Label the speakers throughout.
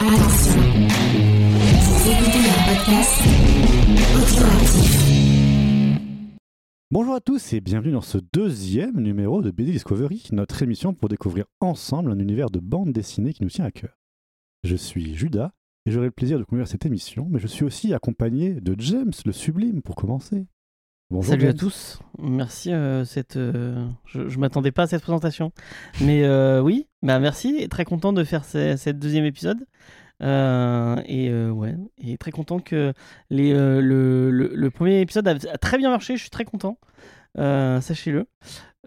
Speaker 1: Attention, vous écoutez un podcast audioactif.
Speaker 2: Bonjour à tous et bienvenue dans ce deuxième numéro de BD Discovery, notre émission pour découvrir ensemble un univers de bande dessinée qui nous tient à cœur. Je suis Judas et j'aurai le plaisir de conduire cette émission, mais je suis aussi accompagné de James le Sublime pour commencer. Bonjour
Speaker 3: Salut à
Speaker 2: James.
Speaker 3: tous. Merci. euh, cette, euh, je je m'attendais pas à cette présentation, mais euh, oui, bah merci. et Très content de faire ce, cette deuxième épisode. Euh, et euh, ouais, et très content que les, euh, le, le- le premier épisode a, a très bien marché. Je suis très content. Euh, Sachez-le.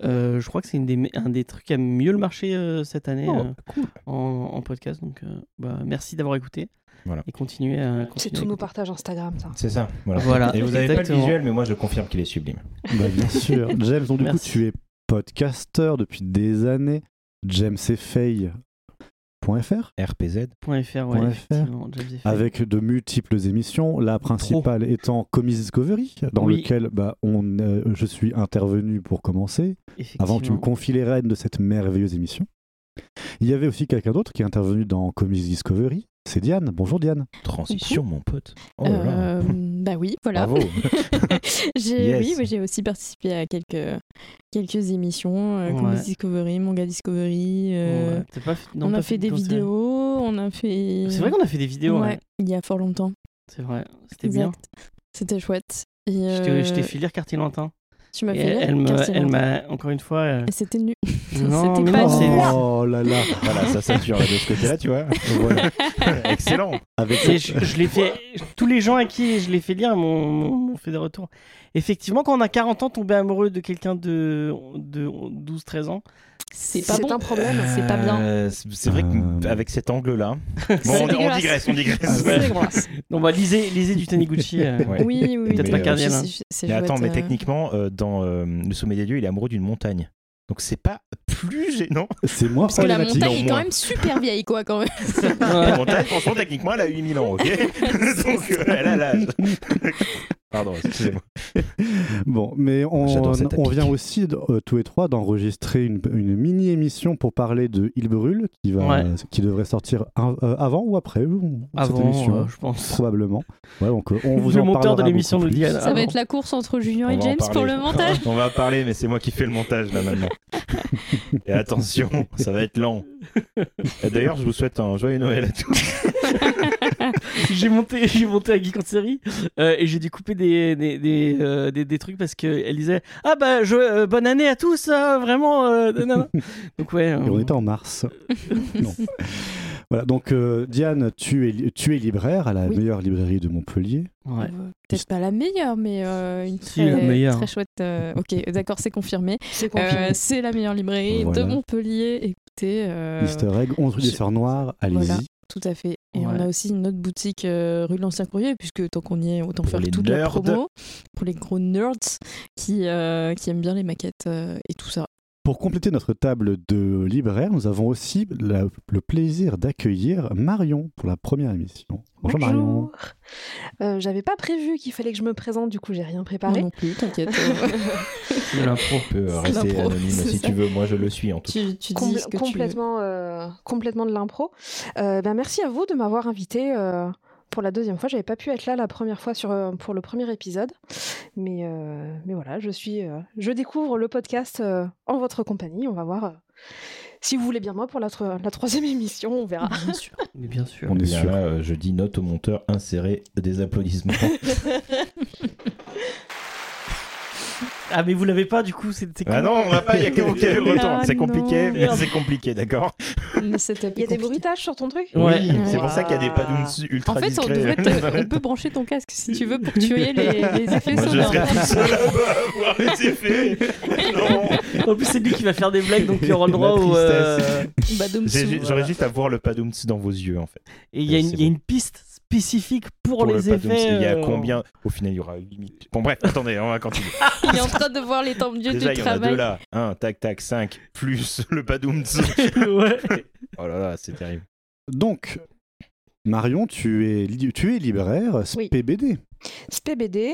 Speaker 3: Euh, je crois que c'est une des me- un des trucs qui a mieux le marché euh, cette année
Speaker 2: Oh,
Speaker 3: euh,
Speaker 2: cool.
Speaker 3: en, en podcast. Donc, euh, bah, merci d'avoir écouté.
Speaker 4: Voilà.
Speaker 3: Et continuez à.
Speaker 5: C'est
Speaker 3: continuez à
Speaker 5: tous nos
Speaker 3: écouter.
Speaker 5: partages Instagram, ça.
Speaker 4: C'est ça. Voilà.
Speaker 3: Voilà,
Speaker 4: Et vous n'avez pas le
Speaker 3: exactement.
Speaker 4: visuel, mais moi je confirme qu'il est sublime.
Speaker 2: Bah, bien sûr. James, donc du
Speaker 3: Merci.
Speaker 2: coup, tu es podcasteur depuis des années. JamesFay.fr
Speaker 4: RPZ.
Speaker 3: Point .fr, ouais,
Speaker 2: Point fr.
Speaker 3: effectivement, James Effect.
Speaker 2: avec de multiples émissions. La principale étant Comics Discovery, dans
Speaker 3: Oui.
Speaker 2: lequel bah, on, euh, je suis intervenu pour commencer. avant que tu me
Speaker 3: Effectivement.
Speaker 2: confies les rênes de cette merveilleuse émission. Il y avait aussi quelqu'un d'autre qui est intervenu dans Comics Discovery, c'est Diane. Bonjour Diane.
Speaker 4: Transition, mon pote. Oh là là.
Speaker 6: Mmh. Euh, bah oui, voilà.
Speaker 4: Bravo.
Speaker 6: j'ai
Speaker 4: Yes.
Speaker 6: oui, oui, j'ai aussi participé à quelques quelques émissions, euh, comme
Speaker 3: Ouais.
Speaker 6: Miss Discovery, Manga Discovery. euh,
Speaker 3: Ouais, t'as pas fait- non,
Speaker 6: on
Speaker 3: t'as
Speaker 6: a fait des
Speaker 3: de concert.
Speaker 6: vidéos, on a fait.
Speaker 3: C'est vrai qu'on a fait des vidéos, ouais.
Speaker 6: Ouais, il y a fort longtemps.
Speaker 3: C'est vrai, c'était
Speaker 6: Exact.
Speaker 3: bien.
Speaker 6: C'était chouette. Et,
Speaker 3: Je t'ai- je t'ai
Speaker 6: euh,
Speaker 3: fait lire Quartier Lointain.
Speaker 6: Tu m'as
Speaker 3: Et
Speaker 6: fait
Speaker 3: elle,
Speaker 6: lire
Speaker 3: elle me-
Speaker 6: Quartier
Speaker 3: elle
Speaker 6: Latin.
Speaker 3: m'a, encore une fois. euh,
Speaker 6: Et c'était nu.
Speaker 3: Non,
Speaker 6: c'était
Speaker 3: mais
Speaker 6: pas
Speaker 3: non, c'est-
Speaker 6: nul.
Speaker 2: Oh là là.
Speaker 4: voilà, ça sature là, de ce côté-là, tu vois.
Speaker 2: Voilà.
Speaker 4: Excellent.
Speaker 2: Avec
Speaker 3: et je, je l'ai fait. Tous les gens à qui je l'ai fait lire m'ont- m'ont m'ont fait des retours. Effectivement, quand on a 40 ans, tomber amoureux de quelqu'un de, de 12-13 ans,
Speaker 6: C'est pas
Speaker 5: C'est
Speaker 6: bon.
Speaker 5: un problème.
Speaker 6: C'est pas bien.
Speaker 4: Euh, c'est c'est vrai
Speaker 2: Euh.
Speaker 4: qu'avec cet angle-là. Bon,
Speaker 6: C'est
Speaker 4: on, on
Speaker 6: dégueulasse.
Speaker 4: digresse, on digresse.
Speaker 6: C'est
Speaker 3: Ouais.
Speaker 6: dégueulasse.
Speaker 3: on va liser, liser bah, du Taniguchi. euh,
Speaker 4: Ouais.
Speaker 6: Oui, oui, oui.
Speaker 3: Peut-être
Speaker 4: pas
Speaker 6: mais,
Speaker 3: Cardiel,
Speaker 6: euh,
Speaker 3: hein.
Speaker 6: c'est- c'est
Speaker 4: Mais attends,
Speaker 6: chouette,
Speaker 4: mais
Speaker 6: euh,
Speaker 4: techniquement, euh, dans euh, Le Sommet des Dieux, il est amoureux d'une montagne. Donc c'est pas plus gênant.
Speaker 2: C'est moi
Speaker 6: Parce que la
Speaker 2: problématique.
Speaker 6: montagne est quand
Speaker 4: moins.
Speaker 6: même super vieille, quoi, quand même.
Speaker 4: La
Speaker 3: ouais.
Speaker 4: montagne, franchement, techniquement, elle a 8000 ans, ok Donc euh, elle a l'âge. Pardon, excusez-moi.
Speaker 2: Bon, mais on,
Speaker 4: Ah, J'adore cette
Speaker 2: on
Speaker 4: applique.
Speaker 2: vient aussi d- euh, tous les trois d'enregistrer une, une mini-émission pour parler de Il brûle, qui, va,
Speaker 3: Ouais.
Speaker 2: qui devrait sortir un- euh, avant ou après euh, cette émission.
Speaker 3: Avant, euh, je pense.
Speaker 2: Probablement. Ouais, donc, euh, on vous
Speaker 3: Le
Speaker 2: en
Speaker 3: monteur de
Speaker 2: parlera
Speaker 3: l'émission
Speaker 2: beaucoup
Speaker 3: nous dit
Speaker 2: plus.
Speaker 3: à la-
Speaker 6: Ça va être la course entre Julien
Speaker 4: On
Speaker 6: et
Speaker 4: va en
Speaker 6: James pour
Speaker 4: parler.
Speaker 6: le montage.
Speaker 4: On va en parler, mais c'est moi qui fais le montage là maintenant. Et attention, ça va être lent. Et D'ailleurs, je vous souhaite un joyeux Noël à tous.
Speaker 3: j'ai monté, j'ai monté à Geek en série euh, et j'ai dû couper des des, des, euh, des- des trucs parce que elle disait ah bah je, euh, bonne année à tous hein, vraiment euh, nanana. donc ouais.
Speaker 2: Et on
Speaker 3: euh,
Speaker 2: était en mars. non. Voilà, donc euh, Diane, tu es, li- tu es libraire à la
Speaker 6: Oui.
Speaker 2: meilleure librairie de Montpellier.
Speaker 3: ouais.
Speaker 6: Euh, Peut-être pas la meilleure, mais euh, une
Speaker 3: Si,
Speaker 6: très,
Speaker 3: la meilleure.
Speaker 6: très chouette. euh, ok, d'accord, c'est confirmé.
Speaker 5: C'est
Speaker 6: Euh,
Speaker 5: compliqué.
Speaker 6: c'est la meilleure librairie
Speaker 2: Voilà.
Speaker 6: de Montpellier. Écoutez, euh,
Speaker 2: Easter Egg, 11 rue des
Speaker 6: je-
Speaker 2: Sœurs Noires, allez-y.
Speaker 6: Voilà. tout à fait. Et
Speaker 3: Ouais.
Speaker 6: on a aussi une autre boutique euh, rue de l'Ancien Courrier, puisque tant qu'on y est, autant
Speaker 4: Pour
Speaker 6: faire
Speaker 4: les
Speaker 6: toute la
Speaker 4: nerds.
Speaker 6: promo pour les gros nerds qui, euh, qui aiment bien les maquettes euh, et tout ça.
Speaker 2: Pour compléter notre table de libraire, nous avons aussi la- le plaisir d'accueillir Marion pour la première émission. Bonjour, Marion.
Speaker 5: Euh, J'avais pas prévu qu'il fallait que je me présente, du coup j'ai rien
Speaker 6: Moi
Speaker 5: préparé.
Speaker 6: non plus, t'inquiète. euh,
Speaker 3: C'est de l'impro.
Speaker 4: On peut euh,
Speaker 6: C'est
Speaker 4: rester
Speaker 6: l'impro,
Speaker 4: anonyme
Speaker 6: c'est
Speaker 4: si
Speaker 6: ça.
Speaker 4: tu veux. Moi, je le suis en tout cas.
Speaker 6: tu, tu dis
Speaker 5: Compl-
Speaker 6: ce que
Speaker 5: complètement, euh, complètement de l'impro. Euh, ben, merci à vous de m'avoir invité euh, pour la deuxième fois. J'avais pas pu être là la première fois sur, euh, pour le premier épisode, mais, euh, mais voilà, je suis, euh, je découvre le podcast euh, en votre compagnie. On va voir euh, si vous voulez bien moi pour la, tro- la troisième émission, on verra.
Speaker 6: tu veux. Bien sûr.
Speaker 3: Mais bien sûr.
Speaker 2: On est
Speaker 4: Eh bien
Speaker 2: sûr.
Speaker 4: Là, euh, je dis note au monteur, insérer des applaudissements.
Speaker 3: Ah mais vous l'avez pas du coup c'est c'est
Speaker 4: ah
Speaker 3: con.
Speaker 4: non, on n'a pas, il y a que vous qui avez le retour.
Speaker 6: Ah
Speaker 4: C'est compliqué,
Speaker 6: non.
Speaker 4: mais c'est compliqué, d'accord
Speaker 6: Le setup
Speaker 5: Il y a
Speaker 6: est
Speaker 5: des
Speaker 6: compliqué.
Speaker 5: bruitages sur ton truc
Speaker 3: Ouais.
Speaker 4: Oui, c'est pour ça qu'il y a des paddles ultra
Speaker 6: Ah. En fait, on,
Speaker 4: discrets.
Speaker 6: devrait te- on peut brancher ton casque si tu veux pour tuer les, les effets
Speaker 4: Moi, je
Speaker 6: sonores.
Speaker 4: serais tout seul là-bas à voir les effets. Non.
Speaker 3: En plus c'est lui qui va faire des blagues donc il aura le droit
Speaker 4: La
Speaker 3: au. euh,
Speaker 6: Badoum
Speaker 4: J'ai-
Speaker 6: sou.
Speaker 4: j'ai- J'aurais juste à voir le padoumts dans vos yeux en fait.
Speaker 3: Et il y a une
Speaker 4: C'est
Speaker 3: il y a
Speaker 4: bon.
Speaker 3: une piste spécifique pour,
Speaker 4: Pour
Speaker 3: les
Speaker 4: le padoumts,
Speaker 3: effets.
Speaker 4: il y a
Speaker 3: euh,
Speaker 4: combien Au final, il y aura une limite. Bon, bref, attendez, on va continuer.
Speaker 3: Ah,
Speaker 6: Il est en train de voir les temps Dieu du
Speaker 4: Déjà, il y en a deux
Speaker 6: travail.
Speaker 4: là. Un, tac, tac, 5, plus le padoumts.
Speaker 3: ouais.
Speaker 4: Oh là là, c'est terrible.
Speaker 2: Donc, Marion, tu es, li- tu es libraire
Speaker 5: Oui.
Speaker 2: PBD.
Speaker 5: SPBD.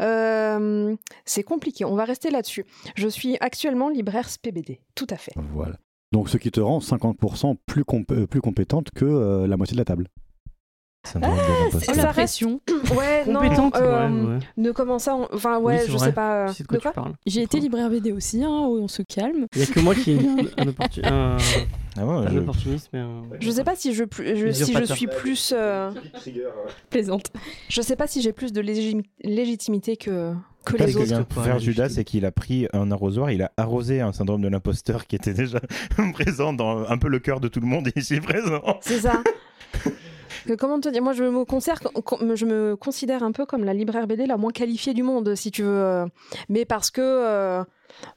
Speaker 5: Euh, c'est compliqué, on va rester là-dessus. Je suis actuellement libraire SPBD, tout à fait.
Speaker 2: Voilà. Donc, ce qui te rend 50% plus, comp- euh, plus compétente que euh, la moitié de la table.
Speaker 3: Ah,
Speaker 4: Syndrome de l'imposteur.
Speaker 6: Oh,
Speaker 5: ça
Speaker 6: la
Speaker 5: reste-
Speaker 6: pression.
Speaker 5: Ouais, non,
Speaker 3: Compétente
Speaker 5: euh,
Speaker 3: ouais, ouais.
Speaker 5: ne commence à... en- Enfin,
Speaker 3: Oui,
Speaker 5: ouais,
Speaker 3: c'est
Speaker 5: je
Speaker 3: vrai.
Speaker 5: sais pas... euh,
Speaker 3: Tu sais de quoi, tu parles.
Speaker 6: J'ai
Speaker 4: Oh.
Speaker 6: été libraire BD aussi, hein, où on se calme.
Speaker 3: Il n'y a que moi qui ai un, un, opportu- un-
Speaker 4: Ah ouais,
Speaker 3: un
Speaker 4: je-
Speaker 3: opportunisme. et un-
Speaker 5: Je sais pas si je, plus- je- si je
Speaker 3: Usurpateur.
Speaker 5: suis plus... euh,
Speaker 6: Plaisante.
Speaker 5: je sais pas si j'ai plus de légim- légitimité que, que
Speaker 4: Parce
Speaker 5: les
Speaker 4: que
Speaker 5: autres.
Speaker 4: vient de
Speaker 3: quoi,
Speaker 4: faire
Speaker 3: les
Speaker 4: Judas,
Speaker 3: victimes.
Speaker 4: c'est qu'il a pris un arrosoir, il a arrosé un syndrome de l'imposteur qui était déjà présent dans un peu le cœur de tout le monde ici présent.
Speaker 5: C'est ça. Que comment te dire Moi, je me, conserve- con- je me considère un peu comme la libraire BD la moins qualifiée du monde, si tu veux. euh, Mais parce que, euh,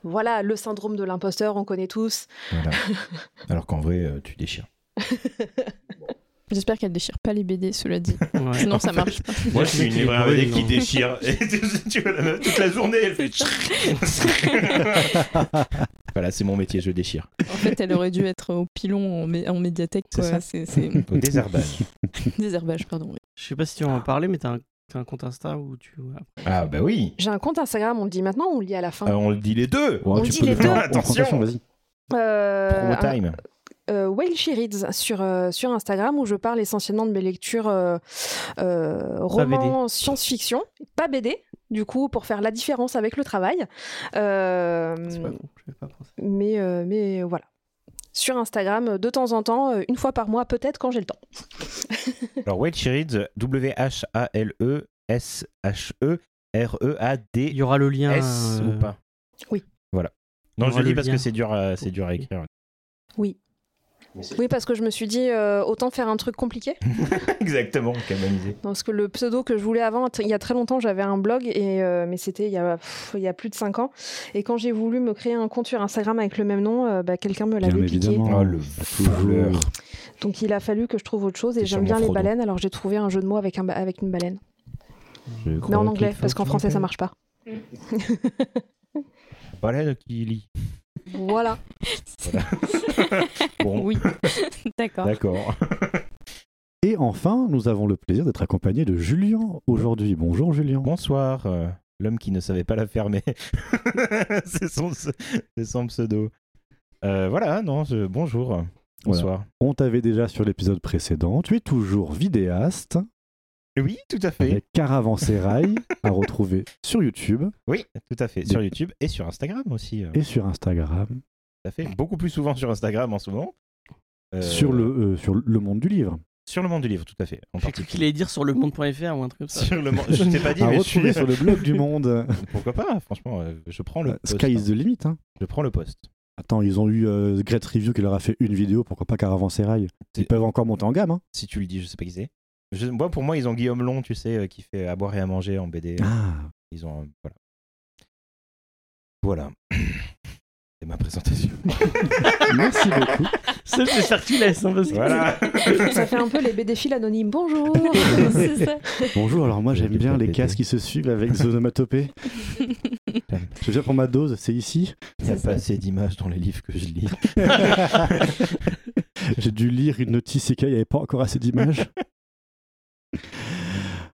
Speaker 5: voilà, le syndrome de l'imposteur, on connaît tous.
Speaker 4: Voilà. Alors qu'en vrai, euh, tu déchires.
Speaker 6: J'espère qu'elle déchire pas les BD, cela dit.
Speaker 3: Ouais.
Speaker 6: Sinon, ça marche pas.
Speaker 4: Moi,
Speaker 3: Moi,
Speaker 4: je
Speaker 3: je
Speaker 4: suis une
Speaker 3: suis
Speaker 4: libraire
Speaker 3: brûlé,
Speaker 4: BD qui
Speaker 3: non.
Speaker 4: déchire. Et tu- tu vois, la meuf, toute la journée, elle fait. voilà, c'est mon métier, je déchire.
Speaker 6: En fait, elle aurait dû être au pilon en, mé- en médiathèque.
Speaker 4: C'est ça.
Speaker 6: quoi. C'est c'est-
Speaker 4: Au désherbage.
Speaker 6: des herbages, pardon. oui.
Speaker 3: Je sais pas si tu en as parlé, mais t'as un, t'as un compte Insta où tu.
Speaker 4: Ah bah oui.
Speaker 5: J'ai un compte Instagram, on le dit maintenant ou on le dit à la fin
Speaker 4: Ah, on le dit les deux.
Speaker 2: Ouais,
Speaker 5: On
Speaker 2: tu
Speaker 5: dit
Speaker 2: peux
Speaker 5: les
Speaker 2: le faire
Speaker 5: deux.
Speaker 2: en- en
Speaker 4: Attention.
Speaker 2: confession, vas-y.
Speaker 5: Euh,
Speaker 4: Promo
Speaker 5: un-
Speaker 4: time.
Speaker 5: euh, Whale She Reads sur, euh, sur Instagram où je parle essentiellement de mes lectures euh, euh, romans, science-fiction, pas BD, du coup, pour faire la différence avec le travail. Euh,
Speaker 3: C'est pas con, je vais pas penser.
Speaker 5: mais, euh, mais voilà. Sur Instagram, de temps en temps, euh, une fois par mois, peut-être quand j'ai le temps.
Speaker 4: Alors, Whale She Reads, W-H-A-L-E-S-H-E-R-E-A-D-S
Speaker 3: Il y aura le lien. euh,
Speaker 4: ou pas
Speaker 5: Oui.
Speaker 4: Voilà. Non,
Speaker 3: On
Speaker 4: je
Speaker 3: aura
Speaker 4: le dis
Speaker 3: le
Speaker 4: parce
Speaker 3: lien.
Speaker 4: que c'est dur, à, c'est dur à écrire.
Speaker 5: Oui, parce que je me suis dit, euh, autant faire un truc compliqué.
Speaker 4: Exactement, canoniser.
Speaker 5: Non, Parce que le pseudo que je voulais avant, il y a très longtemps, j'avais un blog, et, euh, mais c'était il, y a- pff, il y a plus de 5 ans. Et quand j'ai voulu me créer un compte sur Instagram avec le même nom, euh, bah, quelqu'un me l'avait
Speaker 2: Bien
Speaker 5: piqué.
Speaker 2: évidemment. Ah,
Speaker 4: Oh, le
Speaker 2: Toujours.
Speaker 5: Donc il a fallu que je trouve autre chose
Speaker 4: T'es
Speaker 5: et j'aime bien
Speaker 4: sûrement
Speaker 5: les
Speaker 4: Frodo.
Speaker 5: baleines, alors j'ai trouvé un jeu de mots avec, un ba- avec une baleine. Mais en
Speaker 4: hein,
Speaker 5: anglais, parce qu'en français ça marche pas.
Speaker 4: Baleine qui lit.
Speaker 5: Voilà.
Speaker 4: Bon,
Speaker 6: Oui. D'accord.
Speaker 4: d'accord.
Speaker 2: Et enfin, nous avons le plaisir d'être accompagné de Julien aujourd'hui. Bonjour Julien.
Speaker 4: Bonsoir, euh, l'homme qui ne savait pas la fermer. c'est son, c'est son pseudo. Euh, voilà, non, je- bonjour. Bonsoir.
Speaker 2: On t'avait déjà sur l'épisode précédent. Tu es toujours vidéaste
Speaker 4: Oui, tout à fait.
Speaker 2: avec Caravansérail à retrouver sur YouTube
Speaker 4: Oui, tout à fait. Sur YouTube et sur Instagram aussi. euh,
Speaker 2: et sur Instagram.
Speaker 4: Tout à fait. Beaucoup plus souvent sur Instagram en ce moment. Euh,
Speaker 2: Sur, le, euh, sur le monde du livre.
Speaker 4: Sur le monde du livre, tout à fait. En
Speaker 3: J'ai cru
Speaker 4: particulier.
Speaker 3: qu'il allait dire sur le monde.fr ou un truc comme ça.
Speaker 4: Sur le monde. Je t'ai pas dit,
Speaker 2: à
Speaker 4: mais je
Speaker 2: retrouver
Speaker 4: suis.
Speaker 2: sur le blog du monde.
Speaker 4: Pourquoi pas, franchement, euh, je prends le
Speaker 2: Euh,
Speaker 4: poste.
Speaker 2: Sky is the limit. hein.
Speaker 4: Je prends le poste.
Speaker 2: Attends, ils ont eu euh, Great Review qui leur a fait une vidéo, pourquoi pas Caravansérail
Speaker 4: C'est-
Speaker 2: Ils peuvent encore monter en gamme. hein.
Speaker 4: Si tu le dis, je sais pas qui c'est. Je- moi, pour moi, ils ont Guillaume Long, tu sais, euh, qui fait à boire et à manger en BD.
Speaker 2: Ah,
Speaker 4: Ils ont. un- Voilà. Voilà. C'est ma présentation.
Speaker 2: merci beaucoup.
Speaker 3: Ça, je vais faire que tu laisses, hein, parce que-
Speaker 4: voilà.
Speaker 5: ça fait un peu les BDfiles anonymes. Bonjour
Speaker 6: C'est ça.
Speaker 2: Bonjour, alors moi
Speaker 4: Je
Speaker 2: j'aime
Speaker 4: vais
Speaker 2: bien
Speaker 4: pas
Speaker 2: les
Speaker 4: péter.
Speaker 2: cases qui se suivent avec des onomatopées. Je viens pour ma dose, c'est ici.
Speaker 4: Il n'y a pas assez d'images dans les livres que je lis.
Speaker 2: J'ai dû lire une notice et qu'il n'y avait pas encore assez d'images.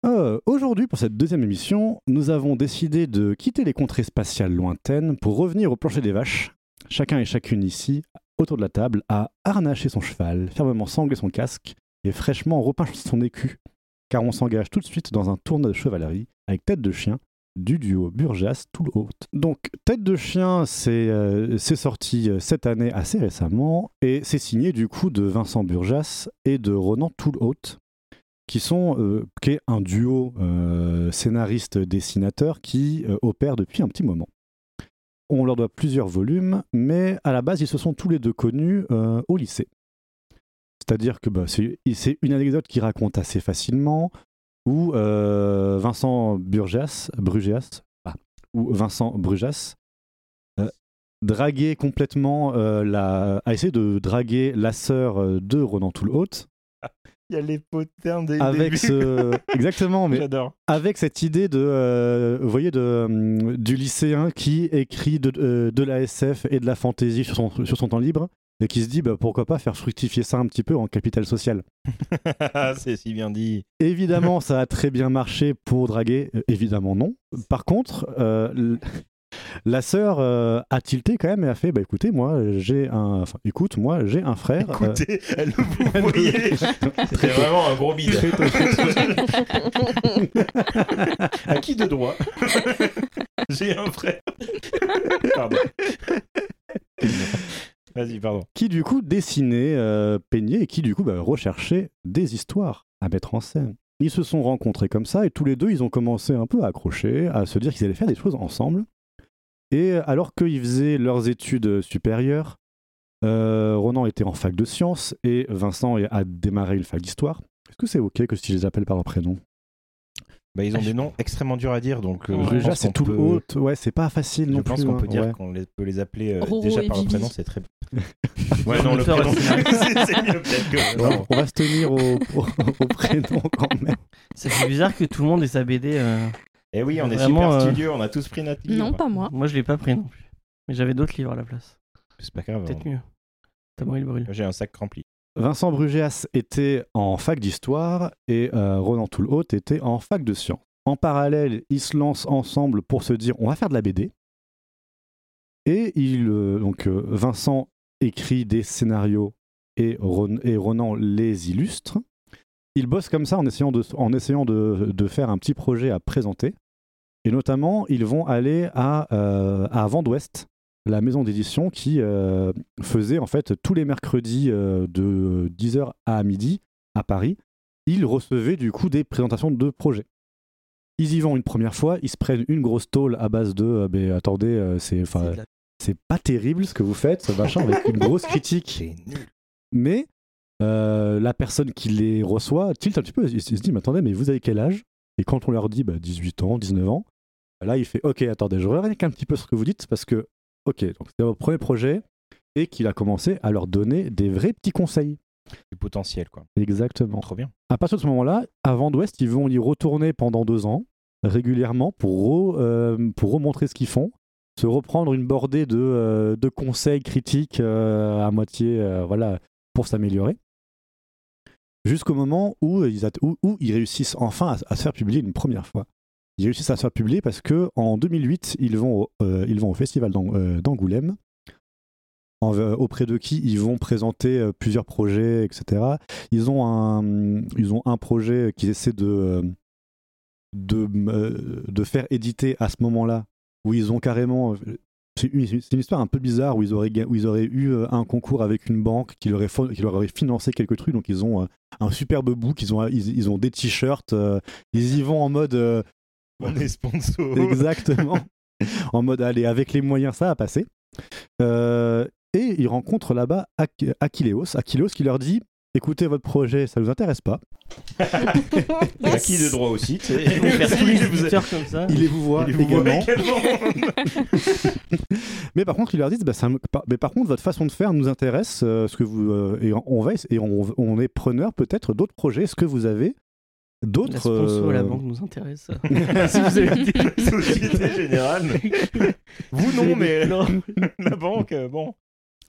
Speaker 2: Euh, Aujourd'hui, pour cette deuxième émission, nous avons décidé de quitter les contrées spatiales lointaines pour revenir au plancher des vaches. Chacun et chacune ici, autour de la table, a harnaché son cheval, fermement sanglé son casque et fraîchement repeint son écu, car on s'engage tout de suite dans un tournoi de chevalerie avec tête de chien du duo Burjas tout haute. Donc Tête de chien, c'est euh, c'est sorti euh, cette année assez récemment et c'est signé du coup de Vincent Burjas et de Ronan tout haute qui sont euh, qui est un duo euh, scénariste dessinateur qui euh, opère depuis un petit moment. On leur doit plusieurs volumes, mais à la base ils se sont tous les deux connus euh, au lycée. C'est-à-dire que bah, c'est c'est une anecdote qui raconte assez facilement où euh, Vincent Burgas, Brugias, ah, où Vincent Brugas euh, draguait complètement euh, la, a essayé de draguer la sœur euh, de Ronan Toulhaute
Speaker 4: Il y a les potins des.
Speaker 2: avec ce exactement mais
Speaker 4: J'adore.
Speaker 2: avec cette idée de euh, vous voyez de hum, du lycéen qui écrit de, euh, de la SF et de la fantasy sur son sur son temps libre et qui se dit bah, pourquoi pas faire fructifier ça un petit peu en capital social.
Speaker 4: c'est si bien dit.
Speaker 2: Évidemment, ça a très bien marché pour draguer. Euh, Évidemment, non. Par contre, euh, l- La sœur euh, a tilté quand même et a fait bah écoutez moi j'ai un enfin écoute moi j'ai un frère. euh,
Speaker 4: Bah, Écoutez, elle vous voyez, c'est vraiment un gros bide. à qui de droit J'ai un frère. pardon. Vas-y, pardon.
Speaker 2: qui du coup dessinait, euh, peignait et qui du coup bah, recherchait des histoires à mettre en scène. Ils se sont rencontrés comme ça et tous les deux ils ont commencé un peu à accrocher, à se dire qu'ils allaient faire des choses ensemble. Et euh, alors qu'ils faisaient leurs études supérieures, euh, Ronan était en fac de sciences et Vincent a démarré une fac d'histoire. Est-ce que c'est ok que si je les appelle par leur prénom
Speaker 4: Bah, ils ont des noms extrêmement durs à dire, donc euh, je
Speaker 2: Déjà
Speaker 4: pense
Speaker 2: c'est
Speaker 4: qu'on
Speaker 2: tout
Speaker 4: peut-
Speaker 2: haute, ouais c'est pas facile
Speaker 4: Je
Speaker 2: non
Speaker 4: pense
Speaker 2: plus,
Speaker 4: qu'on peut
Speaker 2: hein,
Speaker 4: dire
Speaker 2: ouais.
Speaker 4: qu'on les- peut les appeler euh,
Speaker 6: Roro
Speaker 4: déjà
Speaker 6: et
Speaker 4: par le
Speaker 6: Bibi.
Speaker 4: prénom, c'est très. ouais,
Speaker 3: non, le prénom,
Speaker 4: c'est c'est mieux peut-être que.
Speaker 2: Ouais,
Speaker 4: Non.
Speaker 2: on va se tenir au, au- au prénom quand même.
Speaker 3: Ça fait bizarre que tout le monde ait sa BD. euh.
Speaker 4: Eh oui, on est
Speaker 3: Vraiment,
Speaker 4: super
Speaker 3: euh,
Speaker 4: studieux, on a tous pris notre livre.
Speaker 6: Non, pas moi.
Speaker 3: Moi, je l'ai pas pris non plus. Mais j'avais d'autres livres à la place.
Speaker 4: C'est pas grave.
Speaker 3: Peut-être
Speaker 4: on-
Speaker 3: mieux. Notamment, il brûle.
Speaker 4: J'ai un sac rempli.
Speaker 2: Vincent Brugéas était en fac d'histoire et euh, Ronan Toulhaut était en fac de sciences. En parallèle, ils se lancent ensemble pour se dire on va faire de la BD. Et il, euh, donc euh, Vincent écrit des scénarios et, Ron- et Ronan les illustre. Ils bossent comme ça en essayant, de, en essayant de, de faire un petit projet à présenter. Et notamment, ils vont aller à, euh, à Vent d'Ouest, la maison d'édition qui euh, faisait en fait tous les mercredis euh, de 10h à midi à Paris, ils recevaient du coup des présentations de projets. Ils y vont une première fois, ils se prennent une grosse tôle à base de euh, mais attendez, euh, c'est enfin,
Speaker 3: C'est de la-
Speaker 2: c'est pas terrible ce que vous faites, machin, avec une grosse critique.
Speaker 4: C'est nul.
Speaker 2: Mais euh, la personne qui les reçoit tilt un petit peu, il, se il se dit, mais attendez, mais vous avez quel âge Et quand on leur dit, bah, 18 ans, 19 ans, là, il fait, ok, attendez, je reviens un petit peu ce que vous dites, parce que, ok, donc c'était votre premier projet, et qu'il a commencé à leur donner des vrais petits conseils.
Speaker 4: Du potentiel, quoi.
Speaker 2: Exactement.
Speaker 4: Trop bien.
Speaker 2: À partir de ce moment-là, avant d'Ouest, ils vont y retourner pendant deux ans, régulièrement, pour, re- euh, pour remontrer ce qu'ils font, se reprendre une bordée de, euh, de conseils critiques euh, à moitié euh, voilà, pour s'améliorer. Jusqu'au moment où euh, ils, atte- où, où ils réussissent enfin à, à se faire publier une première fois. Ils réussissent à se faire publier parce que en 2008, ils vont au, euh, ils vont au festival d'Ang- euh, d'Angoulême, en- euh, auprès de qui ils vont présenter euh, plusieurs projets, etc ils ont un, ils ont un projet qu'ils essaient de, de, euh, de faire éditer à ce moment-là, où ils ont carrément. C'est une, c'est une histoire un peu bizarre où ils, auraient, ga- où ils auraient eu euh, un concours avec une banque qui leur, aurait, fon- qui leur aurait financé quelques trucs. Donc ils ont euh, un superbe book, ils ont, euh, ils, ils ont des t-shirts, euh, ils y vont en mode. euh,
Speaker 4: On est sponsor.
Speaker 2: Exactement. en mode, allez, avec les moyens, ça a passé. Euh, et ils rencontrent là-bas Ach- Achilleos. Achilleos qui leur dit écoutez, votre projet, ça ne vous intéresse pas.
Speaker 4: À qui de droit aussi, tu sais.
Speaker 3: Ils vont faire tous les
Speaker 4: Vous-
Speaker 3: éditeurs comme ça.
Speaker 2: Il les vous voit
Speaker 4: Il vous voit
Speaker 2: également.
Speaker 4: également.
Speaker 2: Mais par contre, ils leur disent bah, ça me- par- mais par contre, votre façon de faire nous intéresse. euh, ce que vous, euh, et on va ess- et on, on est preneur peut-être d'autres projets. Est-ce que vous avez
Speaker 3: La
Speaker 2: d'autres
Speaker 3: sponsor, la
Speaker 2: euh,
Speaker 3: banque nous intéresse. si vous avez des...
Speaker 4: Société Générale. Vous non, mais la banque, euh, bon.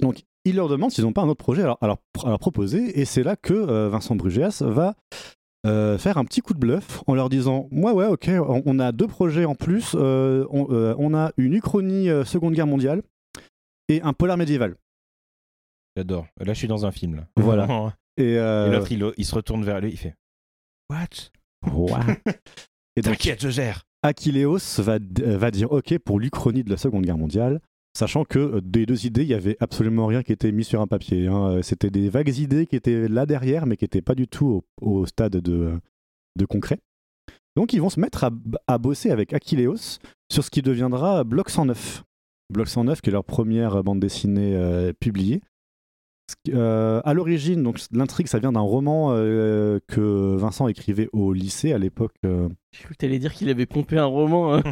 Speaker 2: Donc, il leur demande s'ils n'ont pas un autre projet à leur, à leur- à leur proposer, et c'est là que euh, Vincent Brugéas va euh, faire un petit coup de bluff en leur disant Ouais, ouais, ok, on, on a deux projets en plus, euh, on, euh, on a une uchronie euh, Seconde Guerre mondiale et un polar médiéval.
Speaker 4: J'adore. Là, je suis dans un film. Là.
Speaker 2: Voilà.
Speaker 4: Vraiment. hein.
Speaker 2: Et,
Speaker 4: Et
Speaker 2: euh,
Speaker 4: l'autre, il, il se retourne vers lui, il fait What
Speaker 2: Ouah. Et donc,
Speaker 4: T'inquiète, je gère.
Speaker 2: Achilleos va, d- euh, va dire OK pour l'Uchronie de la Seconde Guerre mondiale, sachant que euh, des deux idées, il n'y avait absolument rien qui était mis sur un papier. hein. Euh, C'était des vagues idées qui étaient là derrière, mais qui n'étaient pas du tout au, au stade de, euh, de concret. Donc ils vont se mettre à, b- à bosser avec Achilleos sur ce qui deviendra Bloc 109. Bloc 109, qui est leur première bande dessinée euh, publiée. Ce qui- euh, à l'origine, donc l'intrigue, ça vient d'un roman euh, que Vincent écrivait au lycée à l'époque. euh,
Speaker 3: Je crois que t'allais dire qu'il avait pompé un roman. euh.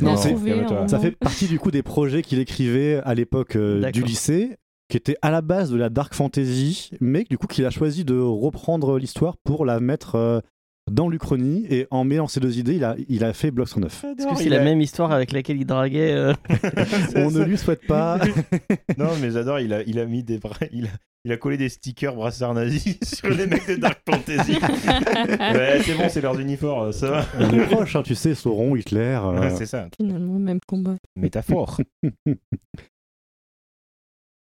Speaker 6: On
Speaker 2: Non,
Speaker 6: a
Speaker 2: c'est-
Speaker 6: trouvé un
Speaker 4: calme-toi.
Speaker 6: roman.
Speaker 2: Ça fait partie du coup des projets qu'il écrivait à l'époque euh,
Speaker 3: D'accord.
Speaker 2: du lycée, qui était à la base de la dark fantasy, mais du coup qu'il a choisi de reprendre l'histoire pour la mettre euh, dans l'Uchronie. Et en mêlant ces deux idées, il a, il a fait Block 109.
Speaker 3: Est-ce que c'est la même histoire avec laquelle il draguait euh,
Speaker 2: On ne lui souhaite pas.
Speaker 4: Non, mais j'adore, il a, il a mis des bras. Il a... il a collé des stickers brassard nazi sur les mecs de Dark Fantasy. ouais, c'est bon, c'est leurs uniformes, ça va.
Speaker 2: On est proche, hein, tu sais, Sauron, Hitler. euh,
Speaker 4: Ouais, c'est ça.
Speaker 6: Finalement, même combat.
Speaker 4: Métaphore.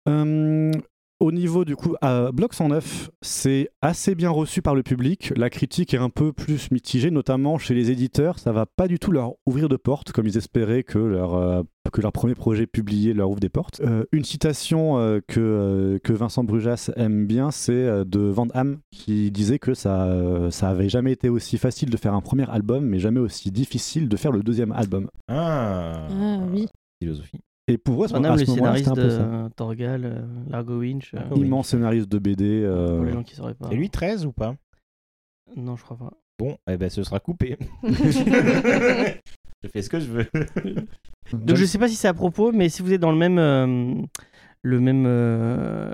Speaker 2: Euh, au niveau du coup, à Bloc 109, c'est assez bien reçu par le public. La critique est un peu plus mitigée, notamment chez les éditeurs. Ça va pas du tout leur ouvrir de porte comme ils espéraient que leur, euh, que leur premier projet publié leur ouvre des portes. Euh, une citation euh, que, euh, que Vincent Brujas aime bien, c'est euh, de Van Damme qui disait que ça, euh, ça avait jamais été aussi facile de faire un premier album, mais jamais aussi difficile de faire le deuxième album.
Speaker 4: Ah,
Speaker 6: Ah oui.
Speaker 4: Philosophie.
Speaker 2: Et pour eux, à ce
Speaker 3: Van Damme,
Speaker 2: à ce
Speaker 3: le
Speaker 2: moment-là, c'était
Speaker 3: scénariste
Speaker 2: un peu ça.
Speaker 3: de Torgal, euh, Largo Winch, euh,
Speaker 4: Largo Winch.
Speaker 2: Immense scénariste de BD. euh,
Speaker 3: pour les gens qui sauraient pas.
Speaker 4: Et lui, 13 ou pas
Speaker 3: Non, je crois pas.
Speaker 4: Bon, eh ben, ce sera coupé. je fais ce que je veux.
Speaker 3: Donc je sais pas si c'est à propos, mais si vous êtes dans le même. euh, le même. euh,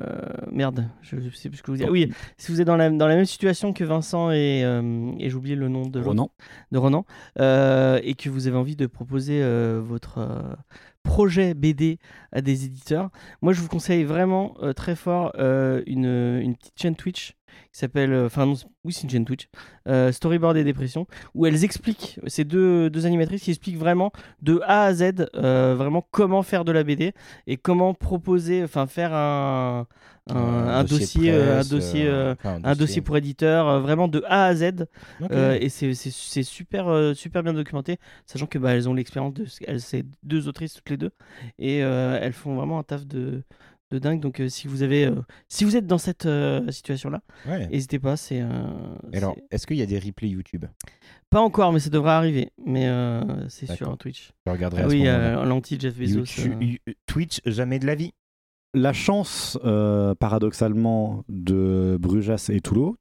Speaker 3: merde, je sais plus ce que vous dire. Oui, si vous êtes dans la, dans la même situation que Vincent et. euh, et j'ai oublié le nom de l'autre-
Speaker 2: Ronan.
Speaker 3: de Ronan, euh, et que vous avez envie de proposer euh, votre euh, projet BD à des éditeurs, moi je vous conseille vraiment euh, très fort euh, une, une petite chaîne Twitch qui s'appelle, euh, enfin non, c'est- oui c'est une chaîne Twitch, euh, Storyboard et Dépression, où elles expliquent, ces deux, deux animatrices qui expliquent vraiment de A à Z euh, vraiment comment faire de la BD et comment proposer, enfin faire un, un, un dossier, euh,
Speaker 4: presse,
Speaker 3: un dossier,
Speaker 4: euh,
Speaker 3: euh,
Speaker 4: enfin,
Speaker 3: un dossier pour éditeur, euh, vraiment de A à Z.
Speaker 4: Ok.
Speaker 3: Euh, et c'est- c'est c'est super, euh, super bien documenté, sachant que bah, elles ont l'expérience de elles- ces deux autrices toutes les deux, et euh, elles font vraiment un taf de, de dingue. Donc euh, si vous avez, euh, si vous êtes dans cette euh, situation-là,
Speaker 4: Ouais.
Speaker 3: n'hésitez pas. C'est euh,
Speaker 4: Et Alors,
Speaker 3: c'est-
Speaker 4: est-ce qu'il y a des replays YouTube
Speaker 3: pas encore, mais ça devrait arriver. Mais euh, c'est sur
Speaker 4: D'accord.
Speaker 3: Twitch.
Speaker 4: Je regarderai
Speaker 3: Ah
Speaker 4: à ce
Speaker 3: oui,
Speaker 4: moment-là.
Speaker 3: euh, l'anti Jeff Bezos.
Speaker 4: YouTube-
Speaker 3: euh,
Speaker 4: Yu- Twitch, jamais de la vie.
Speaker 2: La chance, euh, paradoxalement, de Brujas et Toulot,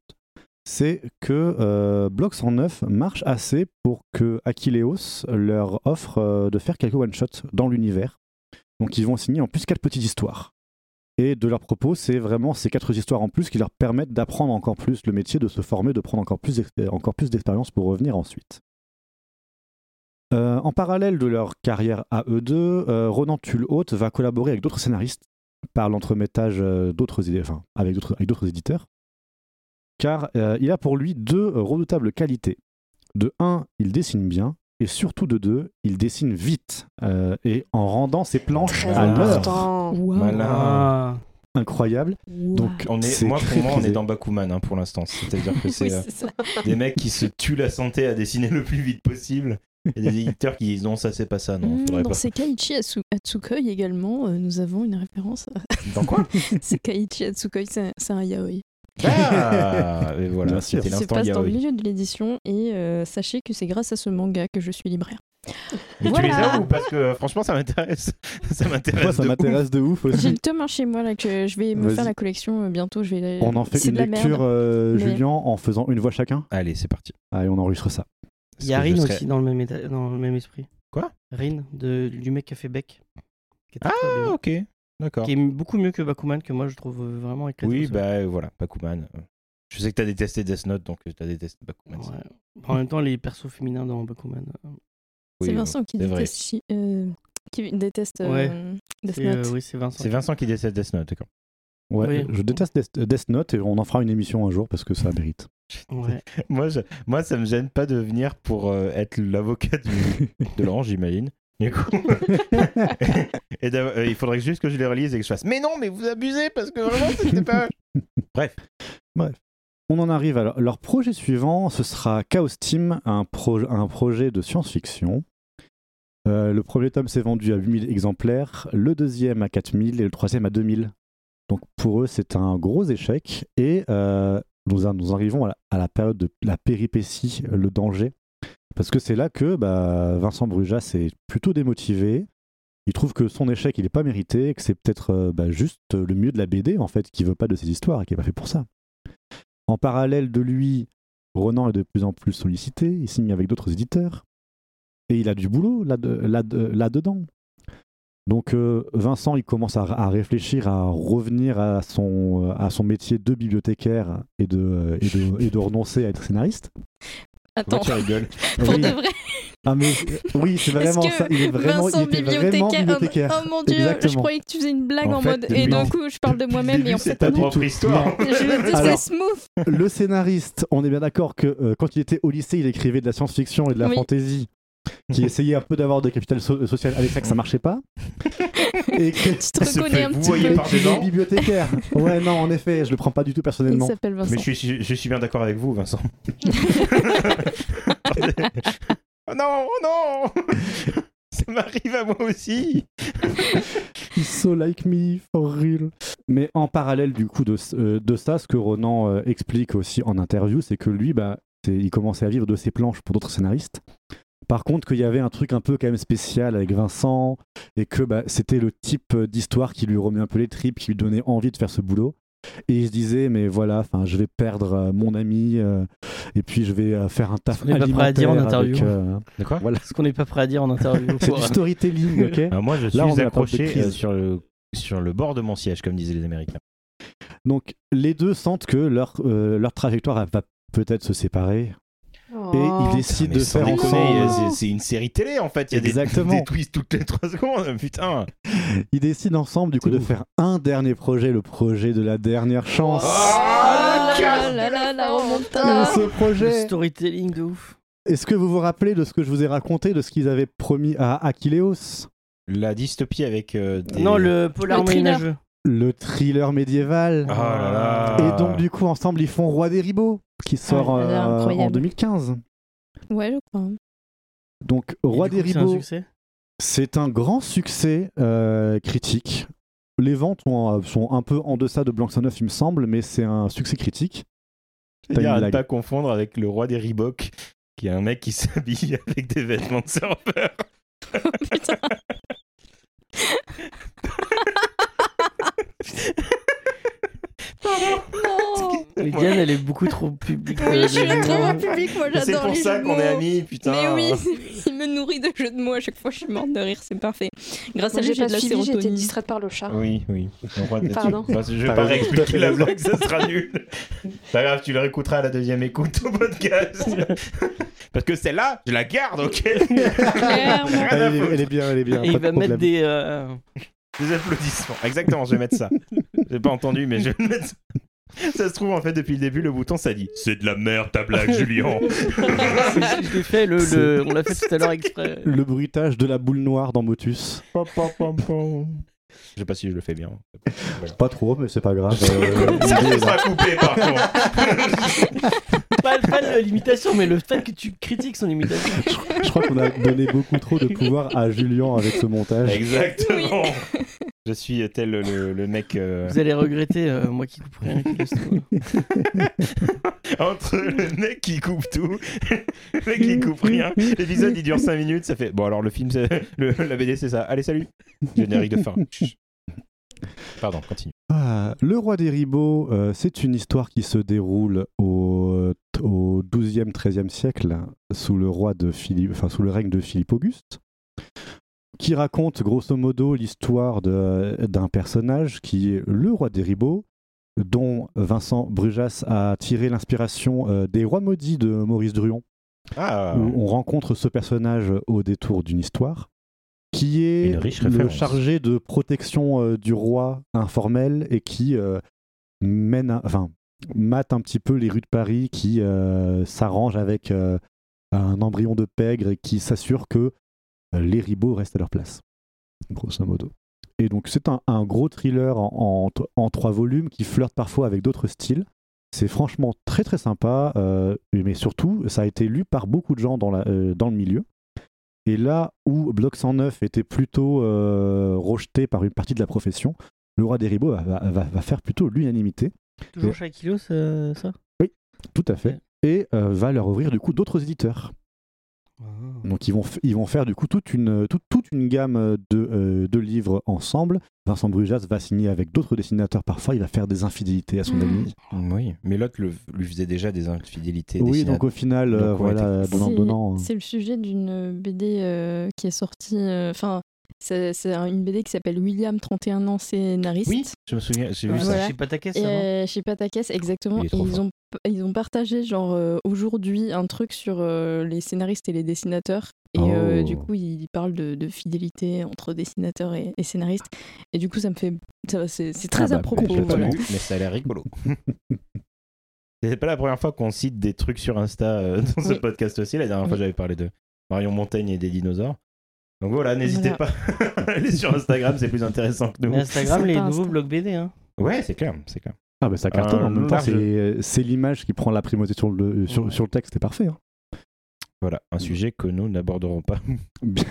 Speaker 2: c'est que euh, Block 109 marche assez pour que Achilleos leur offre euh, de faire quelques one-shots dans l'univers. Donc ils vont signer en plus quatre petites histoires. Et de leur propos, c'est vraiment ces quatre histoires en plus qui leur permettent d'apprendre encore plus le métier, de se former, de prendre encore plus d'ex- euh, encore plus d'expérience pour revenir ensuite. Euh, en parallèle de leur carrière à eux deux, euh, Ronan Tulhaute va collaborer avec d'autres scénaristes par l'entremettage euh, d'autres idées- enfin, avec d'autres avec d'autres éditeurs, car euh, il a pour lui deux euh, redoutables qualités. De un, il dessine bien, et surtout de deux, il dessine vite euh, et en rendant ses planches
Speaker 5: Très
Speaker 2: à l'heure.
Speaker 5: important.
Speaker 6: Waouh.
Speaker 4: Voilà.
Speaker 3: ah.
Speaker 2: Incroyable.
Speaker 6: Waouh.
Speaker 2: Donc,
Speaker 4: On est,
Speaker 2: c'est
Speaker 4: moi, pour
Speaker 2: très
Speaker 4: moi, on est
Speaker 2: prisé.
Speaker 4: dans Bakuman hein, pour l'instant. C'est-à-dire que
Speaker 6: Oui,
Speaker 4: c'est euh,
Speaker 6: c'est ça.
Speaker 4: des mecs qui se tuent la santé à dessiner le plus vite possible. Et des éditeurs qui disent non, ça c'est pas ça, non,
Speaker 6: Hmm,
Speaker 4: faudrait
Speaker 6: Dans
Speaker 4: pas.
Speaker 6: Sekaiichi Atsu- Atsukoi également, euh, nous avons une référence.
Speaker 4: Dans quoi
Speaker 6: Sekaiichi Atsukoi, c'est un- c'est un yaoi.
Speaker 4: Ah Et voilà,
Speaker 2: Bien sûr.
Speaker 4: c'était
Speaker 6: Il se
Speaker 4: l'instant
Speaker 6: passe dans le
Speaker 4: yaoi.
Speaker 6: milieu de l'édition et euh, sachez que c'est grâce à ce manga que je suis libraire.
Speaker 4: Mais tu les
Speaker 5: Voilà.
Speaker 4: as ou parce que euh, franchement, ça m'intéresse. ça m'intéresse.
Speaker 2: Moi, ça
Speaker 4: de
Speaker 2: m'intéresse de ouf
Speaker 6: J'ai
Speaker 2: aussi.
Speaker 6: le tome un chez moi là que je vais me
Speaker 2: Vas-y.
Speaker 6: faire la collection euh, bientôt. Je vais. la-
Speaker 2: On en fait
Speaker 6: C'est
Speaker 2: une
Speaker 6: de la
Speaker 2: lecture,
Speaker 6: merde.
Speaker 2: euh,
Speaker 6: Mais-
Speaker 2: Julien, en faisant une voix chacun.
Speaker 4: ouf. Allez, c'est parti.
Speaker 2: Allez, on enregistre ça.
Speaker 4: Parce
Speaker 3: Il y a
Speaker 4: que je
Speaker 3: Rin
Speaker 4: serais-
Speaker 3: aussi dans le même, état- dans le même esprit.
Speaker 4: Quoi
Speaker 3: Rin, de, du mec qui a fait Beck. Qui est, très, très
Speaker 4: Ah,
Speaker 3: bien.
Speaker 4: ok. D'accord.
Speaker 3: Qui est beaucoup mieux que Bakuman, que moi je trouve euh, vraiment éclaté.
Speaker 4: Oui,
Speaker 3: au sol.
Speaker 4: bah euh, voilà, Bakuman. euh, Je sais que t'as détesté Death Note, donc euh, t'as détesté Bakuman.
Speaker 3: Ouais. En même temps, les persos féminins dans Bakuman. euh,
Speaker 4: Oui,
Speaker 6: c'est
Speaker 4: bon.
Speaker 6: Vincent qui
Speaker 4: c'est vrai.
Speaker 6: déteste, chi- euh, qui déteste euh,
Speaker 3: Ouais.
Speaker 6: Death
Speaker 3: c'est, euh,
Speaker 6: Note.
Speaker 3: oui, c'est Vincent.
Speaker 4: C'est Vincent qui déteste Death Note, d'accord.
Speaker 2: Ouais,
Speaker 3: Oui.
Speaker 2: Je déteste Death- Death Note et on en fera une émission un jour parce que ça mérite.
Speaker 3: Ouais.
Speaker 4: moi, je- moi, ça me gêne pas de venir pour euh, être l'avocat du- de l'ange, j'imagine. Du coup. et d'avoir- euh, il faudrait juste que je les relise et que je fasse. Mais non, mais vous abusez parce que vraiment, c'était pas.
Speaker 2: On en arrive à leur- leur projet suivant, ce sera Chaos Team, un, pro- un projet de science-fiction. Euh, le premier tome s'est vendu à 8000 exemplaires, le deuxième à 4000 et le troisième à 2000. Donc pour eux, c'est un gros échec et euh, nous, en- nous arrivons à la, à la période de la péripétie, le danger. Parce que c'est là que bah, Vincent Brujas est plutôt démotivé. Il trouve que son échec, il n'est pas mérité, et que c'est peut-être euh, bah, juste le mieux de la BD, en fait, qui veut pas de ses histoires et qui n'est pas fait pour ça. En parallèle de lui, Ronan est de plus en plus sollicité, il signe avec d'autres éditeurs, et il a du boulot là de- là de- là-dedans. Donc euh, Vincent, il commence à, à réfléchir à revenir à euh, son, à son métier de bibliothécaire et de, et de, et de renoncer à être scénariste.
Speaker 4: Pourquoi
Speaker 6: Attends,
Speaker 4: tu rigoles
Speaker 6: pour
Speaker 2: Oui.
Speaker 6: de vrai,
Speaker 2: Ah, mais- oui, c'est vraiment
Speaker 6: que
Speaker 2: ça. Il est vraiment,
Speaker 6: Vincent
Speaker 2: il était vraiment
Speaker 6: bibliothécaire.
Speaker 2: bibliothécaire.
Speaker 6: Oh, oh mon dieu, je
Speaker 2: Exactement.
Speaker 6: croyais que tu faisais une blague
Speaker 4: En
Speaker 6: en,
Speaker 4: fait,
Speaker 6: mode. Et
Speaker 4: depuis-
Speaker 6: d'un coup, je parle de moi-même et en
Speaker 4: C'est
Speaker 6: fait,
Speaker 4: ta
Speaker 2: non.
Speaker 4: propre histoire.
Speaker 6: je le dis, c'est
Speaker 2: Alors-
Speaker 6: smooth.
Speaker 2: Le scénariste, on est bien d'accord que euh, quand il était au lycée, il écrivait de la science-fiction et de la
Speaker 6: Oui.
Speaker 2: fantasy, qui essayait un peu d'avoir des capitales so- euh, sociales. Avec ça, que ça marchait pas. et que
Speaker 6: Tu te
Speaker 4: Elle se fait
Speaker 6: reconnais un petit
Speaker 4: vouvoyer
Speaker 6: peu.
Speaker 4: par des
Speaker 2: qu'il est
Speaker 4: gens.
Speaker 2: bibliothécaire. Ouais, non, en effet, je le prends pas du tout
Speaker 6: Il
Speaker 2: personnellement.
Speaker 6: s'appelle Vincent.
Speaker 4: Mais je suis, je suis bien d'accord avec vous, Vincent. oh non, oh non Ça m'arrive à moi aussi
Speaker 2: He's so like me, for real. Mais en parallèle du coup de, ce- euh, de ça, ce que Ronan euh, explique aussi en interview, c'est que lui, bah, c'est- il commençait à vivre de ses planches pour d'autres scénaristes. Par contre, qu'il y avait un truc un peu quand même spécial avec Vincent, et que bah, c'était le type euh, d'histoire qui lui remet un peu les tripes, qui lui donnait envie de faire ce boulot. Et il se disait, mais voilà, enfin, je vais perdre euh, mon ami, euh, et puis je vais euh, faire un taf
Speaker 3: Ce n'est pas prêt à dire en
Speaker 2: alimentaire
Speaker 3: interview.
Speaker 2: avec,
Speaker 3: euh,
Speaker 2: euh,
Speaker 4: De quoi
Speaker 3: Ce qu'on n'est pas prêt à dire en interview.
Speaker 2: C'est du storytelling, ok
Speaker 4: Moi, je suis
Speaker 2: Là, on est en train de
Speaker 4: accroché
Speaker 2: crise.
Speaker 4: euh, sur, le, sur le bord de mon siège, comme disaient les Américains.
Speaker 2: Donc les deux sentent que leur, euh, leur trajectoire va peut-être se séparer et
Speaker 5: Oh,
Speaker 2: ils décident
Speaker 4: Mais
Speaker 2: de
Speaker 4: sans
Speaker 2: faire
Speaker 4: déconner,
Speaker 2: ensemble.
Speaker 4: euh, c'est- C'est une série télé, en fait. Il y a des-
Speaker 2: Exactement.
Speaker 4: Des, twists toutes les 3 secondes, putain
Speaker 2: Ils décident ensemble du coup
Speaker 4: C'est
Speaker 2: de
Speaker 4: ouf.
Speaker 2: faire un dernier projet, le projet de la dernière chance.
Speaker 6: Ah là
Speaker 4: casse
Speaker 6: là là, la
Speaker 2: Et
Speaker 6: remontada.
Speaker 2: ce projet,
Speaker 3: storytelling de ouf.
Speaker 2: est-ce que vous vous rappelez de ce que je vous ai raconté, de ce qu'ils avaient promis à Achilleos,
Speaker 4: La dystopie avec euh, des...
Speaker 3: Non, le polar
Speaker 6: Le thriller.
Speaker 3: ménageux.
Speaker 2: le thriller médiéval
Speaker 4: Oh là là
Speaker 2: Et donc du coup ensemble ils font Roi des Ribots qui sort
Speaker 6: là là,
Speaker 2: euh, en
Speaker 6: incroyable.
Speaker 2: 2015.
Speaker 6: Ouais, je crois.
Speaker 2: Donc
Speaker 3: Et
Speaker 2: Roi
Speaker 3: du
Speaker 2: des
Speaker 3: coup, c'est un
Speaker 2: Ribots,
Speaker 3: succès.
Speaker 2: C'est un grand succès euh, critique. Les ventes ont, euh, sont un peu en deçà de Blanc 9, il me semble, mais c'est un succès critique.
Speaker 4: C'est-à-dire
Speaker 2: Pas une
Speaker 4: à
Speaker 2: blague.
Speaker 4: ne pas confondre avec le roi des Reebok, qui est un mec qui s'habille avec des vêtements de surfeur.
Speaker 6: Putain. Non.
Speaker 3: Mais Diane, elle est beaucoup trop publique.
Speaker 6: Oui,
Speaker 3: euh,
Speaker 6: je suis
Speaker 3: de-
Speaker 6: trop un public, moi
Speaker 4: C'est
Speaker 6: j'adore
Speaker 4: pour
Speaker 6: les
Speaker 4: ça
Speaker 6: jeux de
Speaker 4: qu'on est
Speaker 6: mots.
Speaker 4: amis, putain.
Speaker 6: Mais oui, il me nourrit de jeux de mots à chaque fois, je suis morte de rire, c'est parfait. Grâce à
Speaker 5: Moi,
Speaker 6: lui,
Speaker 5: j'ai
Speaker 6: j'ai
Speaker 5: pas
Speaker 6: de la
Speaker 5: suivi, j'ai été
Speaker 6: sérotonine.
Speaker 5: distraite par le chat.
Speaker 4: Oui, oui. On va-
Speaker 5: Pardon.
Speaker 4: Bah, je vais
Speaker 2: T'as
Speaker 4: pas
Speaker 2: raison,
Speaker 4: réexpliquer
Speaker 2: t'as
Speaker 4: la
Speaker 2: raison.
Speaker 4: blague, ça sera nul. Pas grave, tu le réécouteras à la deuxième écoute au podcast. Parce que celle-là, je la garde, ok
Speaker 6: Clairement.
Speaker 2: Elle, est, elle est bien, elle est bien.
Speaker 3: Et il
Speaker 2: pas de
Speaker 3: va mettre
Speaker 2: problème.
Speaker 3: des. euh,
Speaker 4: Des applaudissements. Exactement, je vais mettre ça. J'ai pas entendu, mais je vais mettre ça. Ça se trouve, en fait, depuis le début, le bouton, ça dit « C'est de la merde, ta blague, Julien
Speaker 3: c'est- je l'ai fait, le, le- on l'a fait tout à l'heure exprès.
Speaker 2: Le bruitage de la boule noire dans Motus. ».
Speaker 4: Je sais pas si je le fais bien.
Speaker 2: Pas trop, mais c'est pas grave. Euh,
Speaker 4: Ça
Speaker 2: l'idée est là.
Speaker 4: sera coupé, par contre
Speaker 3: Pas, pas le- l'imitation, mais le fait que tu critiques son imitation.
Speaker 2: Je crois qu'on a donné beaucoup trop de pouvoir à Julien avec ce montage.
Speaker 4: Exactement. Je suis tel le, le mec euh,
Speaker 3: Vous allez regretter, euh, moi qui coupe rien. qui laisse tout.
Speaker 4: entre le mec qui coupe tout, le mec qui coupe rien. L'épisode il dure 5 minutes, ça fait bon alors le film, c'est- le- la BD c'est ça. Allez salut. Générique de fin. Chut. Pardon, continue.
Speaker 2: Ah, le Roi des Ribots, euh, c'est une histoire qui se déroule au, au 12e, 13e siècle, sous le, roi de Philippe, enfin, sous le règne de Philippe Auguste, qui raconte grosso modo l'histoire de- d'un personnage qui est le Roi des Ribots, dont Vincent Brujas a tiré l'inspiration euh, des Rois maudits de Maurice Druon
Speaker 4: Ah.
Speaker 2: où on rencontre ce personnage au détour d'une histoire qui est
Speaker 4: Une riche
Speaker 2: le
Speaker 4: référence.
Speaker 2: chargé de protection euh, du roi informel et qui euh, mène, un- enfin, mate un petit peu les rues de Paris, qui euh, s'arrange avec euh, un embryon de pègre et qui s'assure que euh, les ribots restent à leur place, grosso modo. Et donc c'est un, un gros thriller en, en- en trois volumes qui flirte parfois avec d'autres styles. C'est franchement très très sympa, euh, mais surtout, ça a été lu par beaucoup de gens dans, la- euh, dans le milieu. Et là où Bloc 109 était plutôt euh, rejeté par une partie de la profession, le roi des ribots va, va- va- va faire plutôt l'unanimité,
Speaker 3: Toujours Shaquille ça, ça
Speaker 2: tout à fait, et euh, va leur ouvrir du coup d'autres éditeurs. Ah. Donc ils vont, f- ils vont faire du coup toute une, toute, toute une gamme de, euh, de livres ensemble. Vincent Brujas va signer avec d'autres dessinateurs parfois, il va faire des infidélités à son
Speaker 6: Mmh.
Speaker 2: ami.
Speaker 4: Oui, mais l'autre le- lui faisait déjà des infidélités.
Speaker 2: Oui,
Speaker 4: dessinat-
Speaker 2: donc au final,
Speaker 4: Donc,
Speaker 2: euh,
Speaker 4: ouais,
Speaker 2: voilà,
Speaker 6: C'est-
Speaker 2: donnant, donnant.
Speaker 6: C'est le sujet d'une BD euh, qui est sortie, euh, enfin, C'est c'est une BD qui s'appelle William, 31 ans, scénariste.
Speaker 4: Oui, je me souviens, j'ai vu
Speaker 3: Ouais,
Speaker 4: ça.
Speaker 6: Ah, Voilà.
Speaker 3: J'ai pas taqué
Speaker 6: Et
Speaker 3: ça. hein. non
Speaker 6: euh, chez Patakès, exactement.
Speaker 4: Il est
Speaker 6: Et
Speaker 4: trop
Speaker 6: ils
Speaker 4: fort.
Speaker 6: ont, ils ont partagé, genre, euh, aujourd'hui, un truc sur euh, les scénaristes et les dessinateurs. Et euh,
Speaker 2: Oh.
Speaker 6: du coup, ils parlent de, de fidélité entre dessinateurs et, et scénaristes. Et du coup, ça me fait. ça- C'est c'est très
Speaker 2: Ah bah,
Speaker 6: à propos.
Speaker 2: je l'ai
Speaker 6: voilà.
Speaker 4: Absolument, mais ça a l'air rigolo. C'est pas la première fois qu'on cite des trucs sur Insta euh, dans ce
Speaker 6: Oui.
Speaker 4: podcast aussi. La dernière fois,
Speaker 6: Oui.
Speaker 4: j'avais parlé de Marion Montaigne et des dinosaures. Donc voilà, n'hésitez
Speaker 6: Voilà.
Speaker 4: pas à aller sur Instagram, c'est plus intéressant que nous.
Speaker 3: Mais Instagram,
Speaker 6: C'est
Speaker 3: les
Speaker 6: pas
Speaker 3: nouveaux
Speaker 6: Insta.
Speaker 3: blogs BD. Hein.
Speaker 4: Ouais, c'est clair, c'est clair.
Speaker 2: Ah, bah ça cartonne.
Speaker 4: Un
Speaker 2: en même temps,
Speaker 4: Euh, large-
Speaker 2: c'est- c'est l'image qui prend la primauté sur le, sur,
Speaker 3: Ouais.
Speaker 2: sur le texte, c'est parfait. hein.
Speaker 4: Voilà, un sujet que nous n'aborderons pas
Speaker 2: Bien.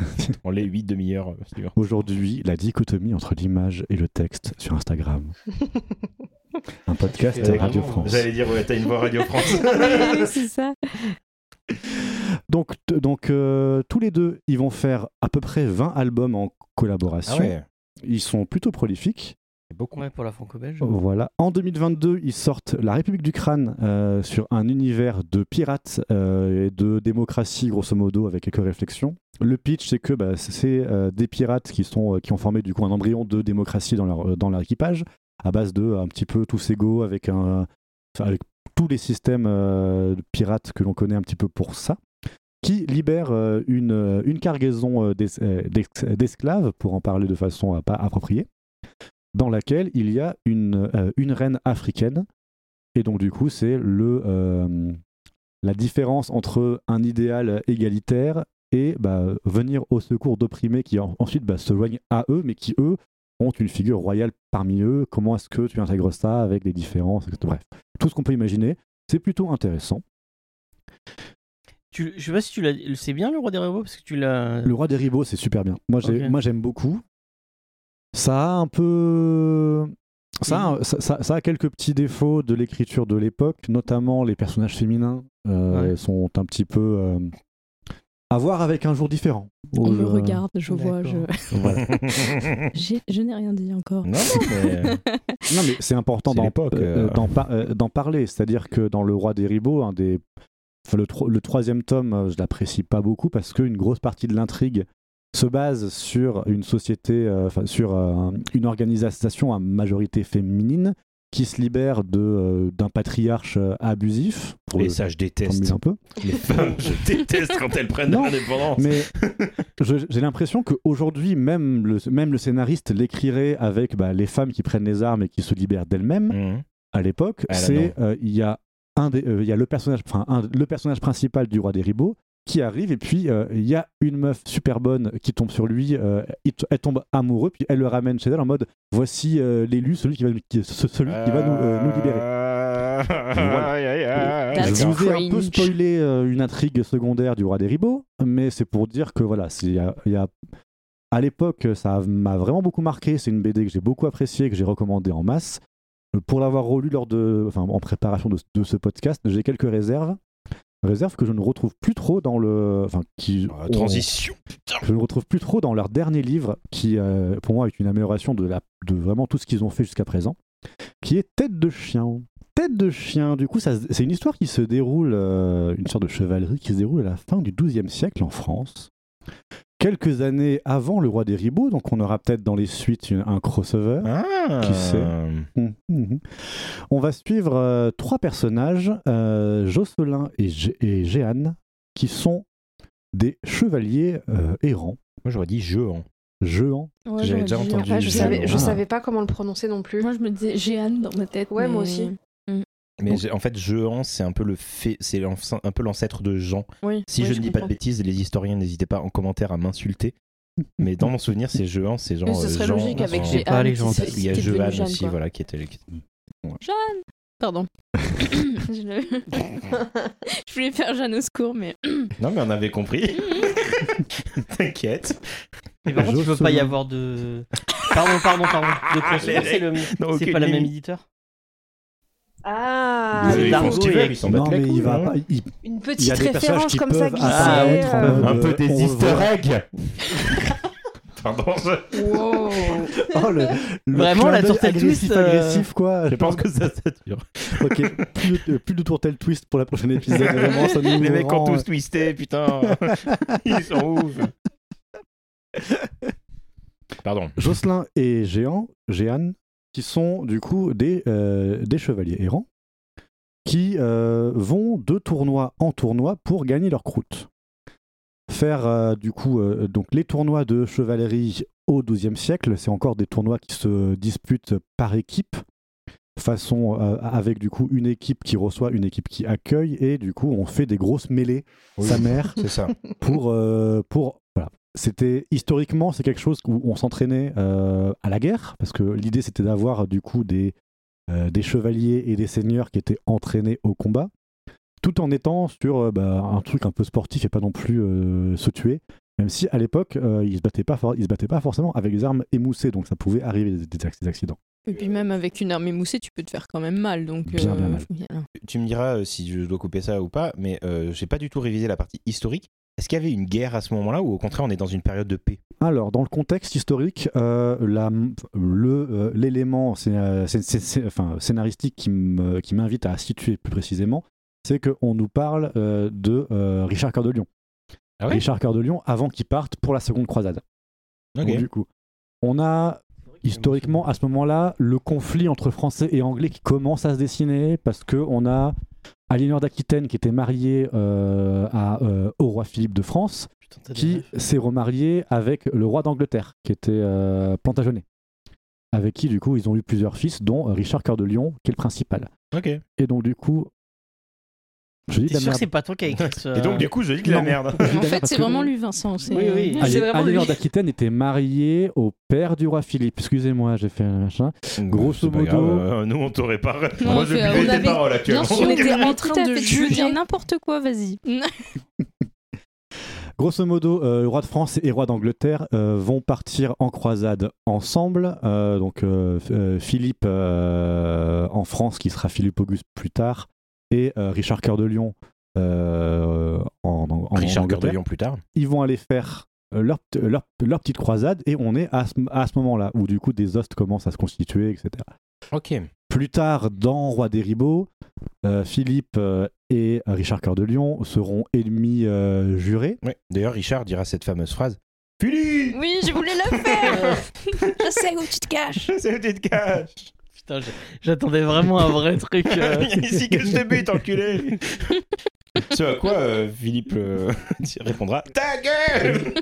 Speaker 4: dans les 8 demi-heures euh, suivantes.
Speaker 2: Aujourd'hui, la dichotomie entre l'image et le texte sur Instagram. Un podcast
Speaker 4: J'allais-
Speaker 2: Radio France.
Speaker 4: J'allais dire, ouais, t'as une voix Radio France.
Speaker 6: Oui, c'est ça.
Speaker 2: Donc, t- donc euh, tous les deux, ils vont faire à peu près 20 albums en collaboration.
Speaker 4: ah ouais,
Speaker 2: Ils sont plutôt prolifiques.
Speaker 4: c'est beaucoup.
Speaker 3: Ouais, pour la franco-belge.
Speaker 4: Oh.
Speaker 2: Voilà. En 2022, ils sortent La République du Crâne euh, sur un univers de pirates euh, et de démocratie, grosso modo, avec quelques réflexions. Le pitch, c'est que bah, c'est euh, des pirates qui, sont, euh, qui ont formé du coup un embryon de démocratie dans leur, euh, dans leur équipage, à base de euh, un petit peu tous égaux, avec, un, enfin, avec tous les systèmes euh, de pirates que l'on connaît un petit peu pour ça, qui libèrent euh, une, euh, une cargaison euh, d'es- euh, d'ex- d'esclaves, pour en parler de façon euh, pas appropriée dans laquelle il y a une, euh, une reine africaine. Et donc, du coup, c'est le, euh, la différence entre un idéal égalitaire et bah, venir au secours d'opprimés qui en- ensuite bah, se joignent à eux, mais qui, eux, ont une figure royale parmi eux. Comment est-ce que tu intègres ça avec les différences etc. Bref, tout ce qu'on peut imaginer. C'est plutôt intéressant.
Speaker 3: Tu, je sais pas si tu l'as. C'est bien le roi des robots parce que tu l'as.
Speaker 2: Le roi des ribots, c'est super bien. Moi, j'ai-
Speaker 3: Ok.
Speaker 2: moi, j'aime beaucoup. Ça a un peu. Ça, a- ça, ça- ça a quelques petits défauts de l'écriture de l'époque, notamment les personnages féminins euh,
Speaker 3: Ouais.
Speaker 2: sont un petit peu euh, à voir avec un jour différent.
Speaker 6: On
Speaker 4: Oh
Speaker 2: Euh,
Speaker 6: me regarde, je vois, je,
Speaker 3: D'accord.
Speaker 2: voilà.
Speaker 6: j'ai- je n'ai rien dit encore.
Speaker 4: non, non, mais euh,
Speaker 2: Non, mais c'est important
Speaker 4: C'est
Speaker 2: d'en
Speaker 4: l'époque,
Speaker 2: euh,
Speaker 4: euh.
Speaker 2: d'en par- euh, d'en parler. C'est-à-dire que dans Le Roi des Ribots, un des... enfin, le, tro- le troisième tome, euh, je l'apprécie pas beaucoup parce qu'une grosse partie de l'intrigue se base sur une société, euh, enfin sur euh, une organisation à majorité féminine qui se libère de, euh, d'un patriarche euh, abusif. Pour
Speaker 4: et
Speaker 2: le
Speaker 4: ça, je
Speaker 2: formuler
Speaker 4: déteste.
Speaker 2: un peu.
Speaker 4: Les femmes, je déteste quand elles prennent
Speaker 2: Non,
Speaker 4: de l'indépendance.
Speaker 2: Mais je- j'ai l'impression qu'aujourd'hui, même le, même le scénariste l'écrirait avec bah, les femmes qui prennent les armes et qui se libèrent d'elles-mêmes.
Speaker 4: Mhm.
Speaker 2: à l'époque,
Speaker 4: Ah là,
Speaker 2: c'est euh, il y a un des- euh, il y a le personnage enfin, un- le personnage principal du roi des ribots qui arrive et puis euh, il y a une meuf super bonne qui tombe sur lui, euh, il t- elle tombe amoureuse puis elle le ramène chez elle en mode voici euh, l'élu celui qui va nous- qui- ce- celui qui va nous, euh, nous libérer. Voilà.
Speaker 4: Euh, Aïe, aïe, aïe.
Speaker 6: That's
Speaker 2: Je vous ai un
Speaker 6: cringe.
Speaker 2: peu spoilé euh, une intrigue secondaire du roi des ribots, mais c'est pour dire que voilà, c'est- il y a- il y a- à l'époque, ça m'a vraiment beaucoup marqué. C'est une BD que j'ai beaucoup appréciée, que j'ai recommandée en masse. Euh, Pour l'avoir relue lors de, enfin, en préparation de, de ce podcast, j'ai quelques réserves. Réserves que je ne retrouve plus trop dans le. Enfin, qui.
Speaker 4: Ah, Transition.
Speaker 2: Je ne retrouve plus trop dans leur dernier livre, qui euh, pour moi est une amélioration de, la, de vraiment tout ce qu'ils ont fait jusqu'à présent, qui est Tête de chien. Tête de chien, du coup, ça se- c'est une histoire qui se déroule, euh, une sorte de chevalerie qui se déroule à la fin du XIIe siècle en France. Quelques années avant le roi des ribots, donc on aura peut-être dans les suites une- un crossover.
Speaker 4: Ah.
Speaker 2: Oh. Qui sait Mhm, mhm. On va suivre euh, trois personnages, euh, Jocelyn et, Gé- et Jeanne, qui sont des chevaliers euh, errants,
Speaker 4: Moi, j'aurais dit jeu. hein.
Speaker 2: jeants,
Speaker 6: Ouais,
Speaker 4: J'avais
Speaker 6: j'aurais
Speaker 4: déjà
Speaker 6: dit-
Speaker 4: entendu
Speaker 6: Ah, je
Speaker 5: Je
Speaker 4: Jeanne.
Speaker 6: savais,
Speaker 5: savais, je
Speaker 2: Ah.
Speaker 5: savais pas comment le prononcer non plus.
Speaker 6: Moi, je me disais Jeanne dans ma tête.
Speaker 5: Ouais, moi
Speaker 6: mais-
Speaker 5: aussi.
Speaker 4: Mais
Speaker 2: Donc-
Speaker 4: j'ai- en fait, Jehan, c'est un peu le fait, c'est l'enf- un peu l'ancêtre de Jean.
Speaker 6: Oui,
Speaker 4: Si
Speaker 6: oui,
Speaker 4: je ne dis pas
Speaker 6: comprends.
Speaker 4: de bêtises, les historiens n'hésitez pas en commentaire à m'insulter. Mais dans mon souvenir, c'est Jehan, c'est genre
Speaker 6: Mais ce
Speaker 4: euh,
Speaker 6: serait
Speaker 4: Jean,
Speaker 6: logique avec
Speaker 4: Jean-
Speaker 3: J'ai pas
Speaker 6: Jeanne
Speaker 3: les
Speaker 6: qui
Speaker 3: gens.
Speaker 6: s'est-
Speaker 4: Il y a
Speaker 6: qui est devenue
Speaker 4: Jehan
Speaker 6: Jeanne,
Speaker 4: aussi,
Speaker 6: quoi.
Speaker 4: voilà, qui était. qui-
Speaker 6: Pardon. je, le- Je voulais faire Jeanne au secours, mais.
Speaker 4: Non, mais on avait compris. T'inquiète.
Speaker 3: Mais par contre, il ne peut
Speaker 2: Jocelyn.
Speaker 3: pas y avoir de. Pardon, pardon, pardon. De crossover,
Speaker 4: les-
Speaker 3: c'est le.
Speaker 4: Ah, Non,
Speaker 3: C'est
Speaker 4: aucune
Speaker 3: pas le même
Speaker 4: ligne.
Speaker 3: éditeur.
Speaker 5: Ah,
Speaker 6: Ah,
Speaker 4: Ils-
Speaker 3: oui,
Speaker 4: ils font
Speaker 3: Dargo
Speaker 4: ce qu'ils veulent,
Speaker 3: et-
Speaker 4: ils s'en
Speaker 2: non
Speaker 4: battent la
Speaker 2: mais il
Speaker 4: couille,
Speaker 2: va
Speaker 4: hein.
Speaker 2: pas. il-
Speaker 5: une
Speaker 2: Il y a
Speaker 5: petite
Speaker 2: des personnages
Speaker 5: référence
Speaker 2: qui
Speaker 5: comme ça
Speaker 2: peuvent
Speaker 5: qui
Speaker 3: apparaître,
Speaker 5: sait. euh,
Speaker 2: peuvent-
Speaker 4: Un peu
Speaker 2: Euh, on
Speaker 4: des easter
Speaker 2: voit-
Speaker 4: eggs. Pardon, je-
Speaker 6: Wow
Speaker 2: Oh, le, le
Speaker 3: Vraiment,
Speaker 2: clin
Speaker 3: la
Speaker 2: d'œil
Speaker 3: tourtelle
Speaker 2: agressif,
Speaker 3: twist, euh,
Speaker 2: agressif quoi.
Speaker 4: je pense que ça, ça dure.
Speaker 2: Ok, plus de, plus de tourtelle twist pour la prochaine épisode. Vraiment, ça nous
Speaker 4: Les mecs ont
Speaker 2: rend,
Speaker 4: tous twisté, putain. Ils sont ouf. Pardon.
Speaker 2: Jocelyn et Géant, Géane, qui sont du coup des, euh, des chevaliers errants, qui euh, vont de tournoi en tournoi pour gagner leur croûte. Faire euh, du coup euh, donc les tournois de chevalerie au XIIe siècle, c'est encore des tournois qui se disputent par équipe, façon euh, avec du coup une équipe qui reçoit, une équipe qui accueille, et du coup on fait des grosses mêlées,
Speaker 4: Oui,
Speaker 2: sa mère,
Speaker 4: C'est ça.
Speaker 2: pour euh, pour voilà. C'était historiquement c'est quelque chose où on s'entraînait euh, à la guerre parce que l'idée c'était d'avoir du coup des euh, des chevaliers et des seigneurs qui étaient entraînés au combat tout en étant sur euh, bah, un truc un peu sportif et pas non plus euh, se tuer même si à l'époque euh, ils se battaient pas for- ils se battaient pas forcément avec des armes émoussées donc ça pouvait arriver des, des acc- des accidents
Speaker 6: Et puis même avec une arme émoussée, tu peux te faire quand même mal. Donc, euh,
Speaker 2: Bien, bien mal.
Speaker 6: voilà.
Speaker 4: Tu me diras euh, si je dois couper ça ou pas, mais euh, j'ai pas du tout révisé la partie historique. Est-ce qu'il y avait une guerre à ce moment-là ou au contraire on est dans une période de paix
Speaker 2: Alors, dans le contexte historique, euh, la- le, euh, l'élément scé- euh, scé- scé- scé- enfin, scénaristique qui me- qui m'invite à situer plus précisément, c'est qu'on nous parle euh, de euh, Richard Cœur de Lion.
Speaker 4: Ah ouais
Speaker 2: Richard Cœur de Lion avant qu'il parte pour la seconde croisade.
Speaker 4: Ok.
Speaker 2: Donc, du coup, on a historiquement à ce moment-là le conflit entre Français et Anglais qui commence à se dessiner parce que on a Aliénor d'Aquitaine qui était mariée euh, à, euh, au roi Philippe de France
Speaker 3: Putain, t'as des
Speaker 2: qui
Speaker 3: refs.
Speaker 2: s'est remarié avec le roi d'Angleterre, qui était euh, Plantagenet, avec qui, du coup, ils ont eu plusieurs fils, dont euh, Richard Cœur de Lion, qui est le principal.
Speaker 4: Ok. Et
Speaker 2: Et donc, du coup, je dis de
Speaker 3: T'es
Speaker 2: la
Speaker 3: sûr que
Speaker 2: merde.
Speaker 3: c'est pas toi qui as écrit ce.
Speaker 4: donc du coup je dis que la
Speaker 2: Non.
Speaker 4: merde.
Speaker 2: Je dis de la
Speaker 6: En
Speaker 2: merde
Speaker 6: fait,
Speaker 2: parce
Speaker 6: c'est
Speaker 2: que
Speaker 6: vraiment lui, Vincent. c'est-
Speaker 3: Oui, oui.
Speaker 6: C'est
Speaker 2: Alé-
Speaker 6: vraiment lui.
Speaker 2: Aliénor d'Aquitaine était mariée au père du roi Philippe. Excusez-moi, j'ai fait un machin. Grosso
Speaker 4: C'est pas grave,
Speaker 2: modo-
Speaker 4: euh, nous on t'aurait pas.
Speaker 6: Non,
Speaker 4: Moi je
Speaker 6: c'est-
Speaker 4: buvais
Speaker 6: on
Speaker 4: tes
Speaker 6: avait-
Speaker 4: paroles actuellement.
Speaker 6: Bien sûr, on était en Tout à train fait, de tu veux dire juger. n'importe quoi, vas-y.
Speaker 2: Grosso modo, euh, le roi de France et roi d'Angleterre euh, vont partir en croisade ensemble. Euh, donc euh, F- euh, Philippe euh, en France, qui sera Philippe Auguste plus tard, et euh, Richard Cœur de Lion euh, en, en- en
Speaker 4: Richard Cœur de
Speaker 2: Angleterre.
Speaker 4: Lion plus tard.
Speaker 2: Ils vont aller faire euh, leur, p'ti- leur- leur petite croisade et on est à ce, à ce moment-là où du coup des hostes commencent à se constituer, etc.
Speaker 4: Ok.
Speaker 2: Plus tard, dans Roi des Ribots, euh, Philippe euh, et Richard Cœur de Lion seront ennemis euh, jurés.
Speaker 4: Ouais. D'ailleurs Richard dira cette fameuse phrase. Philippe
Speaker 6: Oui, je voulais la
Speaker 2: Euh,
Speaker 6: faire. je sais où tu te caches.
Speaker 4: Je sais où tu te caches
Speaker 3: Putain, je- j'attendais vraiment un vrai truc. euh,
Speaker 4: Viens ici que je te bute, enculé Ce à quoi euh, Philippe euh, répondra Ta gueule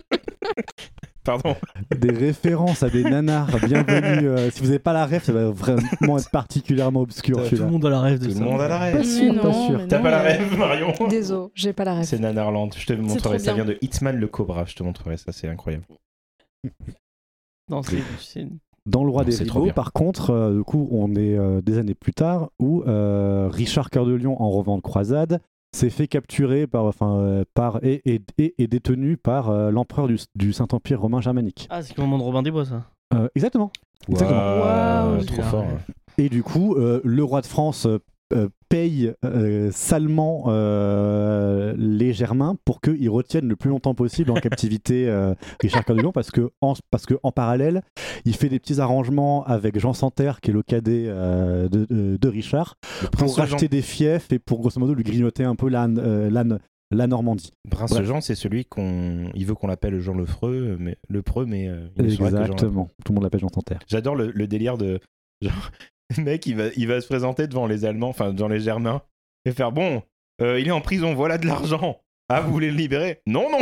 Speaker 4: Pardon.
Speaker 2: des références à des nanars bienvenue. euh, si vous n'avez pas la ref, ça va vraiment être particulièrement obscur.
Speaker 3: Tout
Speaker 2: celui-là.
Speaker 3: le monde a la rêve de
Speaker 4: Tout
Speaker 3: ça.
Speaker 4: le monde à l'arrêt.
Speaker 2: Pas sûr,
Speaker 6: Mais
Speaker 2: pas
Speaker 6: non,
Speaker 2: sûr.
Speaker 6: mais
Speaker 4: T'as
Speaker 6: non,
Speaker 4: pas la
Speaker 6: mais-
Speaker 4: rêve, Marion
Speaker 5: Désolé, j'ai pas la ref.
Speaker 4: C'est Nanarland. Je te montrerai.
Speaker 6: trop
Speaker 4: Ça
Speaker 6: bien.
Speaker 4: vient de Hitman le Cobra. Je te montrerai. Ça, c'est incroyable.
Speaker 3: Non, c'est- c'est-
Speaker 2: Dans le roi
Speaker 4: Non,
Speaker 2: des
Speaker 4: c'est trop
Speaker 2: ribots,
Speaker 4: bien.
Speaker 2: par contre, euh, du coup, on est euh, des années plus tard où euh, Richard Cœur de Lion, en revente croisade, s'est fait capturer par, enfin, euh, par et, et, et- et détenu par euh, l'empereur du, du Saint-Empire romain germanique.
Speaker 3: Ah, c'est le moment de Robin des Bois, ça.
Speaker 2: Euh, exactement. Exactement.
Speaker 4: Waouh,
Speaker 3: Waouh,
Speaker 4: Trop
Speaker 3: bien.
Speaker 4: fort.
Speaker 2: Et du coup, euh, le roi de France euh, euh, paye euh, salement euh, les Germains pour qu'ils retiennent le plus longtemps possible en captivité euh, Richard Cœur de Lion parce que, en, parce que en parallèle, il fait des petits arrangements avec Jean Santerre, qui est le cadet euh, de, de- de Richard,
Speaker 4: Le
Speaker 2: pour
Speaker 4: prince Jean.
Speaker 2: racheter des fiefs et pour grosso modo lui grignoter un peu la, euh, la, la Normandie.
Speaker 4: Prince
Speaker 2: Bref.
Speaker 4: Jean, c'est celui qu'on. Il veut qu'on l'appelle Jean Lefreux, mais le Preux, mais euh, il ne saura que Jean Lefreux.
Speaker 2: Exactement. Tout le monde l'appelle Jean Santerre.
Speaker 4: J'adore le, le délire de genre le mec il va il va se présenter devant les Allemands, enfin devant les Germains et faire bon, euh, il est en prison, voilà de l'argent. Ah vous voulez le libérer Non non,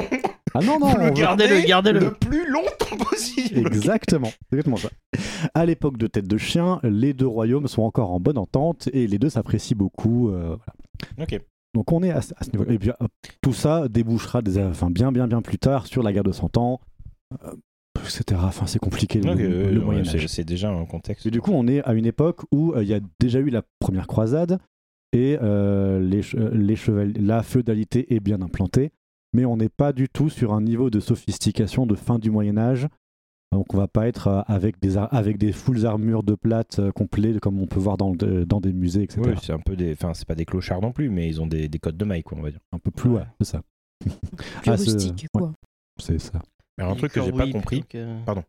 Speaker 2: Ah non, non,
Speaker 4: vous le
Speaker 2: on veut-
Speaker 4: gardez
Speaker 3: Oh, Gardez-le, gardez-le.
Speaker 4: le plus longtemps possible.
Speaker 2: Exactement, c'est exactement ça. À l'époque de Tête de Chien, les deux royaumes sont encore en bonne entente et les deux s'apprécient beaucoup. euh, voilà.
Speaker 4: Ok.
Speaker 2: Donc on est à, ce- à ce niveau-là. Et puis hop, tout ça débouchera des, enfin, bien, bien, bien plus tard sur la guerre de Cent Ans, euh, etc. Enfin, c'est compliqué le,
Speaker 4: Ok,
Speaker 2: le
Speaker 4: euh, ouais,
Speaker 2: Moyen Âge.
Speaker 4: c'est, c'est déjà un contexte.
Speaker 2: Et du coup, on est à une époque où euh, il y a déjà eu la première croisade et euh, les, che- euh, les cheval- la féodalité est bien implantée, mais on n'est pas du tout sur un niveau de sophistication de fin du Moyen Âge. Donc on va pas être euh, avec des, ar- avec des foules armures de plate euh, complètes comme on peut voir dans, le- dans des musées, etc.
Speaker 4: Ouais, c'est un peu des, enfin c'est pas des clochards non plus, mais ils ont des, des codes de maille quoi, on va dire.
Speaker 2: Un peu plus, ouais, c'est ça.
Speaker 6: Plus
Speaker 2: Ah, c'est-
Speaker 6: rustique,
Speaker 2: ouais.
Speaker 6: quoi.
Speaker 2: C'est ça.
Speaker 4: Alors, un
Speaker 3: Du
Speaker 4: truc que
Speaker 3: cuir
Speaker 4: j'ai pas
Speaker 3: bouilli
Speaker 4: compris.
Speaker 3: plutôt que-
Speaker 4: Pardon.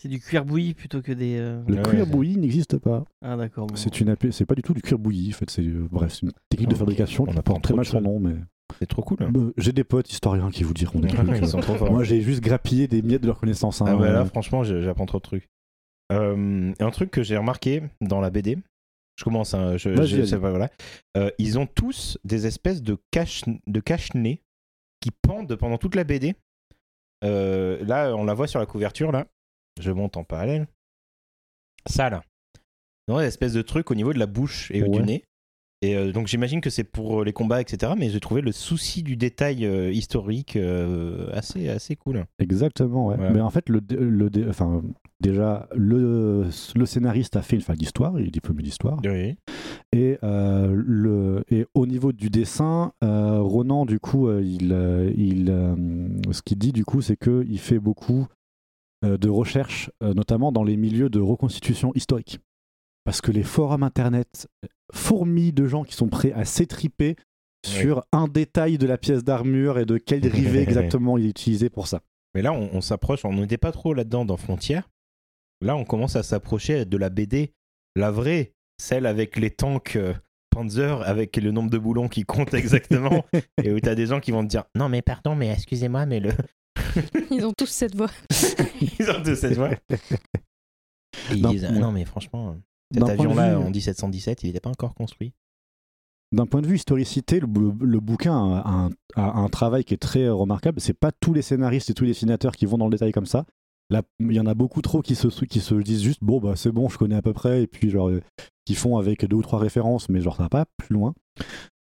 Speaker 3: C'est du cuir bouilli plutôt que des. euh,
Speaker 2: Le
Speaker 4: Ouais,
Speaker 2: cuir
Speaker 4: ouais.
Speaker 2: bouilli n'existe pas.
Speaker 3: Ah, d'accord. bon.
Speaker 2: C'est une appli- c'est pas du tout du cuir bouilli. En fait, c'est euh, bref, c'est une technique de
Speaker 4: Ah, Ok.
Speaker 2: fabrication
Speaker 4: On
Speaker 2: qui
Speaker 4: apprend
Speaker 2: porte très
Speaker 4: trop
Speaker 2: mal
Speaker 4: de
Speaker 3: euh.
Speaker 4: Ah.
Speaker 2: son nom, mais
Speaker 4: C'est trop cool.
Speaker 2: Bah, j'ai des potes historiens qui vous diront des trucs. euh,
Speaker 4: Ils sont trop forts.
Speaker 2: Moi, j'ai juste grappillé des miettes de leurs connaissances. hein.
Speaker 4: Ah bah là, franchement, je- j'apprends trop de trucs. Euh, un truc que j'ai remarqué dans la BD, je commence, hein, je,
Speaker 2: Vas-y,
Speaker 4: je-
Speaker 2: vas-y.
Speaker 4: c'est pas- voilà. Euh, ils ont tous des espèces de cache de cache-nez qui pendent pendant toute la BD. Euh, là, on la voit sur la couverture, là. Je monte en parallèle. Ça, là. Ils ont des espèces de trucs au niveau de la bouche et
Speaker 2: Ouais.
Speaker 4: du nez. Et euh, donc j'imagine que c'est pour euh, les combats, etc. Mais j'ai trouvé le souci du détail euh, historique euh, assez, assez cool.
Speaker 2: Exactement, ouais.
Speaker 4: Voilà.
Speaker 2: Mais en fait, le, dé- le, dé- enfin, déjà, le, le scénariste a fait une fac d'histoire, il est diplômé d'histoire.
Speaker 4: Oui.
Speaker 2: Et, euh, le, et au niveau du dessin, euh, Ronan, du coup, euh, il, euh, il, euh, ce qu'il dit, du coup, c'est qu'il fait beaucoup euh, de recherches, euh, notamment dans les milieux de reconstitution historique. Parce que les forums internet fourmillent de gens qui sont prêts à s'étriper sur un détail de la pièce d'armure et de quel rivet exactement il est utilisé pour ça.
Speaker 4: Mais là, on, on s'approche, on n'était pas trop là-dedans dans Frontières. Là, on commence à s'approcher de la BD, la vraie, celle avec les tanks euh, Panzer, avec le nombre de boulons qui compte exactement, et où t'as des gens qui vont te dire Non, mais pardon, mais excusez-moi, mais le.
Speaker 6: Ils ont tous cette voix.
Speaker 4: Ils ont tous cette voix. Et ils
Speaker 2: D'un-
Speaker 4: disent, Ah,
Speaker 2: ouais.
Speaker 4: Non, mais franchement,
Speaker 2: D'un
Speaker 4: cet
Speaker 2: point de
Speaker 4: avion-là,
Speaker 2: vue-
Speaker 4: en 1717, il n'était pas encore construit.
Speaker 2: D'un point de vue historicité, le, bou- le bouquin a un, a un travail qui est très euh, remarquable. C'est pas tous les scénaristes et tous les dessinateurs qui vont dans le détail comme ça. Là, il y en a beaucoup trop qui se, qui se disent juste bon bah c'est bon, je connais à peu près, et puis genre euh, qui font avec deux ou trois références, mais genre ça va pas plus loin.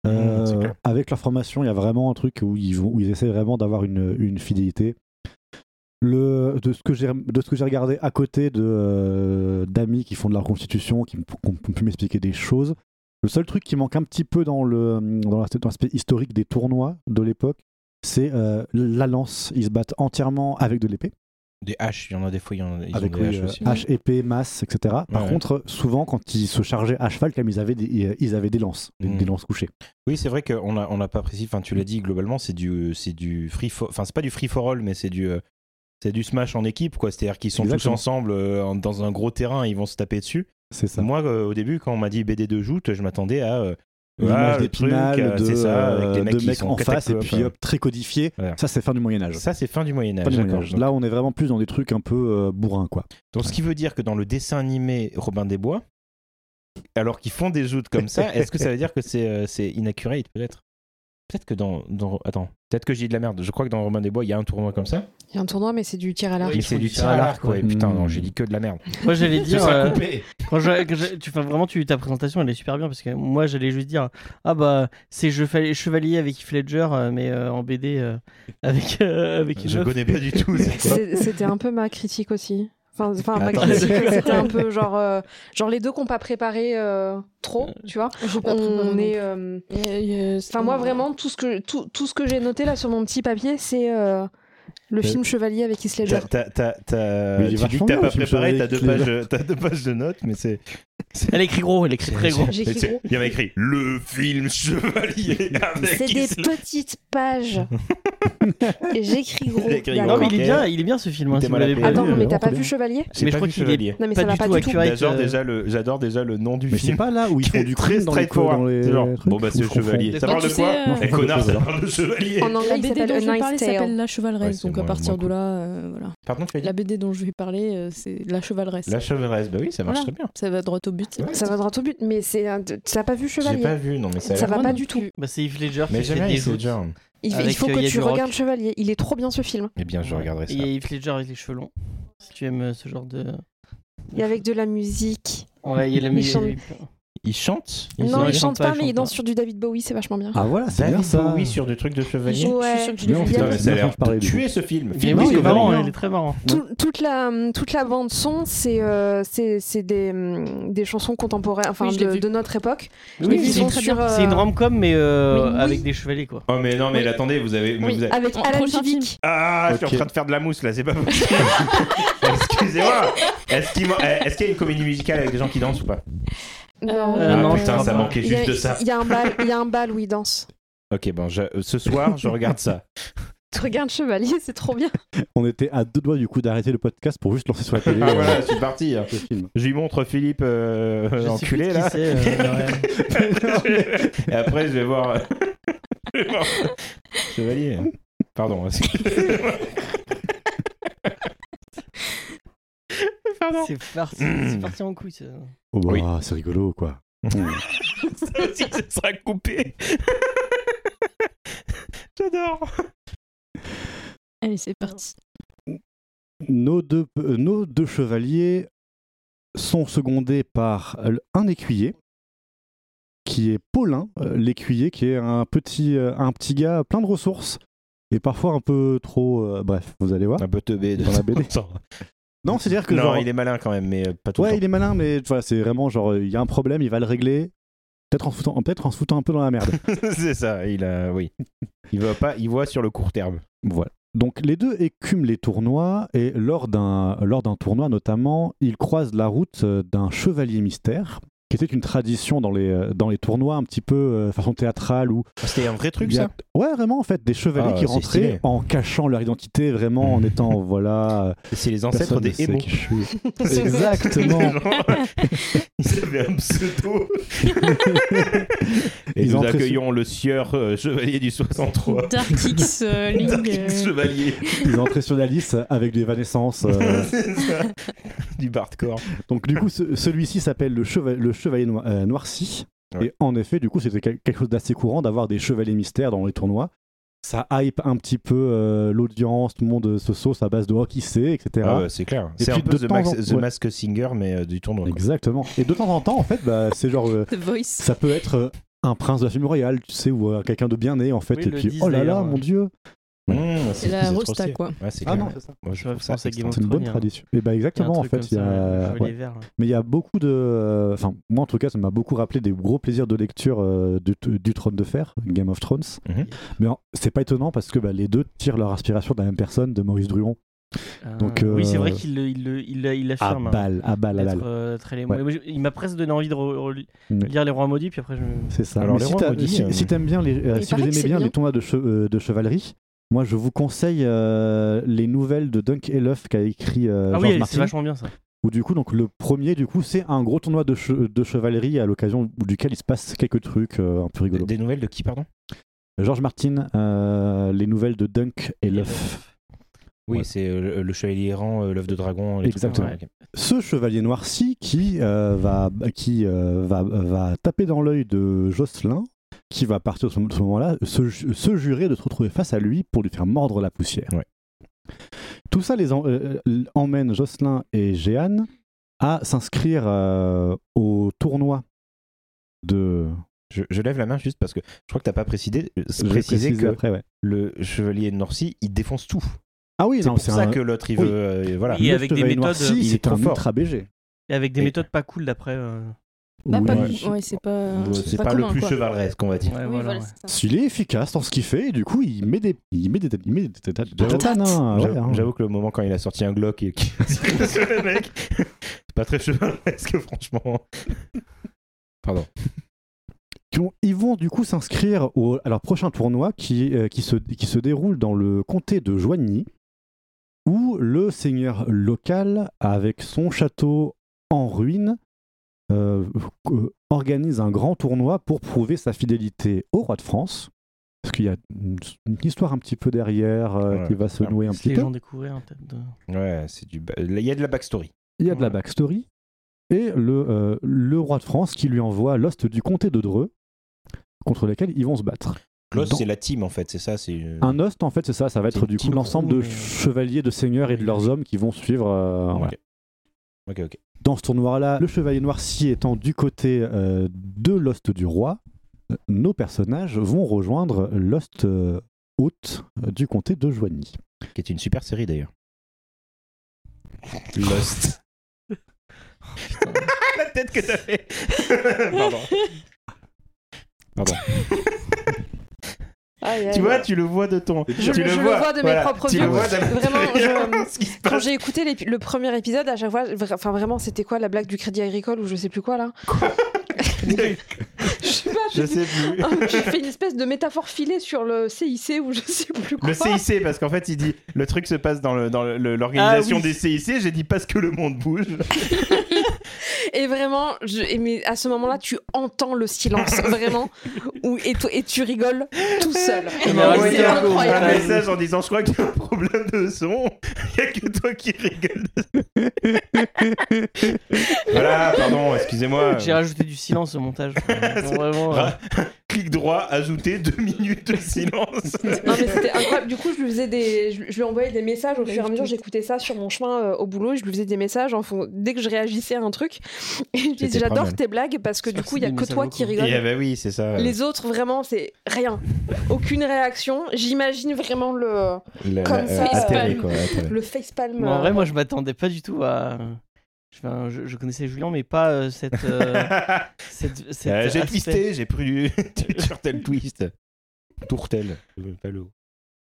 Speaker 2: Euh,
Speaker 4: Mmh, c'est clair.
Speaker 2: avec leur formation, il y a vraiment un truc où ils vont, où ils essaient vraiment d'avoir une, une fidélité. Le, de ce que j'ai de ce que j'ai regardé à côté de euh, d'amis qui font de la reconstitution, qui m- qui ont pu m'expliquer des choses. Le seul truc qui manque un petit peu dans le dans la- dans l'aspect historique des tournois de l'époque, c'est euh, la lance. Ils se battent entièrement avec de l'épée,
Speaker 4: Des haches, il y en a des fois, il y en a, ils ont
Speaker 2: avec
Speaker 4: des
Speaker 2: oui,
Speaker 4: haches
Speaker 2: euh,
Speaker 4: aussi.
Speaker 2: hache, épée, masse, etc. Par
Speaker 4: Ouais.
Speaker 2: contre, souvent quand ils se chargeaient à cheval, comme ils avaient des, ils avaient des lances, des,
Speaker 4: Mm.
Speaker 2: des lances couchées.
Speaker 4: Oui, c'est vrai qu'on n'a on a pas précisé, enfin tu l'as dit globalement, c'est du, c'est du free for, enfin c'est pas du free for all, mais c'est du, euh, c'est du smash en équipe, quoi. C'est-à-dire qu'ils sont tous
Speaker 2: Exactement.
Speaker 4: ensemble euh, en- dans un gros terrain, ils vont se taper dessus.
Speaker 2: C'est ça.
Speaker 4: Moi, euh, au début, quand on m'a dit BD de joute, je m'attendais à euh, ah,
Speaker 2: l'image
Speaker 4: le
Speaker 2: d'épinal,
Speaker 4: truc, euh,
Speaker 2: de,
Speaker 4: c'est ça, avec des
Speaker 2: euh,
Speaker 4: mecs
Speaker 2: de
Speaker 4: qui
Speaker 2: mecs
Speaker 4: sont
Speaker 2: en face et
Speaker 4: cataclopes,
Speaker 2: puis
Speaker 4: euh.
Speaker 2: hop, très codifié.
Speaker 4: Voilà.
Speaker 2: Ça, c'est fin du Moyen Âge.
Speaker 4: ça c'est fin du Moyen
Speaker 2: Fin
Speaker 4: Âge.
Speaker 2: du
Speaker 4: d'accord.
Speaker 2: Moyen Âge.
Speaker 4: Donc-
Speaker 2: Là, on est vraiment plus dans des trucs un peu euh, bourrins, quoi.
Speaker 4: Donc, ce qui veut dire que dans le dessin animé Robin des Bois, alors qu'ils font des joutes comme ça, est-ce que ça veut dire que c'est euh, c'est inaccurate peut-être Peut-être que dans, dans- attends, peut-être que j'ai de la merde. Je crois que dans Robin des Bois, il y a un tournoi comme ça.
Speaker 5: Il y a un tournoi, mais c'est du tir à l'arc.
Speaker 3: Oui.
Speaker 4: Mais
Speaker 3: ils
Speaker 4: c'est
Speaker 3: font
Speaker 4: du tir à l'arc, ouais.
Speaker 2: ouais.
Speaker 4: Putain, non,
Speaker 2: Mm.
Speaker 4: j'ai dit que de la merde.
Speaker 3: Moi, j'allais
Speaker 4: Ce
Speaker 3: dire.
Speaker 4: sera
Speaker 3: euh,
Speaker 4: coupé.
Speaker 3: Quand je- que je- tu, enfin, vraiment, tu, ta présentation, elle est super bien parce que moi, j'allais juste dire Ah bah, c'est je fais- Chevalier avec Heath Ledger, euh, mais euh, en BD euh, avec, euh, avec une
Speaker 4: Je
Speaker 3: meuf.
Speaker 4: connais pas du tout. c'est quoi
Speaker 5: C'est- C'était un peu ma critique aussi. Enfin, enfin ma
Speaker 4: Attends.
Speaker 5: critique, mais c'était un peu genre, euh, genre les deux qu'on pas préparé euh, trop, tu vois.
Speaker 6: J'ai pas
Speaker 5: On
Speaker 6: préparé
Speaker 5: est. euh,
Speaker 6: non plus. Il y a- il y a-
Speaker 5: Enfin, moi, vraiment, tout ce que, tout, tout ce que j'ai noté là sur mon petit papier, c'est euh, le film Chevalier avec Heath Ledger.
Speaker 4: T'as- t'as- t'as- t'as-
Speaker 2: Mais il est
Speaker 4: Tu dis que
Speaker 2: vachement
Speaker 4: t'as
Speaker 2: bien,
Speaker 4: pas
Speaker 2: le film
Speaker 4: préparé,
Speaker 2: Chevalier
Speaker 4: t'as deux,
Speaker 2: avec les
Speaker 4: pages, euh, t'as deux pages de notes, mais c'est.
Speaker 3: Elle écrit gros, elle écrit très gros.
Speaker 4: c'est-
Speaker 5: J'écris
Speaker 4: c'est-
Speaker 5: gros.
Speaker 4: Il y avait écrit le film Chevalier avec.
Speaker 5: C'est des
Speaker 4: Isla-
Speaker 5: petites pages. Et j'écris gros.
Speaker 4: J'écris gros.
Speaker 3: Non,
Speaker 5: d'accord.
Speaker 3: mais il est
Speaker 4: Ok.
Speaker 3: bien, il est bien ce film. hein,
Speaker 4: T'es
Speaker 3: si vous
Speaker 4: mal
Speaker 3: l'avez
Speaker 4: appelé.
Speaker 3: pas
Speaker 5: Attends,
Speaker 3: vu,
Speaker 5: mais
Speaker 3: euh,
Speaker 5: t'as
Speaker 2: trop
Speaker 5: pas
Speaker 2: bien.
Speaker 5: vu Chevalier
Speaker 4: J'ai
Speaker 3: mais je
Speaker 4: pas
Speaker 3: crois
Speaker 4: vu
Speaker 3: qu'il est-
Speaker 4: Chevalier.
Speaker 5: Non, mais
Speaker 3: Pas
Speaker 5: ça va
Speaker 3: du
Speaker 5: pas
Speaker 3: tout
Speaker 5: du tout.
Speaker 3: accurate.
Speaker 4: J'adore déjà le, j'adore déjà le nom du
Speaker 2: Mais c'est
Speaker 4: film.
Speaker 2: pas là où ils
Speaker 4: qui
Speaker 2: font
Speaker 4: est
Speaker 2: du
Speaker 4: très
Speaker 2: crime dans les,
Speaker 4: straightforward.
Speaker 2: dans les
Speaker 4: C'est genre,
Speaker 2: trucs
Speaker 4: Bon bah
Speaker 2: où
Speaker 4: c'est
Speaker 2: je
Speaker 4: le
Speaker 2: confonds.
Speaker 4: chevalier. Ça
Speaker 6: Mais
Speaker 4: parle de
Speaker 6: tu
Speaker 4: quoi
Speaker 6: sais, euh,
Speaker 2: Non,
Speaker 4: Eh
Speaker 2: c'est
Speaker 4: connard,
Speaker 2: autre
Speaker 4: ça
Speaker 2: chose,
Speaker 4: parle de chevalier.
Speaker 5: En
Speaker 6: La
Speaker 5: anglais, il
Speaker 6: BD
Speaker 5: s'appelle
Speaker 6: dont je
Speaker 5: A
Speaker 6: vais
Speaker 5: Knight's
Speaker 6: parler s'appelle
Speaker 5: Tale.
Speaker 6: La Chevaleresse,
Speaker 4: Ouais, c'est
Speaker 6: donc à
Speaker 4: moins-
Speaker 6: partir
Speaker 4: moins
Speaker 6: de là, euh, voilà.
Speaker 4: Pardon, tu as dit
Speaker 6: La BD dont je vais parler, euh, c'est La Chevaleresse.
Speaker 4: La chevalerie. Bah oui, ça marche
Speaker 6: Voilà.
Speaker 4: très bien.
Speaker 6: Ça va droit au but. c'est
Speaker 4: Ouais.
Speaker 6: pas-
Speaker 5: Ça va droit au but, mais c'est un- t'as pas vu
Speaker 4: J'ai
Speaker 5: Chevalier hein
Speaker 4: pas vu, non mais ça. a
Speaker 5: Ça
Speaker 4: l'air-
Speaker 5: va
Speaker 6: Moi
Speaker 5: pas
Speaker 6: non
Speaker 5: du
Speaker 6: plus.
Speaker 3: Bah, c'est Yves Ledger
Speaker 4: Mais
Speaker 3: qui fait
Speaker 4: jamais
Speaker 3: des
Speaker 4: il faut
Speaker 3: joutes.
Speaker 4: genre.
Speaker 5: Il, il
Speaker 3: Avec,
Speaker 5: faut
Speaker 3: euh, y
Speaker 5: que
Speaker 3: a
Speaker 5: tu
Speaker 3: du rock.
Speaker 5: regardes Chevalier. Il est trop bien ce film.
Speaker 4: Eh bien, je
Speaker 3: Ouais.
Speaker 4: regarderai ça.
Speaker 3: Et Il y a Heath Ledger avec les cheveux longs. Si tu aimes euh, ce genre de.
Speaker 5: Et avec de la musique.
Speaker 3: Ouais, il y a la
Speaker 5: Il
Speaker 3: musique.
Speaker 5: chante.
Speaker 4: Il chante
Speaker 5: non,
Speaker 3: chante
Speaker 5: il chante
Speaker 3: pas,
Speaker 5: pas,
Speaker 3: il
Speaker 5: mais il
Speaker 3: chante
Speaker 5: danse
Speaker 3: pas.
Speaker 5: sur du David Bowie, c'est vachement bien.
Speaker 2: Ah voilà, c'est bien
Speaker 4: David
Speaker 2: ça.
Speaker 4: Bowie sur des trucs de chevalier.
Speaker 5: Ouais.
Speaker 6: Je suis sûre que je
Speaker 2: Mais
Speaker 6: l'ai
Speaker 2: on
Speaker 6: vu.
Speaker 2: fait
Speaker 4: Putain, mais
Speaker 2: pas.
Speaker 4: ça
Speaker 2: Bien
Speaker 4: a l'air
Speaker 2: que je parlais
Speaker 4: de
Speaker 2: de
Speaker 4: tuer ce film.
Speaker 3: Il est
Speaker 2: Non,
Speaker 3: oui,
Speaker 2: il
Speaker 3: il est
Speaker 2: est
Speaker 3: marrant,
Speaker 2: marrant.
Speaker 3: il est très marrant.
Speaker 5: Tout- toute la hum, toute la bande son, c'est euh, c'est c'est des, hum, des chansons contemporaines, enfin
Speaker 6: Oui, je l'ai
Speaker 5: de,
Speaker 6: vu.
Speaker 5: de notre époque.
Speaker 3: Oui,
Speaker 5: l'ai
Speaker 6: vu,
Speaker 3: c'est
Speaker 6: ils sont
Speaker 3: une,
Speaker 6: très
Speaker 5: bien.
Speaker 3: c'est une rom-com, mais, euh,
Speaker 5: Mais oui.
Speaker 3: avec des chevaliers, quoi.
Speaker 4: Oh, mais non, mais attendez, vous avez. mais
Speaker 6: Oui.
Speaker 4: vous avez-
Speaker 5: Avec
Speaker 6: Mon
Speaker 5: Alan
Speaker 6: prochain
Speaker 5: Tudyk.
Speaker 4: Ah, je suis
Speaker 2: Ok.
Speaker 4: en train de faire de la mousse là, c'est pas possible. Excusez-moi. Est-ce qu'il man- euh, est-ce qu'il y a une comédie musicale avec des gens qui dansent ou pas
Speaker 5: Non.
Speaker 3: Euh,
Speaker 4: Ah
Speaker 3: non, je
Speaker 4: putain,
Speaker 3: crois
Speaker 4: ça
Speaker 3: pas.
Speaker 4: manquait
Speaker 5: Il y a-
Speaker 4: juste de ça.
Speaker 5: Il y a un bal, il y a un bal où il danse.
Speaker 4: Ok, bon, je- euh, ce soir, je regarde ça.
Speaker 5: Tu regardes Chevalier, c'est trop bien.
Speaker 2: On était à deux doigts du coup d'arrêter le podcast pour juste lancer sur la
Speaker 4: Ah
Speaker 2: télé euh,
Speaker 4: voilà, je suis parti. hein.
Speaker 2: le film.
Speaker 4: Je lui montre Philippe euh,
Speaker 3: Je sais plus
Speaker 4: enculé
Speaker 3: qui
Speaker 4: là.
Speaker 3: c'est, euh, ouais.
Speaker 4: Et après, je vais voir. Absolument. Chevalier. Pardon. hein, est-ce que- Pardon.
Speaker 3: C'est parti,
Speaker 4: Mm.
Speaker 3: c'est parti en couille. ça.
Speaker 2: Oh bah,
Speaker 4: Oui.
Speaker 2: c'est rigolo, quoi.
Speaker 4: Ça aussi, ça sera coupé. J'adore.
Speaker 6: Allez, c'est parti.
Speaker 2: nos, deux, euh, nos deux chevaliers sont secondés par l- un écuyer, qui est Paulin, euh, l'écuyer, qui est un petit, euh, un petit gars plein de ressources, et parfois un peu trop... euh, bref, vous allez voir.
Speaker 4: Un peu teubé de
Speaker 2: Dans la BD.
Speaker 4: temps en temps.
Speaker 2: Non, c'est-à-dire que...
Speaker 4: non,
Speaker 2: genre,
Speaker 4: il est malin quand même, mais euh, pas tout
Speaker 2: Ouais,
Speaker 4: le
Speaker 2: il est malin, mais voilà, c'est vraiment genre, euh, il y a un problème, il va le régler, peut-être en, foutant- peut-être en se foutant un peu dans la merde.
Speaker 4: temps. C'est ça, il a. Oui. Il voit, pas, il voit sur le court terme.
Speaker 2: Voilà. Donc les deux écument les tournois et lors d'un lors d'un tournoi notamment, ils croisent la route euh, d'un chevalier mystère qui était une tradition dans les euh, dans les tournois un petit peu euh, façon théâtrale où
Speaker 4: C'était un vrai truc,
Speaker 2: il y a-
Speaker 4: ça
Speaker 2: ouais vraiment en fait des chevaliers
Speaker 4: Ah,
Speaker 2: qui
Speaker 4: c'est
Speaker 2: rentraient
Speaker 4: stylé.
Speaker 2: en cachant leur identité vraiment en étant voilà euh,
Speaker 4: C'est les
Speaker 2: personne
Speaker 4: ancêtres
Speaker 2: ne
Speaker 4: des
Speaker 2: sait
Speaker 4: hémos.
Speaker 2: qui je suis. Exactement.
Speaker 4: Ils avaient un pseudo. Et
Speaker 2: Ils
Speaker 4: nous
Speaker 2: entraient sous-
Speaker 4: accueillons le sieur euh, chevalier du 63.
Speaker 6: Dark X euh, Link,
Speaker 4: Dark
Speaker 6: euh,
Speaker 4: X chevalier.
Speaker 2: ils entraient sur la liste avec des évanescences euh,
Speaker 4: C'est ça. du bardcore.
Speaker 2: Donc du coup, ce- celui-ci s'appelle le, cheva- le chevalier noi- euh, noirci.
Speaker 4: Ouais.
Speaker 2: Et en effet, du coup, c'était quel- quelque chose d'assez courant d'avoir des chevaliers mystères dans les tournois. Ça hype un petit peu euh, l'audience, tout le monde se sauce à base de oh qui sait, etc.
Speaker 4: Ah ouais, c'est clair.
Speaker 2: Et
Speaker 4: C'est un
Speaker 2: puis,
Speaker 4: peu
Speaker 2: de
Speaker 4: The,
Speaker 2: temps
Speaker 4: Max-
Speaker 2: en-
Speaker 4: The
Speaker 2: ouais.
Speaker 4: Mask Singer, mais euh, du tournoi. quoi.
Speaker 2: Exactement. Et de temps en temps, en fait, bah, c'est genre, euh,
Speaker 6: The Voice.
Speaker 2: ça peut être euh, un prince de la famille royale, tu sais, ou euh, quelqu'un de bien né, en fait.
Speaker 3: Oui,
Speaker 2: et
Speaker 3: le
Speaker 2: puis,
Speaker 3: disent,
Speaker 2: oh là là,
Speaker 3: d'ailleurs,
Speaker 2: mon
Speaker 3: ouais.
Speaker 2: dieu.
Speaker 4: Mmh,
Speaker 6: C'est la
Speaker 4: trop
Speaker 6: Rosta,
Speaker 4: stylé.
Speaker 6: quoi.
Speaker 4: Ouais, c'est
Speaker 2: Ah
Speaker 4: clair.
Speaker 2: non, c'est ça.
Speaker 4: Moi, je
Speaker 3: Ouais,
Speaker 4: trouve ça
Speaker 3: pense à Game
Speaker 4: extra-
Speaker 3: of
Speaker 2: C'est une bonne
Speaker 3: Trône, hein.
Speaker 2: tradition. Et bah
Speaker 3: Il y a un
Speaker 2: exactement, en
Speaker 3: truc
Speaker 2: fait, il
Speaker 3: comme
Speaker 2: y
Speaker 3: ça, le
Speaker 2: a.
Speaker 3: chevalier
Speaker 2: ouais.
Speaker 3: vert, là.
Speaker 2: Mais il y a beaucoup de. euh, Enfin, moi en tout cas, ça m'a beaucoup rappelé des gros plaisirs de lecture euh, du, du Trône de Fer, Game of Thrones.
Speaker 4: Mhm.
Speaker 2: Mais en- c'est pas étonnant parce que bah, les deux tirent leur inspiration de la même personne, de Maurice Druon.
Speaker 3: Ah,
Speaker 2: Donc, euh, Ah, bah,
Speaker 3: Oui, c'est vrai qu'il le- il le- il le- il
Speaker 2: À
Speaker 3: affirme. hein,
Speaker 2: balle, à balle, à
Speaker 3: d'être,
Speaker 2: balle.
Speaker 3: euh, très les-
Speaker 2: Ouais.
Speaker 3: Moi, je- Il m'a presque donné envie de re- re-
Speaker 2: Mais-
Speaker 3: lire Les Rois Maudits, puis après je me.
Speaker 2: C'est ça.
Speaker 4: Alors,
Speaker 2: Mais
Speaker 4: les
Speaker 2: si
Speaker 4: rois
Speaker 2: t'as-
Speaker 4: maudits,
Speaker 2: si,
Speaker 4: euh,
Speaker 2: si t'aimes bien, les, euh,
Speaker 5: il
Speaker 2: si vous
Speaker 5: paraît que
Speaker 2: aimez
Speaker 5: c'est
Speaker 2: bien,
Speaker 5: bien.
Speaker 2: les tournois de, che- euh, de chevalerie, moi je vous conseille euh, les nouvelles de Dunk Elof qu'a écrit euh,
Speaker 3: Ah
Speaker 2: George
Speaker 3: oui, c'est
Speaker 2: Martin.
Speaker 3: vachement bien ça.
Speaker 2: Où du coup, donc le premier, du coup, c'est un gros tournoi de, che- de chevalerie à l'occasion duquel il se passe quelques trucs euh, un peu
Speaker 4: Des,
Speaker 2: rigolos.
Speaker 4: des nouvelles de qui, pardon
Speaker 2: George Martin, euh, les nouvelles de Dunk et Luff.
Speaker 4: Oui,
Speaker 2: Ouais.
Speaker 4: c'est euh, le, le Chevalier errant, euh, l'œuf de dragon. les trucs comme ça.
Speaker 2: Exactement. Ce chevalier noirci qui, euh, va, qui euh, va, va taper dans l'œil de Jocelyn, qui va partir de ce, ce moment-là, se, ju- se jurer de se retrouver face à lui pour lui faire mordre la poussière.
Speaker 4: Ouais.
Speaker 2: Tout ça les en- euh, l- emmène Jocelyn et Jeanne à s'inscrire euh, au tournoi de.
Speaker 4: Je, je lève la main juste parce que je crois que t'as pas précisé, euh,
Speaker 2: Je vais
Speaker 4: précisé
Speaker 2: préciser
Speaker 4: que
Speaker 2: après, ouais.
Speaker 4: le chevalier Norcy, il défonce tout.
Speaker 2: Ah oui,
Speaker 4: C'est
Speaker 2: non,
Speaker 4: pour
Speaker 2: c'est
Speaker 4: ça
Speaker 2: un-
Speaker 4: que l'autre, il
Speaker 2: Oui.
Speaker 4: veut. euh, voilà.
Speaker 3: Et
Speaker 2: le
Speaker 3: avec des
Speaker 2: chevalier
Speaker 3: méthodes,
Speaker 2: noirci,
Speaker 4: il est
Speaker 2: c'est
Speaker 4: trop
Speaker 2: un
Speaker 4: fort.
Speaker 2: ultra BG.
Speaker 3: Et avec des
Speaker 4: Et-
Speaker 3: méthodes pas cool d'après. euh,
Speaker 6: Bah, pas,
Speaker 2: Ouais.
Speaker 6: ouais, c'est pas,
Speaker 4: Euh, C'est pas, le
Speaker 6: commun,
Speaker 4: plus
Speaker 6: quoi.
Speaker 4: chevaleresque, on va dire.
Speaker 3: ouais,
Speaker 6: Oui,
Speaker 3: voilà,
Speaker 6: voilà,
Speaker 3: ouais.
Speaker 6: c'est ça.
Speaker 2: S'il est efficace dans ce qu'il fait, et du coup, il met des, il met des, il met des, des- des- des
Speaker 4: J'avoue-
Speaker 2: tatanes, hein, ouais,
Speaker 4: J'avoue
Speaker 2: hein.
Speaker 4: j'avoue que le moment quand il a sorti un Glock et qu'il a tiré sur le mec, c'est pas très chevaleresque, franchement. Pardon.
Speaker 2: Qui ont- Ils vont du coup s'inscrire au- à leur prochain tournoi qui, euh, qui, se, qui se déroule dans le comté de Joigny, où le seigneur local, avec son château en ruine, euh, euh, organise un grand tournoi pour prouver sa fidélité au roi de France. Parce qu'il y a une, une histoire un petit peu derrière euh,
Speaker 4: Ouais,
Speaker 2: qui va se
Speaker 4: clairement.
Speaker 2: nouer un
Speaker 3: Si
Speaker 2: petit
Speaker 3: les
Speaker 2: peu.
Speaker 3: gens découvraient un tête de.
Speaker 4: Ouais, c'est du. ba- Il y a de la backstory.
Speaker 2: Il y a de la
Speaker 3: Ouais.
Speaker 2: backstory. Et le, euh, le roi de France qui lui envoie l'host du comté de Dreux, contre lesquels ils vont se battre.
Speaker 4: Gloss,
Speaker 2: Dans-
Speaker 4: c'est la team en fait, c'est ça. C'est euh,
Speaker 2: Un host, en fait, c'est ça. Ça va
Speaker 4: C'est
Speaker 2: être
Speaker 4: une
Speaker 2: du coup
Speaker 4: team
Speaker 2: l'ensemble
Speaker 3: crew,
Speaker 2: de
Speaker 3: mais-
Speaker 2: chevaliers, de seigneurs et de leurs hommes qui vont suivre. euh,
Speaker 4: Ok.
Speaker 2: voilà.
Speaker 4: Ok, ok.
Speaker 2: Dans ce tournoi-là, le chevalier noirci étant du côté euh, de l'host du roi, euh, nos personnages vont rejoindre l'host euh, hôte euh, du comté de Joigny.
Speaker 4: Qui est une super série d'ailleurs. Lost. la tête que t'as fait. Pardon.
Speaker 5: Aïe, aïe,
Speaker 4: Tu vois,
Speaker 5: aïe.
Speaker 4: tu le vois de ton.
Speaker 5: Je
Speaker 4: tu
Speaker 5: le- je le vois de mes propres
Speaker 4: Tu
Speaker 3: Ah
Speaker 5: yeux.
Speaker 4: le vois de
Speaker 5: Vraiment, je-
Speaker 4: ce qui se
Speaker 5: Quand
Speaker 4: passe.
Speaker 5: j'ai écouté l'épi- le premier épisode, à chaque fois, vra- enfin vraiment, c'était quoi la blague du Crédit Agricole ou je sais plus quoi là Je sais pas,
Speaker 4: Je sais plus.
Speaker 5: tu fais une espèce de métaphore filée sur le CIC ou je sais plus quoi.
Speaker 4: Le CIC, parce qu'en fait, il dit le truc se passe dans l'organisation le, dans le- l'organisation
Speaker 3: Ah oui.
Speaker 4: des CIC. J'ai dit parce que le monde bouge.
Speaker 5: Et vraiment, je, et mais à ce moment-là, tu entends le silence, vraiment, ou, et, tu- et tu rigoles tout seul.
Speaker 4: Il m'a
Speaker 3: Ah,
Speaker 4: envoyé
Speaker 5: c'est
Speaker 4: un,
Speaker 5: incroyable.
Speaker 4: un message en disant Je crois qu'il y a un problème de son. Il n'y a que toi qui rigole. voilà, pardon, excusez-moi.
Speaker 3: J'ai rajouté du silence au montage. Vraiment, euh,
Speaker 4: Ra- Clic droit, ajouter deux minutes de silence.
Speaker 5: Non, mais c'était incroyable. Du coup, je lui faisais des, je, je lui envoyais des messages au fur et à mesure. J'écoutais ça sur mon chemin euh, au boulot. et Je lui faisais des messages en fond- dès que je réagissais à un truc. Et je lui
Speaker 4: C'était
Speaker 5: disais,
Speaker 4: pas
Speaker 5: j'adore
Speaker 4: mal.
Speaker 5: tes blagues parce que
Speaker 3: C'est
Speaker 5: du
Speaker 3: vrai
Speaker 5: coup,
Speaker 3: que
Speaker 5: il y a
Speaker 3: c'est
Speaker 5: que
Speaker 3: des
Speaker 5: toi
Speaker 3: messages
Speaker 5: qui
Speaker 3: vocaux.
Speaker 5: rigoles.
Speaker 4: Et bah oui, c'est ça.
Speaker 5: Les autres, vraiment, c'est rien. Aucune réaction. J'imagine vraiment le,
Speaker 4: La-
Speaker 5: comme
Speaker 4: la-
Speaker 5: ça,
Speaker 4: euh, atterré,
Speaker 6: euh,
Speaker 4: quoi, atterré.
Speaker 5: le facepalm.
Speaker 3: mais en vrai,
Speaker 5: euh,
Speaker 3: moi, je m'attendais pas du tout à. Enfin, je, je connaissais Julien, mais pas euh, cette. euh, cette, cette
Speaker 4: Euh, j'ai
Speaker 3: aspect.
Speaker 4: twisté, j'ai pris du turtle twist. Tourtel, euh, pas le haut.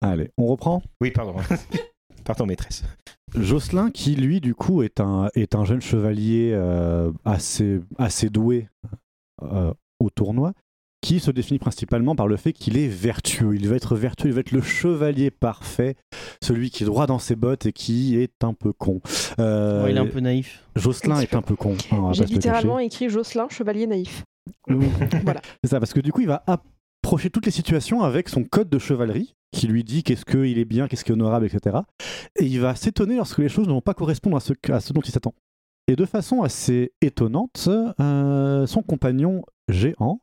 Speaker 2: Allez, on reprend.
Speaker 4: Oui, pardon. Pardon, maîtresse.
Speaker 2: Jocelyn, qui lui, du coup, est un, est un jeune chevalier euh, assez, assez doué euh, au tournoi, qui se définit principalement par le fait qu'il est vertueux. Il va être vertueux, il va être le chevalier parfait, celui qui est droit dans ses bottes et qui est un peu con. Euh,
Speaker 3: Ouais, Oh, il est un peu naïf.
Speaker 2: Jocelyn est un peu con. hein, on va
Speaker 5: J'ai
Speaker 2: pas se le
Speaker 5: littéralement écrit Jocelyn, chevalier naïf.
Speaker 2: oui.
Speaker 5: Voilà.
Speaker 2: C'est ça, parce que du coup, il va approcher toutes les situations avec son code de chevalerie, qui lui dit qu'est-ce qu'il est bien, qu'est-ce qui est honorable, etc. Et il va s'étonner lorsque les choses ne vont pas correspondre à ce, à ce dont il s'attend. Et de façon assez étonnante, euh, son compagnon géant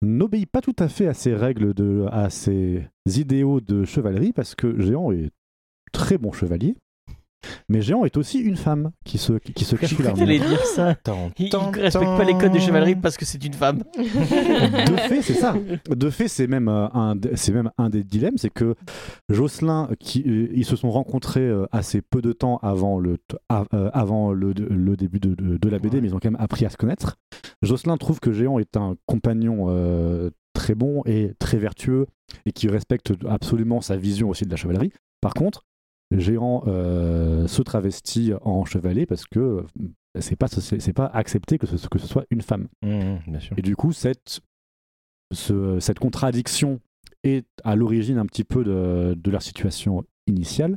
Speaker 2: n'obéit pas tout à fait à ses règles, de, à ses idéaux de chevalerie, parce que géant est très bon chevalier. Mais Géant est aussi une femme qui se, qui se cache sous l'armure.
Speaker 3: J'allais dire ça. Il, il respecte pas les codes de chevalerie parce que c'est une femme.
Speaker 2: de fait, c'est ça. De fait, c'est même, euh, un, de- c'est même un des dilemmes, c'est que Jocelyn, qui, euh, ils se sont rencontrés euh, assez peu de temps avant le, t- a- euh, avant le, le début de, de- de la BD, mais ils ont quand même appris à se connaître. Jocelyn trouve que Géant est un compagnon euh, très bon et très vertueux, et qui respecte absolument sa vision aussi de la chevalerie. Par contre, Géant euh, se travestit en chevalier parce que euh, c'est pas, c'est c'est pas accepté que ce- que ce soit une femme.
Speaker 4: Mmh, bien sûr.
Speaker 2: Et du coup, cette, ce- cette contradiction est à l'origine un petit peu de, de leur situation initiale.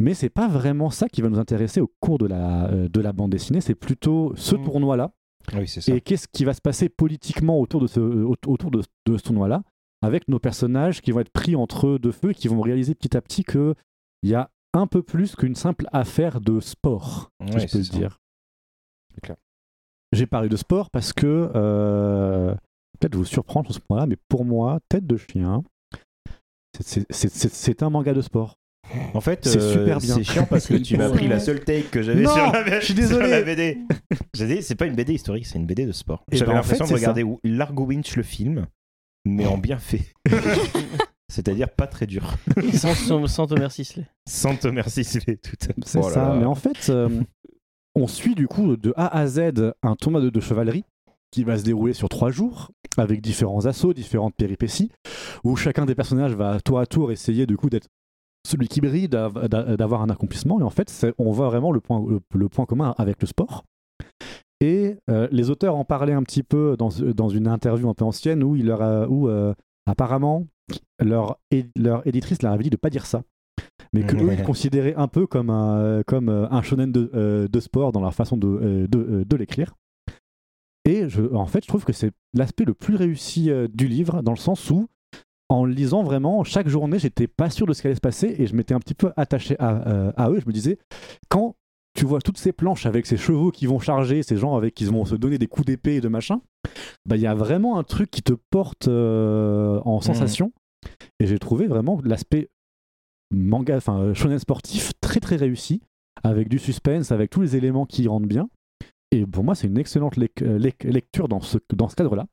Speaker 2: Mais c'est pas vraiment ça qui va nous intéresser au cours de la, euh, de la bande dessinée, c'est plutôt ce
Speaker 3: Mm.
Speaker 2: tournoi-là
Speaker 4: Oui, c'est ça.
Speaker 2: et qu'est-ce qui va se passer politiquement autour de ce, euh, aut- autour de, de ce tournoi-là, avec nos personnages qui vont être pris entre deux feux et qui vont réaliser petit à petit qu'il y a un peu plus qu'une simple affaire de sport si
Speaker 4: Ouais,
Speaker 2: je peux
Speaker 4: c'est
Speaker 2: le
Speaker 4: ça.
Speaker 2: dire.
Speaker 4: C'est clair.
Speaker 2: J'ai parlé de sport parce que euh, peut-être vous surprendre sur ce point-là, mais pour moi, Tête de chien, c'est- c'est- c'est c'est- c'est un manga de sport.
Speaker 4: En fait,
Speaker 2: C'est
Speaker 4: euh,
Speaker 2: super bien.
Speaker 4: C'est chiant parce que
Speaker 3: C'est
Speaker 4: tu m'as
Speaker 3: hyper
Speaker 4: pris la
Speaker 6: bien.
Speaker 4: seule take que j'avais
Speaker 2: Non,
Speaker 4: sur la,
Speaker 2: je suis désolé.
Speaker 4: sur la BD. J'ai dit, c'est pas une BD historique, c'est une BD de sport.
Speaker 2: Et ben,
Speaker 4: J'avais
Speaker 2: en
Speaker 4: l'impression
Speaker 2: fait,
Speaker 4: de
Speaker 2: c'est ça.
Speaker 4: regarder où- Largo Winch le film, mais en bien fait. C'est-à-dire pas très dur.
Speaker 3: sans, sans, sans Thomas Sisley.
Speaker 4: Sans te merci, tout.
Speaker 2: C'est
Speaker 4: Oh là
Speaker 2: ça.
Speaker 4: là.
Speaker 2: Mais en fait, euh, on suit du coup de A à Z un tournoi de, de chevalerie qui va se dérouler sur trois jours avec différents assauts, différentes péripéties, où chacun des personnages va tour à tour essayer du coup d'être celui qui brille, d'av- d'a- d'avoir un accomplissement. Et en fait, c'est- on voit vraiment le point, le, le point commun avec le sport. Et euh, les auteurs en parlaient un petit peu dans, dans une interview un peu ancienne où, il leur a- où euh, apparemment leur, é- leur éditrice leur avait dit de pas dire ça mais que eux, ils considéraient un peu comme un, comme euh, un shonen de, euh, de sport dans leur façon de, euh, de, euh, de l'écrire. Et je, en fait, je trouve que c'est l'aspect le plus réussi euh, du livre, dans le sens où, en le lisant vraiment, chaque journée, j'étais pas sûr de ce qui allait se passer et je m'étais un petit peu attaché à, euh, à eux. Je me disais, quand tu vois toutes ces planches avec ces chevaux qui vont charger, ces gens avec qui vont se donner des coups d'épée et de machin, bah, il y a vraiment un truc qui te porte euh, en sensation. Et j'ai trouvé vraiment l'aspect manga, enfin euh, shonen sportif très très réussi, avec du suspense, avec tous les éléments qui y rentrent bien. Et pour moi, c'est une excellente lec- euh, lec- lecture dans ce, dans ce cadre-là.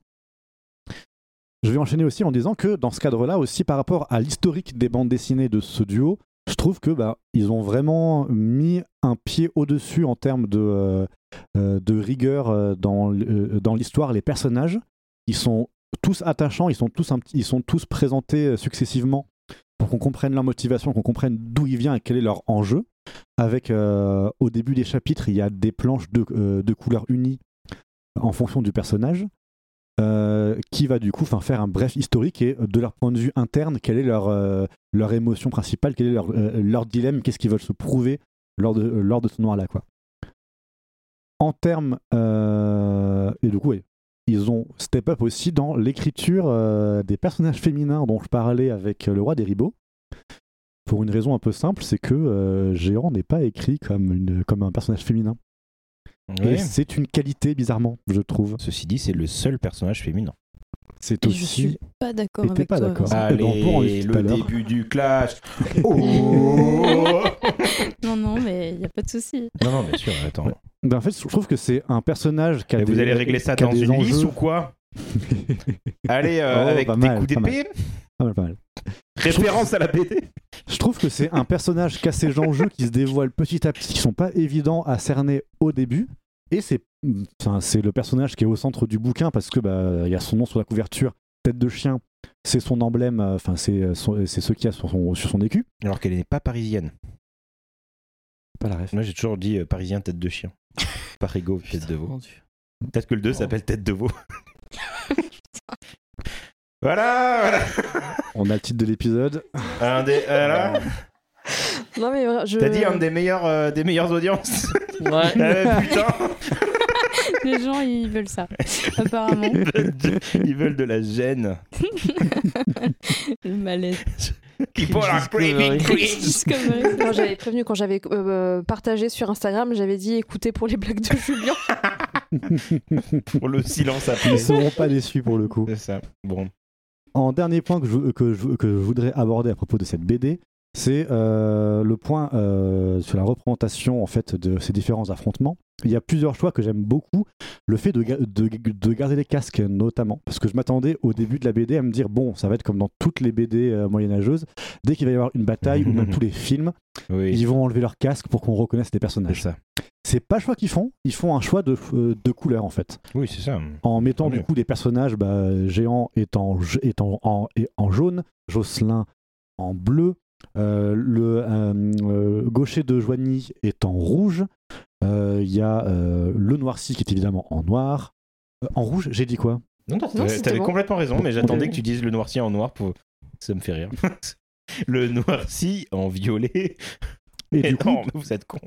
Speaker 2: Je vais enchaîner aussi en disant que dans ce cadre-là, aussi par rapport à l'historique des bandes dessinées de ce duo, je trouve que bah, ils ont vraiment mis un pied au-dessus en termes de, euh, euh, de rigueur euh, dans, l- euh, dans l'histoire. Les personnages, ils sont tous attachants, ils sont tous, un petit- ils sont tous présentés euh, successivement pour qu'on comprenne leur motivation, qu'on comprenne d'où ils viennent et quel est leur enjeu. Avec euh, au début des chapitres, il y a des planches de, euh, de couleurs unies en fonction du personnage. euh, qui va du coup 'fin, faire un bref historique et euh, de leur point de vue interne, quelle est leur, euh, leur émotion principale, quel est leur, euh, leur dilemme, qu'est-ce qu'ils veulent se prouver lors de, euh, lors de ce noir-là. quoi. En termes... euh, et du coup, ouais, ils ont step up aussi dans l'écriture euh, des personnages féminins dont je parlais avec euh, le roi des ribots. Pour une raison un peu simple, c'est que euh, Géant n'est pas écrit comme, une, comme un personnage féminin. Et
Speaker 4: Ouais.
Speaker 2: c'est une qualité, bizarrement, je trouve.
Speaker 4: Ceci dit, c'est le seul personnage féminin.
Speaker 2: C'est
Speaker 6: Et
Speaker 2: aussi...
Speaker 6: je suis pas d'accord
Speaker 2: Et t'es
Speaker 6: avec
Speaker 2: pas
Speaker 6: toi.
Speaker 2: d'accord.
Speaker 6: Vincent.
Speaker 2: Ah, Eh ben, on peut enregistrer
Speaker 4: Allez,
Speaker 2: tout à
Speaker 4: le
Speaker 2: l'heure.
Speaker 4: début du clash. Oh
Speaker 6: Non, non, mais il n'y a pas de souci.
Speaker 4: non, non, bien sûr, attends.
Speaker 2: Ben, en fait, je trouve que c'est un personnage qui a
Speaker 4: Et
Speaker 2: des-
Speaker 4: vous allez régler ça
Speaker 2: qui a
Speaker 4: dans
Speaker 2: des
Speaker 4: une
Speaker 2: enjeux.
Speaker 4: liste ou quoi Allez, euh,
Speaker 2: Oh,
Speaker 4: avec
Speaker 2: pas
Speaker 4: tes
Speaker 2: mal,
Speaker 4: coups
Speaker 2: pas mal.
Speaker 4: d'épée,
Speaker 2: Pas mal, Ah, pas mal.
Speaker 4: référence à la BD.
Speaker 2: Je trouve que c'est un personnage qui a ses enjeux qui se dévoilent petit à petit, qui sont pas évidents à cerner au début. Et c'est enfin, c'est le personnage qui est au centre du bouquin parce que bah, il y a son nom sur la couverture, tête de chien, c'est son emblème, euh, enfin c'est euh, son- c'est ce qu'il y a sur son, sur son écu.
Speaker 4: Alors qu'elle n'est pas parisienne.
Speaker 2: Pas la ref.
Speaker 4: Moi, j'ai toujours dit euh, parisien tête de chien. Parigo tête de veau.
Speaker 3: Mon Dieu.
Speaker 4: Peut-être que le 2
Speaker 3: Oh.
Speaker 4: s'appelle tête de veau. voilà,
Speaker 2: On a le titre de l'épisode.
Speaker 4: voilà. Un des, euh, voilà.
Speaker 5: Non, mais euh, je.
Speaker 4: T'as dit un des meilleurs, euh, des meilleures audiences.
Speaker 3: Ouais.
Speaker 4: Euh, putain,
Speaker 6: Les gens, ils veulent ça, apparemment.
Speaker 4: ils veulent de- ils veulent de la gêne.
Speaker 6: Le malaise.
Speaker 4: People are
Speaker 3: Cringe
Speaker 4: craving
Speaker 3: discovery.
Speaker 4: cringe.
Speaker 6: Discovery.
Speaker 5: Moi, j'avais prévenu quand j'avais euh, euh, partagé sur Instagram, j'avais dit écoutez pour les blagues de Julien.
Speaker 4: Pour le silence
Speaker 2: Ils
Speaker 4: après.
Speaker 2: seront pas déçus pour le coup.
Speaker 4: C'est ça. Bon.
Speaker 2: En dernier point que je, que je- que je voudrais aborder à propos de cette BD, c'est euh, le point euh, sur la représentation en fait de ces différents affrontements. Il y a plusieurs choix que j'aime beaucoup. Le fait de, ga- de- de garder les casques notamment, parce que je m'attendais au début de la BD à me dire bon, ça va être comme dans toutes les BD euh, moyenâgeuses, dès qu'il va y avoir une bataille ou même tous les films,
Speaker 4: Oui.
Speaker 2: ils vont enlever leurs casques pour qu'on reconnaisse les personnages.
Speaker 4: ça.
Speaker 2: C'est pas le choix qu'ils font, ils font un choix de, euh, de couleur en fait
Speaker 4: Oui, c'est ça.
Speaker 2: en mettant
Speaker 4: Tant
Speaker 2: du
Speaker 4: mieux.
Speaker 2: coup des personnages bah, géants est en, ja- est en, en- est en jaune, Jocelyn en bleu, euh, le euh, euh, gaucher de Joigny est en rouge, euh, il y a euh, le noirci qui est évidemment en noir. Euh, en rouge, j'ai dit quoi
Speaker 4: Non, non,
Speaker 5: Non,
Speaker 4: t'avais-
Speaker 5: c'était
Speaker 4: Euh, t'avais
Speaker 5: bon.
Speaker 4: complètement raison, mais j'attendais
Speaker 5: Ok.
Speaker 4: que tu dises le noirci en noir pour. Ça me fait rire. le noirci en violet.
Speaker 2: et,
Speaker 4: Et
Speaker 2: du coup,
Speaker 4: non, mais vous êtes con.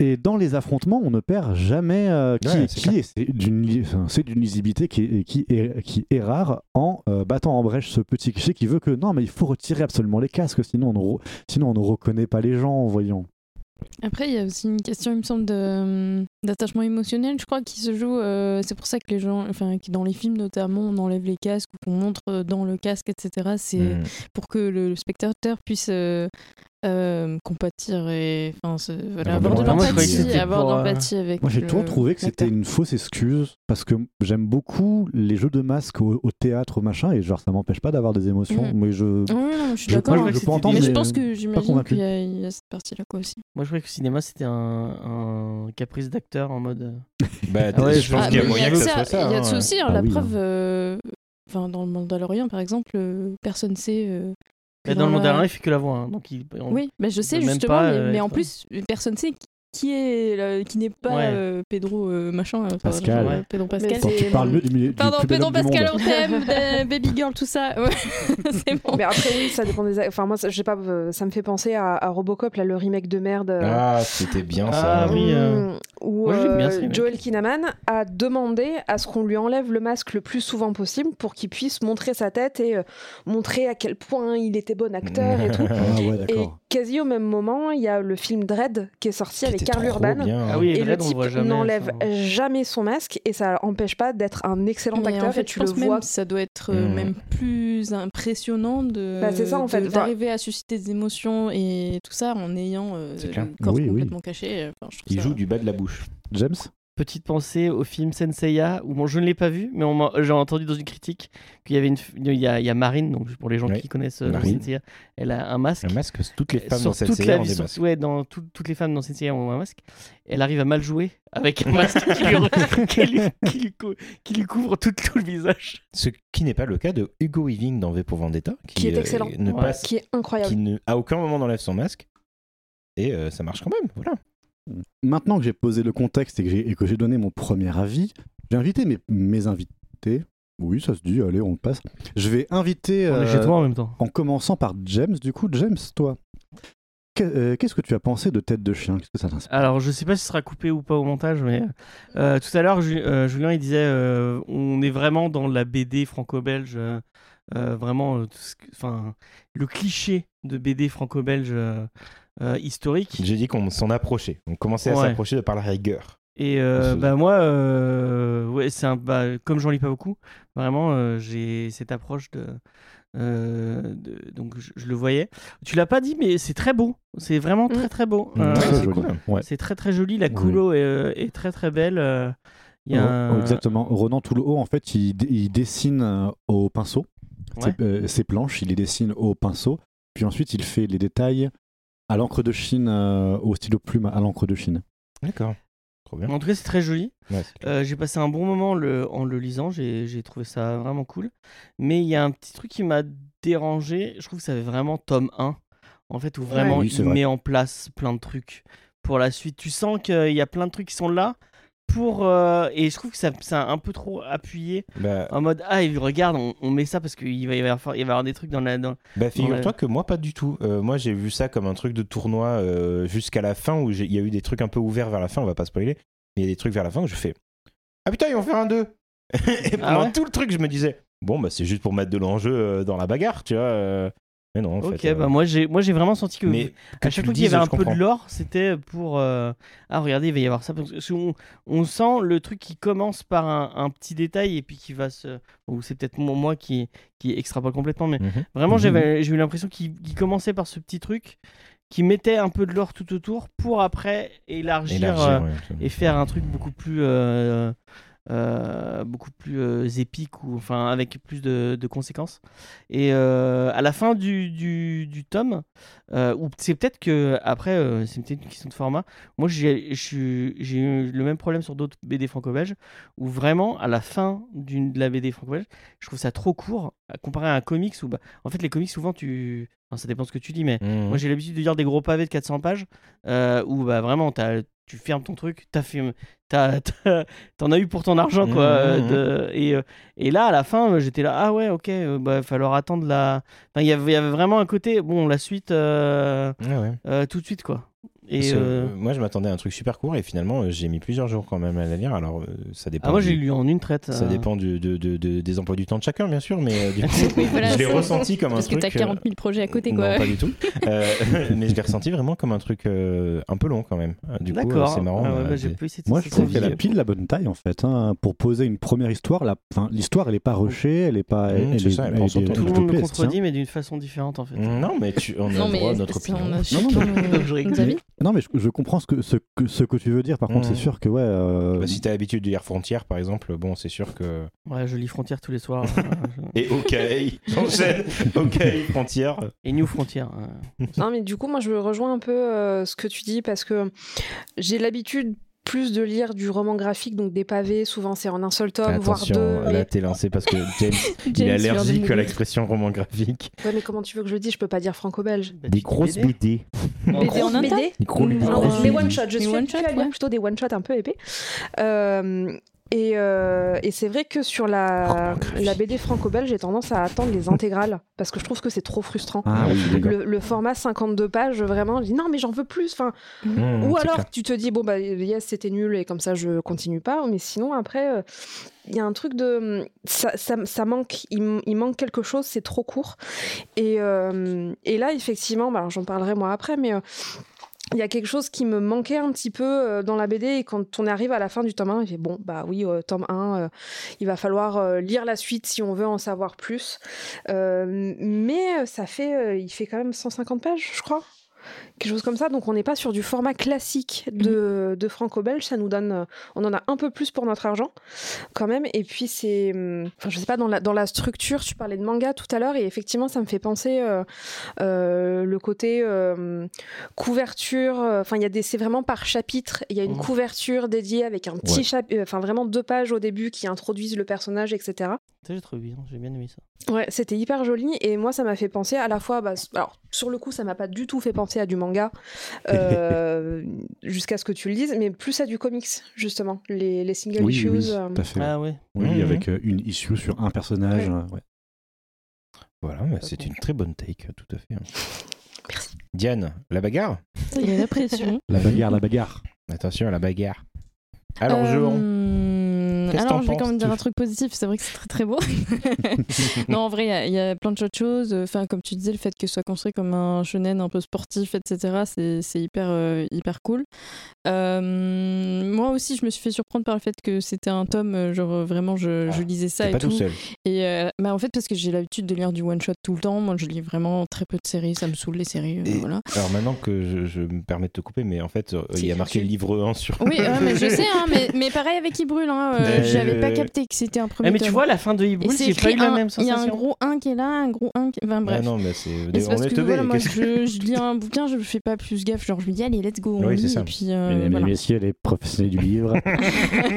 Speaker 2: et dans les affrontements, on ne perd jamais euh, qui
Speaker 4: Ouais,
Speaker 2: est
Speaker 4: c'est
Speaker 2: qui, et c'est d'une li- enfin, c'est d'une lisibilité qui est, qui, est, qui est rare en euh, battant en brèche ce petit cliché qui veut que non, mais il faut retirer absolument les casques, sinon on ne, re- sinon on ne reconnaît pas les gens, voyons.
Speaker 6: Après, il y a aussi une question, il me semble, de- hum, d'attachement émotionnel, je crois, qui se joue. euh, c'est pour ça que les gens, enfin, que dans les films notamment, on enlève les casques ou qu'on montre euh, dans le casque, etc. C'est
Speaker 4: Mm.
Speaker 6: pour que le, le spectateur puisse euh, euh, compatir et enfin, se- voilà,
Speaker 4: Ah,
Speaker 6: avoir de
Speaker 4: moi, je croyais que
Speaker 6: l'empathie,
Speaker 4: c'était
Speaker 6: avoir
Speaker 3: pour,
Speaker 6: de
Speaker 3: euh,
Speaker 6: l'empathie avec.
Speaker 2: Moi, j'ai
Speaker 6: le-
Speaker 2: toujours trouvé que c'était
Speaker 6: l'acteur.
Speaker 2: une fausse excuse parce que j'aime beaucoup les jeux de masques au, au théâtre, au machin, et genre ça m'empêche pas d'avoir des émotions.
Speaker 6: Mhm.
Speaker 2: Mais je.
Speaker 6: Oui, non, mais je suis
Speaker 2: Je-
Speaker 6: d'accord.
Speaker 3: moi, je
Speaker 6: hein.
Speaker 3: peux entendre,
Speaker 6: mais je
Speaker 2: mais,
Speaker 6: pense
Speaker 2: euh,
Speaker 6: que j'imagine
Speaker 2: convaincu.
Speaker 6: qu'il y, a- il y a cette partie-là quoi aussi.
Speaker 3: Moi, je croyais que le cinéma, c'était un, un caprice d'acteur en mode. euh,
Speaker 4: Bah,
Speaker 3: Ah ouais,
Speaker 4: je pense
Speaker 3: ah,
Speaker 4: qu'il y a
Speaker 3: mais
Speaker 4: moyen
Speaker 3: il y a
Speaker 4: que ça soit ça.
Speaker 6: Il y a de
Speaker 4: hein.
Speaker 6: ça aussi. hein,
Speaker 2: Ah
Speaker 6: la
Speaker 2: oui,
Speaker 6: preuve, euh, enfin, dans le Mandalorian, par exemple, euh, personne sait. euh, que
Speaker 3: Bah, dans le
Speaker 6: la-
Speaker 3: mandarin, il fait que la voix. hein, donc il, on-
Speaker 6: Oui, mais je sais
Speaker 3: même
Speaker 6: justement,
Speaker 3: pas,
Speaker 6: mais,
Speaker 3: euh,
Speaker 6: mais en
Speaker 3: être-
Speaker 6: plus, personne sait qui- qui est le- qui n'est pas
Speaker 3: Ouais.
Speaker 6: euh, Pedro euh, machin. euh, enfin,
Speaker 2: Pascal.
Speaker 6: genre, euh,
Speaker 3: Ouais.
Speaker 6: Pedro Pascal.
Speaker 2: Quand tu
Speaker 5: c'est-
Speaker 2: parles mieux du, milieu- du
Speaker 6: Pardon,
Speaker 2: plus bel
Speaker 6: Pedro
Speaker 2: homme du
Speaker 6: Pascal,
Speaker 2: monde.
Speaker 6: on t'aime, euh, Baby Girl, tout ça. Ouais, c'est bon.
Speaker 5: Mais après, oui, ça dépend des. Enfin, moi, ça- je sais pas, euh, ça me fait penser à, à Robocop, là, le remake de merde. euh,
Speaker 4: Ah, c'était bien
Speaker 3: Ah
Speaker 4: ça.
Speaker 3: oui.
Speaker 5: Mmh, Où
Speaker 3: Moi, j'aime bien
Speaker 5: euh,
Speaker 3: ce remake.
Speaker 5: Joel Kinnaman a demandé à ce qu'on lui enlève le masque le plus souvent possible pour qu'il puisse montrer sa tête et euh, montrer à quel point il était bon acteur et tout.
Speaker 2: Ah ouais,
Speaker 5: Et
Speaker 2: d'accord.
Speaker 5: quasi au même moment, il y a le film Dread qui est sorti avec Carl Urban.
Speaker 3: Ah oui, et
Speaker 5: Et, le
Speaker 3: Dredd, on le
Speaker 5: type
Speaker 3: voit jamais.
Speaker 5: n'enlève euh,
Speaker 3: enfin.
Speaker 5: jamais son masque et ça empêche pas d'être un excellent
Speaker 6: Mais
Speaker 5: acteur
Speaker 6: en fait,
Speaker 5: et
Speaker 6: je
Speaker 5: tu le
Speaker 6: pense
Speaker 5: vois.
Speaker 6: même que ça doit être euh,
Speaker 4: Mm.
Speaker 6: même plus impressionnant de
Speaker 5: Bah, c'est ça, en
Speaker 6: de-
Speaker 5: fait. Enfin-
Speaker 6: d'arriver à susciter des émotions et tout ça en ayant euh,
Speaker 4: C'est clair.
Speaker 6: le corps
Speaker 2: Oui, oui.
Speaker 6: complètement caché. euh, Enfin, je trouve
Speaker 4: Il
Speaker 6: ça-
Speaker 4: joue du bas de la bouche.
Speaker 2: James
Speaker 3: Petite pensée au film Senseiya, où bon, je ne l'ai pas vu, mais on m'a- j'ai entendu dans une critique qu'il y avait une, f- il y a, il y a Marine, donc pour les gens
Speaker 4: Ouais.
Speaker 3: qui connaissent euh,
Speaker 4: Marine.
Speaker 3: Senseiya, elle a un masque.
Speaker 4: Un masque, toutes les
Speaker 3: Euh,
Speaker 4: femmes
Speaker 3: sur
Speaker 4: dans cette
Speaker 3: toute
Speaker 4: série
Speaker 3: la
Speaker 4: ont
Speaker 3: vie,
Speaker 4: des
Speaker 3: sur-
Speaker 4: masques.
Speaker 3: ouais, dans tout- toutes les femmes dans cette série ont un masque. Elle arrive à mal jouer avec un masque qui
Speaker 6: Ah,
Speaker 3: lui, qui lui- qui lui cou- qui lui couvre tout, tout le visage.
Speaker 4: Ce qui n'est pas le cas de Hugo Weaving dans V pour Vendetta,
Speaker 5: Qui est
Speaker 4: euh,
Speaker 5: excellent.
Speaker 4: ne
Speaker 3: Ouais.
Speaker 4: passe,
Speaker 5: Qui est incroyable.
Speaker 4: qui ne, à aucun moment n'enlève son masque. Et euh, ça marche quand même, voilà.
Speaker 2: Maintenant que j'ai posé le contexte et que j'ai- et que j'ai donné mon premier avis, j'ai invité mes, mes invités Oui, ça se dit, allez, on passe. Je vais inviter.
Speaker 3: On est
Speaker 2: euh,
Speaker 3: chez toi en même temps.
Speaker 2: En commençant par James, du coup, James, toi, que- euh, qu'est-ce que tu as pensé de Tête de Chien Qu'est-ce que ça t'inspire
Speaker 3: Alors, je sais pas si ce sera coupé ou pas au montage, mais euh, tout à l'heure, Ju- euh, Julien, il disait euh, on est vraiment dans la BD franco-belge, euh, euh, vraiment euh, tout ce que- enfin, le cliché de BD franco-belge euh, euh, historique.
Speaker 4: J'ai dit qu'on s'en approchait. On commençait à
Speaker 3: Ouais.
Speaker 4: s'approcher de par la rigueur.
Speaker 3: Et euh,
Speaker 2: Ah,
Speaker 4: Je-
Speaker 3: bah, moi, euh, ouais, c'est un, bah, comme j'en lis pas beaucoup, vraiment, euh, j'ai cette approche de. euh, de- donc, je, je le voyais. Tu l'as pas dit, mais c'est très beau. C'est vraiment très, très beau.
Speaker 4: Ouais,
Speaker 3: Euh,
Speaker 4: c'est
Speaker 2: Mm. joli.
Speaker 4: cool.
Speaker 2: Ouais.
Speaker 3: C'est très très joli, la
Speaker 2: Oui.
Speaker 3: coulo est, euh, est très très belle. euh, Il y a
Speaker 2: Oh,
Speaker 3: un-
Speaker 2: Exactement. Ronan Toulot, en fait, il, dé- il dessine euh, au pinceau
Speaker 3: Ouais.
Speaker 2: ses, euh, ses planches, il les dessine au pinceau, puis ensuite il fait les détails à l'encre de Chine, euh, au stylo plume à l'encre de Chine.
Speaker 4: D'accord. Trop bien.
Speaker 3: En tout cas, c'est très joli.
Speaker 4: Ouais, c'est clair.
Speaker 3: Euh, j'ai passé un bon moment le- en le lisant, j'ai j'ai trouvé ça vraiment cool. Mais il y a un petit truc qui m'a dérangé, je trouve que ça fait vraiment tome 1, en fait, où vraiment
Speaker 2: Oui, c'est
Speaker 3: il
Speaker 2: vrai.
Speaker 3: met en place plein de trucs pour la suite. Tu sens qu'il y a plein de trucs qui sont là pour... euh, et je trouve que ça, ça a un peu trop appuyé,
Speaker 4: Bah,
Speaker 3: en mode, ah, et regarde, on, on met ça parce qu'il va, il va, y avoir- il va y avoir des trucs dans la... Dans...
Speaker 4: bah, figure-toi que moi, pas du tout. Euh, moi, j'ai vu ça comme un truc de tournoi euh, jusqu'à la fin où j'ai- il y a eu des trucs un peu ouverts vers la fin. On va pas spoiler. Mais il y a des trucs vers la fin que je fais Ah putain, ils vont faire un 2 Et pendant
Speaker 3: Ah ouais
Speaker 4: tout le truc, je me disais Bon, bah, c'est juste pour mettre de l'enjeu euh, dans la bagarre, tu vois. euh. Mais non, en
Speaker 3: Ok,
Speaker 4: fait. euh,
Speaker 3: bah moi j'ai moi j'ai vraiment senti que
Speaker 4: mais que
Speaker 3: à chaque
Speaker 4: tu
Speaker 3: fois
Speaker 4: le
Speaker 3: qu'il y avait
Speaker 4: dises,
Speaker 3: un
Speaker 4: je
Speaker 3: peu de
Speaker 4: comprends.
Speaker 3: l'or, c'était pour euh, ah regardez il va y avoir ça parce que si on, on sent le truc qui commence par un, un petit détail et puis qui va se ou c'est peut-être mo- moi qui qui extrapole complètement mais
Speaker 4: Mhm.
Speaker 3: vraiment
Speaker 2: Mhm.
Speaker 3: j'avais j'ai eu l'impression qu'il qu'il commençait par ce petit truc qui mettait un peu de l'or tout autour pour après élargir,
Speaker 4: Élargir,
Speaker 3: euh,
Speaker 4: ouais,
Speaker 3: et faire un truc beaucoup plus euh, euh, beaucoup plus euh, épique ou enfin avec plus de, de conséquences et euh, à la fin du, du, du tome euh, ou c'est peut-être que après euh, c'est peut-être une question de format moi j'ai je suis- j'ai eu le même problème sur d'autres BD franco-belges où vraiment à la fin d'une de la BD franco-belge je trouve ça trop court à- comparé à un comics où bah, en fait les comics souvent tu enfin, ça dépend ce que tu dis mais
Speaker 4: Mhm.
Speaker 3: moi, j'ai l'habitude de lire des gros pavés de 400 pages euh, où bah, vraiment, t'as- tu fermes ton truc, t'as fait- t'as- t'as- t'en as, eu pour ton argent. quoi.
Speaker 4: Mhm,
Speaker 3: euh,
Speaker 4: mhm.
Speaker 3: de- et, euh, et là, à la fin, euh, j'étais là, ah ouais, ok, il bah, falloir attendre la. Enfin, Il y, avait, il y avait vraiment un côté, bon, la suite euh,
Speaker 4: Ouais, ouais.
Speaker 3: euh, tout de suite, quoi.
Speaker 4: Parce
Speaker 3: Et
Speaker 4: que,
Speaker 3: euh,
Speaker 4: euh, Moi, je m'attendais à un truc super court et finalement, euh, j'ai mis plusieurs jours quand même à la lire. Alors, euh, ça dépend.
Speaker 3: ah, moi,
Speaker 4: du-
Speaker 3: j'ai lu en une traite.
Speaker 4: Ça
Speaker 3: euh.
Speaker 4: dépend du- de- de- de- des emplois du temps de chacun, bien sûr, mais euh, du coup,
Speaker 6: Oui, voilà,
Speaker 4: je l'ai
Speaker 6: c'est-
Speaker 4: ressenti comme
Speaker 6: Parce
Speaker 4: un
Speaker 6: que
Speaker 4: truc.
Speaker 6: t'as
Speaker 4: euh,
Speaker 6: 40 000 projets à côté, quoi.
Speaker 4: Non, pas du tout. Euh, mais je l'ai ressenti vraiment comme un truc euh, un peu long quand même. Euh, Du coup, euh,
Speaker 3: D'accord.
Speaker 4: c'est marrant.
Speaker 3: Ah ouais,
Speaker 4: euh,
Speaker 3: bah, j'ai
Speaker 4: des-
Speaker 3: pas eu cette
Speaker 2: Moi, je
Speaker 3: sensation
Speaker 2: trouve qu'elle a
Speaker 3: de-
Speaker 2: pile la bonne taille, en fait. hein. Pour poser une première histoire, la- enfin, l'histoire, elle n'est pas rushée, elle n'est pas.
Speaker 4: Mmh,
Speaker 2: elle-
Speaker 4: c'est
Speaker 2: elle
Speaker 4: ça,
Speaker 2: est-
Speaker 4: elle
Speaker 2: elle
Speaker 4: prend son
Speaker 2: est-
Speaker 4: temps.
Speaker 2: elle
Speaker 3: Tout
Speaker 2: te
Speaker 3: le monde me
Speaker 2: plaît,
Speaker 3: contredit, mais d'une façon différente, en fait.
Speaker 4: Non, mais tu, on a
Speaker 6: Non,
Speaker 4: le droit à
Speaker 6: mais
Speaker 4: notre
Speaker 6: c'est-
Speaker 4: opinion.
Speaker 6: on a
Speaker 2: Non,
Speaker 6: chacun nos-
Speaker 3: Je
Speaker 6: nos
Speaker 3: rigole.
Speaker 6: avis.
Speaker 2: Non, mais je, je comprends ce que, ce, que, ce que tu veux dire. Par contre,
Speaker 4: Mmh.
Speaker 2: c'est sûr que, ouais. euh,
Speaker 4: Bah, si t'as l'habitude de lire Frontières, par exemple, bon, c'est sûr que.
Speaker 3: Ouais, je lis Frontières tous les soirs. euh, je-
Speaker 4: Et OK, j'enchaîne. OK, Frontières.
Speaker 3: Et New Frontières. euh.
Speaker 5: Non, mais du coup, moi, je rejoins un peu euh, ce que tu dis parce que j'ai l'habitude plus de lire du roman graphique, donc des pavés. Souvent, c'est en un seul tome, voire deux.
Speaker 4: Attention, là,
Speaker 5: Mais...
Speaker 4: t'es lancé parce que James
Speaker 6: James
Speaker 4: Il est
Speaker 6: vient de
Speaker 4: allergique à
Speaker 6: mourir.
Speaker 4: l'expression roman graphique.
Speaker 5: Ouais, mais comment tu veux que je le dise Je peux pas dire franco-belge.
Speaker 3: Bah,
Speaker 4: Des
Speaker 3: tu-
Speaker 4: grosses
Speaker 3: BD.
Speaker 4: BD.
Speaker 3: En
Speaker 6: BD
Speaker 3: gros,
Speaker 6: en interne
Speaker 5: BD,
Speaker 4: Des gros
Speaker 6: Des
Speaker 5: Mmh, Non,
Speaker 6: grosses
Speaker 5: des
Speaker 6: BD.
Speaker 5: one shot je
Speaker 6: Des
Speaker 5: suis
Speaker 6: one
Speaker 5: habituée
Speaker 6: shot,
Speaker 5: à lire
Speaker 6: ouais.
Speaker 5: plutôt des one shot un peu épais. Euh, et euh, et c'est vrai que sur la,
Speaker 4: Oh, Roman graphique.
Speaker 5: la BD franco-belge, j'ai tendance à attendre les intégrales parce que je trouve que c'est trop frustrant.
Speaker 2: Ah oui, d'accord.
Speaker 5: Le, le format 52 pages, vraiment, je dis non, mais j'en veux plus. Enfin,
Speaker 4: Mmh,
Speaker 5: ou
Speaker 4: c'est
Speaker 5: alors
Speaker 4: clair.
Speaker 5: tu te dis, bon, bah, yes, c'était nul et comme ça, je continue pas. Mais sinon, après, euh, il y a un truc de. mm, Ça, ça, ça manque, il, m- il manque quelque chose, c'est trop court. Et, euh, et là, effectivement, bah, alors, j'en parlerai moi après, mais. euh, il y a quelque chose qui me manquait un petit peu euh, dans la BD et quand on arrive à la fin du tome 1, il fait bon bah oui euh, tome 1 euh, il va falloir euh, lire la suite si on veut en savoir plus. Euh, mais euh, ça fait euh, il fait quand même 150 pages, je crois. Quelque chose comme ça, donc on n'est pas sur du format classique de, de franco-belge, ça nous donne, euh, on en a un peu plus pour notre argent quand même, et puis c'est, hum, enfin je sais pas, dans la, dans la structure, tu parlais de manga tout à l'heure, et effectivement ça me fait penser euh, euh, le côté euh, couverture, euh, enfin il y a des, c'est vraiment par chapitre, il y a une
Speaker 3: Mhm.
Speaker 5: euh, couverture dédiée avec un petit chapitre, enfin vraiment deux pages au début qui introduisent le personnage, etc.
Speaker 3: Ça, j'ai trouvé bien, hein, j'ai bien aimé ça.
Speaker 5: Ouais, c'était hyper joli et moi ça m'a fait penser à la fois, bah, s- alors sur le coup ça m'a pas du tout fait penser à du manga euh, jusqu'à ce que tu le dises, mais plus à du comics justement, les, les single
Speaker 2: Oui,
Speaker 5: issues.
Speaker 2: oui,
Speaker 5: euh,
Speaker 2: tout à fait.
Speaker 3: Ah ouais.
Speaker 2: Oui,
Speaker 4: Mhm.
Speaker 2: avec euh, une issue sur un personnage.
Speaker 5: Ouais.
Speaker 2: euh, ouais.
Speaker 4: Voilà, bah, c'est
Speaker 3: D'accord.
Speaker 4: une très bonne take, hein, tout à fait.
Speaker 5: Merci.
Speaker 4: Diane, la bagarre
Speaker 6: Ça, Il y a la pression.
Speaker 2: La bagarre, la bagarre.
Speaker 4: Attention à la bagarre. Alors, Johan.
Speaker 6: Euh,
Speaker 4: Qu'est-ce
Speaker 6: alors,
Speaker 4: t'en
Speaker 6: je vais quand
Speaker 4: penses,
Speaker 6: même dire
Speaker 4: tu-
Speaker 6: un truc positif. C'est vrai que c'est très très beau. non, en vrai, il y a- il y, a plein de chouettes choses. euh, Enfin, comme tu disais, le fait que ce soit construit comme un shonen un peu sportif, etc., c'est- c'est hyper euh, hyper cool. Euh, moi aussi, je me suis fait surprendre par le fait que c'était un tome. euh, Genre euh, vraiment, je, je
Speaker 4: Ah,
Speaker 6: lisais ça
Speaker 4: T'es
Speaker 6: et
Speaker 4: pas
Speaker 6: tout.
Speaker 4: tout seul.
Speaker 6: Et euh, bah, en fait, parce que j'ai l'habitude de lire du one shot tout le temps. Moi, je lis vraiment très peu de séries. Ça me saoule les séries. euh,
Speaker 4: Et-
Speaker 6: voilà.
Speaker 4: Alors maintenant que je, je me permets de te couper, mais en fait, euh, il y a
Speaker 6: Si,
Speaker 4: marqué
Speaker 6: si.
Speaker 4: livre 1 sur...
Speaker 6: Oui, ouais, mais je sais, hein, mais, mais pareil avec qui brûle. Hein, euh,
Speaker 4: Mais-
Speaker 6: J'avais pas capté que c'était un premier.
Speaker 3: Eh, mais tu
Speaker 6: tome.
Speaker 3: vois, la fin de
Speaker 6: Et
Speaker 3: Hibou,
Speaker 6: c'est
Speaker 3: j'ai pas
Speaker 6: écrit
Speaker 3: eu la
Speaker 6: un-
Speaker 3: même
Speaker 6: Il y a un
Speaker 3: sensation.
Speaker 6: gros 1 qui est là, un gros 1 qui. Enfin bref.
Speaker 4: Ah non, mais c'est...
Speaker 6: Et c'est
Speaker 4: On
Speaker 6: parce
Speaker 4: est
Speaker 6: que voilà,
Speaker 4: teubés,
Speaker 6: moi,
Speaker 4: qu'est-ce
Speaker 6: je,
Speaker 4: que-
Speaker 6: je lis un bouquin, je fais pas plus gaffe. Genre, je me dis, allez, let's go, on
Speaker 4: Oui, c'est
Speaker 6: lit,
Speaker 4: ça.
Speaker 6: et puis euh,
Speaker 2: Mesdames et
Speaker 6: voilà.
Speaker 2: messieurs, les professionnels du livre.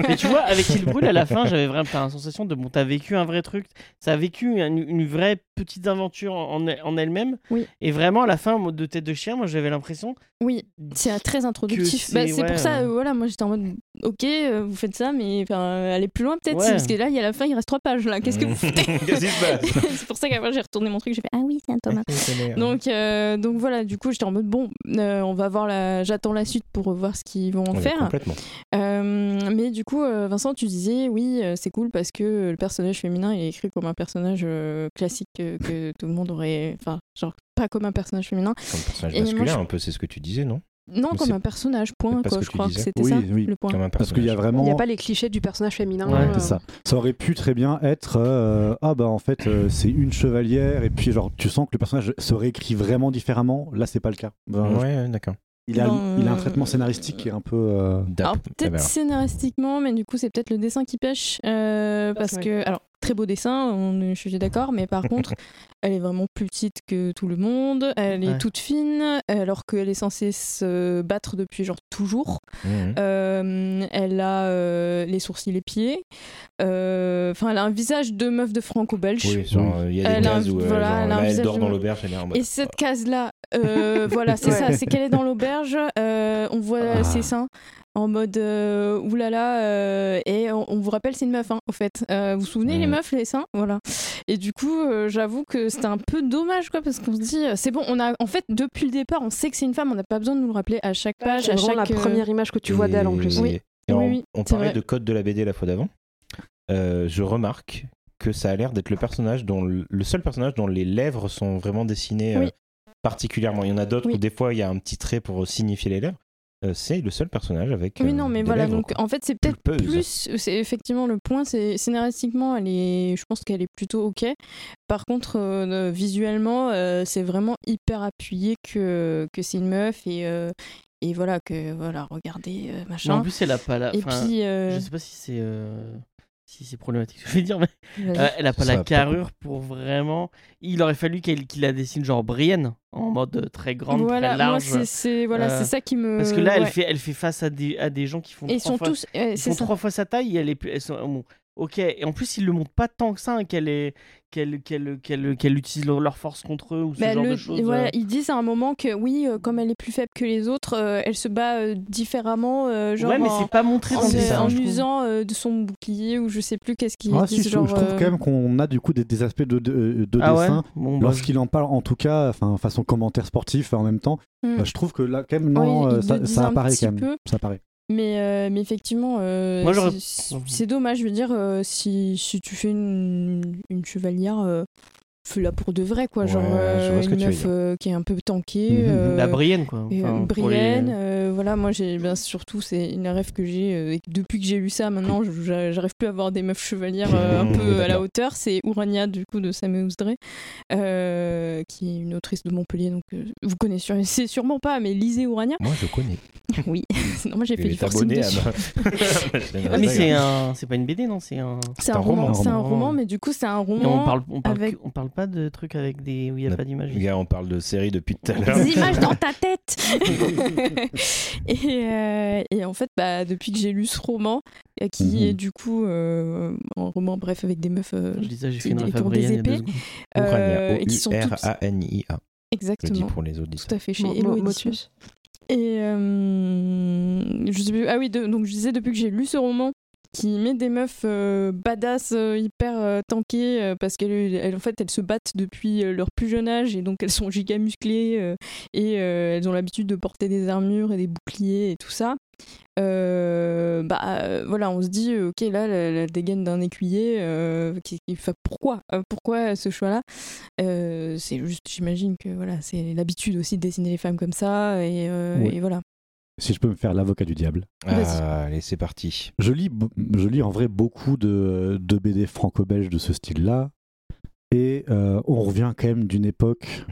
Speaker 3: Mais tu vois, avec Il brûle, à la fin, j'avais vraiment enfin, la sensation de bon, t'as vécu un vrai truc, ça a vécu une, une vraie petite aventure en, en elle-même.
Speaker 6: Oui.
Speaker 3: Et vraiment, à la fin, moi, de tête de chien, moi, j'avais l'impression.
Speaker 6: Oui, c'est très introductif.
Speaker 3: c'est-
Speaker 6: Bah, C'est
Speaker 3: ouais,
Speaker 6: pour ça,
Speaker 3: ouais.
Speaker 6: euh, voilà, moi j'étais en mode, ok, euh, vous faites ça, mais enfin, euh, allez plus loin peut-être,
Speaker 3: Ouais.
Speaker 6: c'est parce que là, il y a la fin, il reste 3 pages là. Qu'est-ce que vous foutez
Speaker 4: Qu'est-ce qui se passe
Speaker 6: C'est pour ça qu'après, j'ai retourné mon truc, j'ai fait, ah oui, c'est un tome Donc, euh, donc voilà, du coup, j'étais en mode bon, euh, on va voir la. J'attends la suite pour voir ce qu'ils vont en
Speaker 4: Ouais,
Speaker 6: faire.
Speaker 4: Complètement.
Speaker 6: Euh, mais du coup, euh, Vincent, tu disais oui, euh, c'est cool parce que le personnage féminin il est écrit comme un personnage euh, classique euh, que tout le monde aurait. Enfin, genre pas comme un personnage féminin.
Speaker 4: Comme personnage
Speaker 6: Et moi,
Speaker 4: masculin,
Speaker 6: je-
Speaker 4: un peu, c'est ce que tu disais, non
Speaker 6: Non,
Speaker 4: Mais
Speaker 6: comme
Speaker 4: c'est-
Speaker 6: un personnage, point,
Speaker 4: c'est pas ce
Speaker 6: quoi.
Speaker 4: que
Speaker 6: Je
Speaker 4: tu
Speaker 6: crois que
Speaker 4: disais.
Speaker 6: c'était
Speaker 2: Oui,
Speaker 6: ça,
Speaker 2: oui.
Speaker 6: le point.
Speaker 4: Comme un personnage.
Speaker 2: Parce qu'il y a
Speaker 5: Il
Speaker 2: vraiment.
Speaker 5: n'y a pas les clichés du personnage féminin.
Speaker 3: Ouais,
Speaker 2: Ouais,
Speaker 6: Ah.
Speaker 5: euh,
Speaker 2: c'est ça. Ça aurait pu très bien être euh, ah bah en fait euh, c'est une chevalière et puis genre tu sens que le personnage serait écrit vraiment différemment. Là c'est pas le cas. Ben,
Speaker 4: Ouais, ouais, d'accord.
Speaker 2: il, a,
Speaker 6: Dans-
Speaker 2: il a un traitement scénaristique qui est un peu. euh,
Speaker 4: Dap.
Speaker 6: Alors
Speaker 4: Ah
Speaker 6: peut-être
Speaker 4: bah alors.
Speaker 6: scénaristiquement, mais du coup c'est peut-être le dessin qui pêche euh, parce
Speaker 5: Ouais.
Speaker 6: que alors très beau dessin, on, est- je suis d'accord, mais par contre elle est vraiment plus petite que tout le monde, elle est
Speaker 3: Ouais.
Speaker 6: toute fine alors qu'elle est censée se battre depuis genre toujours.
Speaker 4: Mhm.
Speaker 6: Euh, elle a euh, les sourcils, les pieds, Euh, enfin elle a un visage de meuf de franco-belge.
Speaker 4: Oui, genre, il y a des
Speaker 6: Elle a un-
Speaker 4: cases où euh,
Speaker 6: voilà,
Speaker 4: genre,
Speaker 6: elle a un
Speaker 4: là, elle
Speaker 6: visage
Speaker 4: dort
Speaker 6: de-
Speaker 4: dans l'auberge, elle est en mode.
Speaker 6: Et cette case-là, euh, voilà, c'est
Speaker 5: Ouais.
Speaker 6: ça, c'est qu'elle est dans l'auberge, euh, on voit
Speaker 2: Ah.
Speaker 6: ses seins en mode euh, oulala, euh, et on, on vous rappelle, c'est une meuf, hein, au fait. Euh, vous vous souvenez, les
Speaker 4: Mm.
Speaker 6: meufs, les seins Voilà. Et du coup, euh, j'avoue que c'était un peu dommage, quoi, parce qu'on se dit, euh, c'est bon, on a, en fait, depuis le départ, on sait que c'est une femme, on n'a pas besoin de nous le rappeler à chaque page,
Speaker 5: C'est
Speaker 6: à
Speaker 5: vraiment
Speaker 6: chaque.
Speaker 5: la
Speaker 6: euh,
Speaker 5: première image que tu vois
Speaker 4: Et-
Speaker 5: d'elle en plus.
Speaker 4: et-
Speaker 6: Oui.
Speaker 4: et on,
Speaker 6: Oui, oui,
Speaker 4: on
Speaker 6: c'est
Speaker 4: parlait
Speaker 6: vrai.
Speaker 4: de code de la BD la fois d'avant. Euh, je remarque que ça a l'air d'être le personnage dont le le seul personnage dont les lèvres sont vraiment dessinées euh,
Speaker 6: Oui.
Speaker 4: particulièrement. Il y en a d'autres
Speaker 6: Oui.
Speaker 4: où des fois il y a un petit trait pour signifier les lèvres. Euh, c'est le seul personnage avec.
Speaker 6: Oui,
Speaker 4: euh,
Speaker 6: non, mais
Speaker 4: des
Speaker 6: voilà,
Speaker 4: lèvres,
Speaker 6: donc
Speaker 4: quoi.
Speaker 6: en fait, c'est peut-être
Speaker 4: Pulpeuse.
Speaker 6: plus. C'est effectivement le point, c'est scénaristiquement, elle est, je pense qu'elle est plutôt ok. Par contre, euh, visuellement, euh, c'est vraiment hyper appuyé que, que c'est une meuf et, euh, et voilà, que voilà, regardez, euh,
Speaker 3: Mais en
Speaker 6: machin.
Speaker 3: plus, elle a pas la.
Speaker 6: et
Speaker 3: enfin,
Speaker 6: puis, euh,
Speaker 3: Je sais pas si c'est. euh, Si c'est problématique, ce que je vais dire, mais
Speaker 6: vas-y.
Speaker 3: euh, elle a pas
Speaker 4: Ça
Speaker 3: la
Speaker 4: va pas
Speaker 3: carrure pour vraiment. Il aurait fallu qu'elle qu'il la dessine genre Brienne, en mode euh, très grande,
Speaker 6: voilà,
Speaker 3: très
Speaker 6: moi,
Speaker 3: large.
Speaker 6: c'est c'est- voilà,
Speaker 3: Euh,
Speaker 6: c'est ça qui me.
Speaker 3: Parce que là, elle,
Speaker 6: ouais.
Speaker 3: fait, elle fait face à des, à des gens qui font
Speaker 6: Et ils
Speaker 3: trois
Speaker 6: sont
Speaker 3: fois-
Speaker 6: tous. ouais,
Speaker 3: ils
Speaker 6: c'est
Speaker 3: font
Speaker 6: ça.
Speaker 3: trois fois sa taille. et Elle est, plus- elles sont, bon, ok. Et en plus, ils le montrent pas tant que ça, hein, qu'elle est, qu'elle, qu'elle, qu'elle, qu'elle utilise leur, leur force contre eux ou ce
Speaker 6: Bah,
Speaker 3: genre
Speaker 6: le-
Speaker 3: de choses.
Speaker 6: voilà,
Speaker 3: euh.
Speaker 6: ils disent à un moment que oui, euh, comme elle est plus faible que les autres, euh, elle se bat euh, différemment. euh, genre
Speaker 3: ouais, mais
Speaker 6: en-
Speaker 3: c'est pas montré
Speaker 6: en,
Speaker 3: dans le
Speaker 6: euh,
Speaker 3: dessin.
Speaker 6: en
Speaker 3: je trouve.
Speaker 6: usant euh, de son bouclier ou je sais plus qu'est-ce qu'il
Speaker 2: Ah
Speaker 6: dit,
Speaker 2: si,
Speaker 6: ce
Speaker 2: je,
Speaker 6: genre,
Speaker 2: je trouve
Speaker 6: euh,
Speaker 2: quand même qu'on a du coup des, des aspects de, de, de
Speaker 3: ah ouais.
Speaker 2: dessin.
Speaker 3: Bon, bah,
Speaker 2: Lorsqu'il en parle, en tout cas, enfin façon commentaire sportif en même temps,
Speaker 6: Mm.
Speaker 2: bah, je trouve que là quand même
Speaker 6: Ouais,
Speaker 2: non,
Speaker 6: il-
Speaker 2: euh,
Speaker 6: il
Speaker 2: ça,
Speaker 6: le
Speaker 2: ça
Speaker 6: dit un
Speaker 2: apparaît
Speaker 6: petit
Speaker 2: quand même.
Speaker 6: peu.
Speaker 2: Ça apparaît.
Speaker 6: Mais, euh, mais effectivement, euh,
Speaker 3: Moi, j'aurais-
Speaker 6: c'est- c'est c'est dommage. Je veux dire, euh, si, si tu fais une, une chevalière, euh, fais-la pour de vrai, quoi.
Speaker 4: Ouais,
Speaker 6: genre, euh,
Speaker 4: je vois ce que
Speaker 6: une
Speaker 4: tu veux
Speaker 6: meuf
Speaker 4: dire.
Speaker 6: euh, qui est un peu tankée.
Speaker 2: Mhm.
Speaker 6: euh,
Speaker 3: la Brienne, quoi.
Speaker 6: et, euh,
Speaker 3: Enfin, pour les-
Speaker 6: Brienne, euh, voilà, moi j'ai ben, surtout c'est une rêve que j'ai euh, et que depuis que j'ai lu ça maintenant, je- j'a- j'arrive plus à voir des meufs chevalières euh, un
Speaker 4: Mhm,
Speaker 6: peu à la
Speaker 4: d'accord.
Speaker 6: hauteur, c'est Urania du coup de Sam Ousdre euh, qui est une autrice de Montpellier donc euh, vous connaissez sûrement- c'est sûrement pas mais lisez Urania.
Speaker 4: Moi je connais.
Speaker 6: Oui, sinon moi j'ai
Speaker 4: Elle
Speaker 6: fait du
Speaker 4: est
Speaker 6: forcing
Speaker 4: abonnée à
Speaker 6: dessus.
Speaker 4: ma- ma chaîne
Speaker 6: bah,
Speaker 3: Ah, mais
Speaker 4: Instagram.
Speaker 3: c'est un, c'est pas une BD, non C'est un.
Speaker 6: C'est
Speaker 4: un
Speaker 6: un
Speaker 4: roman,
Speaker 6: roman, c'est un
Speaker 3: roman.
Speaker 6: roman mais du coup c'est un
Speaker 3: Et on
Speaker 6: roman
Speaker 3: parle, on parle,
Speaker 6: avec-
Speaker 3: que- on parle pas de truc avec des où il n'y a
Speaker 4: Non.
Speaker 3: pas d'image.
Speaker 4: Les gars, on parle de série depuis tout à l'heure.
Speaker 6: Des images dans ta tête et, euh, et en fait, bah, depuis que j'ai lu ce roman, euh, qui
Speaker 2: Mhm.
Speaker 6: est du coup euh, un roman, bref, avec des meufs euh,
Speaker 3: Je dis ça, j'ai fait
Speaker 6: C'est
Speaker 3: une
Speaker 6: des-
Speaker 3: ref à
Speaker 6: comment, des
Speaker 3: Brian il y a deux
Speaker 6: épées
Speaker 3: secondes.
Speaker 6: euh,
Speaker 4: Urania,
Speaker 6: et qui sont toutes...
Speaker 4: O-U-R-A-N-I-A. Je dis
Speaker 6: Exactement,
Speaker 4: pour les autres.
Speaker 6: tout à fait, chez
Speaker 5: Mo- mo-
Speaker 6: Hello Edition.
Speaker 5: Motus.
Speaker 6: Et euh, je sais plus. Ah oui, de- donc je disais depuis que j'ai lu ce roman qui met des meufs euh, badass, euh, hyper euh, tankées, euh, parce qu'elles elles- en fait elles se battent depuis euh, leur plus jeune âge et donc elles sont giga musclées euh, et euh, elles ont l'habitude de porter des armures et des boucliers et tout ça. Euh, bah euh, voilà, on se dit euh, ok là la, la dégaine d'un écuyer, euh, qui, qui- enfin, pourquoi Euh, pourquoi ce choix-là euh, c'est juste, j'imagine que voilà, c'est l'habitude aussi de dessiner les femmes comme ça, et, euh,
Speaker 2: Ouais.
Speaker 6: et voilà.
Speaker 2: Si je peux me faire l'avocat du diable.
Speaker 6: Vas-y.
Speaker 4: Ah, allez, c'est parti.
Speaker 2: Je lis, b- je lis en vrai beaucoup de, de BD franco-belges de ce style-là. Et euh, on revient quand même d'une époque.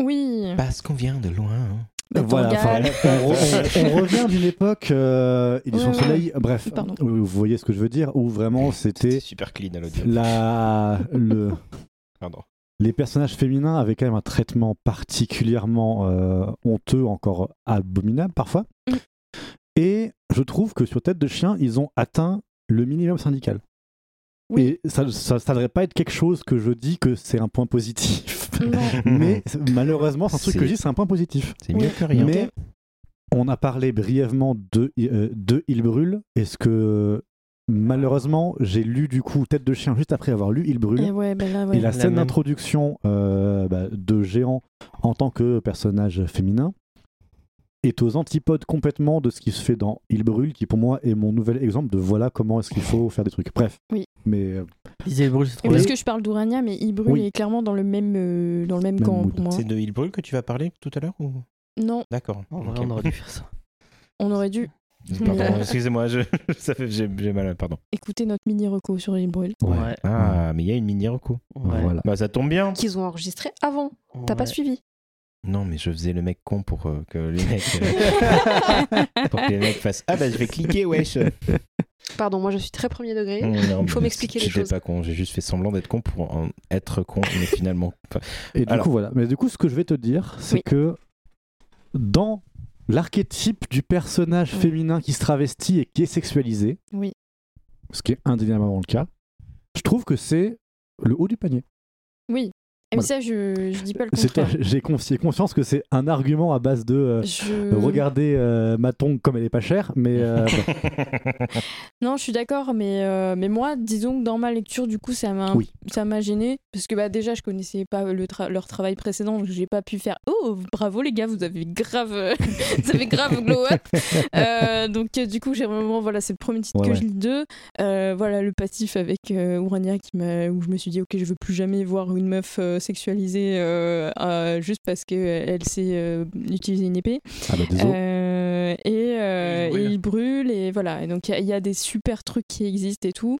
Speaker 6: Oui,
Speaker 4: Parce qu'on vient de loin. hein.
Speaker 6: Bah,
Speaker 2: Bah, voilà, enfin,
Speaker 6: Torgal.
Speaker 2: on, re- on- on revient d'une époque. Euh, il est
Speaker 6: Ouais,
Speaker 2: son
Speaker 6: ouais.
Speaker 2: soleil. Bref,
Speaker 6: Pardon.
Speaker 2: vous vous voyez ce que je veux dire Où vraiment
Speaker 4: C'était
Speaker 2: c'était
Speaker 4: super clean à l'audio.
Speaker 2: la, le,
Speaker 4: Pardon.
Speaker 2: les personnages féminins avaient quand même un traitement particulièrement euh, honteux, encore abominable parfois.
Speaker 6: Mm.
Speaker 2: Et je trouve que sur Tête de Chien, ils ont atteint le minimum syndical.
Speaker 6: Oui.
Speaker 2: Et ça ça- ça devrait pas être quelque chose que je dis que c'est un point positif.
Speaker 6: Non.
Speaker 2: Mais c'est- malheureusement, c'est un truc
Speaker 4: C'est-
Speaker 2: que je dis, c'est un point positif.
Speaker 4: C'est mieux que rien.
Speaker 2: Mais on a parlé brièvement de, euh, de Il brûle. Est-ce que malheureusement, j'ai lu du coup Tête de Chien juste après avoir lu Il brûle.
Speaker 6: Et ouais, bah là, ouais.
Speaker 2: Et la
Speaker 3: La
Speaker 2: scène
Speaker 3: même.
Speaker 2: d'introduction euh, bah, de Géant en tant que personnage féminin est aux antipodes complètement de ce qui se fait dans Il brûle, qui pour moi est mon nouvel exemple de voilà comment est-ce qu'il faut faire des trucs. Bref.
Speaker 6: Oui.
Speaker 2: Mais euh,
Speaker 3: Disait Brûle, c'est
Speaker 6: Et
Speaker 3: trop bien.
Speaker 6: parce que je parle d'Ourania, mais Ibrul
Speaker 2: Oui.
Speaker 6: est clairement dans le même, euh, dans le même,
Speaker 2: Même
Speaker 6: camp
Speaker 2: mood.
Speaker 6: pour moi.
Speaker 4: C'est de Hillbrûle que tu vas parler tout à l'heure ou...
Speaker 6: Non,
Speaker 4: D'accord.
Speaker 3: En vrai,
Speaker 4: Ok.
Speaker 3: Oh, on aurait dû faire ça.
Speaker 6: on aurait dû
Speaker 4: Pardon,
Speaker 6: Mais-
Speaker 4: excusez-moi, je... ça fait... j'ai j'ai mal, pardon.
Speaker 6: écouter notre mini reco sur Ibrul.
Speaker 2: Ouais.
Speaker 3: Ouais.
Speaker 4: Ah, mais il y a une mini reco.
Speaker 3: ouais,
Speaker 2: voilà.
Speaker 4: Bah, ça tombe bien.
Speaker 5: Qu'ils ont enregistré avant. T'as
Speaker 3: ouais.
Speaker 5: pas suivi.
Speaker 4: Non, mais je faisais le mec con pour euh, que les mecs, euh, pour que les mecs fassent. Ah bah je vais cliquer, wesh. Oh,
Speaker 5: Pardon, moi je suis très premier degré.
Speaker 4: Il
Speaker 5: faut m'expliquer les choses.
Speaker 4: pas con, j'ai juste fait semblant d'être con pour en être con, mais finalement. enfin,
Speaker 2: Et du
Speaker 4: Alors.
Speaker 2: coup, voilà. Mais du coup, ce que je vais te dire, c'est
Speaker 6: Oui.
Speaker 2: que dans l'archétype du personnage
Speaker 6: Oui.
Speaker 2: féminin qui se travestit et qui est sexualisé,
Speaker 6: Oui.
Speaker 2: ce qui est indéniablement le cas, je trouve que c'est le haut du panier.
Speaker 6: Oui, et mais ça, je, je dis pas le
Speaker 2: C'est toi,
Speaker 6: contraire.
Speaker 2: j'ai con- j'ai conscience que c'est un argument à base de euh,
Speaker 6: Je...
Speaker 2: regardez euh, ma tongue comme elle est pas chère, mais euh, bon,
Speaker 6: Non, je suis d'accord, mais, euh, mais moi, disons que dans ma lecture, du coup, ça m'a
Speaker 2: Oui.
Speaker 6: ça m'a gêné parce que bah, déjà, je connaissais pas le tra- leur travail précédent, donc j'ai pas pu faire oh bravo les gars, vous avez grave, euh, vous avez grave glow up. Euh, donc euh, du coup, j'ai vraiment voilà, c'est le premier titre
Speaker 2: Ouais,
Speaker 6: que
Speaker 2: ouais.
Speaker 6: je lis d'eux. Euh, voilà le passif avec euh, Ourania qui m'a où je me suis dit ok, je veux plus jamais voir une meuf euh, sexualisée euh, euh, juste parce que elle sait euh, utiliser une épée.
Speaker 2: ah bah, désolé.
Speaker 6: Euh, et, euh,
Speaker 3: Et
Speaker 6: et
Speaker 3: il
Speaker 6: il brûle et voilà. Et donc il y a- il y, a des super trucs qui existent et tout.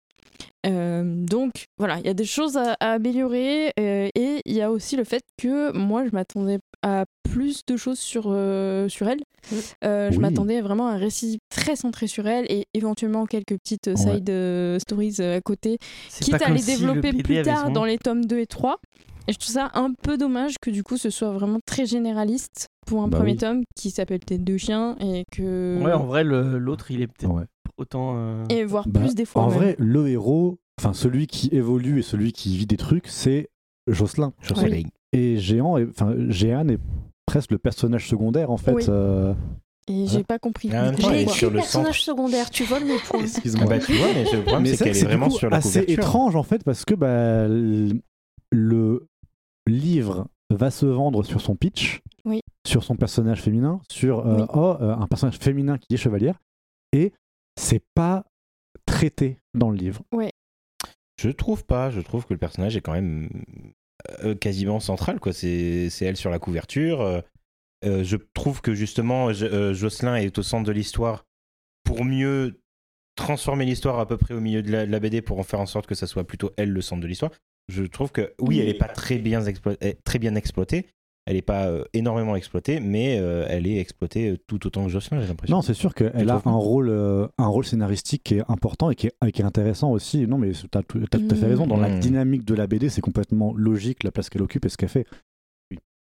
Speaker 6: Euh, donc voilà, il y a des choses à, à améliorer euh, et il y a aussi le fait que moi je m'attendais à plus de choses sur, euh, sur elle. Euh, je
Speaker 2: Oui.
Speaker 6: m'attendais vraiment à un récit très centré sur elle et éventuellement quelques petites euh,
Speaker 2: Ouais.
Speaker 6: side euh, stories euh, à côté,
Speaker 3: C'est
Speaker 6: quitte
Speaker 3: pas
Speaker 6: à
Speaker 3: comme
Speaker 6: les
Speaker 3: si le
Speaker 6: développer
Speaker 3: BD
Speaker 6: plus
Speaker 3: avait
Speaker 6: tard
Speaker 3: son
Speaker 6: dans
Speaker 3: nom.
Speaker 6: les tomes 2 et 3. Et je trouve ça un peu dommage que du coup ce soit vraiment très généraliste pour un
Speaker 2: Bah
Speaker 6: premier
Speaker 2: oui.
Speaker 6: tome qui s'appelle Tête de chien et que.
Speaker 3: Ouais, en vrai, le- l'autre, il est peut-être
Speaker 2: Ouais.
Speaker 3: autant. euh,
Speaker 6: Et voire
Speaker 2: Bah,
Speaker 6: plus des fois.
Speaker 2: En
Speaker 6: même.
Speaker 2: vrai, le héros, enfin celui qui évolue et celui qui vit des trucs, c'est Jocelyn.
Speaker 4: je
Speaker 6: Oui.
Speaker 4: sais les-
Speaker 2: Et Géant, est- enfin Géane est presque le personnage secondaire en fait.
Speaker 6: Oui.
Speaker 2: euh,
Speaker 6: Et j'ai pas compris.
Speaker 4: Ah,
Speaker 6: du coup,
Speaker 4: Ouais,
Speaker 5: J'ai
Speaker 6: pourquoi.
Speaker 4: mais
Speaker 5: écrit
Speaker 4: sur le
Speaker 5: personnage secondaire, tu voles mes points.
Speaker 4: Ah
Speaker 2: Excuse-moi.
Speaker 4: bah tu vois, mais le problème
Speaker 2: Mais c'est vrai que
Speaker 4: c'est qu'elle est
Speaker 2: c'est du
Speaker 4: vraiment
Speaker 2: coup
Speaker 4: sur la
Speaker 2: assez
Speaker 4: couverture.
Speaker 2: étrange en fait parce que bah, l- le livre va se vendre sur son pitch,
Speaker 6: Oui.
Speaker 2: sur son personnage féminin, sur euh,
Speaker 6: Oui.
Speaker 2: oh, euh, un personnage féminin qui est chevalière et c'est pas traité dans le livre.
Speaker 4: Je trouve pas, je trouve que le personnage est quand même euh, quasiment central, quoi. C'est c'est elle sur la couverture. euh, euh, je trouve que justement, je- euh, Jocelyn est au centre de l'histoire pour mieux transformer l'histoire à peu près au milieu de la, de la BD pour en faire en sorte que ça soit plutôt elle le centre de l'histoire. Je trouve que oui, elle est pas très bien, explo- eh, très bien exploitée, Elle n'est pas euh, énormément exploitée, mais euh, elle est exploitée tout autant que Jocelyn, j'ai l'impression.
Speaker 2: Non, c'est sûr
Speaker 4: Tu
Speaker 2: qu'elle a
Speaker 4: trouves
Speaker 2: un rôle, euh, un rôle scénaristique qui est important et qui est, et qui est intéressant aussi. Non, mais tu as tout t'as tout à fait raison. Dans la
Speaker 4: Mm.
Speaker 2: dynamique de la BD, c'est complètement logique la place qu'elle occupe et ce qu'elle fait.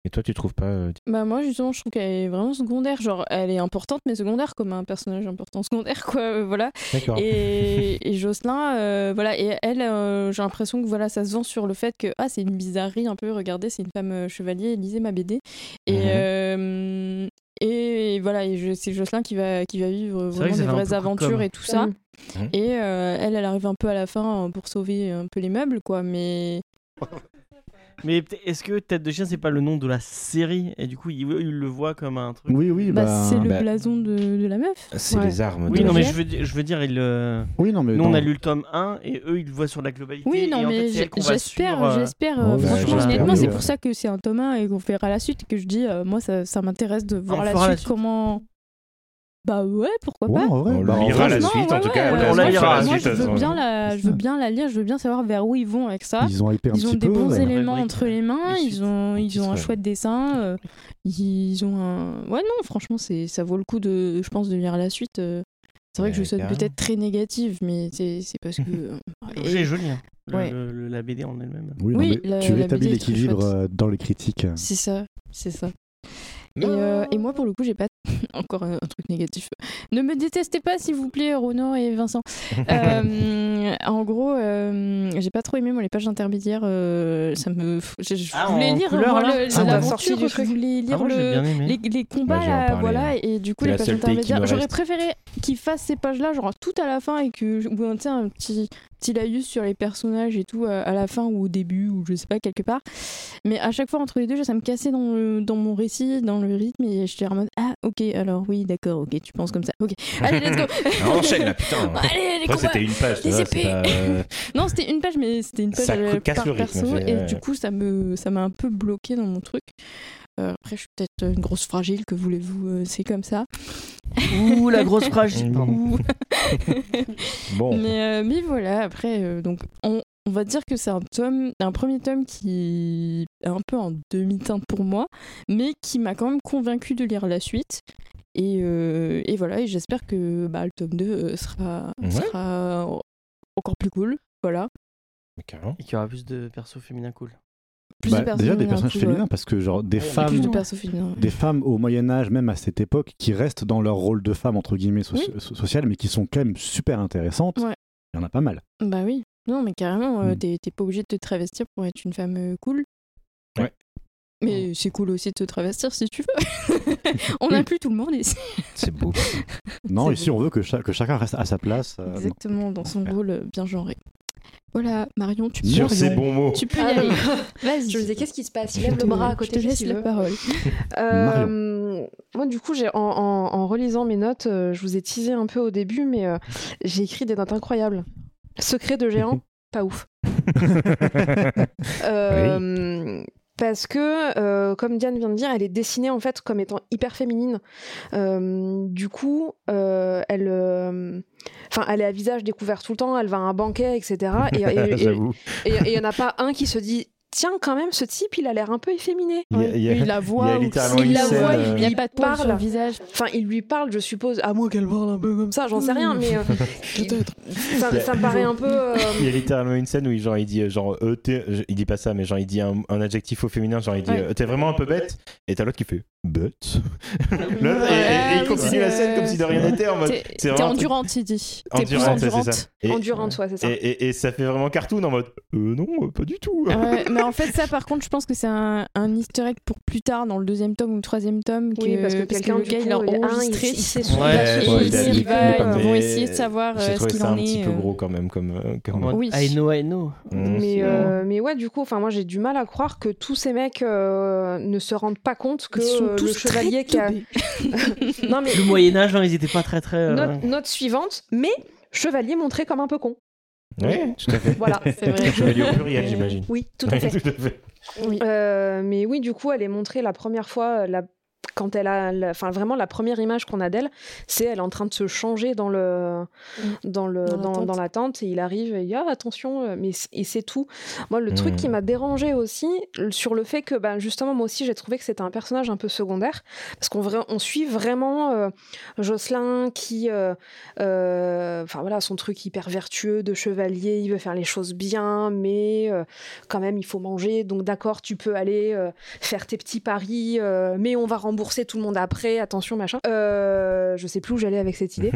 Speaker 4: Et toi, tu trouves pas euh,
Speaker 6: Bah moi justement je trouve qu'elle est vraiment secondaire, genre elle est importante mais secondaire comme un personnage important secondaire quoi, euh, voilà.
Speaker 4: D'accord.
Speaker 6: Et, et Jocelyn, euh, voilà, et elle euh, j'ai l'impression que voilà ça se vend sur le fait que ah c'est une bizarrerie un peu, regardez c'est une femme euh, chevalier, lisez ma BD. Et,
Speaker 4: Mhm.
Speaker 6: euh, et, voilà, et je- c'est Jocelyn qui va, qui va vivre
Speaker 3: C'est vrai que
Speaker 6: vraiment
Speaker 3: ça
Speaker 6: des
Speaker 3: fait un
Speaker 6: vraies
Speaker 3: peu comme-
Speaker 6: aventures et tout ça.
Speaker 5: Mm.
Speaker 6: Et euh, elle, elle arrive un peu à la fin euh, pour sauver un peu les meubles quoi, mais
Speaker 3: Mais peut- est-ce que Tête de Chien, c'est pas le nom de la série Et du coup, il, il le voit comme un truc.
Speaker 2: Oui, oui,
Speaker 6: bah,
Speaker 2: bah,
Speaker 6: c'est le
Speaker 4: bah-
Speaker 6: blason de, de la meuf.
Speaker 4: C'est
Speaker 6: Ouais.
Speaker 4: les armes.
Speaker 3: Oui,
Speaker 4: de
Speaker 3: non,
Speaker 4: la-
Speaker 3: mais je veux, di- je veux dire, il, euh,
Speaker 2: oui, non, mais
Speaker 3: nous on
Speaker 2: dans-
Speaker 3: a lu le tome 1 et eux ils le voient sur la globalité.
Speaker 6: Oui,
Speaker 3: et
Speaker 6: non,
Speaker 3: en fait,
Speaker 6: mais
Speaker 3: c'est
Speaker 6: j'-
Speaker 3: elle qu'on va
Speaker 6: j'espère,
Speaker 3: suivre, euh,
Speaker 6: j'espère.
Speaker 2: Ouais,
Speaker 6: euh,
Speaker 2: bah,
Speaker 6: franchement,
Speaker 4: j'espère,
Speaker 6: honnêtement,
Speaker 4: oui,
Speaker 6: c'est
Speaker 4: ouais.
Speaker 6: pour ça que c'est un tome 1 et qu'on verra la suite que je dis, euh, moi, ça, ça m'intéresse de voir
Speaker 3: on
Speaker 6: la
Speaker 3: fera
Speaker 6: suite,
Speaker 3: la suite.
Speaker 6: comment. Bah ouais, pourquoi
Speaker 2: Ouais,
Speaker 6: pas.
Speaker 2: en vrai,
Speaker 4: On
Speaker 2: bah, en
Speaker 4: lira
Speaker 2: vrai,
Speaker 4: la
Speaker 6: Franchement,
Speaker 4: suite, en
Speaker 6: ouais,
Speaker 4: tout cas.
Speaker 6: ouais,
Speaker 3: on la
Speaker 6: moi, je-
Speaker 3: lira, la
Speaker 6: Moi,
Speaker 3: suite,
Speaker 6: je
Speaker 3: de toute
Speaker 6: veux
Speaker 3: façon.
Speaker 6: bien la, je veux bien la lire, je veux bien savoir vers où ils vont avec ça.
Speaker 2: Ils ont hypé un
Speaker 6: Ils ont
Speaker 2: petit
Speaker 6: des
Speaker 2: peu.
Speaker 6: bons
Speaker 2: ouais.
Speaker 6: éléments
Speaker 3: Rubrique.
Speaker 6: entre les mains,
Speaker 3: Les
Speaker 6: ils
Speaker 3: suites.
Speaker 6: ont,
Speaker 4: Les
Speaker 6: ils ont un
Speaker 4: suites, ouais.
Speaker 6: chouette dessin, euh, ils ont un... Ouais non, franchement, c'est ça vaut le coup, de, je pense, de lire la suite. euh. C'est vrai que je
Speaker 4: Ouais,
Speaker 6: sonne
Speaker 4: carrément.
Speaker 6: peut-être très négative, mais c'est c'est parce que... euh,
Speaker 3: L'objet est joli, hein. Le-
Speaker 6: Ouais.
Speaker 3: le- le- la BD en elle-même.
Speaker 2: Oui, non,
Speaker 6: Oui,
Speaker 2: mais
Speaker 6: la-
Speaker 2: tu
Speaker 6: la
Speaker 2: rétablis
Speaker 6: BD est très
Speaker 2: l'équilibre
Speaker 6: chouette.
Speaker 2: euh, dans les critiques. euh.
Speaker 6: C'est ça, c'est ça. Et, euh, et moi, pour le coup, j'ai pas encore euh, un, un truc négatif. Ne me détestez pas, s'il vous plaît, Ronan et Vincent. Euh, en gros, euh, j'ai pas trop aimé moi les pages intermédiaires. euh, ça me, je, je
Speaker 3: Ah,
Speaker 6: voulais
Speaker 3: en
Speaker 6: lire
Speaker 3: couleur,
Speaker 6: moi,
Speaker 3: là bah,
Speaker 6: le-
Speaker 5: Ah,
Speaker 6: l'aventure,
Speaker 5: ouais. Sortie du
Speaker 6: je
Speaker 5: truc.
Speaker 6: voulais
Speaker 3: Ah,
Speaker 6: lire
Speaker 3: moi
Speaker 6: le-
Speaker 3: j'ai bien aimé.
Speaker 6: les, les combats
Speaker 4: Hmm. Ouais, je vais en
Speaker 6: là,
Speaker 4: parler,
Speaker 6: voilà,
Speaker 4: hein.
Speaker 6: et du coup
Speaker 4: C'est
Speaker 6: les
Speaker 4: la
Speaker 6: pages
Speaker 4: seule take qui
Speaker 6: intermédiaires.
Speaker 4: me
Speaker 6: J'aurais
Speaker 4: reste.
Speaker 6: préféré qu'ils fassent ces pages-là, genre tout à la fin et que ou un, tu sais, un petit petit laïus sur les personnages et tout euh, à, à la fin ou au début ou je sais pas quelque part. Mais à chaque fois entre les deux, ça me cassait dans le- dans mon récit, dans le rythme et j'étais en mode ah ok alors oui d'accord ok tu penses comme ça ok allez let's go
Speaker 4: Ah, enchaîne là, putain.
Speaker 6: allez les
Speaker 4: Après,
Speaker 6: combats
Speaker 4: c'était une page. tu
Speaker 6: Les
Speaker 4: vois, c'est
Speaker 6: épées.
Speaker 4: pas, euh,
Speaker 6: non, c'était une page, mais c'était une page
Speaker 4: Ça
Speaker 6: euh,
Speaker 4: casse
Speaker 6: par
Speaker 4: le rythme,
Speaker 6: perso,
Speaker 4: c'est-
Speaker 6: et
Speaker 4: ouais.
Speaker 6: du coup, ça me, ça m'a un peu bloqué dans mon truc. Euh, après, je suis peut-être une grosse fragile, que voulez-vous, euh, c'est comme ça.
Speaker 3: Ouh, la grosse fragile. Pardon.
Speaker 6: Ou-
Speaker 4: Bon.
Speaker 6: mais, euh, mais voilà, après, euh, donc, on, on va dire que c'est un tome, un premier tome qui est un peu en demi-teinte pour moi, mais qui m'a quand même convaincu de lire la suite. Et, euh, et voilà, et j'espère que bah, le tome 2 euh, sera,
Speaker 4: Ouais.
Speaker 6: sera encore plus cool. Voilà.
Speaker 4: Mais carrément.
Speaker 3: Et qu'il y aura plus de persos féminins cool.
Speaker 6: Plus
Speaker 2: Bah,
Speaker 6: de personnes
Speaker 2: déjà des
Speaker 6: d'un
Speaker 2: personnages
Speaker 6: coup,
Speaker 2: féminins, parce que genre des
Speaker 4: Ouais, mais
Speaker 6: ouais. Et
Speaker 2: femmes
Speaker 6: Plus de persos féminins.
Speaker 2: des femmes au Moyen Âge, même à cette époque, qui restent dans leur rôle de femme entre guillemets soci- so- sociale, mais qui sont quand même super intéressantes.
Speaker 6: Ouais.
Speaker 2: Il y en a pas mal.
Speaker 6: Bah oui. Non, mais carrément, euh,
Speaker 2: Mm.
Speaker 6: t'es t'es pas obligé de te travestir pour être une femme euh, cool.
Speaker 4: Ouais.
Speaker 2: Hmm.
Speaker 6: Mais c'est cool aussi de te travestir si tu veux. On
Speaker 2: Oui.
Speaker 6: inclut tout le monde ici.
Speaker 4: C'est beau.
Speaker 2: Non,
Speaker 6: C'est
Speaker 2: ici on veut que, cha- que chacun reste à sa place. euh, non.
Speaker 6: Exactement, dans son
Speaker 2: Ouais.
Speaker 6: rôle euh, bien genré. Voilà, Marion, tu peux,
Speaker 2: Sur
Speaker 4: Sur
Speaker 2: ces
Speaker 4: ces bons mots.
Speaker 6: tu peux y
Speaker 5: Ah,
Speaker 6: aller.
Speaker 5: non.
Speaker 6: Vas-y.
Speaker 5: Je me disais, qu'est-ce qui se passe Il
Speaker 6: Je
Speaker 5: lève
Speaker 6: te-
Speaker 5: le bras à côté
Speaker 6: Je te
Speaker 5: qu'est-ce
Speaker 6: laisse
Speaker 5: qu'il
Speaker 6: la
Speaker 5: veut
Speaker 6: parole.
Speaker 5: Euh, moi, du coup, j'ai en, en- en relisant mes notes, euh, je vous ai teasé un peu au début, mais euh, j'ai écrit des notes incroyables. Secret de géant, pas ouf. Euh, Parce que, euh, comme Diane vient de dire, elle est dessinée en fait comme étant hyper féminine. Euh, du coup, euh, elle, euh, enfin, elle est à visage découvert tout le temps. Elle va à un banquet, etc. Et- et- et-
Speaker 4: J'avoue.
Speaker 5: et il n'y en a pas un qui se dit Tiens, quand même, ce type, il a l'air un peu efféminé.
Speaker 4: Il y a- il y a-
Speaker 6: Oui, la
Speaker 4: il y
Speaker 6: voix,
Speaker 4: a
Speaker 6: aussi.
Speaker 4: littéralement
Speaker 5: une
Speaker 6: la
Speaker 5: scène,
Speaker 6: voix,
Speaker 5: euh,
Speaker 6: il n'y a pas de poils sur le
Speaker 5: parle.
Speaker 6: visage.
Speaker 5: Enfin, il lui parle, je suppose, à moins qu'elle parle un peu comme ça, j'en sais rien, mais euh, ça, ça me paraît un peu. euh,
Speaker 4: Il y a littéralement une scène où il- genre, il dit euh, genre euh, t'es- je- il dit pas ça mais genre il dit un, un adjectif au féminin genre il dit
Speaker 6: Ouais.
Speaker 4: euh, t'es vraiment un peu bête et t'as l'autre qui fait bête L'autre, et,
Speaker 6: Ouais,
Speaker 4: et- et il
Speaker 6: oui,
Speaker 4: continue la
Speaker 6: c'est-
Speaker 4: scène comme si de rien n'était en mode
Speaker 6: T'es
Speaker 4: c'est
Speaker 6: t'es
Speaker 4: vraiment un truc-
Speaker 6: endurante, il dit. T'es plus
Speaker 4: Endurance, ouais, c'est
Speaker 6: endurante. hein.
Speaker 4: ça. Et-
Speaker 5: Endurante, ouais, c'est ça.
Speaker 4: et, et- et ça fait vraiment cartoon en mode euh, non euh, pas du tout
Speaker 6: Ah Ouais, mais en fait, ça, par contre, je pense que c'est un, un easter egg pour plus tard, dans le deuxième tome ou le troisième tome.
Speaker 5: Oui, parce que quelqu'un,
Speaker 6: le
Speaker 5: du
Speaker 6: gars,
Speaker 5: coup,
Speaker 6: il a
Speaker 5: il est- ah,
Speaker 6: enregistré.
Speaker 5: il- il sait
Speaker 6: et
Speaker 5: son-
Speaker 4: Ouais,
Speaker 6: il-
Speaker 4: ouais,
Speaker 6: il
Speaker 4: il a
Speaker 6: y
Speaker 4: dit-
Speaker 6: va,
Speaker 4: il a
Speaker 6: ils
Speaker 4: dit-
Speaker 6: vont
Speaker 4: mais-
Speaker 6: essayer de savoir euh,
Speaker 4: j'ai
Speaker 6: ce
Speaker 4: trouvé
Speaker 6: qu'il
Speaker 4: ça un
Speaker 6: en
Speaker 4: petit
Speaker 6: est.
Speaker 4: peu
Speaker 6: euh.
Speaker 4: gros quand même comme, euh, comme-
Speaker 3: Bon,
Speaker 6: Oui.
Speaker 3: I know, I know.
Speaker 4: Mmh,
Speaker 5: Mais,
Speaker 4: c'est-
Speaker 5: euh, mais ouais, du coup, enfin, moi j'ai du mal à croire que tous ces mecs euh, ne se rendent pas compte que
Speaker 6: Ils sont
Speaker 5: euh, le
Speaker 6: tous très
Speaker 5: chevalier qui a.
Speaker 6: teubés.
Speaker 5: Non, mais
Speaker 3: Le Moyen-Âge, ils étaient pas très très. euh,
Speaker 5: note, note suivante, mais chevalier montré comme un peu con.
Speaker 4: ouais tout à fait
Speaker 5: Voilà.
Speaker 6: C'est vrai.
Speaker 4: chevalier au pluriel j'imagine
Speaker 5: Oui, tout à fait.
Speaker 4: tout à fait
Speaker 6: Oui.
Speaker 5: Euh, mais oui, du coup, elle est montrée la première fois, euh, la- quand elle a, la- enfin vraiment la première image qu'on a d'elle, c'est elle en train de se changer dans le, dans le,
Speaker 6: Mm. Dans la
Speaker 5: dans,
Speaker 6: tente.
Speaker 5: dans la tente. Et il arrive et il dit ah, attention, euh, mais c- et c'est tout. Moi, le
Speaker 4: Mm.
Speaker 5: truc qui m'a dérangé aussi l- sur le fait que, ben justement, moi aussi, j'ai trouvé que c'était un personnage un peu secondaire parce qu'on vra- on suit vraiment euh, Jocelyn qui, euh, euh, enfin voilà, son truc hyper vertueux de chevalier, il veut faire les choses bien, mais euh, quand même, il faut manger. Donc d'accord, tu peux aller euh, faire tes petits paris, euh, mais on va rembourser tout le monde après. Attention, machin. Euh, je sais plus où j'allais avec cette idée.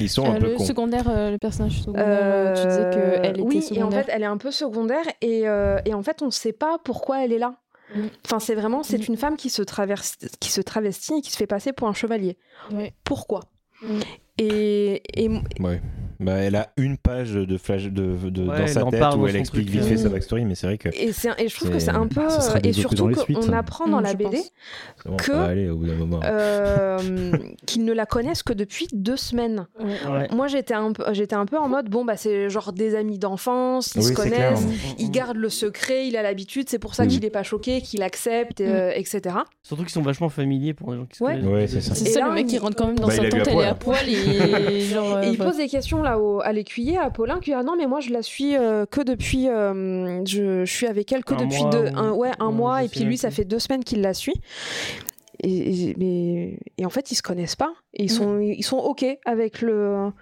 Speaker 4: Ils sont un
Speaker 6: Euh,
Speaker 4: peu
Speaker 6: le
Speaker 4: cons.
Speaker 6: secondaire, euh, le personnage secondaire,
Speaker 5: Euh,
Speaker 6: euh, tu disais qu'elle était
Speaker 5: oui,
Speaker 6: secondaire.
Speaker 5: et en fait, elle est un peu secondaire et, euh, et en fait, on ne sait pas pourquoi elle est là.
Speaker 6: Mm.
Speaker 5: Enfin, c'est vraiment, c'est
Speaker 6: Mm.
Speaker 5: une femme qui se, traverse, qui se travestit et qui se fait passer pour un chevalier.
Speaker 6: Ouais.
Speaker 5: Pourquoi
Speaker 6: Mm.
Speaker 5: et, et m-
Speaker 4: Ouais. Bah, elle a une page de flash de, de-
Speaker 3: Ouais,
Speaker 4: dans
Speaker 3: elle
Speaker 4: sa
Speaker 3: en
Speaker 4: tête
Speaker 3: parle
Speaker 4: où
Speaker 3: dans
Speaker 4: elle
Speaker 3: son
Speaker 4: explique
Speaker 3: truc,
Speaker 4: vite
Speaker 6: euh.
Speaker 4: fait sa backstory, mais c'est vrai que
Speaker 5: et, c'est un- et je trouve que
Speaker 4: C'est-
Speaker 5: c'est un peu.
Speaker 2: Ah, ce sera
Speaker 5: et
Speaker 2: développé dans
Speaker 5: surtout
Speaker 2: les
Speaker 5: qu'on
Speaker 2: suites.
Speaker 5: apprend dans
Speaker 6: Mm,
Speaker 5: la
Speaker 6: je
Speaker 5: BD
Speaker 6: pense.
Speaker 4: bon,
Speaker 5: que-
Speaker 4: ça va aller au bout d'un moment.
Speaker 5: euh, qu'ils ne la connaissent que depuis deux semaines.
Speaker 6: Ouais.
Speaker 3: Ouais.
Speaker 5: Moi, j'étais un, peu- j'étais un peu en mode bon, bah, c'est genre des amis d'enfance, ils
Speaker 4: Oui, c'est
Speaker 5: se
Speaker 4: clair.
Speaker 5: connaissent, il garde le secret, il a l'habitude, c'est pour ça
Speaker 4: Mm.
Speaker 5: qu'il n'est pas choqué, qu'il accepte,
Speaker 6: Mm.
Speaker 5: euh, etc.
Speaker 3: Surtout qu'ils sont vachement familiers pour les gens qui se
Speaker 5: Ouais.
Speaker 3: connaissent.
Speaker 4: Ouais, c'est ça.
Speaker 6: C'est
Speaker 5: Et
Speaker 6: ça,
Speaker 5: là,
Speaker 6: le mec,
Speaker 5: il-
Speaker 6: il rentre quand même dans
Speaker 4: Bah, il
Speaker 6: sa
Speaker 4: a vu
Speaker 6: tente,
Speaker 4: à
Speaker 6: elle est à
Speaker 4: poil,
Speaker 6: poil, et genre...
Speaker 5: Et
Speaker 6: euh,
Speaker 5: il
Speaker 6: bref.
Speaker 5: pose des questions là au- à l'écuyer, à Paulin, qui dit ah non mais moi je la suis euh, que depuis, euh, je, je suis avec elle que
Speaker 3: Un
Speaker 5: depuis
Speaker 3: mois
Speaker 5: deux,
Speaker 3: ou-
Speaker 5: un, ouais, un
Speaker 3: ouais,
Speaker 5: mois,
Speaker 3: je
Speaker 5: et
Speaker 3: sais
Speaker 5: puis
Speaker 3: même
Speaker 5: lui ça
Speaker 3: plus.
Speaker 5: fait deux semaines qu'il la suit. Et, et- mais, et en fait ils se connaissent pas, et ils sont, ils sont ok avec le.
Speaker 6: Mm.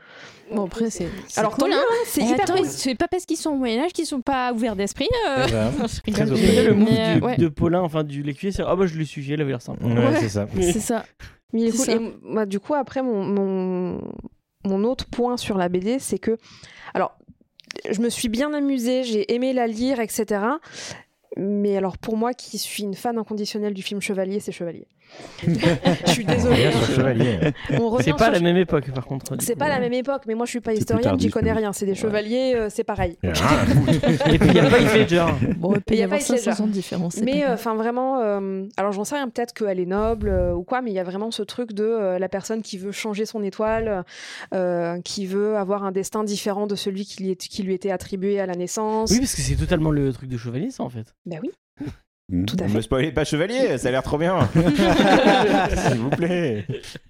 Speaker 6: Bon, après, c'est... c'est
Speaker 5: Alors
Speaker 6: cool,
Speaker 5: tant
Speaker 6: hein.
Speaker 5: mieux, hein, c'est
Speaker 6: Et
Speaker 5: hyper
Speaker 6: attends,
Speaker 5: cool.
Speaker 6: c'est pas parce qu'ils sont au Moyen-Âge qu'ils sont pas ouverts d'esprit. euh.
Speaker 4: Voilà.
Speaker 6: Je
Speaker 4: Très
Speaker 6: rigole.
Speaker 4: open.
Speaker 3: Déjà, euh, le move
Speaker 6: Mais, euh,
Speaker 3: du-
Speaker 6: ouais.
Speaker 3: de Paulin, enfin du l'écuyer, c'est Ah bah je l'ai suivi, elle avait l'air sympa.
Speaker 4: Ouais, c'est ça.
Speaker 6: C'est ça.
Speaker 5: Mais il est
Speaker 6: C'est
Speaker 5: cool.
Speaker 6: ça.
Speaker 5: Et m- moi, du coup, après, mon, mon, mon autre point sur la BD, c'est que. Alors, je me suis bien amusée, j'ai aimé la lire, etc. Mais alors, pour moi, qui suis une fan inconditionnelle du film Chevalier, c'est Chevalier. je suis désolée.
Speaker 4: Regarde sur Chevalier.
Speaker 5: On revient
Speaker 3: C'est pas
Speaker 5: sur-
Speaker 3: la même époque par contre. du
Speaker 5: C'est
Speaker 3: coup.
Speaker 5: pas la même époque, mais moi, je suis pas
Speaker 2: plus
Speaker 5: historienne, j'y
Speaker 2: tardif,
Speaker 5: connais
Speaker 2: oui.
Speaker 5: rien. C'est des chevaliers, euh, c'est pareil.
Speaker 4: Il y a rien à foutre.
Speaker 3: Et puis il y a pas Ledger.
Speaker 6: Bon, il peut
Speaker 5: Il y
Speaker 6: y
Speaker 5: a pas
Speaker 6: avoir
Speaker 5: les sièges,
Speaker 6: 500 ans de différence. c'est
Speaker 5: Mais euh,
Speaker 6: pas-
Speaker 5: enfin vraiment, euh, alors j'en sais rien, peut-être qu'elle est noble euh, ou quoi, mais il y a vraiment ce truc de euh, la personne qui veut changer son étoile, euh, qui veut avoir un destin différent de celui qui lui, est- qui lui était attribué à la naissance.
Speaker 3: Oui, parce que c'est totalement le truc de chevalier ça en fait.
Speaker 5: Ben oui,
Speaker 2: Hmm.
Speaker 5: tout à
Speaker 4: Ne me
Speaker 5: fait.
Speaker 4: spoilez pas Chevalier, ça a l'air trop bien. S'il vous plaît.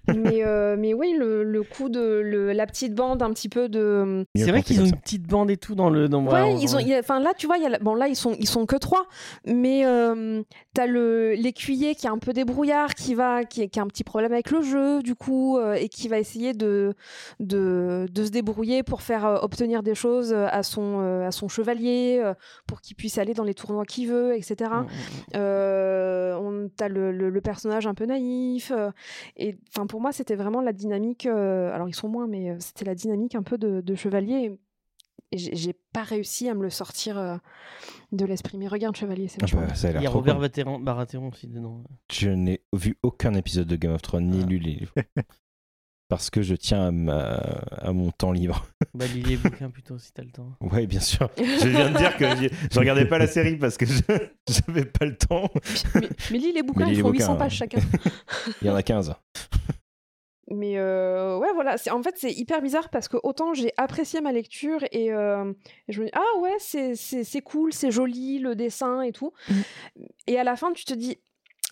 Speaker 5: mais, euh, mais oui, le, le coup de le- la petite bande un petit peu de...
Speaker 3: C'est vrai qu'ils ont une petite bande et tout dans le. Dans...
Speaker 5: Ouais, ils ont, il y a- enfin là tu vois, il y a la- bon là ils sont, ils sont que trois, mais euh, t'as le l'écuyer qui est un peu débrouillard, qui va, qui, qui a un petit problème avec le jeu du coup euh, et qui va essayer de, de de se débrouiller pour faire euh, obtenir des choses euh, à son euh, à son chevalier euh, pour qu'il puisse aller dans les tournois qu'il veut, etc. Euh, on- t'as le, le- le personnage un peu naïf. euh, et enfin, pour moi, c'était vraiment la dynamique. euh, alors, ils sont moins, mais euh, c'était la dynamique un peu de, de chevalier. Et j'ai j'ai pas réussi à me le sortir euh, de l'esprit. Mais regarde, chevalier, c'est vachement bien.
Speaker 4: ça a
Speaker 3: Il
Speaker 4: l'air
Speaker 3: y a
Speaker 4: trop
Speaker 3: Robert
Speaker 4: cool.
Speaker 3: Baratheon Baratheon aussi dedans.
Speaker 4: Je n'ai vu aucun épisode de Game of Thrones ni
Speaker 3: Ah.
Speaker 4: lu les livres. Parce que je tiens à, ma- à mon temps libre.
Speaker 3: Bah lis les bouquins plutôt si t'as le temps.
Speaker 4: Ouais, bien sûr. Je viens de dire que j'y- je regardais pas la série parce que je n'avais pas le temps.
Speaker 5: mais, mais lis les bouquins,
Speaker 4: lis
Speaker 5: ils
Speaker 4: les
Speaker 5: font
Speaker 4: bouquins,
Speaker 5: 800
Speaker 4: hein.
Speaker 5: pages chacun.
Speaker 4: Il y en a 15.
Speaker 5: Mais euh, ouais, voilà. c'est- En fait, c'est hyper bizarre parce que autant j'ai apprécié ma lecture et euh, et je me dis, ah ouais, c'est- c'est c'est cool, c'est joli, le dessin et tout.
Speaker 4: Mmh.
Speaker 6: Mhm.
Speaker 5: Et à la fin, tu te dis,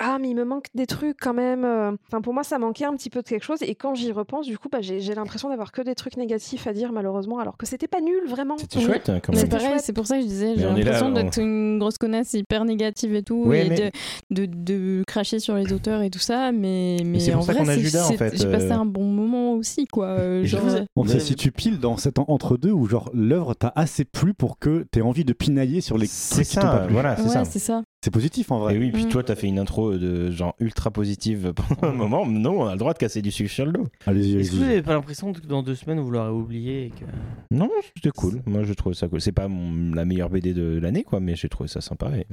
Speaker 5: ah, mais il me manque des trucs quand même. euh. Enfin, pour moi, ça manquait un petit peu de quelque chose. Et quand j'y repense, du coup, bah, j'ai j'ai l'impression d'avoir que des trucs négatifs à dire, malheureusement, alors que c'était pas nul, vraiment.
Speaker 4: C'était chouette hein, quand
Speaker 6: Mais
Speaker 4: même.
Speaker 5: C'était
Speaker 6: pareil,
Speaker 5: chouette.
Speaker 6: c'est pour ça que je disais,
Speaker 4: Mais
Speaker 6: j'ai
Speaker 4: on est là,
Speaker 6: l'impression
Speaker 4: on-
Speaker 6: d'être une grosse connasse hyper négative et tout,
Speaker 4: Ouais,
Speaker 6: et
Speaker 4: mais-
Speaker 6: de, de, de cracher sur les auteurs et tout ça, mais, mais,
Speaker 4: c'est pour
Speaker 6: en
Speaker 4: ça
Speaker 6: vrai,
Speaker 4: qu'on a
Speaker 6: c'est-
Speaker 4: Judas, en
Speaker 6: c'est-
Speaker 4: fait,
Speaker 6: j'ai passé
Speaker 4: euh.
Speaker 6: un bon moment aussi, quoi. euh,
Speaker 4: Et je
Speaker 6: genre,
Speaker 4: vous ai-
Speaker 6: euh,
Speaker 2: On se
Speaker 3: Ouais.
Speaker 2: situe pile dans cet en- entre-deux où genre l'œuvre t'a assez plu pour que t'aies envie de pinailler sur les
Speaker 4: C'est
Speaker 2: trucs qui t'ont pas
Speaker 4: ça,
Speaker 2: plu.
Speaker 4: voilà, Ah, c'est ça.
Speaker 6: ouais, c'est ça.
Speaker 2: C'est positif en vrai.
Speaker 4: Et oui, puis
Speaker 6: Mm.
Speaker 4: toi, t'as fait une intro de genre ultra positive pendant un moment. Non, on a le droit de casser du sucre sur le dos.
Speaker 2: Allez-y,
Speaker 3: Est-ce que vous
Speaker 2: allez-y.
Speaker 3: avez pas l'impression que dans deux semaines vous l'aurez oublié et que...
Speaker 4: Non, c'était cool. Moi, je trouve ça cool. C'est pas mon- la meilleure BD de l'année, quoi, mais j'ai trouvé ça sympa. Et,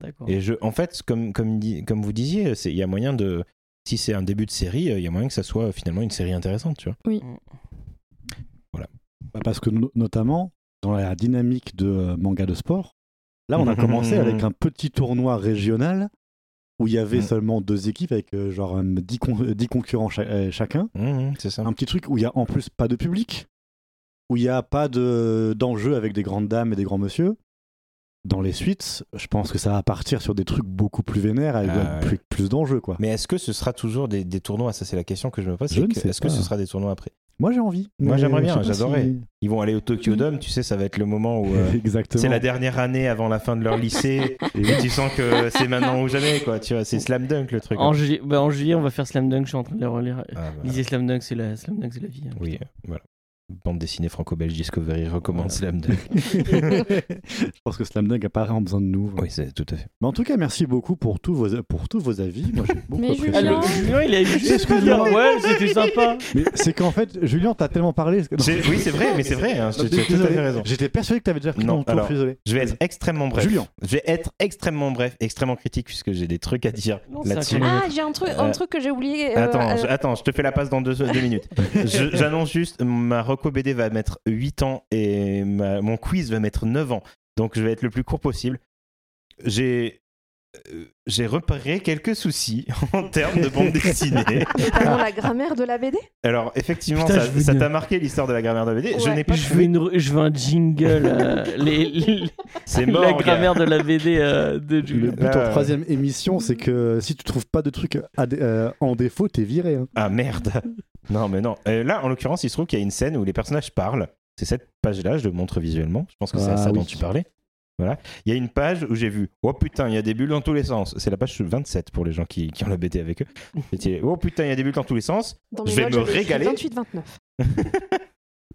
Speaker 3: D'accord.
Speaker 4: et je, en fait, comme, comme, di- comme vous disiez, c'est- il y a moyen de. Si c'est un début de série, euh, il y a moyen que ça soit euh, finalement une série intéressante, tu vois.
Speaker 2: Bah, Parce que no- notamment dans la dynamique de euh, manga de sport, là
Speaker 4: Mhm,
Speaker 2: on a commencé avec un petit tournoi régional où il y avait
Speaker 4: Mm.
Speaker 2: seulement deux équipes avec euh, genre euh, 10, con- euh, 10 concurrents cha- euh, chacun.
Speaker 4: Mhm, c'est ça.
Speaker 2: Un petit truc où il y a en plus pas de public, où il n'y a pas de- d'enjeu avec des grandes dames et des grands messieurs. Dans les suites, je pense que ça va partir sur des trucs beaucoup plus vénères avec
Speaker 4: Ah,
Speaker 2: plus, plus d'enjeux, quoi.
Speaker 4: Mais est-ce que ce sera toujours des, des tournois Ça, c'est la question que je me pose.
Speaker 2: Je
Speaker 4: c'est
Speaker 2: ne
Speaker 4: que-
Speaker 2: sais
Speaker 4: Est-ce que
Speaker 2: pas.
Speaker 4: ce sera des tournois après
Speaker 2: Moi, j'ai envie.
Speaker 4: Moi,
Speaker 2: mais
Speaker 4: j'aimerais
Speaker 2: je
Speaker 4: bien,
Speaker 2: sais pas
Speaker 4: j'adorerais.
Speaker 2: si-
Speaker 4: Ils vont aller au Tokyo Dome, tu sais, ça va être le moment où. euh,
Speaker 2: Exactement.
Speaker 4: C'est la dernière année avant la fin de leur lycée
Speaker 2: Et oui.
Speaker 4: et tu sens que c'est maintenant ou jamais quoi, tu vois, c'est slam dunk le truc.
Speaker 3: En, juillet- bah, en juillet, on va faire Slam Dunk. Je suis en train de les relire.
Speaker 4: Ah, voilà.
Speaker 3: Lisez Slam Dunk, c'est la, Slam Dunk, c'est la vie. hein.
Speaker 4: Oui, euh, voilà. Bande dessinée franco-belge Discovery recommande slam dunk.
Speaker 2: je pense que Slam Dunk apparaît en besoin de nous.
Speaker 4: Oui, c'est tout à fait.
Speaker 2: Mais en tout cas, merci beaucoup pour tous vos, pour tous vos avis. Moi, j'ai beaucoup
Speaker 6: Mais
Speaker 2: apprécié.
Speaker 3: Ah, le-
Speaker 6: Julien
Speaker 3: Julien, il a eu juste à dire
Speaker 2: Excuse-moi.
Speaker 3: ouais, c'était sympa.
Speaker 2: Mais c'est qu'en fait, Julien, t'as tellement parlé. que- Non,
Speaker 4: C'est- Oui, c'est vrai, mais c'est vrai, hein, tu tu as tout à
Speaker 2: désolé.
Speaker 4: fait raison.
Speaker 2: J'étais persuadé que t'avais déjà pris
Speaker 4: Non,
Speaker 2: ton tour,
Speaker 4: alors,
Speaker 2: je suis désolé.
Speaker 4: Je vais être extrêmement bref.
Speaker 2: Julien.
Speaker 4: Je vais être extrêmement bref, extrêmement critique puisque j'ai des trucs à dire
Speaker 3: Non, c'est
Speaker 4: là-dessus.
Speaker 3: incroyable.
Speaker 5: Ah, j'ai un truc, un
Speaker 4: Euh,
Speaker 5: truc que j'ai oublié. euh,
Speaker 4: Attends,
Speaker 5: euh,
Speaker 4: je, attends, je te fais la passe dans deux, deux minutes. Je- J'annonce juste, ma reco BD va mettre 8 ans et ma- mon quiz va mettre 9 ans. Donc je vais être le plus court possible. J'ai euh, j'ai repéré quelques soucis en termes de bande dessinée.
Speaker 5: notamment la grammaire de la BD.
Speaker 4: Alors effectivement,
Speaker 3: Putain,
Speaker 4: ça-
Speaker 3: je veux
Speaker 4: ça
Speaker 3: dire.
Speaker 4: t'a marqué l'histoire de la grammaire de la BD. Je
Speaker 5: Ouais.
Speaker 4: n'ai pas
Speaker 3: Je veux,
Speaker 4: trouvé.
Speaker 3: une ru- je veux un jingle. euh, les- les-
Speaker 4: C'est mort.
Speaker 3: la
Speaker 4: gars.
Speaker 3: grammaire de la BD euh, de
Speaker 2: Le
Speaker 3: Julien.
Speaker 2: but en
Speaker 4: Là,
Speaker 2: troisième émission, c'est que si tu trouves pas de truc à dé- euh, en défaut, t'es viré. hein.
Speaker 4: Ah merde Non mais non. Euh, là en l'occurrence il se trouve qu'il y a une scène où les personnages parlent. C'est cette page-là, je le montre visuellement. Je pense que c'est à
Speaker 2: Ah
Speaker 4: ça dont
Speaker 2: oui.
Speaker 4: tu parlais. Voilà. Il y a une page où j'ai vu Oh putain, il y a des bulles dans tous les sens. C'est la page 27 pour les gens qui, qui ont la BT avec eux. C'était, Oh putain, il y a des bulles dans tous les sens.
Speaker 5: Dans
Speaker 4: Je
Speaker 5: mes
Speaker 4: vais
Speaker 5: notes,
Speaker 4: me
Speaker 5: j'avais écrit
Speaker 4: régaler.
Speaker 5: 28-29.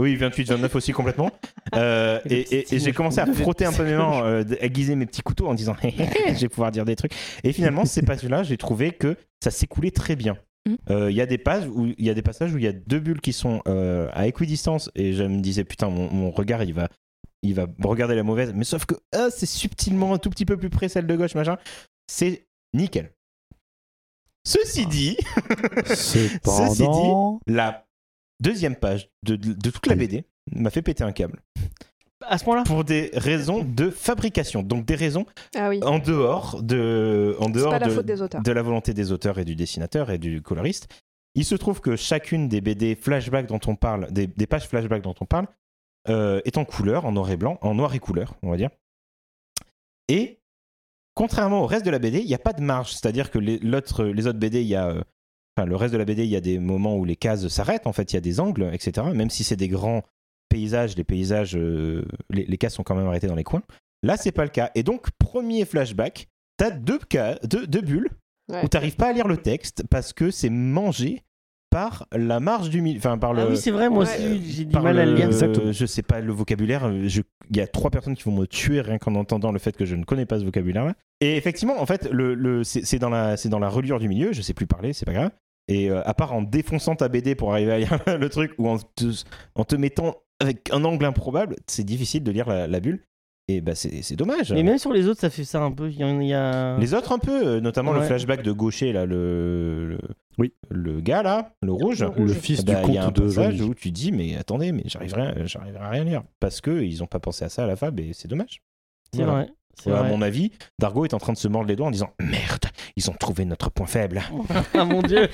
Speaker 4: Oui, 28, 29 aussi complètement. Euh, et et- et j'ai commencé à frotter un peu mes mains, euh, d- à guiser mes petits couteaux en disant Hé, hé, hé, je vais pouvoir dire des trucs. Et finalement, ces pages-là, j'ai trouvé que ça s'écoulait très bien.
Speaker 6: Mm.
Speaker 4: Euh, Il y a des pages où il y a des passages où il y a deux bulles qui sont euh, à équidistance et je me disais putain mon, mon regard il va il va regarder la mauvaise mais sauf que ah, c'est subtilement un tout petit peu plus près celle de gauche machin c'est nickel. Ceci dit
Speaker 2: Cependant,
Speaker 4: la deuxième page de, de- de toute la BD m'a fait péter un câble
Speaker 3: À ce point-là
Speaker 4: pour des raisons de fabrication donc des raisons
Speaker 5: Ah oui.
Speaker 4: en dehors de en
Speaker 5: C'est
Speaker 4: dehors
Speaker 5: pas la
Speaker 4: de,
Speaker 5: faute des auteurs.
Speaker 4: de la volonté des auteurs et du dessinateur et du coloriste. Il se trouve que chacune des BD flashback dont on parle, des, des pages flashback dont on parle, euh, est en couleur, en noir et blanc, en noir et couleur, on va dire. Et contrairement au reste de la BD, il n'y a pas de marge, c'est-à-dire que les, l'autre- les autres BD, il y a, euh, enfin, le reste de la BD, il y a des moments où les cases s'arrêtent, en fait, il y a des angles, etc. Même si c'est des grands paysages, les paysages, euh, les, les cases sont quand même arrêtées dans les coins. Là, c'est pas le cas. Et donc, premier flashback, t'as deux, cas, deux, deux bulles
Speaker 5: Ouais.
Speaker 4: où t'arrives pas à lire le texte parce que c'est mangé par la marge du milieu. Enfin, par le.
Speaker 3: Ah oui, c'est vrai, moi
Speaker 5: Ouais.
Speaker 3: aussi, j'ai du
Speaker 4: par
Speaker 3: mal à
Speaker 4: le-
Speaker 3: le lire.
Speaker 2: Exactement.
Speaker 4: Je sais pas le vocabulaire. je- Il y a trois personnes qui vont me tuer rien qu'en entendant le fait que je ne connais pas ce vocabulaire-là. Et effectivement, en fait, le, le- c'est c'est dans la c'est dans la reliure du milieu. Je sais plus parler, c'est pas grave. Et euh, à part en défonçant ta BD pour arriver à lire le truc ou en te, en te mettant avec un angle improbable, c'est difficile de lire la, la bulle. Et bah c'est c'est dommage.
Speaker 3: Mais même sur les autres, ça fait ça un peu. Il y en il y a.
Speaker 4: Les autres un peu, euh, notamment le
Speaker 3: Ah. Ouais.
Speaker 4: flashback de gaucher là, le, le
Speaker 2: Oui.
Speaker 4: le gars là, le rouge.
Speaker 5: Le
Speaker 2: le
Speaker 5: rouge.
Speaker 2: fils
Speaker 4: Bah,
Speaker 2: du
Speaker 4: il y a un
Speaker 2: comte de
Speaker 4: passage
Speaker 2: Johnny.
Speaker 4: où tu dis mais attendez mais j'arrive rien, j'arriverai à rien lire parce que ils ont pas pensé à ça à la fab et c'est dommage.
Speaker 3: C'est
Speaker 4: Voilà.
Speaker 3: vrai. C'est
Speaker 4: Ouais, à
Speaker 3: vrai.
Speaker 4: mon avis, Dargo est en train de se mordre les doigts en disant merde, ils ont trouvé notre point faible.
Speaker 3: Ah mon dieu.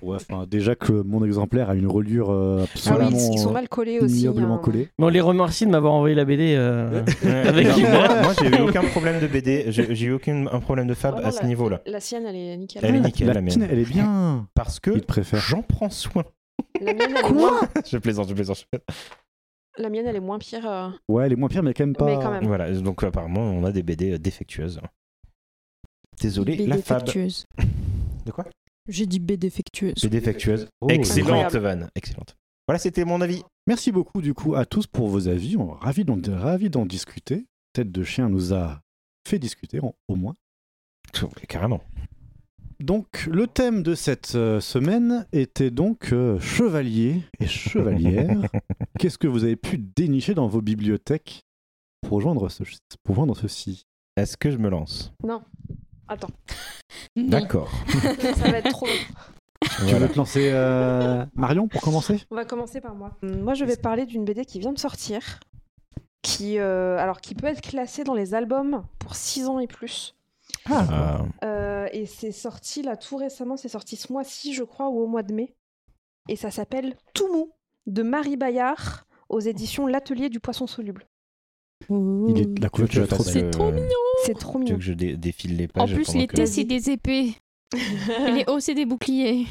Speaker 2: Ouais, enfin, déjà que mon exemplaire a une reliure euh,
Speaker 5: Ah oui,
Speaker 2: absolument
Speaker 5: ils sont mal collés aussi.
Speaker 2: ignoblement
Speaker 5: hein.
Speaker 2: collée.
Speaker 3: Mais on les remercie de m'avoir envoyé la BD. euh,
Speaker 4: Ouais.
Speaker 3: Avec
Speaker 4: Non,
Speaker 3: une-
Speaker 4: moi, moi, j'ai eu aucun problème de BD, j'ai j'ai eu aucun un problème de fab
Speaker 5: Vraiment,
Speaker 4: à ce
Speaker 5: la-
Speaker 4: niveau là
Speaker 5: La sienne, elle est nickel.
Speaker 4: Elle est nickel
Speaker 2: la
Speaker 4: la
Speaker 2: petite,
Speaker 4: mienne
Speaker 2: elle est bien.
Speaker 4: parce que
Speaker 2: Il te préfère.
Speaker 4: j'en prends soin.
Speaker 5: La mienne, elle est moins,
Speaker 4: Je plaisante, je plaisante. je plaisante.
Speaker 5: la mienne, elle est moins pire. euh,
Speaker 2: Ouais, elle est moins pire, mais quand même pas.
Speaker 5: Mais quand même.
Speaker 4: Voilà, donc apparemment on a des BD défectueuses. Désolé,
Speaker 6: BD
Speaker 4: la fab.
Speaker 6: défectueuse.
Speaker 4: De quoi
Speaker 6: J'ai dit B défectueuse.
Speaker 4: BD défectueuse.
Speaker 2: Oh,
Speaker 4: Excellente,
Speaker 5: Incroyable.
Speaker 4: Van. Excellente. Voilà, c'était mon avis.
Speaker 2: Merci beaucoup du coup à tous pour vos avis. On est ravis d'en, ravis d'en discuter. Tête de chien nous a fait discuter, en- au moins.
Speaker 4: Carrément.
Speaker 2: Donc le thème de cette euh, semaine était donc euh, chevalier et chevalière. Qu'est-ce que vous avez pu dénicher dans vos bibliothèques pour joindre, ce, pour joindre ceci
Speaker 4: Est-ce que je me lance
Speaker 5: Attends,
Speaker 6: Non.
Speaker 4: D'accord.
Speaker 5: ça va être trop long.
Speaker 2: Tu
Speaker 4: Voilà.
Speaker 2: veux te lancer euh, Marion pour commencer
Speaker 5: On va commencer par moi. Hum, Moi, je vais parler d'une BD qui vient de sortir, qui, euh, alors, qui peut être classée dans les albums pour 6 ans et plus.
Speaker 4: Ah,
Speaker 5: Euh, et c'est sorti là tout récemment, c'est sorti ce mois-ci, je crois, ou au mois de mai. Et ça s'appelle Tout mou de Marie Bayard aux éditions L'Atelier du Poisson Soluble.
Speaker 2: Il est, la couverture est trop
Speaker 6: C'est
Speaker 2: belle.
Speaker 6: trop
Speaker 4: mignon.
Speaker 5: C'est trop
Speaker 4: Tu veux
Speaker 5: mignon.
Speaker 4: que je dé- défile les
Speaker 6: En
Speaker 4: pages
Speaker 6: plus,
Speaker 4: pendant
Speaker 6: les
Speaker 4: que-
Speaker 6: T, c'est des épées. Et les O, c'est des boucliers.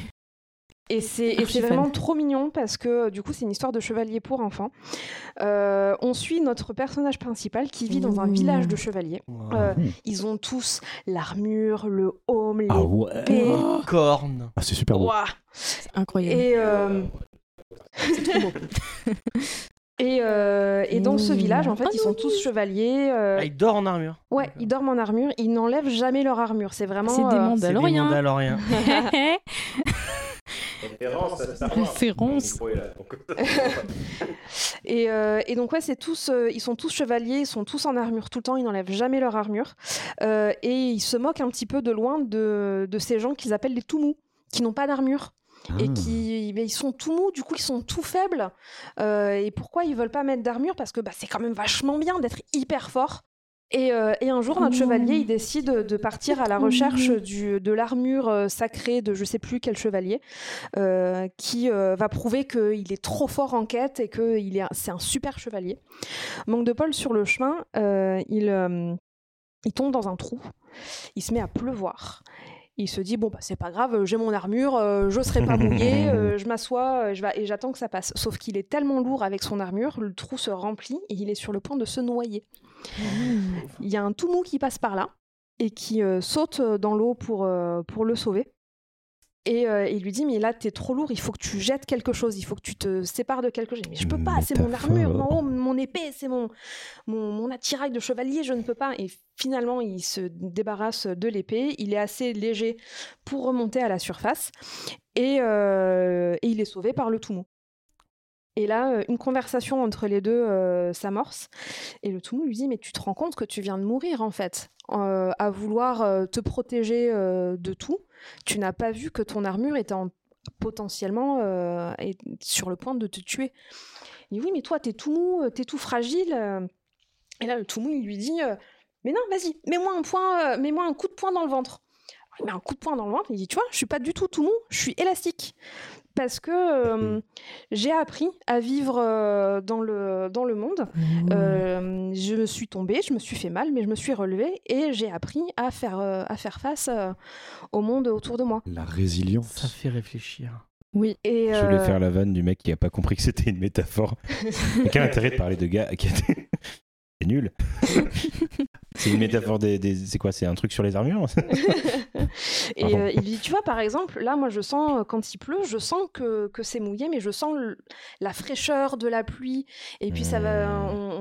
Speaker 5: Et c'est et
Speaker 6: Archi
Speaker 5: c'est
Speaker 6: fan.
Speaker 5: vraiment trop mignon parce que du coup, c'est une histoire de chevalier pour enfants. Euh, on suit notre personnage principal qui vit dans un
Speaker 6: Ouh.
Speaker 5: village de chevaliers. Euh,
Speaker 2: Mmh.
Speaker 5: Ils ont tous l'armure, le home,
Speaker 2: Ah
Speaker 5: l'épée.
Speaker 2: ouais.
Speaker 3: Corne.
Speaker 2: Ah, c'est super beau.
Speaker 5: Ouah.
Speaker 6: C'est incroyable.
Speaker 5: Et, euh, et, euh, et dans ce
Speaker 6: Mmh.
Speaker 5: village, en fait,
Speaker 6: Ah
Speaker 5: ils sont
Speaker 6: non.
Speaker 5: tous chevaliers. euh,
Speaker 3: Ah, il dort en armure.
Speaker 5: ouais, ils dorment en armure. Ils n'enlèvent jamais leur armure. C'est vraiment.
Speaker 6: C'est des
Speaker 5: euh,
Speaker 3: C'est des
Speaker 6: Mandaloriens.
Speaker 3: Mandaloriens.
Speaker 6: Référence.
Speaker 5: Et, euh, et donc ouais, c'est tous, euh, ils sont tous chevaliers, ils sont tous en armure tout le temps, ils n'enlèvent jamais leur armure. Euh, et ils se moquent un petit peu de loin de, de ces gens qu'ils appellent les tout mous, qui n'ont pas d'armure. Et
Speaker 2: Ah.
Speaker 5: qui, mais ils sont tout mous, du coup ils sont tout faibles. Euh, et pourquoi ils veulent pas mettre d'armure Parce que bah, c'est quand même vachement bien d'être hyper fort. Et, euh, et un jour, notre
Speaker 6: Mmh.
Speaker 5: chevalier, il décide de partir à la
Speaker 6: Mmh.
Speaker 5: recherche du, de l'armure euh, sacrée de je sais plus quel chevalier euh, qui euh, va prouver qu'il est trop fort en quête et que il est un- c'est un super chevalier. Manque de Paul sur le chemin, euh, il, euh, il tombe dans un trou, il se met à pleuvoir. Il se dit bon bah c'est pas grave, j'ai mon armure, euh, je serai pas mouillé, euh, je m'assois, euh, je vais et j'attends que ça passe. Sauf qu'il est tellement lourd avec son armure, le trou se remplit et il est sur le point de se noyer. Il y a un tout mou qui passe par là et qui euh, saute euh, dans l'eau pour, euh, pour le sauver. Et euh, il lui dit mais là t'es trop lourd, il faut que tu jettes quelque chose, il faut que tu te sépares de quelque chose. Mais je peux pas, c'est mon
Speaker 2: Métaphore.
Speaker 5: armure, mon, home, mon épée, c'est mon, mon mon attirail de chevalier, je ne peux pas. Et finalement il se débarrasse de l'épée, il est assez léger pour remonter à la surface et, euh, et il est sauvé par le Toumou. Et là, euh, une conversation entre les deux euh, s'amorce et le Toumou lui dit mais tu te rends compte que tu viens de mourir en fait euh, à vouloir euh, te protéger euh, de tout tu n'as pas vu que ton armure était en- potentiellement euh, est sur le point de te tuer. Il dit oui, mais toi, t'es tout mou, euh, t'es tout fragile. euh. Et là, le tout mou, il lui dit euh, mais non, vas-y, mets-moi un point, euh, mets-moi un coup de poing dans le ventre. Alors, Il met un coup de poing dans le ventre. Il dit tu vois, je suis pas du tout tout mou, je suis élastique. Parce que euh, j'ai appris à vivre euh, dans, le, dans le monde
Speaker 4: Mmh.
Speaker 5: euh, je me suis tombée, je me suis fait mal, mais je me suis relevée et j'ai appris à faire, euh, à faire face euh, au monde autour de moi.
Speaker 2: La
Speaker 3: Ça
Speaker 2: résilience.
Speaker 3: fait réfléchir.
Speaker 5: Euh.
Speaker 6: Oui.
Speaker 5: Et,
Speaker 4: Je voulais faire la vanne du mec qui a pas compris que c'était une métaphore. Mais quel intérêt de parler de gars qui étaient- C'est nul. c'est une métaphore des. des- C'est quoi C'est un truc sur les armures
Speaker 5: et
Speaker 4: Pardon.
Speaker 5: euh, il dit, tu vois, par exemple, là, moi, je sens, euh, quand il pleut, je sens que, que c'est mouillé, mais je sens le- la fraîcheur de la pluie. Et puis, ça va,
Speaker 4: Hmm.
Speaker 5: on-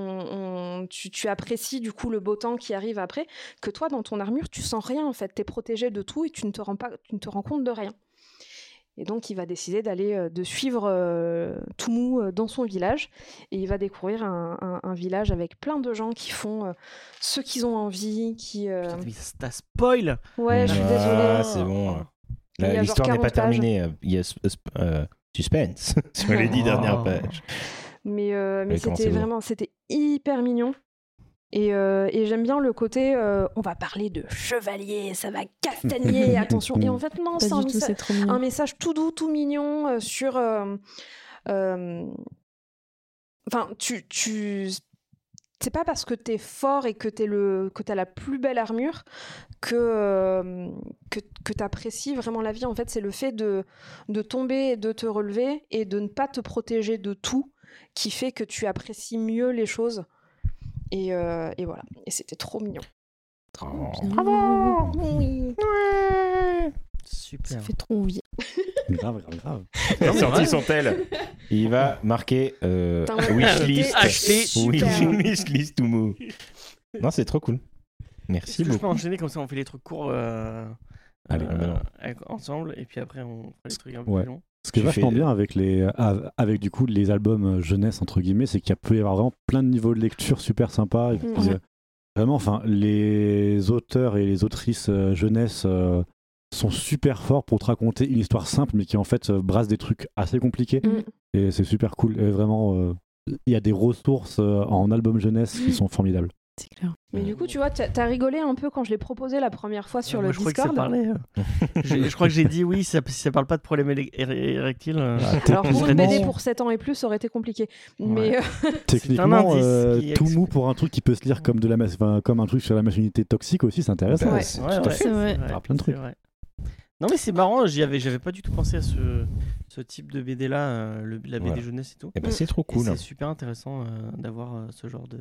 Speaker 5: on- on- tu, tu apprécies, du coup, le beau temps qui arrive après, que toi, dans ton armure, tu sens rien, en fait. Tu es protégé de tout et tu ne te rends, pas, tu ne te rends compte de rien. Et donc, il va décider d'aller, euh, de suivre euh, Toumou euh, dans son village. Et il va découvrir un, un- un village avec plein de gens qui font euh, ce qu'ils ont envie, qui... euh,
Speaker 3: Putain, mais ça ça spoil.
Speaker 5: Ouais, je suis
Speaker 4: Ah,
Speaker 5: désolée.
Speaker 4: c'est bon.
Speaker 5: Il y a
Speaker 4: Là,
Speaker 5: genre
Speaker 4: Euh, L'histoire n'est pas
Speaker 5: 40 pages.
Speaker 4: terminée. Il y a sp- sp- euh, suspense sur les dix
Speaker 3: Oh.
Speaker 4: dernières pages.
Speaker 5: Mais, euh, mais
Speaker 4: Ouais, comment
Speaker 5: c'était
Speaker 4: c'est beau.
Speaker 5: vraiment, c'était hyper mignon. Et, euh, et j'aime bien le côté, euh, on va parler de chevalier, ça va castagner, attention. Et en fait,
Speaker 6: Pas
Speaker 5: non, c'est un,
Speaker 6: du tout,
Speaker 5: messa-
Speaker 6: c'est trop
Speaker 5: un
Speaker 6: mignon.
Speaker 5: message tout doux, tout mignon euh, sur. euh, euh, Enfin, tu. tu... C'est pas parce que t'es fort et que t'es le que t'as la plus belle armure que euh, que, que t'apprécies vraiment la vie. En fait, c'est le fait de de tomber, et de te relever et de ne pas te protéger de tout qui fait que tu apprécies mieux les choses. Et, euh, et voilà. Et c'était trop mignon.
Speaker 4: Oh.
Speaker 5: Bravo Oui.
Speaker 6: Ça
Speaker 3: Super.
Speaker 6: fait trop envie.
Speaker 2: grave, grave, grave.
Speaker 4: Les
Speaker 3: mais ouais.
Speaker 4: sorties sont telles. Il va marquer euh,
Speaker 5: Putain, ouais,
Speaker 4: wishlist.
Speaker 5: c'était
Speaker 3: Acheter.
Speaker 4: Oui,
Speaker 5: super.
Speaker 4: wishlist to move. Non, c'est trop cool.
Speaker 3: Est-ce
Speaker 4: Merci
Speaker 3: que je peux
Speaker 4: beaucoup.
Speaker 3: enchaîner comme ça on fait les trucs courts euh,
Speaker 2: Allez,
Speaker 3: euh,
Speaker 4: maintenant.
Speaker 3: avec- ensemble et puis après on fait les trucs un peu
Speaker 2: Ouais.
Speaker 3: plus longs.
Speaker 2: Ce qui est
Speaker 4: Tu
Speaker 2: vachement
Speaker 4: fais-
Speaker 3: euh,
Speaker 2: bien avec les av- avec du coup les albums euh, jeunesse entre guillemets, c'est qu'il y a- peut y avoir vraiment plein de niveaux de lecture super sympa. Et puis,
Speaker 5: Mhm.
Speaker 2: euh, vraiment, enfin, les auteurs et les autrices euh, jeunesse euh, sont super forts pour te raconter une histoire simple, mais qui en fait euh, brasse des trucs assez compliqués.
Speaker 5: Mhm.
Speaker 2: Et c'est super cool. Et vraiment, euh, il y a des ressources euh, en albums jeunesse qui sont formidables.
Speaker 6: c'est clair.
Speaker 5: Mais du coup, tu vois, t'as t'as rigolé un peu quand je l'ai proposé la première fois sur
Speaker 3: Moi,
Speaker 5: le
Speaker 3: je crois que
Speaker 5: Discord.
Speaker 3: ça parlait. je, je crois que j'ai dit oui, ça- si ça parle pas de problème élec- éré- érectile. euh,
Speaker 4: Ah,
Speaker 5: Alors pour une
Speaker 3: Vraiment.
Speaker 5: BD pour 7 ans et plus, ça aurait été compliqué. Mais euh,
Speaker 2: Techniquement,
Speaker 3: indice
Speaker 2: euh,
Speaker 3: qui
Speaker 2: tout mou
Speaker 3: explique.
Speaker 2: pour un truc qui peut se lire comme, de la mas- enfin, comme un truc sur la masculinité toxique aussi, c'est intéressant.
Speaker 5: Ouais.
Speaker 4: c'est
Speaker 3: ouais,
Speaker 4: tout à
Speaker 3: ouais,
Speaker 4: fait.
Speaker 6: C'est vrai.
Speaker 2: Ah, plein de
Speaker 3: c'est
Speaker 2: trucs.
Speaker 3: vrai. Non, mais c'est marrant, j'y avais, j'avais pas du tout pensé à ce, ce type de BD là, euh, le- la BD
Speaker 4: Voilà.
Speaker 3: jeunesse et tout.
Speaker 4: Eh ben, c'est trop
Speaker 3: Et
Speaker 4: cool.
Speaker 3: c'est super intéressant euh, d'avoir euh, ce genre de,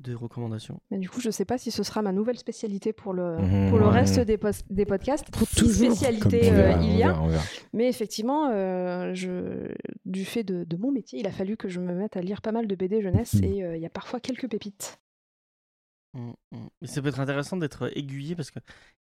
Speaker 3: de recommandations.
Speaker 5: mais du coup, je sais pas si ce sera ma nouvelle spécialité pour le,
Speaker 4: Mhm,
Speaker 5: pour le
Speaker 4: ouais.
Speaker 5: reste des, pos- des podcasts.
Speaker 2: Pour
Speaker 5: Si
Speaker 2: toujours, comme
Speaker 5: spécialité
Speaker 2: on
Speaker 4: On
Speaker 5: euh,
Speaker 4: verra,
Speaker 5: il
Speaker 4: on
Speaker 5: y a.
Speaker 4: verra, on verra.
Speaker 5: Mais effectivement, euh, je... du fait de, de mon métier, il a fallu que je me mette à lire pas mal de BD jeunesse
Speaker 2: Mhm.
Speaker 5: et euh, il y a parfois quelques pépites.
Speaker 2: Mmh,
Speaker 3: Mm, mm. Mais ça peut être intéressant d'être aiguillé parce que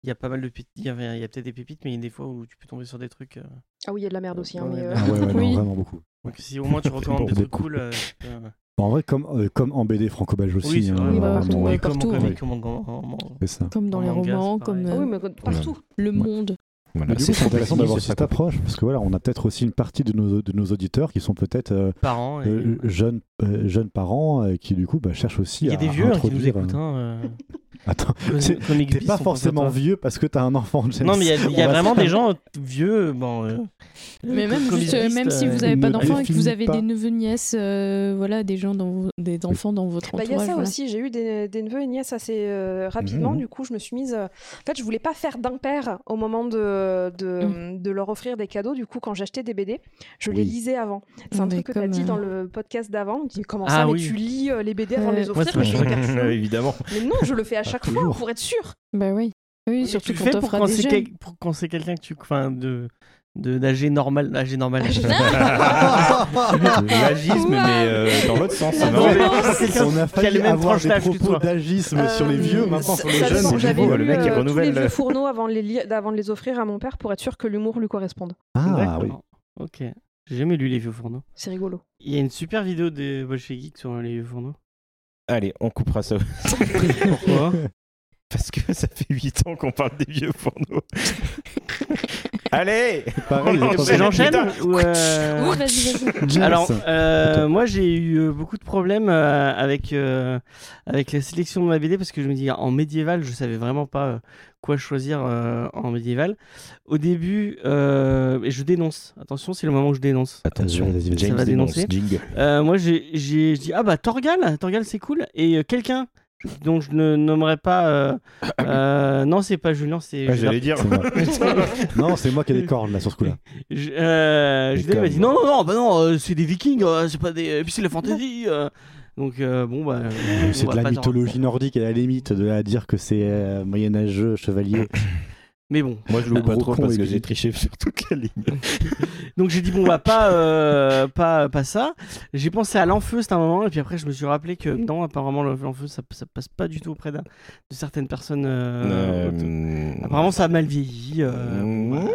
Speaker 3: il y a pas mal de pépites, il y avait- il y a peut-être des pépites, mais il y a des fois où tu peux tomber sur des trucs. euh,
Speaker 5: Ah oui, il y a de la merde aussi. hein,
Speaker 3: Ouais,
Speaker 5: mais,
Speaker 3: ouais,
Speaker 5: euh,
Speaker 2: Ah ouais, ouais, non,
Speaker 6: Oui.
Speaker 2: vraiment beaucoup.
Speaker 3: Donc si au moins tu recommandes
Speaker 2: Bon,
Speaker 3: des
Speaker 2: des
Speaker 3: trucs
Speaker 2: coups.
Speaker 3: cool. euh, tu peux, euh,
Speaker 2: En vrai, comme, euh, comme en BD franco-belge aussi.
Speaker 3: Oui, c'est
Speaker 2: hein,
Speaker 3: vrai,
Speaker 6: bah,
Speaker 2: vraiment,
Speaker 6: partout,
Speaker 2: ouais,
Speaker 6: ouais.
Speaker 3: comme en
Speaker 6: partout.
Speaker 3: comique, comme en- en- en-
Speaker 2: c'est ça.
Speaker 6: Comme dans
Speaker 3: En
Speaker 6: les
Speaker 3: manga,
Speaker 6: romans,
Speaker 3: c'est
Speaker 6: comme
Speaker 3: pareil.
Speaker 5: ah
Speaker 6: euh,
Speaker 5: oui, mais partout.
Speaker 6: Le Monde.
Speaker 4: Voilà,
Speaker 3: Bah,
Speaker 2: Mais du coup, c'est intéressant
Speaker 4: complexe,
Speaker 2: d'avoir
Speaker 4: c'est
Speaker 2: cette
Speaker 4: pas
Speaker 2: approche parce que voilà, on a peut-être aussi une partie de nos, de nos auditeurs qui sont peut-être euh,
Speaker 3: parents. et-
Speaker 2: euh, jeunes, euh, jeunes parents euh, qui du coup bah, cherchent aussi
Speaker 3: Il y
Speaker 2: à
Speaker 3: a des vieux hein, qui nous
Speaker 2: introduire,
Speaker 3: écoutent.
Speaker 2: euh,
Speaker 3: hein, euh,
Speaker 2: Attends,
Speaker 3: Comic-
Speaker 2: C'est-
Speaker 3: Comic
Speaker 2: t'es
Speaker 3: Beast,
Speaker 2: pas
Speaker 3: on pense à
Speaker 2: forcément
Speaker 3: toi.
Speaker 2: vieux parce que t'as un enfant. James.
Speaker 3: Non, mais il y a, il y a
Speaker 2: On va
Speaker 3: vraiment
Speaker 2: se-
Speaker 3: des gens euh, vieux. Bon, euh,
Speaker 6: Mais même,
Speaker 3: Comic
Speaker 6: juste, euh,
Speaker 3: Beast,
Speaker 6: même si
Speaker 3: euh,
Speaker 6: vous n'avez pas
Speaker 2: ne
Speaker 6: d'enfants et que vous
Speaker 2: définit
Speaker 6: avez
Speaker 2: pas.
Speaker 6: des neveux, nièces, euh, voilà, des gens dans vos- des enfants dans votre
Speaker 5: Bah,
Speaker 6: entourage.
Speaker 5: Il y a ça
Speaker 6: voilà.
Speaker 5: aussi, j'ai eu des, des neveux et nièces assez euh, rapidement,
Speaker 2: Mhm.
Speaker 5: du coup je me suis mise... euh, En fait je voulais pas faire d'impair au moment de, de, de leur offrir des cadeaux, du coup quand j'achetais des BD, je les
Speaker 2: Oui.
Speaker 5: lisais avant. C'est un
Speaker 6: Mais
Speaker 5: truc que tu as
Speaker 6: comme,
Speaker 5: dit
Speaker 6: euh,
Speaker 5: dans le podcast d'avant, on dit comment
Speaker 3: Ah
Speaker 5: ça, mais
Speaker 3: oui.
Speaker 5: tu lis euh, les BD avant de
Speaker 6: Ouais.
Speaker 5: les
Speaker 3: Ouais,
Speaker 5: offrir,
Speaker 3: c'est
Speaker 5: mais, je
Speaker 3: vrai.
Speaker 5: regarde chelou.
Speaker 4: Évidemment.
Speaker 5: Mais non je le fais à chaque fois
Speaker 2: toujours.
Speaker 5: pour être sûr.
Speaker 6: Bah oui. Oui, surtout
Speaker 3: tu le
Speaker 6: quand
Speaker 3: fais
Speaker 6: t'offres
Speaker 3: pour
Speaker 6: à
Speaker 3: quand
Speaker 6: des
Speaker 3: c'est
Speaker 6: jeunes.
Speaker 3: quel- pour quand c'est quelqu'un que tu. Enfin, de de- d'âge normal. Âgé normal.
Speaker 4: L'agisme,
Speaker 5: Ouah.
Speaker 4: mais euh, dans l'autre
Speaker 2: Ah
Speaker 4: sens. c'est
Speaker 3: Non,
Speaker 4: marrant.
Speaker 3: mais
Speaker 2: Ouais.
Speaker 3: c'est quelqu'un
Speaker 2: on a
Speaker 3: qui a
Speaker 2: failli
Speaker 3: les mêmes
Speaker 2: avoir
Speaker 3: tranches
Speaker 2: des
Speaker 3: d'âge que
Speaker 2: propos
Speaker 3: toi.
Speaker 2: d'agisme sur les
Speaker 5: Euh,
Speaker 2: vieux, maintenant
Speaker 5: ça-
Speaker 2: sur les
Speaker 5: ça
Speaker 2: jeunes.
Speaker 5: dépend.
Speaker 2: c'est
Speaker 5: J'avais
Speaker 2: nouveau.
Speaker 4: le
Speaker 5: lu,
Speaker 4: mec, il
Speaker 5: euh, tous
Speaker 4: renouvelle.
Speaker 5: les vieux fourneaux avant de les, li- d'avant de les offrir à mon père pour être sûr que l'humour lui corresponde.
Speaker 2: Ah
Speaker 3: D'accord.
Speaker 2: oui.
Speaker 3: Ok. J'ai jamais lu Les Vieux Fourneaux.
Speaker 5: C'est rigolo.
Speaker 3: Il y a une super vidéo des Bolshevik Geek sur Les Vieux Fourneaux.
Speaker 4: Allez, on coupera ça.
Speaker 3: Pourquoi
Speaker 4: Parce que ça fait 8 ans qu'on parle des vieux fourneaux. Allez
Speaker 2: Pareil,
Speaker 4: Oh,
Speaker 2: les
Speaker 4: c'est
Speaker 2: gens-
Speaker 4: gentil.
Speaker 3: J'enchaîne ou, euh,
Speaker 6: Oui, vas-y, vas-y.
Speaker 2: James.
Speaker 3: Alors, euh, moi, j'ai eu euh, beaucoup de problèmes euh, avec, euh, avec la sélection de ma BD parce que je me dis, en médiéval, je savais vraiment pas euh, quoi choisir euh, en médiéval. Au début, euh, et je dénonce. Attention, c'est le moment où je dénonce.
Speaker 2: Attention, vas-y, vas-y.
Speaker 3: Ça va dénoncer.
Speaker 4: Jingle.
Speaker 3: Euh, moi, j'ai j'ai- je dis, ah bah, Torgal, Torgal, c'est cool. Et euh, quelqu'un dont je ne nommerai pas. euh, euh, non, c'est pas Julien, c'est.
Speaker 4: Ah,
Speaker 3: Gilbert.
Speaker 4: J'allais dire.
Speaker 2: C'est moi. non, c'est moi qui ai des cornes là sur ce coup-là.
Speaker 3: Je- euh,
Speaker 4: Mais
Speaker 3: Julien il m'a dit
Speaker 4: comme-
Speaker 3: non, non, non, bah non, euh, c'est des vikings, euh, c'est pas des. Et puis c'est la fantasy. euh. Donc euh, bon, bah. euh,
Speaker 2: C'est
Speaker 3: on
Speaker 2: de
Speaker 3: va
Speaker 2: la
Speaker 3: pas s'en-
Speaker 2: mythologie nordique à la limite de la dire que c'est euh, moyenâgeux, chevalier.
Speaker 3: Mais bon.
Speaker 4: Moi, je l'ouvre pas
Speaker 2: Gros
Speaker 4: trop
Speaker 2: con,
Speaker 4: parce que
Speaker 2: Émilie.
Speaker 4: j'ai triché sur toute la ligne.
Speaker 3: Donc j'ai dit bon, bah pas, euh, pas, pas ça. J'ai pensé à l'enfeu, c'était un moment, et puis après je me suis rappelé que non, apparemment le- l'enfeu ça, ça passe pas du tout auprès d'un- de certaines personnes.
Speaker 4: Ah,
Speaker 3: euh, auto-
Speaker 4: Euh,
Speaker 3: Apparemment ça a mal vieilli. euh,
Speaker 2: Mmh.
Speaker 4: Mm.
Speaker 3: voilà.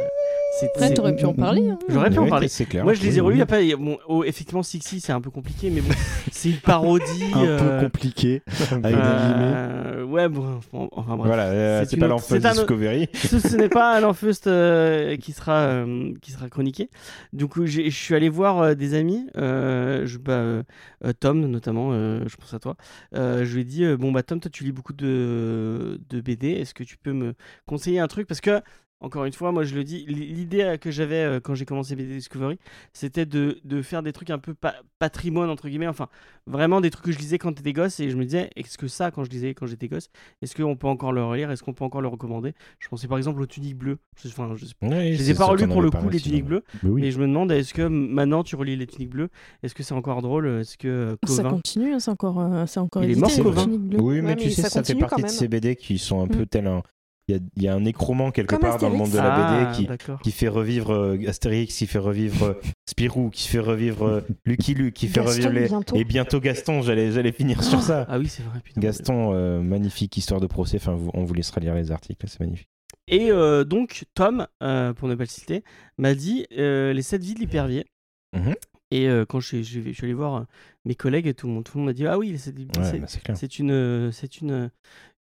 Speaker 3: C'est-
Speaker 6: Après,
Speaker 3: c'est-
Speaker 6: Ah, t'aurais pu en parler. hein.
Speaker 3: J'aurais pu en
Speaker 4: ouais,
Speaker 3: parler.
Speaker 4: C'est clair.
Speaker 3: Moi je les ai
Speaker 4: Oui,
Speaker 3: relus
Speaker 4: oui.
Speaker 3: après. il y a- Bon, oh, effectivement, Sixi c'est un peu compliqué, mais bon, c'est une parodie.
Speaker 2: Un peu
Speaker 3: euh, bah,
Speaker 2: compliqué. Avec des guillemets.
Speaker 3: Euh, ouais, bon, bon, enfin bref.
Speaker 4: Voilà, euh,
Speaker 3: C'est
Speaker 4: c'est
Speaker 3: une
Speaker 4: pas
Speaker 3: autre-
Speaker 4: l'enfant
Speaker 3: c'est un autre-
Speaker 4: Discovery.
Speaker 3: Ce, ce n'est pas Alan Fust euh, qui, sera, euh, qui sera chroniqué. Du coup, j'ai- je suis allé voir euh, des amis, euh, je, bah, euh, euh, Tom notamment, euh, je pense à toi. Euh, je lui ai dit euh, Bon, bah, Tom, toi, tu lis beaucoup de, de BD, est-ce que tu peux me conseiller un truc Parce que. Encore une fois, moi je le dis, l- l'idée euh, que j'avais euh, quand j'ai commencé BD Discovery, c'était de, de faire des trucs un peu pa- patrimoine, entre guillemets, enfin vraiment des trucs que je lisais quand j'étais gosse et je me disais, est-ce que ça, quand je lisais quand j'étais gosse, est-ce qu'on peut encore le relire, est-ce qu'on peut encore le recommander Je pensais par exemple aux tuniques bleues. Je- Enfin, je, je les ai pas relus pour le coup, les tuniques bleues,
Speaker 2: Mais
Speaker 3: mais
Speaker 2: oui.
Speaker 3: je me demande, est-ce que maintenant tu relis les tuniques bleues Est-ce que c'est encore drôle Est-ce que euh,
Speaker 6: Ça
Speaker 3: Covin
Speaker 6: continue, hein, c'est encore, euh, c'est encore
Speaker 3: Il est
Speaker 6: édité,
Speaker 3: mort,
Speaker 6: le
Speaker 3: Covin.
Speaker 6: Tunique bleue.
Speaker 4: Oui, mais
Speaker 5: Ouais,
Speaker 4: tu
Speaker 5: mais
Speaker 4: sais,
Speaker 5: ça
Speaker 4: ça fait
Speaker 5: continue
Speaker 4: partie
Speaker 5: quand
Speaker 4: de ces Mmh.
Speaker 5: même.
Speaker 4: BD qui sont un peu tel un. Il y a, il y a un écroman quelque
Speaker 5: Comme
Speaker 4: part dans le monde
Speaker 5: Astérix.
Speaker 4: de la BD
Speaker 3: Ah,
Speaker 4: qui,
Speaker 3: d'accord.
Speaker 4: qui fait revivre euh, Astérix, qui fait revivre euh, Spirou, qui fait revivre euh, Lucky Luke, qui fait
Speaker 5: Gaston,
Speaker 4: revivre les.
Speaker 5: bientôt.
Speaker 4: Et bientôt Gaston, j'allais j'allais finir sur ça.
Speaker 3: Ah oui, c'est vrai. Putain.
Speaker 4: Gaston, euh, magnifique histoire de procès. Enfin, vous- on vous laissera lire les articles, c'est magnifique.
Speaker 3: Et euh, donc, Tom, euh, pour ne pas le citer, m'a dit euh, Les 7 vies de l'hypervier.
Speaker 4: Mhm.
Speaker 3: Et euh, quand je, je- je suis allé voir euh, mes collègues, et tout le monde, tout le monde m'a dit Ah oui, les 7 vies de
Speaker 4: Ouais, bah, c'est clair.
Speaker 3: C'est une, euh, c'est une, euh,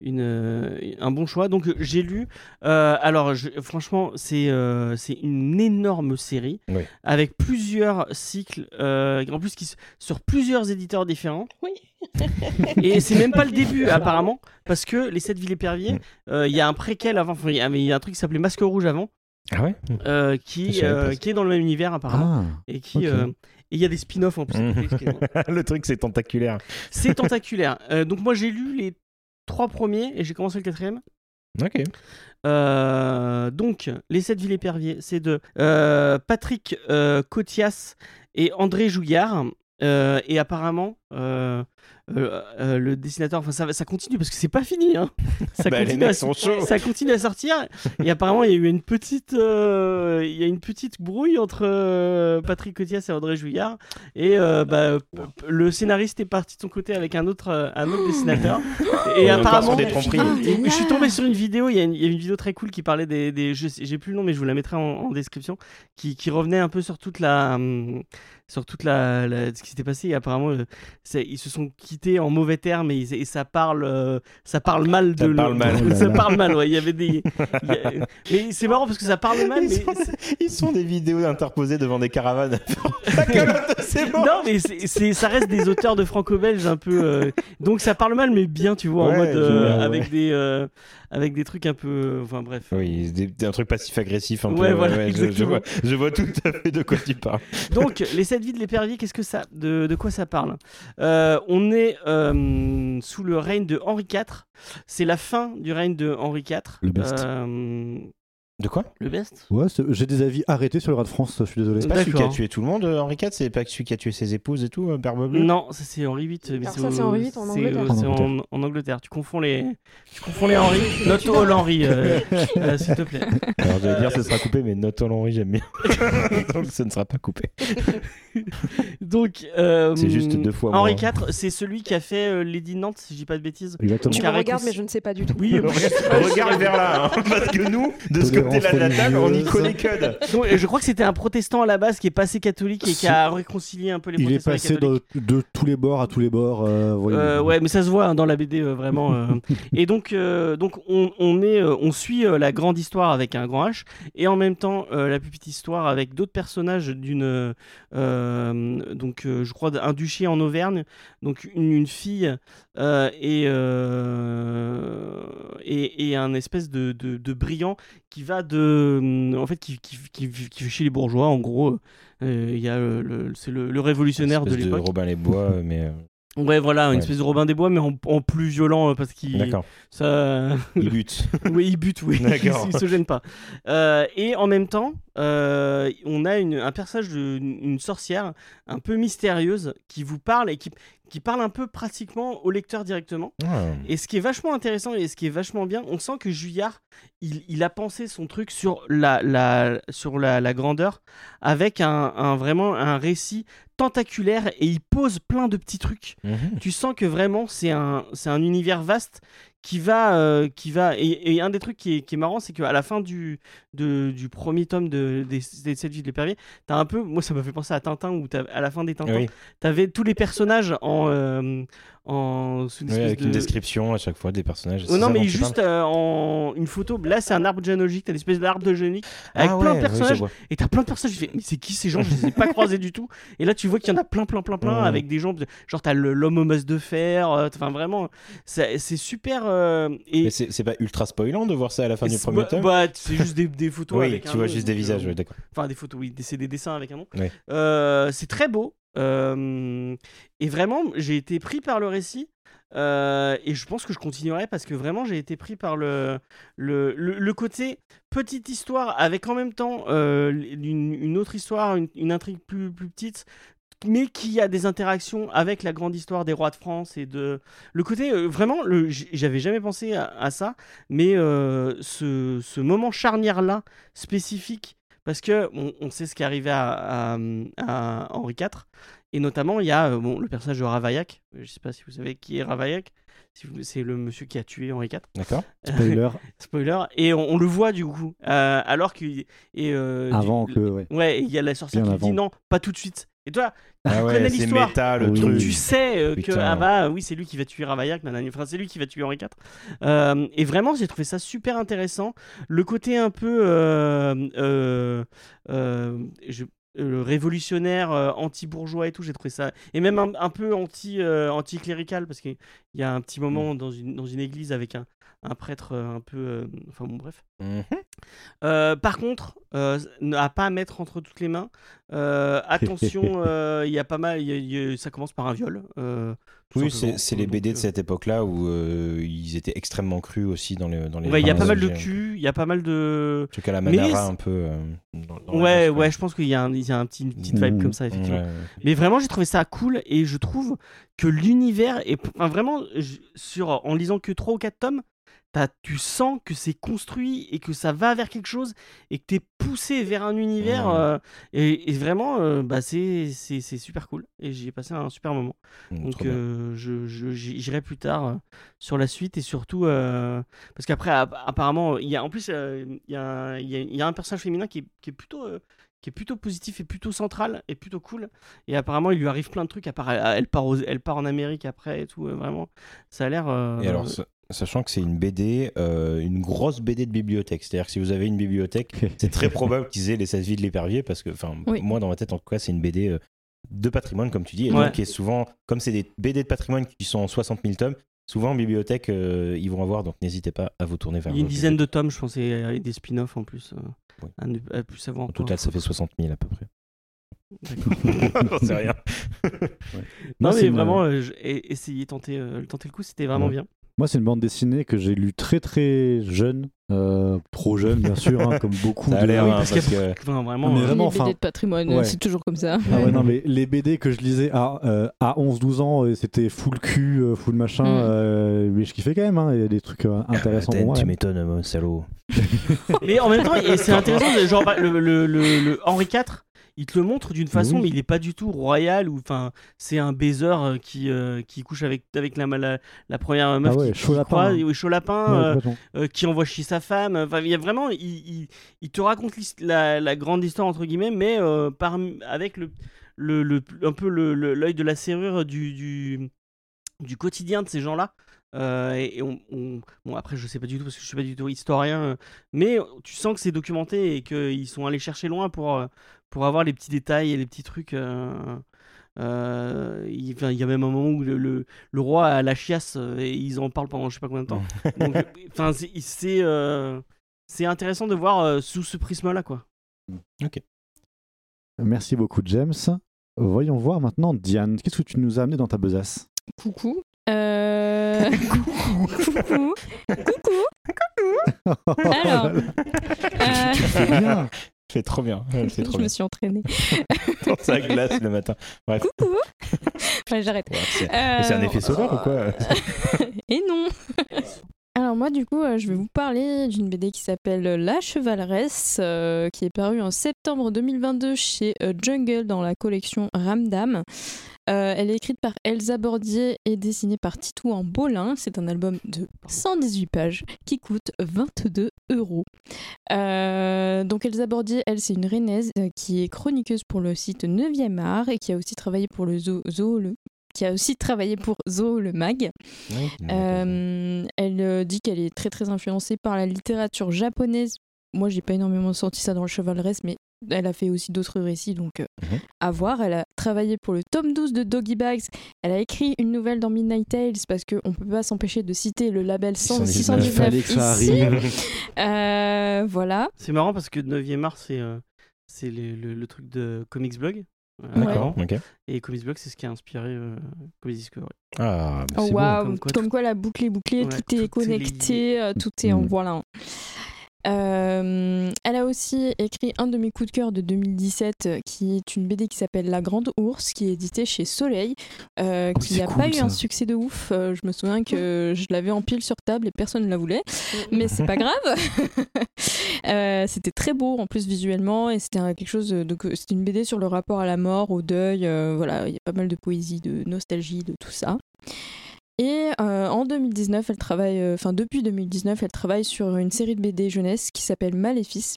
Speaker 3: une, euh, un bon choix. Donc euh, j'ai lu. euh, alors je- franchement, c'est, euh, c'est une énorme série
Speaker 4: Oui.
Speaker 3: avec plusieurs cycles, euh, en plus qui s- sur plusieurs éditeurs différents.
Speaker 5: Oui.
Speaker 3: Et c'est même pas le début, apparemment, parce que les 7 villes
Speaker 4: Mm.
Speaker 3: éperviers, euh, il y a un préquel avant, enfin, il y avait- il y a un truc qui s'appelait Masque Rouge avant,
Speaker 4: Ah ouais
Speaker 3: euh,
Speaker 4: Je
Speaker 3: qui,
Speaker 4: savais
Speaker 3: euh,
Speaker 4: pas ça.
Speaker 3: qui est dans le même univers, apparemment.
Speaker 2: Ah,
Speaker 3: Et qui.
Speaker 2: ok.
Speaker 3: euh, et il y a des spin-offs en plus.
Speaker 4: Mm. Le truc, c'est tentaculaire.
Speaker 3: c'est tentaculaire. Euh, donc, moi, j'ai lu les trois premiers et j'ai commencé le quatrième.
Speaker 4: Ok.
Speaker 3: Euh, donc, Les 7 villes éperviers, c'est de euh, Patrick euh, Cotias et André Jouillard. Euh, et apparemment, euh, euh, euh, le dessinateur, enfin, ça, va- ça continue parce que c'est pas fini. hein. Ça,
Speaker 4: Bah, les
Speaker 3: continue à,
Speaker 4: mecs sont chauds.
Speaker 3: ça continue à sortir. Et apparemment, il y a eu une petite, euh, il y a une petite brouille entre euh, Patrick Cotias et André Jouillard. Et euh, bah, p- p- le scénariste est parti de son côté avec un autre, euh, un autre dessinateur. Et
Speaker 4: On est encore
Speaker 3: apparemment,
Speaker 4: sur des tromperies.
Speaker 6: Ah,
Speaker 3: et je suis
Speaker 6: là.
Speaker 3: tombé sur une vidéo, il y, a une, il y a une vidéo très cool qui parlait des... des je sais- J'ai plus le nom mais je vous la mettrai en, en description, qui, qui revenait un peu sur toute la... hum, sur toute la... la- ce qui s'était passé et apparemment euh, c'est- ils se sont quittés en mauvais termes et, ils- et ça parle... euh, ça parle mal de...
Speaker 4: Ça
Speaker 3: le-
Speaker 4: parle mal.
Speaker 3: ça parle mal, ouais. Il y avait des... il y a- mais c'est marrant parce que ça parle mal
Speaker 4: Ils
Speaker 3: mais...
Speaker 4: sont-
Speaker 3: c'est-
Speaker 4: Ils sont des vidéos interposées devant des caravanes. La calotte, c'est bon.
Speaker 3: Non mais c'est- c'est- ça reste des auteurs de franco-belge un peu... euh, donc ça parle mal mais bien tu vois, en
Speaker 4: Ouais,
Speaker 3: mode... euh,
Speaker 4: génial, ouais.
Speaker 3: avec, des, euh, avec des trucs un peu... euh, Enfin bref.
Speaker 4: Oui, c'est des- un truc passif-agressif un peu. euh,
Speaker 3: Ouais, voilà,
Speaker 4: je- je,
Speaker 3: exactement.
Speaker 4: vois, je vois tout à fait de quoi tu parles.
Speaker 3: Donc, les sept vies de l'épervier, qu'est-ce que ça, de, de quoi ça parle Euh, On est euh, sous le règne de Henri IV. C'est la fin du règne de Henri IV.
Speaker 2: Le best.
Speaker 3: Euh,
Speaker 4: De quoi
Speaker 3: le best
Speaker 2: Ouais, c'est- j'ai des avis arrêtés sur le rat de France, je suis désolé.
Speaker 4: C'est pas celui qui a
Speaker 3: D'accord.
Speaker 4: tué tout le monde, euh, Henri IV C'est pas celui qui a tué ses épouses et tout, euh, Barbe Bleue
Speaker 3: Non, ça c'est Henri VIII. Mais
Speaker 5: Alors ça, c'est Henri VIII en
Speaker 3: c'est-
Speaker 5: Angleterre.
Speaker 3: c'est
Speaker 2: En
Speaker 3: en, en Angleterre. Tu confonds les, tu confonds les Henri. Note all Henri, euh, euh, s'il te plaît.
Speaker 4: Alors j'allais dire
Speaker 3: Euh,
Speaker 4: ce sera coupé, mais Note Henri, j'aime bien. Donc ce ne sera pas coupé.
Speaker 3: Donc, euh,
Speaker 4: C'est juste deux fois
Speaker 3: Henri
Speaker 4: moins.
Speaker 3: IV, c'est celui qui a fait euh, Lady de Nantes, si je dis pas de bêtises.
Speaker 2: Exactement.
Speaker 5: Tu me
Speaker 3: Carré
Speaker 5: regardes,
Speaker 3: concis-
Speaker 5: mais je ne sais pas du tout.
Speaker 3: Oui,
Speaker 4: Regarde vers là, hein, parce que nous, de ce
Speaker 2: Tolérance
Speaker 4: côté-là de la table, on y
Speaker 2: religieuse.
Speaker 4: connaît que dalle.
Speaker 3: Donc, je crois que c'était un protestant à la base qui est passé catholique et qui a réconcilié un peu les
Speaker 2: Il est
Speaker 3: protestants et les
Speaker 2: passé
Speaker 3: catholiques.
Speaker 2: de, de tous les bords à tous les bords. euh, voyez.
Speaker 3: Euh, ouais, mais ça se voit hein, dans la BD euh, vraiment. euh. et donc, euh, donc on, on est, euh, on suit euh, la grande histoire avec un grand H et en même temps euh, la petite histoire avec d'autres personnages d'une, euh, donc euh, je crois d'un duché en Auvergne, donc une, une fille euh, et, euh, et et un espèce de, de, de brillant qui va de, hum, en fait qui qui, qui, qui fait chez les bourgeois en gros. Euh, Il y a euh, le, c'est le, le révolutionnaire de
Speaker 4: Espèce
Speaker 3: l'époque.
Speaker 4: Robin les Bois, euh, mais. euh,
Speaker 3: Ouais, voilà, une
Speaker 4: Ouais.
Speaker 3: espèce de Robin des Bois, mais en, en plus violent euh, parce qu'il
Speaker 4: D'accord.
Speaker 3: ça,
Speaker 4: Il bute.
Speaker 3: oui, il bute, oui, il,
Speaker 4: D'accord.
Speaker 3: il se gêne pas. Euh, et en même temps, euh, on a une, un personnage, de- une sorcière un peu mystérieuse qui vous parle et qui, qui parle un peu pratiquement au lecteur directement.
Speaker 4: Ah.
Speaker 3: Et ce qui est vachement intéressant et ce qui est vachement bien, on sent que Juillard, il, il a pensé son truc sur la, la, sur la, la grandeur avec un, un- vraiment un récit tentaculaire et il pose plein de petits trucs
Speaker 4: Mhm.
Speaker 3: tu sens que vraiment c'est un c'est un univers vaste qui va euh, qui va et, et un des trucs qui est, qui est marrant c'est qu'à la fin du de- du premier tome de des, des sept vies de l'épervier t'as un peu moi ça m'a fait penser à Tintin où t'as- à la fin des Tintins
Speaker 4: Oui,
Speaker 3: t'avais tous les personnages en euh, en sous une
Speaker 4: oui,
Speaker 3: espèce
Speaker 4: avec
Speaker 3: de-
Speaker 4: une description à chaque fois des personnages.
Speaker 3: Oh
Speaker 4: c'est
Speaker 3: non
Speaker 4: ça
Speaker 3: mais
Speaker 4: dont tu
Speaker 3: juste
Speaker 4: parles
Speaker 3: euh, en une photo là c'est un arbre généalogique t'as une espèce d'arbre généalogique avec
Speaker 4: Ah
Speaker 3: plein de
Speaker 4: ouais, oui,
Speaker 3: personnages
Speaker 4: je vois.
Speaker 3: et t'as plein de personnages, je fais, mais c'est qui ces gens Je les ai pas croisés du tout. Et là, tu vois qu'il y en a plein, plein, plein, plein,
Speaker 4: Ouais.
Speaker 3: avec des gens, genre t'as le- l'homme aux masses de fer, euh, enfin vraiment, ça- c'est super. euh, et
Speaker 4: Mais c'est c'est pas ultra spoilant de voir ça à la fin du
Speaker 3: et c'est-
Speaker 4: premier
Speaker 3: bah-
Speaker 4: tome
Speaker 3: bah, c'est juste des, des photos.
Speaker 4: Oui,
Speaker 3: avec
Speaker 4: tu
Speaker 3: un
Speaker 4: vois
Speaker 3: nom,
Speaker 4: juste des
Speaker 3: donc,
Speaker 4: visages,
Speaker 3: euh,
Speaker 4: oui, d'accord.
Speaker 3: Enfin, des photos, oui, des- c'est des dessins avec un nom.
Speaker 4: Ouais.
Speaker 3: Euh, c'est très beau. euh, et vraiment, j'ai été pris par le récit. euh, et je pense que je continuerai parce que vraiment, j'ai été pris par le, le, le, le côté petite histoire avec en même temps euh, une, une autre histoire, une, une intrigue plus, plus petite. Mais qui a des interactions avec la grande histoire des rois de France et de le côté euh, vraiment le j- j'avais jamais pensé à, à ça mais euh, ce, ce moment charnière là spécifique parce que on, on sait ce qui est arrivé à, à- à Henri IV et notamment il y a euh, bon, le personnage de Ravaillac je sais pas si vous savez qui est Ravaillac Si vous- c'est le monsieur qui a tué Henri IV
Speaker 4: D'accord.
Speaker 2: Spoiler,
Speaker 3: spoiler et on, on le voit du coup euh, alors que et, euh, du-
Speaker 2: avant que. ouais.
Speaker 3: ouais il y a la sorcière
Speaker 2: Bien
Speaker 3: qui dit
Speaker 2: avant.
Speaker 3: non pas tout de suite et toi
Speaker 4: Ah ouais,
Speaker 3: connais
Speaker 4: c'est
Speaker 3: l'histoire.
Speaker 4: méta le
Speaker 2: Oui.
Speaker 4: truc.
Speaker 3: tu sais euh, que
Speaker 4: Putain.
Speaker 3: ah bah oui c'est lui qui va tuer Ravaillac nanani. enfin c'est lui qui va tuer Henri IV Euh, et vraiment j'ai trouvé ça super intéressant le côté un peu euh, euh, euh, je- euh, révolutionnaire, euh, anti-bourgeois et tout. J'ai trouvé ça. Et même un, un peu anti, euh, anti-clérical, parce qu'il y a un petit
Speaker 4: Mm.
Speaker 3: moment dans une, dans une église avec un, un prêtre euh, un peu. euh, enfin bon, bref.
Speaker 4: Mhm.
Speaker 3: Euh, par contre, euh, ne- à pas mettre entre toutes les mains. Euh, attention, euh, il y a pas mal. il y a- il y a- ça commence par un viol. euh, tout
Speaker 4: Oui,
Speaker 3: simplement.
Speaker 4: c'est c'est les
Speaker 3: Donc,
Speaker 4: BD de
Speaker 3: euh,
Speaker 4: cette époque-là où euh, ils étaient extrêmement crus aussi dans les. Dans les euh,
Speaker 3: ouais, il y a
Speaker 4: dans
Speaker 3: pas
Speaker 4: les
Speaker 3: mal de
Speaker 4: objets.
Speaker 3: cul, il y a pas mal de.
Speaker 4: En tout cas, la
Speaker 3: Mais
Speaker 4: Manara,
Speaker 3: c'est-
Speaker 4: un peu. euh, dans- dans la Mmh,
Speaker 3: Ouais,
Speaker 4: chose,
Speaker 3: ouais, je pense qu'il y a, un, il y a un petit, une petite
Speaker 2: Mhm.
Speaker 3: vibe comme ça,
Speaker 4: quoi.
Speaker 3: effectivement.
Speaker 4: Ouais, ouais.
Speaker 3: Mais vraiment, j'ai trouvé ça cool et je trouve que l'univers est. Enfin, vraiment, je- sur, en lisant que 3 ou 4 tomes, t'as- tu sens que c'est construit et que ça va vers quelque chose et que t'es poussé vers un univers.
Speaker 4: Ouais.
Speaker 3: euh, et, et vraiment, euh, bah, c'est c'est- c'est super cool et j'y ai passé un super moment.
Speaker 4: Donc,
Speaker 3: Donc
Speaker 4: trop bien.
Speaker 3: euh, je- je- j'y- j'irai plus tard euh, sur la suite et surtout euh, parce qu'après app- apparemment il y a en plus euh, il y, a, un- il y a- il y a un personnage féminin qui est, qui est plutôt euh, qui est plutôt positif et plutôt central et plutôt cool et apparemment il lui arrive plein de trucs à part euh, elle, elle part aux- elle part en Amérique après et tout euh, vraiment ça a l'air euh,
Speaker 4: Et alors, sa- sachant que c'est une BD, euh, une grosse BD de bibliothèque. C'est-à-dire que si vous avez une bibliothèque, c'est très probable qu'ils aient les 16 vies de l'épervier parce que, enfin,
Speaker 6: Oui.
Speaker 4: moi dans ma tête en tout cas, c'est une BD euh, de patrimoine comme tu dis, et
Speaker 3: Ouais.
Speaker 4: donc qui est souvent, comme c'est des BD de patrimoine qui sont en 60 000 tomes, souvent en bibliothèque euh, ils vont avoir. Donc n'hésitez pas à vous tourner vers.
Speaker 3: il y a une
Speaker 4: vos
Speaker 3: dizaine
Speaker 4: bibliothèques.
Speaker 3: de tomes je pense et, euh, et des spin-offs en plus euh,
Speaker 4: Oui.
Speaker 3: à ne à plus savoir
Speaker 4: En tout
Speaker 3: encore.
Speaker 4: cas, ça fait 60 000 à peu près.
Speaker 3: D'accord.
Speaker 4: J'en sais rien.
Speaker 3: non
Speaker 2: Moi, c'est
Speaker 3: mais
Speaker 2: une-
Speaker 3: vraiment euh, je- et- essayez tenter euh, tenter le coup c'était vraiment
Speaker 2: Ouais.
Speaker 3: bien
Speaker 2: Moi, c'est une bande dessinée que j'ai lue très très jeune. Euh, trop jeune, bien sûr, hein, comme beaucoup
Speaker 4: Ça a
Speaker 2: de.
Speaker 4: l'air,
Speaker 3: Oui,
Speaker 4: hein,
Speaker 3: parce
Speaker 4: parce
Speaker 3: qu'il
Speaker 4: que.
Speaker 3: Enfin, vraiment
Speaker 2: Mais
Speaker 3: euh,
Speaker 6: Les
Speaker 2: vraiment, enfin,
Speaker 6: BD de patrimoine,
Speaker 2: ouais.
Speaker 6: c'est toujours comme ça.
Speaker 2: Ah ouais, non, mais les BD que je lisais à, euh, à 11-12 ans, euh, c'était full cul, euh, full machin,
Speaker 6: Mm.
Speaker 2: euh, mais je kiffais quand même. hein. Il y a des trucs euh, intéressants pour moi.
Speaker 4: Ah, tu m'étonnes, mon salaud.
Speaker 3: Mais en même temps, et c'est intéressant, de- genre bah, le, le- le- le Henri IV, il te le montre d'une façon,
Speaker 2: Oui.
Speaker 3: mais il n'est pas du tout royal ou enfin, c'est un baiser euh, qui euh, qui couche avec avec la la, la première meuf
Speaker 2: Ah ouais,
Speaker 3: qui,
Speaker 2: chaud
Speaker 3: qui
Speaker 2: lapin,
Speaker 3: croise,
Speaker 2: hein.
Speaker 3: oui, chaud lapin,
Speaker 2: Ouais,
Speaker 3: euh,
Speaker 2: complètement.
Speaker 3: euh, qui envoie chier sa femme. Enfin, il y a vraiment, il, il, il te raconte l'hist- la, la grande histoire entre guillemets, mais euh, par avec le le, le un peu le- le- l'œil de la serrure du du, du quotidien de ces gens-là. Euh, et et on, on- bon après je sais pas du tout parce que je suis pas du tout historien, euh, mais tu sens que c'est documenté et qu'ils sont allés chercher loin pour euh, pour avoir les petits détails et les petits trucs. euh, euh, il, enfin, il y a même un moment où le, le- le roi a la chiasse euh, et ils en parlent pendant je sais pas combien de temps. Donc, enfin, c'est- c'est euh, c'est intéressant de voir euh, sous ce prisme-là, quoi.
Speaker 2: Merci beaucoup, James. Voyons voir maintenant, Diane. Qu'est-ce que tu nous as amené dans ta besace
Speaker 6: Coucou. Euh, Coucou. Coucou. Alors,
Speaker 2: Oh là là,
Speaker 6: Euh,
Speaker 2: tu fais bien.
Speaker 4: C'est trop bien. C'est trop
Speaker 6: Je me
Speaker 4: bien.
Speaker 6: suis entraînée.
Speaker 4: Dans sa glace le matin. Bref.
Speaker 6: Coucou. Enfin, j'arrête.
Speaker 4: Ouais, c'est-
Speaker 6: Euh,
Speaker 4: Mais c'est un effet sonore ou quoi
Speaker 6: Et non Alors moi du coup euh, je vais vous parler d'une BD qui s'appelle euh, La Chevaleresse euh, qui est parue en septembre 2022 chez euh, Jungle dans la collection Ramdam. Euh, elle est écrite par Elsa Bordier et dessinée par Titou en Bolin. C'est un album de 118 pages qui coûte 22 euros. Euh, donc Elsa Bordier, elle, c'est une rennaise euh, qui est chroniqueuse pour le site 9e art et qui a aussi travaillé pour le Zoo, Zoo le- qui a aussi travaillé pour Zoo le Mag.
Speaker 2: Ah,
Speaker 6: Euh, elle euh, dit qu'elle est très très influencée par la littérature japonaise. Moi, j'ai pas énormément senti ça dans le Chevaleresse, mais elle a fait aussi d'autres récits, donc euh,
Speaker 4: Mhm.
Speaker 6: à voir. Elle a travaillé pour le tome 12 de Doggy Bags. Elle a écrit une nouvelle dans Midnight Tales parce qu'on peut pas s'empêcher de citer le label 100
Speaker 4: 619.
Speaker 6: 619
Speaker 2: Il fallait que ça
Speaker 6: ici.
Speaker 2: arrive.
Speaker 6: Euh, voilà.
Speaker 3: C'est marrant parce que 9e art, c'est euh, c'est le, le- le truc de Comics Blog. euh,
Speaker 4: D'accord, ok.
Speaker 3: Et Comics Blog, c'est ce qui a inspiré euh, Comics Discovery.
Speaker 4: Ah, mais
Speaker 6: Oh,
Speaker 4: c'est
Speaker 6: waouh.
Speaker 3: Comme
Speaker 6: Comme,
Speaker 3: quoi,
Speaker 6: quoi, la boucle est bouclée,
Speaker 3: Ouais,
Speaker 6: tout
Speaker 3: tout
Speaker 6: est
Speaker 3: est
Speaker 6: connecté, euh, tout est en
Speaker 2: Mm.
Speaker 6: voilà. Euh, elle a aussi écrit un de mes coups de cœur de 2017, euh, qui est une BD qui s'appelle La Grande Ourse, qui est éditée chez Soleil, euh,
Speaker 2: Oh,
Speaker 6: qui
Speaker 2: c'est
Speaker 6: n'a
Speaker 2: cool,
Speaker 6: pas eu
Speaker 2: ça.
Speaker 6: un succès de ouf. Euh, je me souviens que je l'avais en pile sur table et personne ne la voulait, mais c'est pas grave. Euh, c'était très beau en plus visuellement et c'était un- quelque chose de que- c'était une BD sur le rapport à la mort, au deuil, euh, voilà, il y a pas mal de poésie, de nostalgie, de tout ça. Et euh, en 2019, elle travaille, euh, enfin depuis 2019, elle travaille sur une série de BD jeunesse qui s'appelle Maléfice,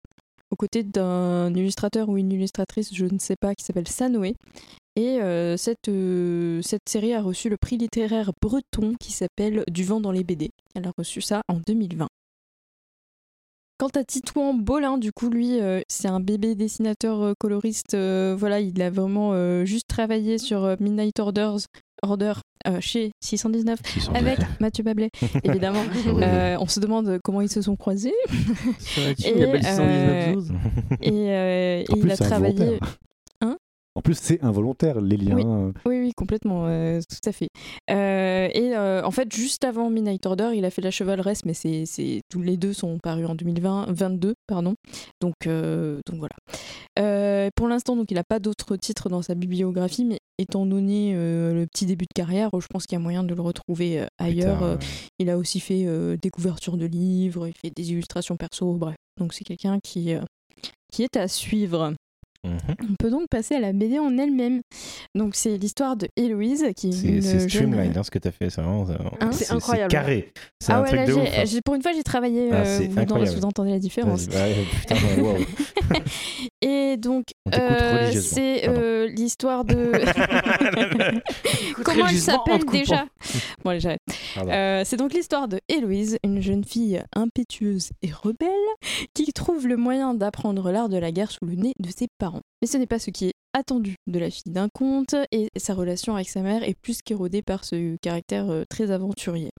Speaker 6: aux côtés d'un illustrateur ou une illustratrice, je ne sais pas, qui s'appelle Sanoé. Et euh, cette, euh, cette série a reçu le prix littéraire breton qui s'appelle Du vent dans les BD. Elle a reçu ça en 2020. quant à Titouan Bolin, du coup, lui, euh, c'est un bébé dessinateur euh, coloriste. euh, voilà, il a vraiment euh, juste travaillé sur euh, Midnight Orders, Order euh, chez 619
Speaker 4: Ils sont
Speaker 6: Oh, avec Mathieu Bablé, évidemment. Euh, on se demande comment ils se sont croisés. Et,
Speaker 3: la belle
Speaker 6: euh,
Speaker 3: 619 12.
Speaker 6: Et, euh, et
Speaker 2: En plus,
Speaker 6: il a
Speaker 2: c'est
Speaker 6: travaillé.
Speaker 2: involontaire.
Speaker 6: Hein
Speaker 2: en plus, c'est involontaire, les liens. euh,
Speaker 6: Oui, oui, complètement, euh, tout à fait. Euh, et euh, en fait, juste avant Midnight Order, il a fait La Chevaleresse, mais c'est, c'est- tous les deux sont parus en 2020, 22, pardon. Donc, euh, donc voilà. Euh, pour l'instant, donc, il n'a pas d'autres titres dans sa bibliographie, mais étant donné euh, le petit début de carrière, je pense qu'il y a moyen de le retrouver euh, ailleurs.
Speaker 4: Putain,
Speaker 6: Euh,
Speaker 4: euh,
Speaker 6: Il a aussi fait euh, des couvertures de livres, il fait des illustrations perso, bref. Donc c'est quelqu'un qui, euh, qui est à suivre.
Speaker 4: mhm.
Speaker 6: On peut donc passer à la BD en elle-même. Donc c'est l'histoire de Héloïse qui est
Speaker 4: C'est
Speaker 6: une
Speaker 4: c'est
Speaker 6: jeune-
Speaker 4: streamline hein, ce que t'as fait, c'est vraiment. c'est-
Speaker 6: Hein
Speaker 5: C'est incroyable.
Speaker 4: C'est carré. C'est
Speaker 6: Ah
Speaker 4: un
Speaker 6: ouais,
Speaker 4: truc
Speaker 6: là,
Speaker 4: de
Speaker 6: j'ai-
Speaker 4: ouf. hein.
Speaker 6: j'ai- pour une fois j'ai travaillé.
Speaker 4: Ah,
Speaker 6: euh,
Speaker 4: c'est
Speaker 6: vous, entendez-
Speaker 4: incroyable.
Speaker 6: vous entendez la différence.
Speaker 4: Vas-y, ouais, putain, ouais, waouh.
Speaker 6: Et donc
Speaker 4: On t'écoute
Speaker 6: euh,
Speaker 4: religieusement.
Speaker 6: c'est
Speaker 4: Pardon.
Speaker 6: euh, l'histoire de. Comment elle
Speaker 3: religieusement en
Speaker 6: s'appelle
Speaker 3: te coupant.
Speaker 6: déjà Bon, allez, j'arrête.
Speaker 4: Pardon.
Speaker 6: Euh, c'est donc l'histoire de Héloïse, une jeune fille impétueuse et rebelle qui trouve le moyen d'apprendre l'art de la guerre sous le nez de ses parents. Mais ce n'est pas ce qui est attendu de la fille d'un conte et sa relation avec sa mère est plus qu'érodée par ce caractère euh, très aventurier.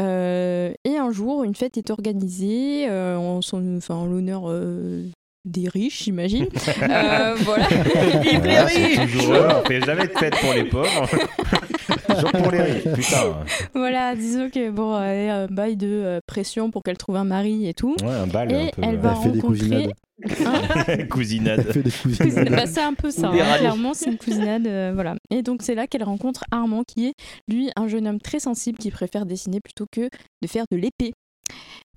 Speaker 6: Euh, et un jour, une fête est organisée euh, en, son- enfin, en l'honneur euh, des riches, j'imagine. Euh, voilà.
Speaker 4: Voilà, Ah, c'est toujours eux, on fait jamais de fête pour les pauvres. Genre pour les riches, putain.
Speaker 6: Voilà, disons que bon, elle a un bail de euh, pression pour qu'elle trouve un mari et tout.
Speaker 4: Ouais, un bal
Speaker 6: Et
Speaker 4: un peu.
Speaker 6: elle
Speaker 2: elle a
Speaker 6: va
Speaker 2: fait des
Speaker 6: rencontrer.
Speaker 2: cousinades.
Speaker 4: euh,
Speaker 2: Elle a
Speaker 4: Cousinade.
Speaker 2: fait des
Speaker 6: Cousine-
Speaker 2: cousinades.
Speaker 6: bah, c'est un peu ça,
Speaker 3: Ou des
Speaker 6: hein.
Speaker 3: rallyes.
Speaker 6: clairement c'est une cousinade, euh, voilà. Et donc c'est là qu'elle rencontre Armand qui est lui un jeune homme très sensible qui préfère dessiner plutôt que de faire de l'épée.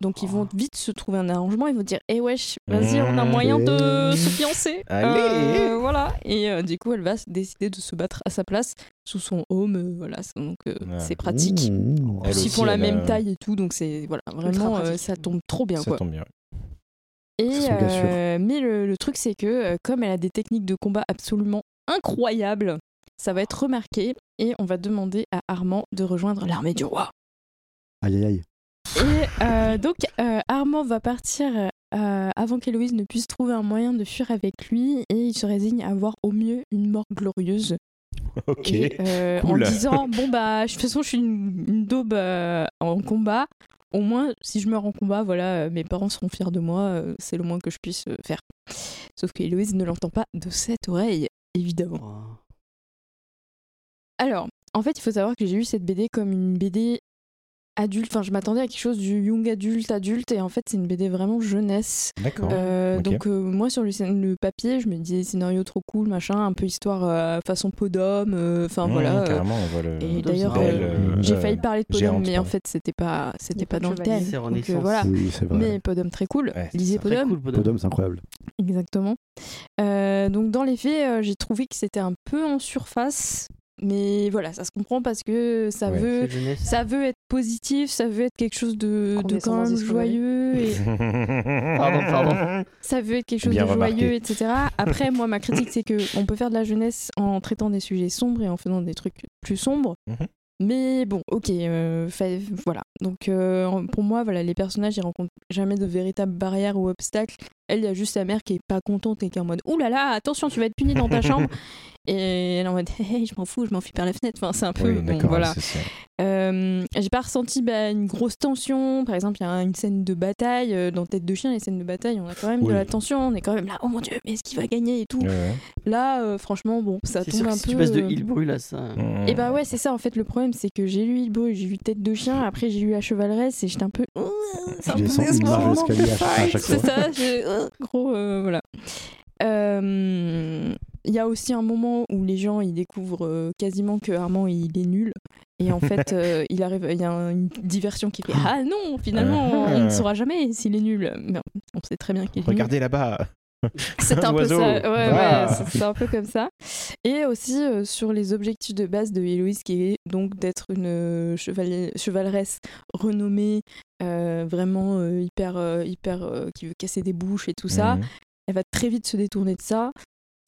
Speaker 6: Donc ils
Speaker 3: Oh.
Speaker 6: vont vite se trouver un arrangement, ils vont dire Eh wesh, vas-y on
Speaker 3: Mmh.
Speaker 6: a moyen de se fiancer
Speaker 4: Allez.
Speaker 6: Euh, Voilà Et euh, du coup elle va s- décider de se battre à sa place sous son home, euh, voilà, c'est- donc euh,
Speaker 3: Ah,
Speaker 4: Ouais.
Speaker 6: c'est pratique.
Speaker 2: Mmh.
Speaker 6: Ils
Speaker 4: Elle aussi,
Speaker 6: font la
Speaker 4: elle
Speaker 6: même
Speaker 4: a-
Speaker 6: taille et tout, donc c'est voilà, vraiment euh,
Speaker 5: pratique.
Speaker 6: ça tombe trop bien
Speaker 4: Ça
Speaker 6: quoi.
Speaker 4: tombe bien.
Speaker 6: Et,
Speaker 2: C'est son gars sûr.
Speaker 6: euh, mais le, le truc, c'est que euh, comme elle a des techniques de combat absolument incroyables, ça va être remarqué et on va demander à Armand de rejoindre l'armée du roi.
Speaker 2: Aïe, aïe, aïe.
Speaker 6: Et euh, donc, euh, Armand va partir euh, avant qu'Héloïse ne puisse trouver un moyen de fuir avec lui et il se résigne à avoir au mieux une mort glorieuse.
Speaker 4: Ok.
Speaker 6: Et, euh, en
Speaker 4: Cool.
Speaker 6: disant Bon, bah, de toute façon, je suis une, une daube euh, en combat. Au moins, si je meurs en combat, voilà, euh, mes parents seront fiers de moi. euh, c'est le moins que je puisse euh, faire. Sauf que Héloïse ne l'entend pas de cette oreille,
Speaker 3: Oh,
Speaker 6: évidemment. Alors, en fait, il faut savoir que j'ai lu cette BD comme une BD adulte. Enfin, je m'attendais à quelque chose du young adulte, adulte, et en fait, c'est une BD vraiment jeunesse.
Speaker 4: D'accord.
Speaker 6: Euh,
Speaker 4: ok.
Speaker 6: Donc, euh, moi, sur le, scén- le papier, je me disais scénario trop cool, machin, un peu histoire euh, façon Podom. euh, Enfin,
Speaker 4: Mmh,
Speaker 6: voilà. euh,
Speaker 4: Carrément, on voit le.
Speaker 6: et
Speaker 3: Podom,
Speaker 6: d'ailleurs,
Speaker 3: c'est
Speaker 6: euh,
Speaker 4: belle, euh,
Speaker 6: j'ai
Speaker 4: euh,
Speaker 6: failli parler de Podom,
Speaker 4: géante,
Speaker 6: mais en
Speaker 4: ouais.
Speaker 6: fait, c'était pas,
Speaker 5: Y
Speaker 6: c'était
Speaker 5: a pas
Speaker 6: pas
Speaker 5: de
Speaker 6: dans le
Speaker 5: chevalier.
Speaker 6: thème.
Speaker 3: C'est
Speaker 6: Donc, euh,
Speaker 3: Renaissance.
Speaker 6: voilà.
Speaker 2: Oui, c'est vrai.
Speaker 6: Mais Podom, très cool.
Speaker 4: Ouais, c'est
Speaker 6: Lisez
Speaker 4: ça.
Speaker 3: Très
Speaker 6: Podom.
Speaker 3: cool, Podom.
Speaker 2: Podom, c'est incroyable.
Speaker 6: Exactement. Euh, donc dans les faits, euh, j'ai trouvé que c'était un peu en surface, mais voilà, ça se comprend parce que ça
Speaker 4: Ouais.
Speaker 6: veut,
Speaker 3: C'est jeunesse.
Speaker 6: ça veut être positif, ça veut être quelque chose de, de quand
Speaker 5: Condescendance
Speaker 6: même
Speaker 5: discovery.
Speaker 6: joyeux, et
Speaker 4: Pardon,
Speaker 3: pardon.
Speaker 6: ça veut être quelque chose
Speaker 4: Bien
Speaker 6: de
Speaker 4: remarqué.
Speaker 6: joyeux, etc. Après, moi, ma critique, c'est que on peut faire de la jeunesse en traitant des sujets sombres et en faisant des trucs plus sombres.
Speaker 4: Mhm.
Speaker 6: Mais bon, ok, euh, fait- voilà. Donc euh, en- pour moi, voilà, les personnages, ils rencontrent jamais de véritables barrières ou obstacles. Elle, il y a juste sa mère qui est pas contente et qui est en mode « Ouh là là, attention, tu vas être punie dans ta chambre !» Et elle est en mode hey, hey, je m'en fous, je m'enfuis par la fenêtre !» Enfin, c'est un peu...
Speaker 4: Oui,
Speaker 6: bon,
Speaker 4: d'accord,
Speaker 6: voilà.
Speaker 4: ouais, c'est ça.
Speaker 6: Euh, j'ai pas ressenti bah, une grosse tension. Par exemple, il y a une scène de bataille euh, dans Tête de chien. Les scènes de bataille, on a quand même de
Speaker 4: Oui.
Speaker 6: la tension. On est quand même là. Oh mon dieu, mais est-ce qu'il va gagner et tout.
Speaker 4: Ouais, ouais.
Speaker 6: Là, euh, franchement, bon, ça
Speaker 3: C'est
Speaker 6: tombe
Speaker 3: sûr que
Speaker 6: un
Speaker 3: si
Speaker 6: peu.
Speaker 3: tu passes de
Speaker 6: euh,
Speaker 3: il brûle à ça.
Speaker 4: Mmh.
Speaker 6: Et bah ouais, c'est ça. En fait, le problème, c'est que j'ai lu Il brûle, j'ai lu Tête de chien. Après, j'ai lu La Chevaleresse et j'étais un peu. C'est un
Speaker 2: Tu
Speaker 6: peu
Speaker 2: descends une marche
Speaker 6: décevant.
Speaker 2: d'escalier à, à chaque fois.
Speaker 6: C'est ça, je- euh, gros, euh, voilà. Euh, Il y a aussi un moment où les gens ils découvrent euh, quasiment que Armand il est nul et en fait euh, il arrive il y a un- une diversion qui fait ah non finalement
Speaker 4: Ah.
Speaker 6: on ne saura jamais s'il est nul mais on sait très bien qu'il est nul
Speaker 4: Regardez là-bas.
Speaker 6: c'est un peu ça
Speaker 4: Oiseau.
Speaker 6: ouais, ouais,
Speaker 4: Ah.
Speaker 6: c'est- c'est un peu comme ça et aussi euh, sur les objectifs de base de Héloïse qui est donc d'être une euh, chevalier- chevaleresse renommée euh, vraiment euh, hyper euh, hyper euh, qui veut casser des bouches et tout ça
Speaker 4: Mmh.
Speaker 6: elle va très vite se détourner de ça.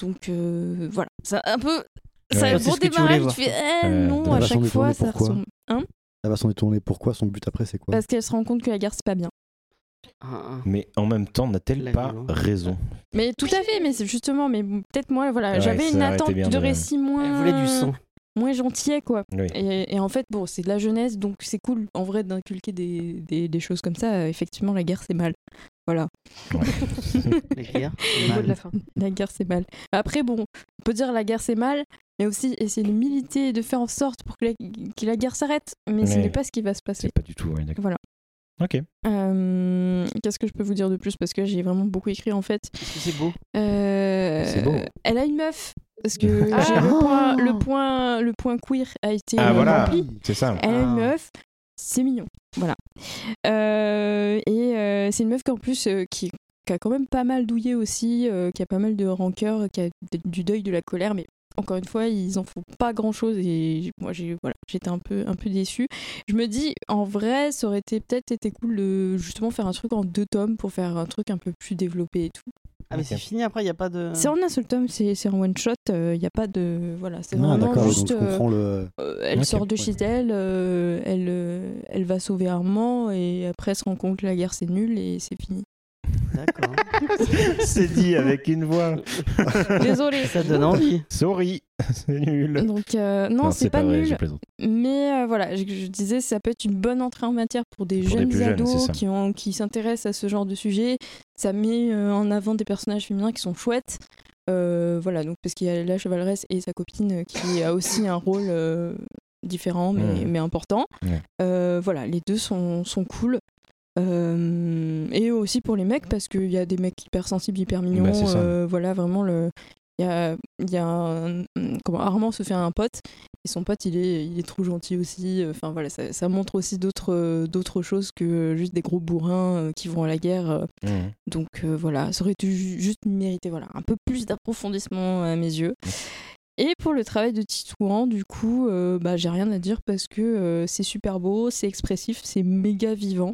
Speaker 6: Donc euh, voilà, ça un peu
Speaker 4: Ouais.
Speaker 6: ça
Speaker 4: Toi,
Speaker 3: c'est
Speaker 6: pour
Speaker 3: ce que tu
Speaker 6: démarrage,
Speaker 3: voulais
Speaker 6: tu fais eh,
Speaker 4: Euh,
Speaker 6: non
Speaker 4: de
Speaker 6: à
Speaker 2: la façon
Speaker 6: chaque
Speaker 2: de
Speaker 6: fois
Speaker 2: tourner,
Speaker 6: ça
Speaker 2: pourquoi
Speaker 6: ressemble
Speaker 2: Elle va s'en détourner. Pourquoi Son but après, c'est quoi
Speaker 6: parce qu'elle se rend compte que la guerre c'est pas bien.
Speaker 3: Ah, ah.
Speaker 4: Mais en même temps, n'a-t-elle
Speaker 3: La
Speaker 4: pas
Speaker 3: violence.
Speaker 4: raison
Speaker 6: Mais tout à fait, mais c'est justement, mais peut-être moi, voilà,
Speaker 4: Ouais,
Speaker 6: j'avais
Speaker 4: ça
Speaker 6: une
Speaker 4: aurait été
Speaker 6: attente
Speaker 4: bien
Speaker 6: de
Speaker 4: de-
Speaker 6: récit
Speaker 3: Elle
Speaker 6: moins.
Speaker 3: voulait du sang.
Speaker 6: Moins gentillet, quoi.
Speaker 4: Oui.
Speaker 6: Et, et en fait, bon, c'est de la jeunesse, donc c'est cool, en vrai, d'inculquer des, des, des choses comme ça. Euh, Effectivement, la guerre, c'est mal. Voilà,
Speaker 3: La guerre.
Speaker 5: Mot de la fin.
Speaker 6: la guerre, c'est mal. Après, bon, on peut dire la guerre, c'est mal, mais aussi essayer de militer, de faire en sorte pour que la, que la guerre s'arrête. Mais ce
Speaker 4: Ouais.
Speaker 6: n'est pas ce qui va se passer.
Speaker 4: C'est pas du tout. ouais, d'accord.
Speaker 6: Voilà.
Speaker 4: Ok.
Speaker 6: Euh, Qu'est-ce que je peux vous dire de plus Parce que j'ai vraiment beaucoup écrit, en fait.
Speaker 3: C'est beau.
Speaker 6: Euh,
Speaker 4: C'est beau.
Speaker 6: Elle a une meuf. Parce que
Speaker 5: Ah.
Speaker 6: j'ai le, point,
Speaker 3: Oh.
Speaker 6: le, point, le point queer a été
Speaker 4: Ah,
Speaker 6: euh,
Speaker 4: voilà.
Speaker 6: rempli.
Speaker 4: C'est ça.
Speaker 6: Elle a une
Speaker 3: Ah.
Speaker 6: meuf, c'est mignon. Voilà. Euh, et euh, c'est une meuf qu'en plus, euh, qui, qui a quand même pas mal douillé aussi, euh, qui a pas mal de rancœur, qui a d- du deuil, de la colère, mais encore une fois, ils en font pas grand chose et j- moi j'ai voilà, j'étais un peu un peu déçue. Je me dis en vrai, ça aurait été peut-être été cool de justement faire un truc en deux tomes pour faire un truc un peu plus développé et tout.
Speaker 3: Ah, mais
Speaker 4: Ok.
Speaker 3: c'est fini après, il n'y a pas de.
Speaker 6: C'est en un seul tome, c'est c'est en one shot, il y a pas de voilà, c'est
Speaker 2: Ah,
Speaker 6: vraiment
Speaker 2: d'accord,
Speaker 6: juste
Speaker 2: donc je
Speaker 6: euh,
Speaker 2: comprends le.
Speaker 6: euh, elle
Speaker 4: Ok,
Speaker 6: sort de
Speaker 4: ouais.
Speaker 6: chez elle, euh, elle, euh, elle va sauver Armand et après elle se rend compte que la guerre c'est nul et c'est fini.
Speaker 3: D'accord.
Speaker 4: c'est dit avec une voix.
Speaker 6: Désolée.
Speaker 3: Ça donne envie.
Speaker 4: Sorry, c'est nul.
Speaker 6: Donc euh, non, c'est pas,
Speaker 4: vrai, je
Speaker 6: nul,
Speaker 4: plaisante.
Speaker 6: mais euh, voilà, je, je disais ça peut être une bonne entrée en matière pour des
Speaker 4: Pour des
Speaker 6: jeunes
Speaker 4: plus jeunes,
Speaker 6: ados
Speaker 4: c'est ça.
Speaker 6: qui ont qui s'intéressent à ce genre de sujet. Ça met euh, en avant des personnages féminins qui sont chouettes. Euh, voilà, donc parce qu'il y a la chevaleresse et sa copine euh, qui a aussi un rôle euh, différent mais,
Speaker 4: Mm.
Speaker 6: mais important.
Speaker 4: Ouais.
Speaker 6: Euh, voilà, les deux sont, sont cool. Euh, et aussi pour les mecs, parce qu'il y a des mecs hyper sensibles, hyper mignons.
Speaker 4: Bah, c'est ça.
Speaker 6: euh, voilà, vraiment, le. Il y a, il y a un- comment Armand se fait un pote et son pote il est, il est trop gentil aussi. euh, Enfin voilà, ça, ça montre aussi d'autres euh, d'autres choses que juste des gros bourrins euh, qui vont à la guerre. euh,
Speaker 4: Mhm.
Speaker 6: donc euh, voilà, ça aurait dû ju- juste mérité voilà, un peu plus d'approfondissement à mes yeux. Et pour le travail de Titouan, du coup, euh, bah, j'ai rien à dire parce que euh, c'est super beau, c'est expressif, c'est méga vivant.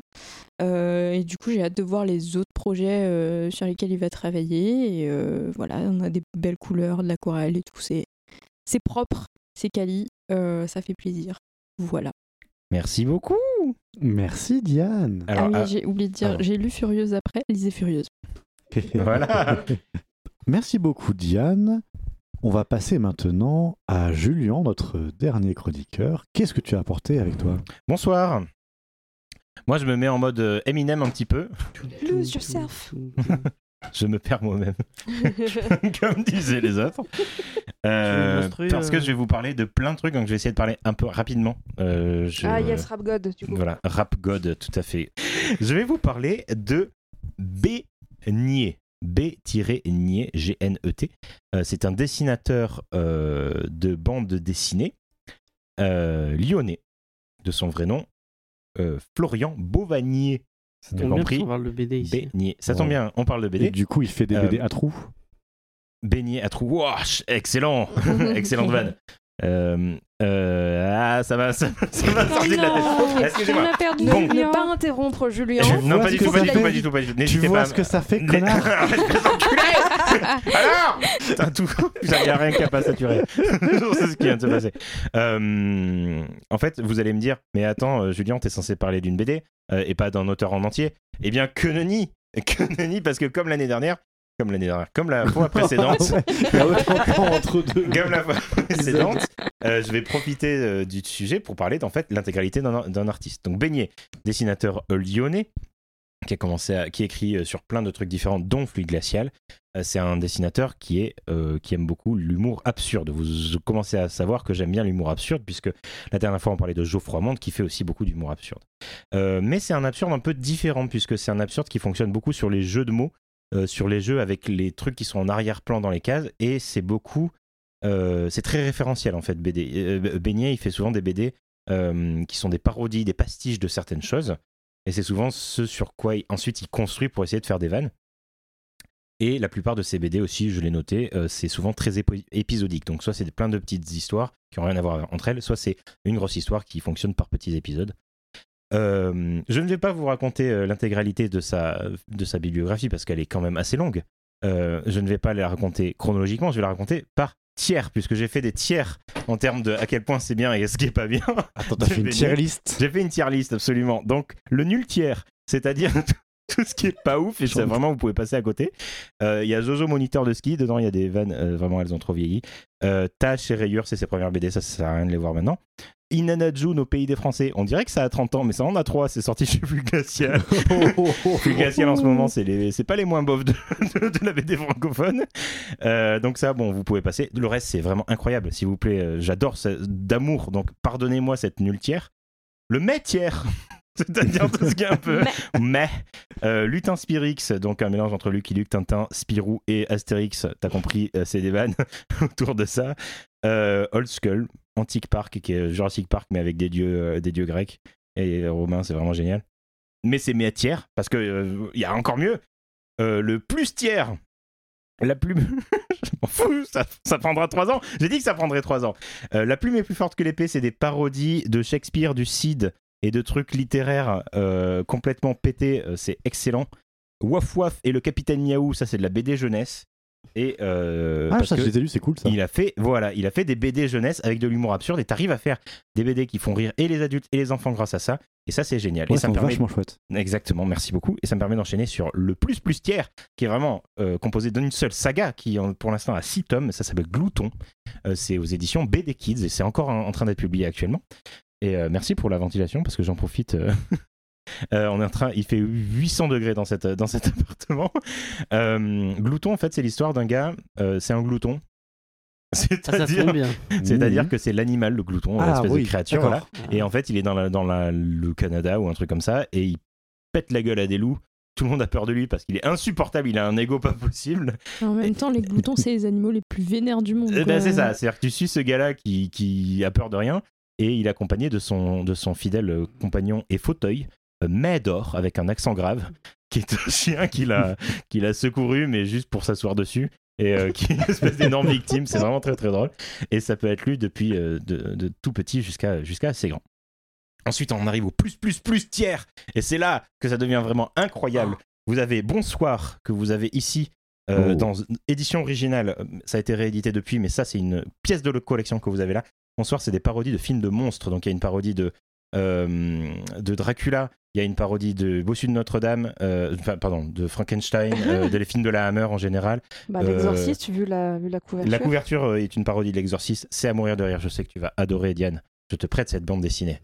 Speaker 6: Euh, et du coup, j'ai hâte de voir les autres projets euh, sur lesquels il va travailler. Et euh, voilà, on a des belles couleurs, de l'aquarelle et tout. C'est c'est propre, c'est quali, euh, ça fait plaisir. Voilà.
Speaker 4: Merci beaucoup.
Speaker 2: Merci Diane.
Speaker 4: Alors,
Speaker 6: ah oui,
Speaker 4: ah,
Speaker 6: j'ai oublié de dire,
Speaker 4: pardon.
Speaker 6: j'ai lu Furieuse après, lisez Furieuse.
Speaker 4: Voilà.
Speaker 2: Merci beaucoup Diane. On va passer maintenant à Julien, notre dernier chroniqueur. Qu'est-ce que tu as apporté avec toi
Speaker 4: bonsoir. Moi, je me mets en mode euh, Eminem un petit peu.
Speaker 5: Lose yourself.
Speaker 4: Je me perds moi-même, comme disaient les autres. Euh,
Speaker 3: Tu veux une instru,
Speaker 4: parce que
Speaker 3: euh
Speaker 4: je vais vous parler de plein de trucs, donc je vais essayer de parler un peu rapidement. Euh, je-
Speaker 5: Ah yes, Rap God, du coup.
Speaker 4: Voilà, rap god, tout à fait. Je vais vous parler de Beignet. B-Nier, G-N-E-T. Euh, c'est un dessinateur euh, de bande dessinée euh, lyonnais, de son vrai nom, euh, Florian Beauvanier.
Speaker 2: Ça
Speaker 4: T'as
Speaker 3: On
Speaker 4: compris
Speaker 3: parle de BD ici.
Speaker 4: Beignet. Ça tombe
Speaker 2: Ouais.
Speaker 4: bien, on parle de
Speaker 2: Et
Speaker 4: BD.
Speaker 2: du coup, il fait des
Speaker 4: Euh,
Speaker 2: BD à trous.
Speaker 4: Beignet à trou. Waouh, excellent Excellente vanne. Euh, euh, ah, ça va, ça, va- ça va sortir de la tête. Excusez-moi.
Speaker 5: Oh On a perdu
Speaker 4: Bon.
Speaker 5: Julien. Ne pas interrompre Julien.
Speaker 2: Tu
Speaker 4: Non,
Speaker 2: vois
Speaker 4: pas
Speaker 2: ce
Speaker 4: du
Speaker 2: que
Speaker 4: tout, pas
Speaker 2: ça
Speaker 4: du tout,
Speaker 2: fait
Speaker 4: pas du tout, pas du tout.
Speaker 2: Tu
Speaker 4: N'hésitez
Speaker 2: vois
Speaker 4: pas.
Speaker 2: ce que ça fait,
Speaker 4: Né-
Speaker 2: connard
Speaker 4: Arrête de les enculer Alors Putain, tout. Putain, y a rien qui a pas saturé. C'est ce qui vient de se passer. Euh, en fait, vous allez me dire, mais attends, euh, Julien, t'es censé parler d'une BD euh, et pas d'un auteur en entier. Eh bien, que nenni Que nenni, parce que comme l'année dernière, comme l'année dernière, comme la fois précédente,
Speaker 2: Ouais, il y a autant de temps entre deux.
Speaker 4: comme la fois précédente, euh, je vais profiter euh, du sujet pour parler d'en fait l'intégralité d'un d'un artiste. Donc Beignet, dessinateur euh, lyonnais, qui a commencé à- qui écrit euh, sur plein de trucs différents, dont Fluide Glacial. Euh, c'est un dessinateur qui est euh, qui aime beaucoup l'humour absurde. Vous commencez à savoir que j'aime bien l'humour absurde puisque la dernière fois on parlait de Geoffroy Monde qui fait aussi beaucoup d'humour absurde. Euh, mais c'est un absurde un peu différent puisque c'est un absurde qui fonctionne beaucoup sur les jeux de mots. euh, sur les jeux avec les trucs qui sont en arrière-plan dans les cases et c'est beaucoup euh, c'est très référentiel en fait BD. Euh, Beignet, il fait souvent des BD euh, qui sont des parodies, des pastiches de certaines choses. Et c'est souvent ce sur quoi il- ensuite il construit pour essayer de faire des vannes. Et la plupart de ces BD aussi, je l'ai noté, euh, c'est souvent très épi- épisodique. Donc soit c'est plein de petites histoires qui n'ont rien à voir entre elles, soit c'est une grosse histoire qui fonctionne par petits épisodes. Euh, je ne vais pas vous raconter euh, l'intégralité de sa, de sa bibliographie parce qu'elle est quand même assez longue. Euh, je ne vais pas la raconter chronologiquement, je vais la raconter par tiers, puisque j'ai fait des tiers en termes de à quel point c'est bien et ce qui est pas bien.
Speaker 2: Attends, t'as fait une tier list
Speaker 4: J'ai fait une tier list, absolument. Donc, le nul tiers, c'est-à-dire tout ce qui est pas ouf et ça, vraiment vous pouvez passer à côté. Euh, Il y a Jojo Moniteur de ski, dedans il y a des vannes, euh, vraiment elles ont trop vieilli. Euh, Tache et Rayure, c'est ses premières BD, ça, ça sert à rien de les voir maintenant. Inanna June au pays des Français, on dirait que ça a 30 ans, mais ça en a 3, c'est sorti chez Fulgacial. oh,
Speaker 2: Ah,
Speaker 4: Fulgacial en ce moment, c'est les... c'est pas les moins bofs de, de- de la BD francophone. Euh, donc ça, bon, vous pouvez passer. Le reste, c'est vraiment incroyable, s'il vous plaît. Euh, J'adore ça d'amour, donc pardonnez-moi cette nulletière. Le métière c'est-à-dire tout ce qui est un peu mais euh, Lutin Spirix donc un mélange entre Lucky Luke Tintin Spirou et Astérix t'as compris euh, c'est des vannes autour de ça Euh, Old Skull Antique Park qui est Jurassic Park mais avec des dieux euh, des dieux grecs et romains c'est vraiment génial mais c'est métière parce que euh, il y a encore mieux Euh, le plus tiers la plume, je m'en fous, ça, ça prendra trois ans. J'ai dit que ça prendrait trois ans. Euh, la plume est plus forte que l'épée, c'est des parodies de Shakespeare, du Cid, et de trucs littéraires euh, complètement pétés, euh, c'est excellent. Waf Waf et le Capitaine Miaou, ça c'est de la BD jeunesse. Et euh,
Speaker 2: Ah,
Speaker 4: parce
Speaker 2: ça,
Speaker 4: que
Speaker 2: je les ai lus, c'est cool ça.
Speaker 4: il a fait, voilà, il a fait des BD jeunesse avec de l'humour absurde et t'arrives à faire des BD qui font rire et les adultes et les enfants grâce à ça. Et ça c'est génial.
Speaker 2: Ouais,
Speaker 4: et
Speaker 2: ils
Speaker 4: ça
Speaker 2: sont
Speaker 4: me permet
Speaker 2: vachement chouette.
Speaker 4: Exactement, merci beaucoup. Et ça me permet d'enchaîner sur le plus plus tiers, qui est vraiment euh, composé d'une seule saga, qui en- pour l'instant a 6 tomes, ça s'appelle Glouton. Euh, c'est aux éditions BD Kids, et c'est encore en, en train d'être publié actuellement. Et euh, merci pour la ventilation, parce que j'en profite. euh, euh, on est en train, il fait 800 degrés dans, cette, dans cet appartement. Euh, glouton, en fait, c'est l'histoire d'un gars, euh, c'est un glouton.
Speaker 3: Ah, Ça, ça
Speaker 4: C'est-à-dire
Speaker 3: tombe bien.
Speaker 4: c'est-à-dire que c'est l'animal, le glouton,
Speaker 2: Mmh. Ah,
Speaker 4: l'espèce
Speaker 2: oui,
Speaker 4: de créature.
Speaker 2: d'accord.
Speaker 4: Voilà. Et en fait, il est dans, la, dans la- le Canada ou un truc comme ça, et il pète la gueule à des loups. Tout le monde a peur de lui parce qu'il est insupportable, il a un ego pas possible.
Speaker 6: En même temps, les gloutons, c'est les animaux les plus vénères du monde.
Speaker 4: Eh
Speaker 6: quoi.
Speaker 4: ben,
Speaker 5: euh,
Speaker 4: c'est ça, c'est-à-dire que tu suis ce gars-là qui, qui a peur de rien, et il est accompagné de son, de son fidèle euh, compagnon et fauteuil, euh, Maedor, avec un accent grave, qui est un chien qu'il a, qu'il a secouru, mais juste pour s'asseoir dessus, et euh, qui est une espèce d'énorme victime, c'est vraiment très très drôle. Et ça peut être lu depuis euh, de, de tout petit jusqu'à jusqu'à assez grand. Ensuite, on arrive au plus, plus, plus tiers. Et c'est là que ça devient vraiment incroyable. Vous avez Bonsoir, que vous avez ici, euh,
Speaker 2: Oh.
Speaker 4: dans une édition originale. Ça a été réédité depuis, mais ça, c'est une pièce de collection que vous avez là. Bonsoir, c'est des parodies de films de monstres. Donc, il y a une parodie de, euh, de Dracula, il y a une parodie de Bossu de Notre-Dame, euh, enfin, pardon, de Frankenstein, euh, des films de la Hammer en général.
Speaker 5: Bah,
Speaker 4: Euh,
Speaker 5: L'exorciste, vu la, vu la couverture.
Speaker 4: La couverture euh, est une parodie de l'exorciste. C'est à mourir de rire. Je sais que tu vas adorer, Diane. Je te prête cette bande dessinée.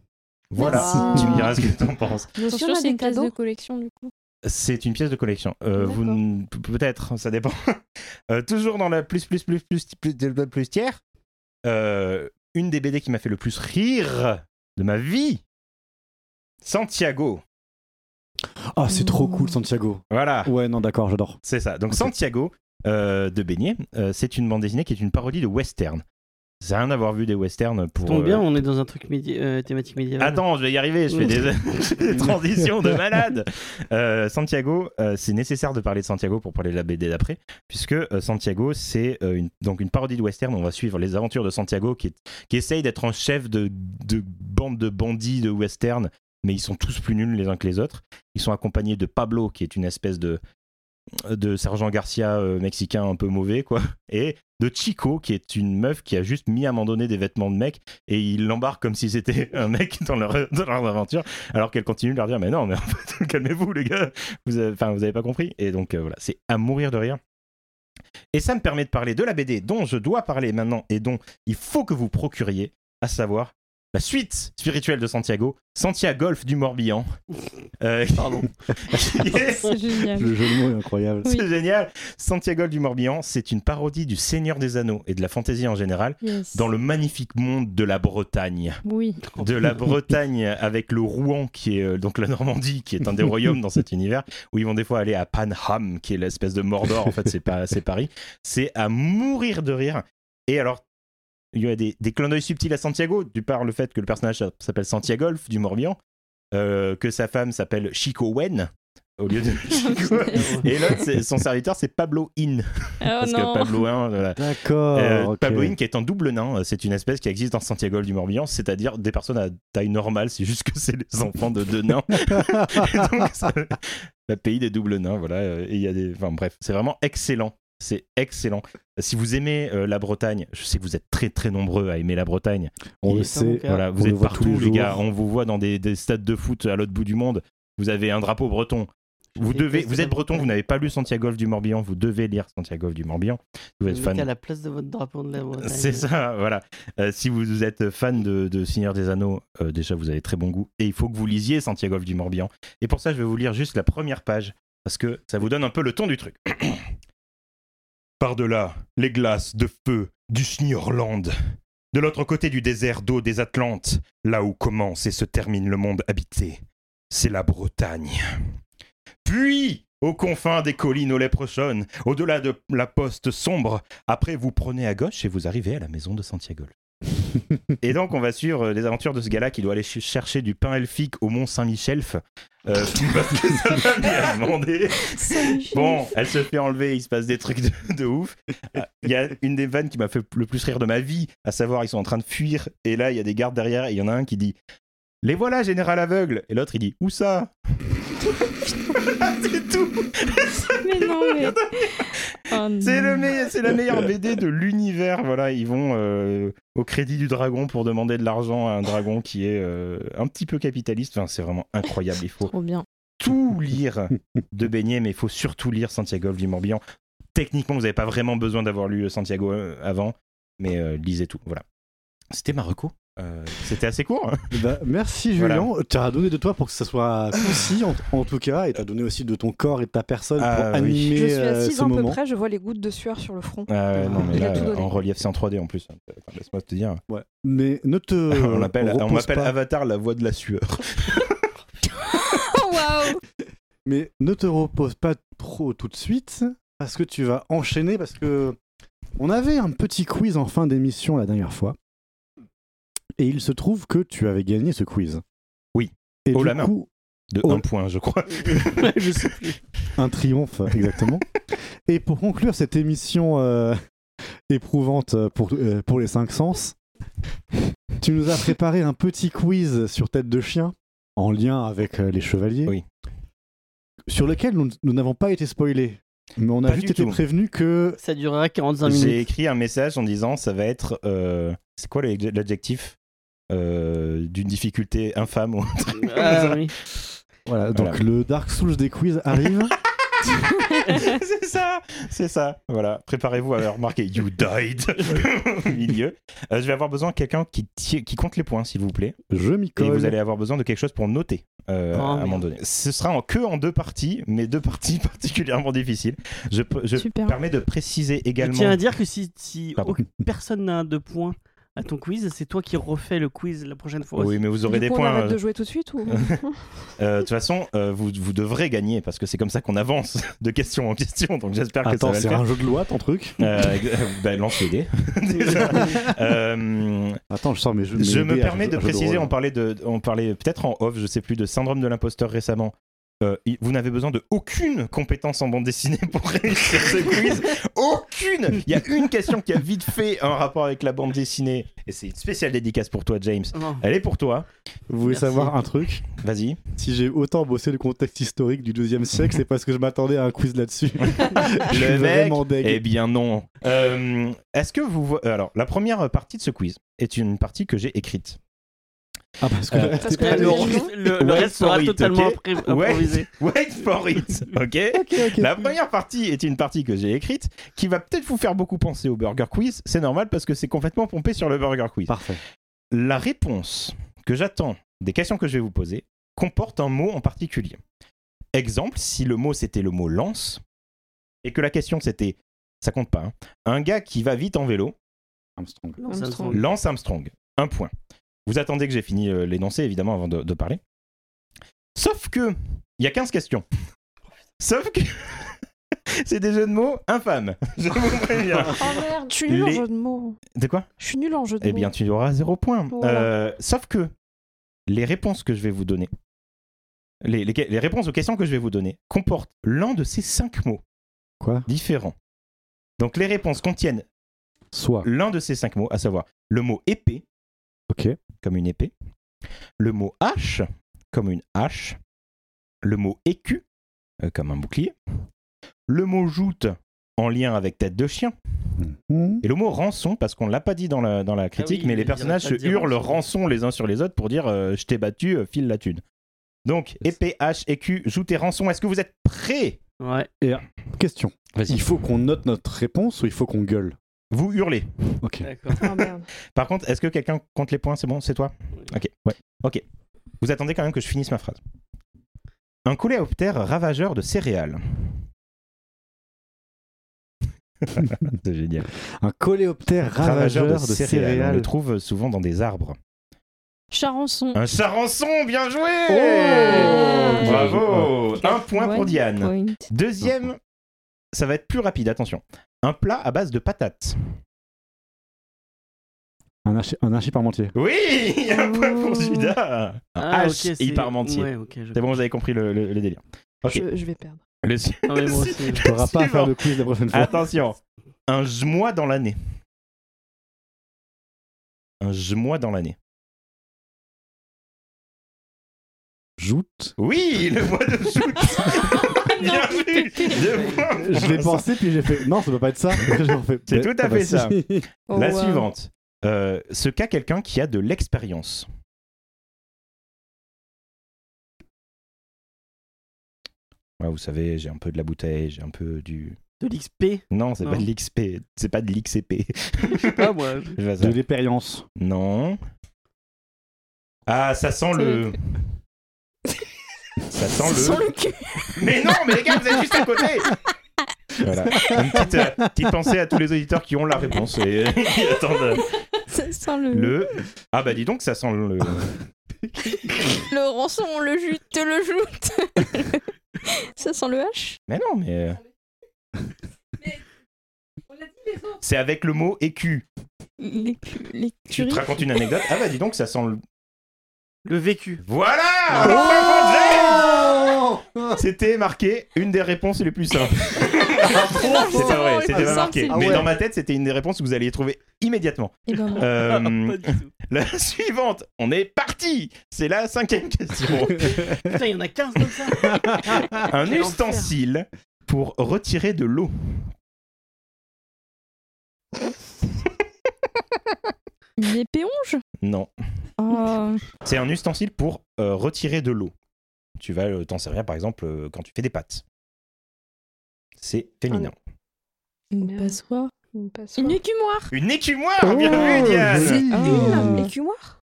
Speaker 4: Voilà,
Speaker 5: Merci.
Speaker 4: tu me diras ce que t'en penses.
Speaker 5: Nous aussi,
Speaker 6: Attention,
Speaker 5: on a
Speaker 6: c'est
Speaker 5: des
Speaker 6: une pièce
Speaker 5: cadeaux.
Speaker 6: de collection du coup.
Speaker 4: C'est une pièce de collection. Euh, vous
Speaker 6: D'accord.
Speaker 4: n- pe- peut-être, hein, ça dépend. Euh, toujours dans la plus plus plus plus plus plus, plus tiers. euh, une des BD qui m'a fait le plus rire de ma vie. Santiago.
Speaker 2: Ah, c'est trop cool Santiago.
Speaker 4: Voilà.
Speaker 2: Ouais, non, d'accord, j'adore.
Speaker 4: C'est ça. Donc
Speaker 2: Ok.
Speaker 4: Santiago euh, de Beignet, euh, c'est une bande dessinée qui est une parodie de western. Ça n'a rien à voir vu des westerns pour.
Speaker 3: Tombe bien,
Speaker 4: euh,
Speaker 3: on est dans un truc médi- euh, thématique médiévale.
Speaker 4: Attends, je vais y arriver, je fais des, je fais des transitions de malade. Euh, Santiago, euh, c'est nécessaire de parler de Santiago pour parler de la BD d'après, puisque euh, Santiago, c'est euh, une, donc une parodie de western. On va suivre les aventures de Santiago qui, est- qui essaye d'être un chef de, de bande de bandits de western, mais ils sont tous plus nuls les uns que les autres. Ils sont accompagnés de Pablo, qui est une espèce de de Sergent Garcia euh, mexicain un peu mauvais quoi et de Chico qui est une meuf qui a juste mis à un moment donné des vêtements de mec et ils l'embarquent comme si c'était un mec dans leur, dans leur aventure, alors qu'elle continue de leur dire Mais non, mais en fait, calmez-vous, les gars, vous avez, enfin, vous avez pas compris. Et donc, euh, voilà, c'est à mourir de rire. Et ça me permet de parler de la BD dont je dois parler maintenant et dont il faut que vous procuriez, à savoir la suite spirituelle de Santiago, Santiago Golf du Morbihan. Euh,
Speaker 3: Pardon.
Speaker 4: yes.
Speaker 6: C'est génial.
Speaker 2: Le jeu de mots est incroyable.
Speaker 6: Oui.
Speaker 4: C'est génial. Santiago du Morbihan, c'est une parodie du Seigneur des Anneaux et de la fantaisie en général
Speaker 6: Yes.
Speaker 4: dans le magnifique monde de la Bretagne
Speaker 6: Oui.
Speaker 4: de la Bretagne avec le Rouen qui est euh, donc la Normandie qui est un des royaumes dans cet univers où ils vont des fois aller à Panham qui est l'espèce de Mordor en fait c'est pas c'est Paris c'est à mourir de rire et alors il y a des, des clins d'œil subtils à Santiago du par le fait que le personnage s'appelle Santiago du Morbihan euh, que sa femme s'appelle Chico Wen au lieu de Chico et l'autre c'est- son serviteur c'est Pablo In
Speaker 6: Oh
Speaker 4: parce
Speaker 6: non.
Speaker 4: que Pablo In voilà,
Speaker 2: D'accord.
Speaker 4: euh,
Speaker 2: Ah, ok.
Speaker 4: Pabloïne qui est un double nain, euh, c'est une espèce qui existe dans Santiago du Morbihan, c'est-à-dire des personnes à taille normale, c'est juste que c'est les enfants de deux nains. Et donc, ça- le pays des doubles nains, voilà. euh, et il y a des, enfin bref, c'est vraiment excellent. C'est excellent. Si vous aimez euh, la Bretagne, je sais que vous êtes très très nombreux à aimer la Bretagne.
Speaker 2: On
Speaker 3: Il
Speaker 2: le
Speaker 3: est sur mon
Speaker 2: sait.
Speaker 3: cœur.
Speaker 4: Voilà, vous
Speaker 2: Ah, On le
Speaker 4: êtes
Speaker 2: voit tous
Speaker 4: partout
Speaker 2: les
Speaker 4: les, gars.
Speaker 2: jours.
Speaker 4: On vous voit dans des, des stades de foot à l'autre bout du monde. Vous avez un drapeau breton. Vous, devez, vous êtes breton, vous n'avez pas lu Santiago du Morbihan, vous devez lire Santiago du Morbihan. Vous êtes
Speaker 3: Vous mettez à
Speaker 4: fan.
Speaker 3: la place de votre drapeau de la Bretagne.
Speaker 4: C'est ça, voilà. Euh, si vous êtes fan de, de Seigneur des Anneaux, euh, déjà vous avez très bon goût. Et il faut que vous lisiez Santiago du Morbihan. Et pour ça, je vais vous lire juste la première page, parce que ça vous donne un peu le ton du truc. Par-delà, les glaces de feu du Sniorland. De l'autre côté du désert d'eau des Atlantes, là où commence et se termine le monde habité, c'est la Bretagne. Puis, aux confins des collines aux léprechaunes, au-delà de la poste sombre, après, vous prenez à gauche et vous arrivez à la maison de Santiago. et donc, on va suivre euh, les aventures de ce gars-là qui doit aller ch- chercher du pain elfique au Mont Saint-Michel. euh, parce que ça va bien demander. Bon, elle se fait enlever, il se passe des trucs de, de ouf. Euh, Il y a une des vannes qui m'a fait le plus rire de ma vie, à savoir, ils sont en train de fuir. Et là, il y a des gardes derrière et il y en a un qui dit Les voilà, général aveugle Et l'autre, il dit Où ça C'est tout
Speaker 6: Mais non, mais. Oh non.
Speaker 4: C'est le me- c'est la meilleure BD de l'univers. Voilà, ils vont euh, au crédit du dragon pour demander de l'argent à un dragon qui est euh, un petit peu capitaliste. Enfin, c'est vraiment incroyable. Il faut
Speaker 6: Trop bien.
Speaker 4: tout lire de Beignet, mais il faut surtout lire Santiago du Morbihan. Techniquement, vous n'avez pas vraiment besoin d'avoir lu Santiago euh, avant, mais euh, lisez tout. Voilà. C'était Marocco. C'était assez court. hein.
Speaker 2: Bah, merci
Speaker 4: Voilà.
Speaker 2: Julien, tu as donné de toi pour que ça soit concis en, en tout cas, et tu as donné aussi de ton corps et de ta personne pour
Speaker 4: Ah, oui.
Speaker 2: animer
Speaker 5: Je suis
Speaker 2: euh,
Speaker 5: assise
Speaker 2: ce
Speaker 5: à peu
Speaker 2: moment.
Speaker 5: près, je vois les gouttes de sueur sur le front.
Speaker 4: Ah ouais, non, mais
Speaker 5: Il a
Speaker 4: là,
Speaker 5: tout donné.
Speaker 4: en relief, c'est en 3D en plus. Attends, Laisse-moi te dire.
Speaker 2: Ouais. Mais ne te.
Speaker 4: on l'appelle- Euh, on
Speaker 2: repose
Speaker 4: m'appelle
Speaker 2: pas.
Speaker 4: Avatar la voix de la sueur.
Speaker 6: Oh, waouh
Speaker 2: Mais ne te repose pas trop tout de suite, parce que tu vas enchaîner, parce que on avait un petit quiz en fin d'émission la dernière fois, et il se trouve que tu avais gagné ce quiz.
Speaker 4: Oui.
Speaker 2: Et
Speaker 4: Haut
Speaker 2: du
Speaker 4: la main.
Speaker 2: coup,
Speaker 4: De
Speaker 2: Oh.
Speaker 4: un point, je crois.
Speaker 3: Ouais, je sais plus.
Speaker 2: un triomphe, exactement. et pour conclure cette émission euh, éprouvante pour, euh, pour les cinq sens, tu nous as préparé un petit quiz sur tête de chien, en lien avec euh, les chevaliers,
Speaker 4: Oui.
Speaker 2: sur lequel nous nous n'avons pas été spoilés. Mais on a
Speaker 4: Pas
Speaker 2: juste
Speaker 4: du
Speaker 2: été
Speaker 4: tout.
Speaker 2: prévenu que
Speaker 3: Ça durera 45
Speaker 4: J'ai
Speaker 3: minutes.
Speaker 4: écrit un message en disant ça va être. euh, c'est quoi l'adj- l'adjectif euh, d'une difficulté infâme ou un truc comme
Speaker 3: Ah
Speaker 4: ça.
Speaker 3: oui.
Speaker 2: Voilà, donc le Dark Souls des quiz arrive.
Speaker 4: c'est ça, c'est ça. Voilà, préparez-vous à remarquer You died au milieu. Euh, je vais avoir besoin de quelqu'un qui, tire- qui compte les points, s'il vous plaît.
Speaker 2: je m'y
Speaker 4: Et
Speaker 2: colle.
Speaker 4: vous allez avoir besoin de quelque chose pour noter euh,
Speaker 3: Oh,
Speaker 4: à un
Speaker 3: merde.
Speaker 4: moment donné. Ce sera en, que en deux parties, mais deux parties particulièrement difficiles. Je, peux- je
Speaker 6: Super.
Speaker 4: permets de préciser
Speaker 3: Je
Speaker 4: également.
Speaker 3: tiens à dire que si, si
Speaker 4: Pardon.
Speaker 3: aucune personne n'a de points à ton quiz, c'est toi qui refais le quiz la prochaine fois.
Speaker 4: oui, mais vous aurez des
Speaker 5: Du coup, On
Speaker 4: points.
Speaker 5: arrête
Speaker 4: euh,
Speaker 5: de jouer tout de suite ou
Speaker 4: Euh, De toute façon, euh, vous, vous devrez gagner parce que c'est comme ça qu'on avance de question en question. Donc j'espère que
Speaker 2: Attends,
Speaker 4: ça va
Speaker 2: c'est
Speaker 4: le faire.
Speaker 2: un jeu de loi ton truc
Speaker 4: Euh, ex- bah, lance les dés. Déjà. Euh,
Speaker 2: Attends, je sors mes jeux.
Speaker 4: je
Speaker 2: mes
Speaker 4: me
Speaker 2: dés à
Speaker 4: permets
Speaker 2: jeu-
Speaker 4: de
Speaker 2: jeu
Speaker 4: préciser,
Speaker 2: rôle.
Speaker 4: on parlait, de, on parlait peut-être en off, je sais plus, de syndrome de l'imposteur récemment. Euh, il- vous n'avez besoin de aucune compétence en bande dessinée pour réussir ce quiz. Aucune Il y a une question qui a vite fait un rapport avec la bande dessinée. Et c'est une spéciale dédicace pour toi, James.
Speaker 3: Non.
Speaker 4: Elle est pour toi.
Speaker 2: Vous voulez
Speaker 3: Merci.
Speaker 2: savoir un truc
Speaker 4: Vas-y.
Speaker 2: Si j'ai autant bossé le contexte historique du 12e siècle, c'est parce que je m'attendais à un quiz là-dessus. je suis
Speaker 4: mec
Speaker 2: vraiment deg.
Speaker 4: Eh bien non. Euh, Est-ce que vous... vo- Alors, la première partie de ce quiz est une partie que j'ai écrite.
Speaker 2: Ah, parce que
Speaker 4: Euh,
Speaker 2: là,
Speaker 5: parce
Speaker 2: t'es
Speaker 5: que
Speaker 2: pas
Speaker 5: la
Speaker 2: allé
Speaker 5: deuxième-
Speaker 2: en-
Speaker 5: enregistré.
Speaker 3: le, le- le
Speaker 4: Wait
Speaker 3: reste
Speaker 4: for
Speaker 3: sera
Speaker 4: it,
Speaker 3: totalement
Speaker 4: ok
Speaker 3: impré-
Speaker 4: Wait.
Speaker 3: improvisé.
Speaker 4: Wait for it, ok
Speaker 2: Ok, ok.
Speaker 4: La première partie est une partie que j'ai écrite qui va peut-être vous faire beaucoup penser au Burger Quiz. C'est normal parce que c'est complètement pompé sur le Burger Quiz.
Speaker 2: Parfait.
Speaker 4: La réponse que j'attends des questions que je vais vous poser comporte un mot en particulier. Exemple, si le mot c'était le mot lance et que la question c'était, ça compte pas, hein, un gars qui va vite en vélo
Speaker 2: Armstrong.
Speaker 3: Non, ça me
Speaker 5: Armstrong.
Speaker 3: semble-
Speaker 4: Lance Armstrong, un point. Vous attendez que j'ai fini euh, l'énoncé, évidemment, avant de, de parler. Sauf que, il y a 15 questions. Sauf que, c'est des jeux de mots infâmes. Je vous préviens.
Speaker 5: Oh merde, je suis nulle
Speaker 4: Les-
Speaker 5: en jeu de mots.
Speaker 4: De quoi
Speaker 5: Je suis nulle en jeu de
Speaker 4: Eh
Speaker 5: mots.
Speaker 4: bien, tu auras zéro point.
Speaker 5: Voilà.
Speaker 4: Euh, sauf que, les réponses que je vais vous donner, les, les- les réponses aux questions que je vais vous donner, comportent l'un de ces cinq mots
Speaker 2: Quoi
Speaker 4: différents. Donc, les réponses contiennent
Speaker 2: Soit.
Speaker 4: l'un de ces cinq mots, à savoir le mot épée,
Speaker 2: Ok.
Speaker 4: comme une épée, le mot hache, comme une hache, le mot écu, euh, comme un bouclier, le mot joute, en lien avec tête de chien,
Speaker 2: Hmm.
Speaker 4: et le mot rançon, parce qu'on l'a pas dit dans la, dans la critique,
Speaker 3: oui,
Speaker 4: mais les
Speaker 3: ils arrêtent
Speaker 4: personnages
Speaker 3: pas
Speaker 4: se
Speaker 3: de dire
Speaker 4: hurlent
Speaker 3: rançon.
Speaker 4: rançon les uns sur les autres pour dire euh, je t'ai battu, euh, file la thune. Donc,
Speaker 2: Yes.
Speaker 4: EPH, EQ, joue tes rançons. Est-ce que vous êtes prêts
Speaker 3: Ouais.
Speaker 2: Question.
Speaker 4: Vas-y.
Speaker 2: Il faut qu'on note notre réponse ou il faut qu'on gueule
Speaker 4: Vous hurlez.
Speaker 2: Ok.
Speaker 3: D'accord.
Speaker 5: Oh merde.
Speaker 4: Par contre, est-ce que quelqu'un compte les points C'est bon, c'est toi Ok.
Speaker 2: Ouais.
Speaker 4: Ok. Vous attendez quand même que je finisse ma phrase. Un coléoptère ravageur de céréales. c'est génial.
Speaker 2: Un coléoptère ravageur, de,
Speaker 4: On le
Speaker 2: céréales.
Speaker 4: trouve souvent dans des arbres.
Speaker 6: Charançon.
Speaker 4: Un charançon, bien joué
Speaker 6: Oh
Speaker 4: Bravo Un
Speaker 6: Quatre
Speaker 4: point pour
Speaker 6: points.
Speaker 4: Diane.
Speaker 6: Point.
Speaker 4: Deuxième, ça va être plus rapide, attention. Un plat à base de patates.
Speaker 2: Un, archi, un archiparmentier.
Speaker 4: Oui Un point pour
Speaker 6: Oh.
Speaker 4: Judas Un
Speaker 3: Ah, ok,
Speaker 4: H
Speaker 3: c'est-
Speaker 4: parmentier.
Speaker 3: Ouais, ok. je-
Speaker 4: C'est bon, vous avez compris le, le- le délire. Ok.
Speaker 5: Je, je vais perdre.
Speaker 4: Le-
Speaker 3: Non, mais moi aussi,
Speaker 4: le
Speaker 3: je-
Speaker 2: Tu n'auras pas à faire
Speaker 4: suivant. Ah.
Speaker 2: le quiz la prochaine fois.
Speaker 4: Attention. Un jmois dans l'année. Un jmois dans l'année.
Speaker 2: Joute.
Speaker 4: Oui, le mois de joute. Bien
Speaker 6: Non,
Speaker 4: vu. Deux points pour
Speaker 2: Je l'ai
Speaker 4: Vincent.
Speaker 2: pensé, puis j'ai fait non, ça peut pas être ça. Après, j'ai refait,
Speaker 4: Ah, C'est
Speaker 2: mais-
Speaker 4: tout à
Speaker 2: ah bah
Speaker 4: fait
Speaker 2: si.
Speaker 4: ça.
Speaker 6: Oh,
Speaker 4: La
Speaker 6: wow.
Speaker 4: suivante. Euh, ce qu'a quelqu'un qui a de l'expérience. Ouais, vous savez, j'ai un peu de la bouteille, j'ai un peu du.
Speaker 3: De l'XP.
Speaker 4: Non, c'est
Speaker 3: Non.
Speaker 4: pas de l'XP, c'est pas de l'XCP.
Speaker 3: Pas moi.
Speaker 4: Je vois ça.
Speaker 2: De l'expérience.
Speaker 4: Non. Ah, ça sent le. ça sent le.
Speaker 6: Sans le cul.
Speaker 4: Mais non, mais les gars, vous êtes juste à côté Voilà. Une petite, euh, petite pensée à tous les auditeurs qui ont la réponse et qui attendent
Speaker 6: Ça sent le... le...
Speaker 4: le. Ah, bah dis donc, ça sent le.
Speaker 6: rançon, le jute, le joute. ça sent le H
Speaker 4: Mais non, mais. euh. C'est avec le mot écu.
Speaker 6: Les, cu- les
Speaker 4: Tu te
Speaker 6: curies.
Speaker 4: racontes une anecdote. Ah bah dis donc, ça sent le.
Speaker 3: Le vécu.
Speaker 4: Voilà
Speaker 3: Oh
Speaker 4: Oh, C'était marqué une des réponses les plus simples. Ah c'est pas vrai, c'était pas marqué.
Speaker 6: Ah
Speaker 4: Mais
Speaker 2: ouais.
Speaker 4: dans ma tête, c'était une des réponses que vous alliez trouver immédiatement.
Speaker 6: Eh ben non.
Speaker 4: Euh,
Speaker 3: Pas du tout.
Speaker 4: la suivante, on est parti C'est la cinquième question.
Speaker 3: Putain, il y en a 15 comme ça.
Speaker 4: Un
Speaker 3: Quel
Speaker 4: ustensile pour retirer de l'eau.
Speaker 6: Une éponge
Speaker 4: Non.
Speaker 6: Oh,
Speaker 4: C'est un ustensile pour euh, retirer de l'eau. Tu vas euh, t'en servir par exemple euh, quand tu fais des pâtes. C'est féminin.
Speaker 6: Une
Speaker 5: Merde.
Speaker 6: passoire.
Speaker 5: Une passoire.
Speaker 6: Une écumoire
Speaker 4: Une écumoire, bien
Speaker 2: Oh,
Speaker 4: vu, Diane
Speaker 2: joli.
Speaker 6: Ah.
Speaker 5: Écumoire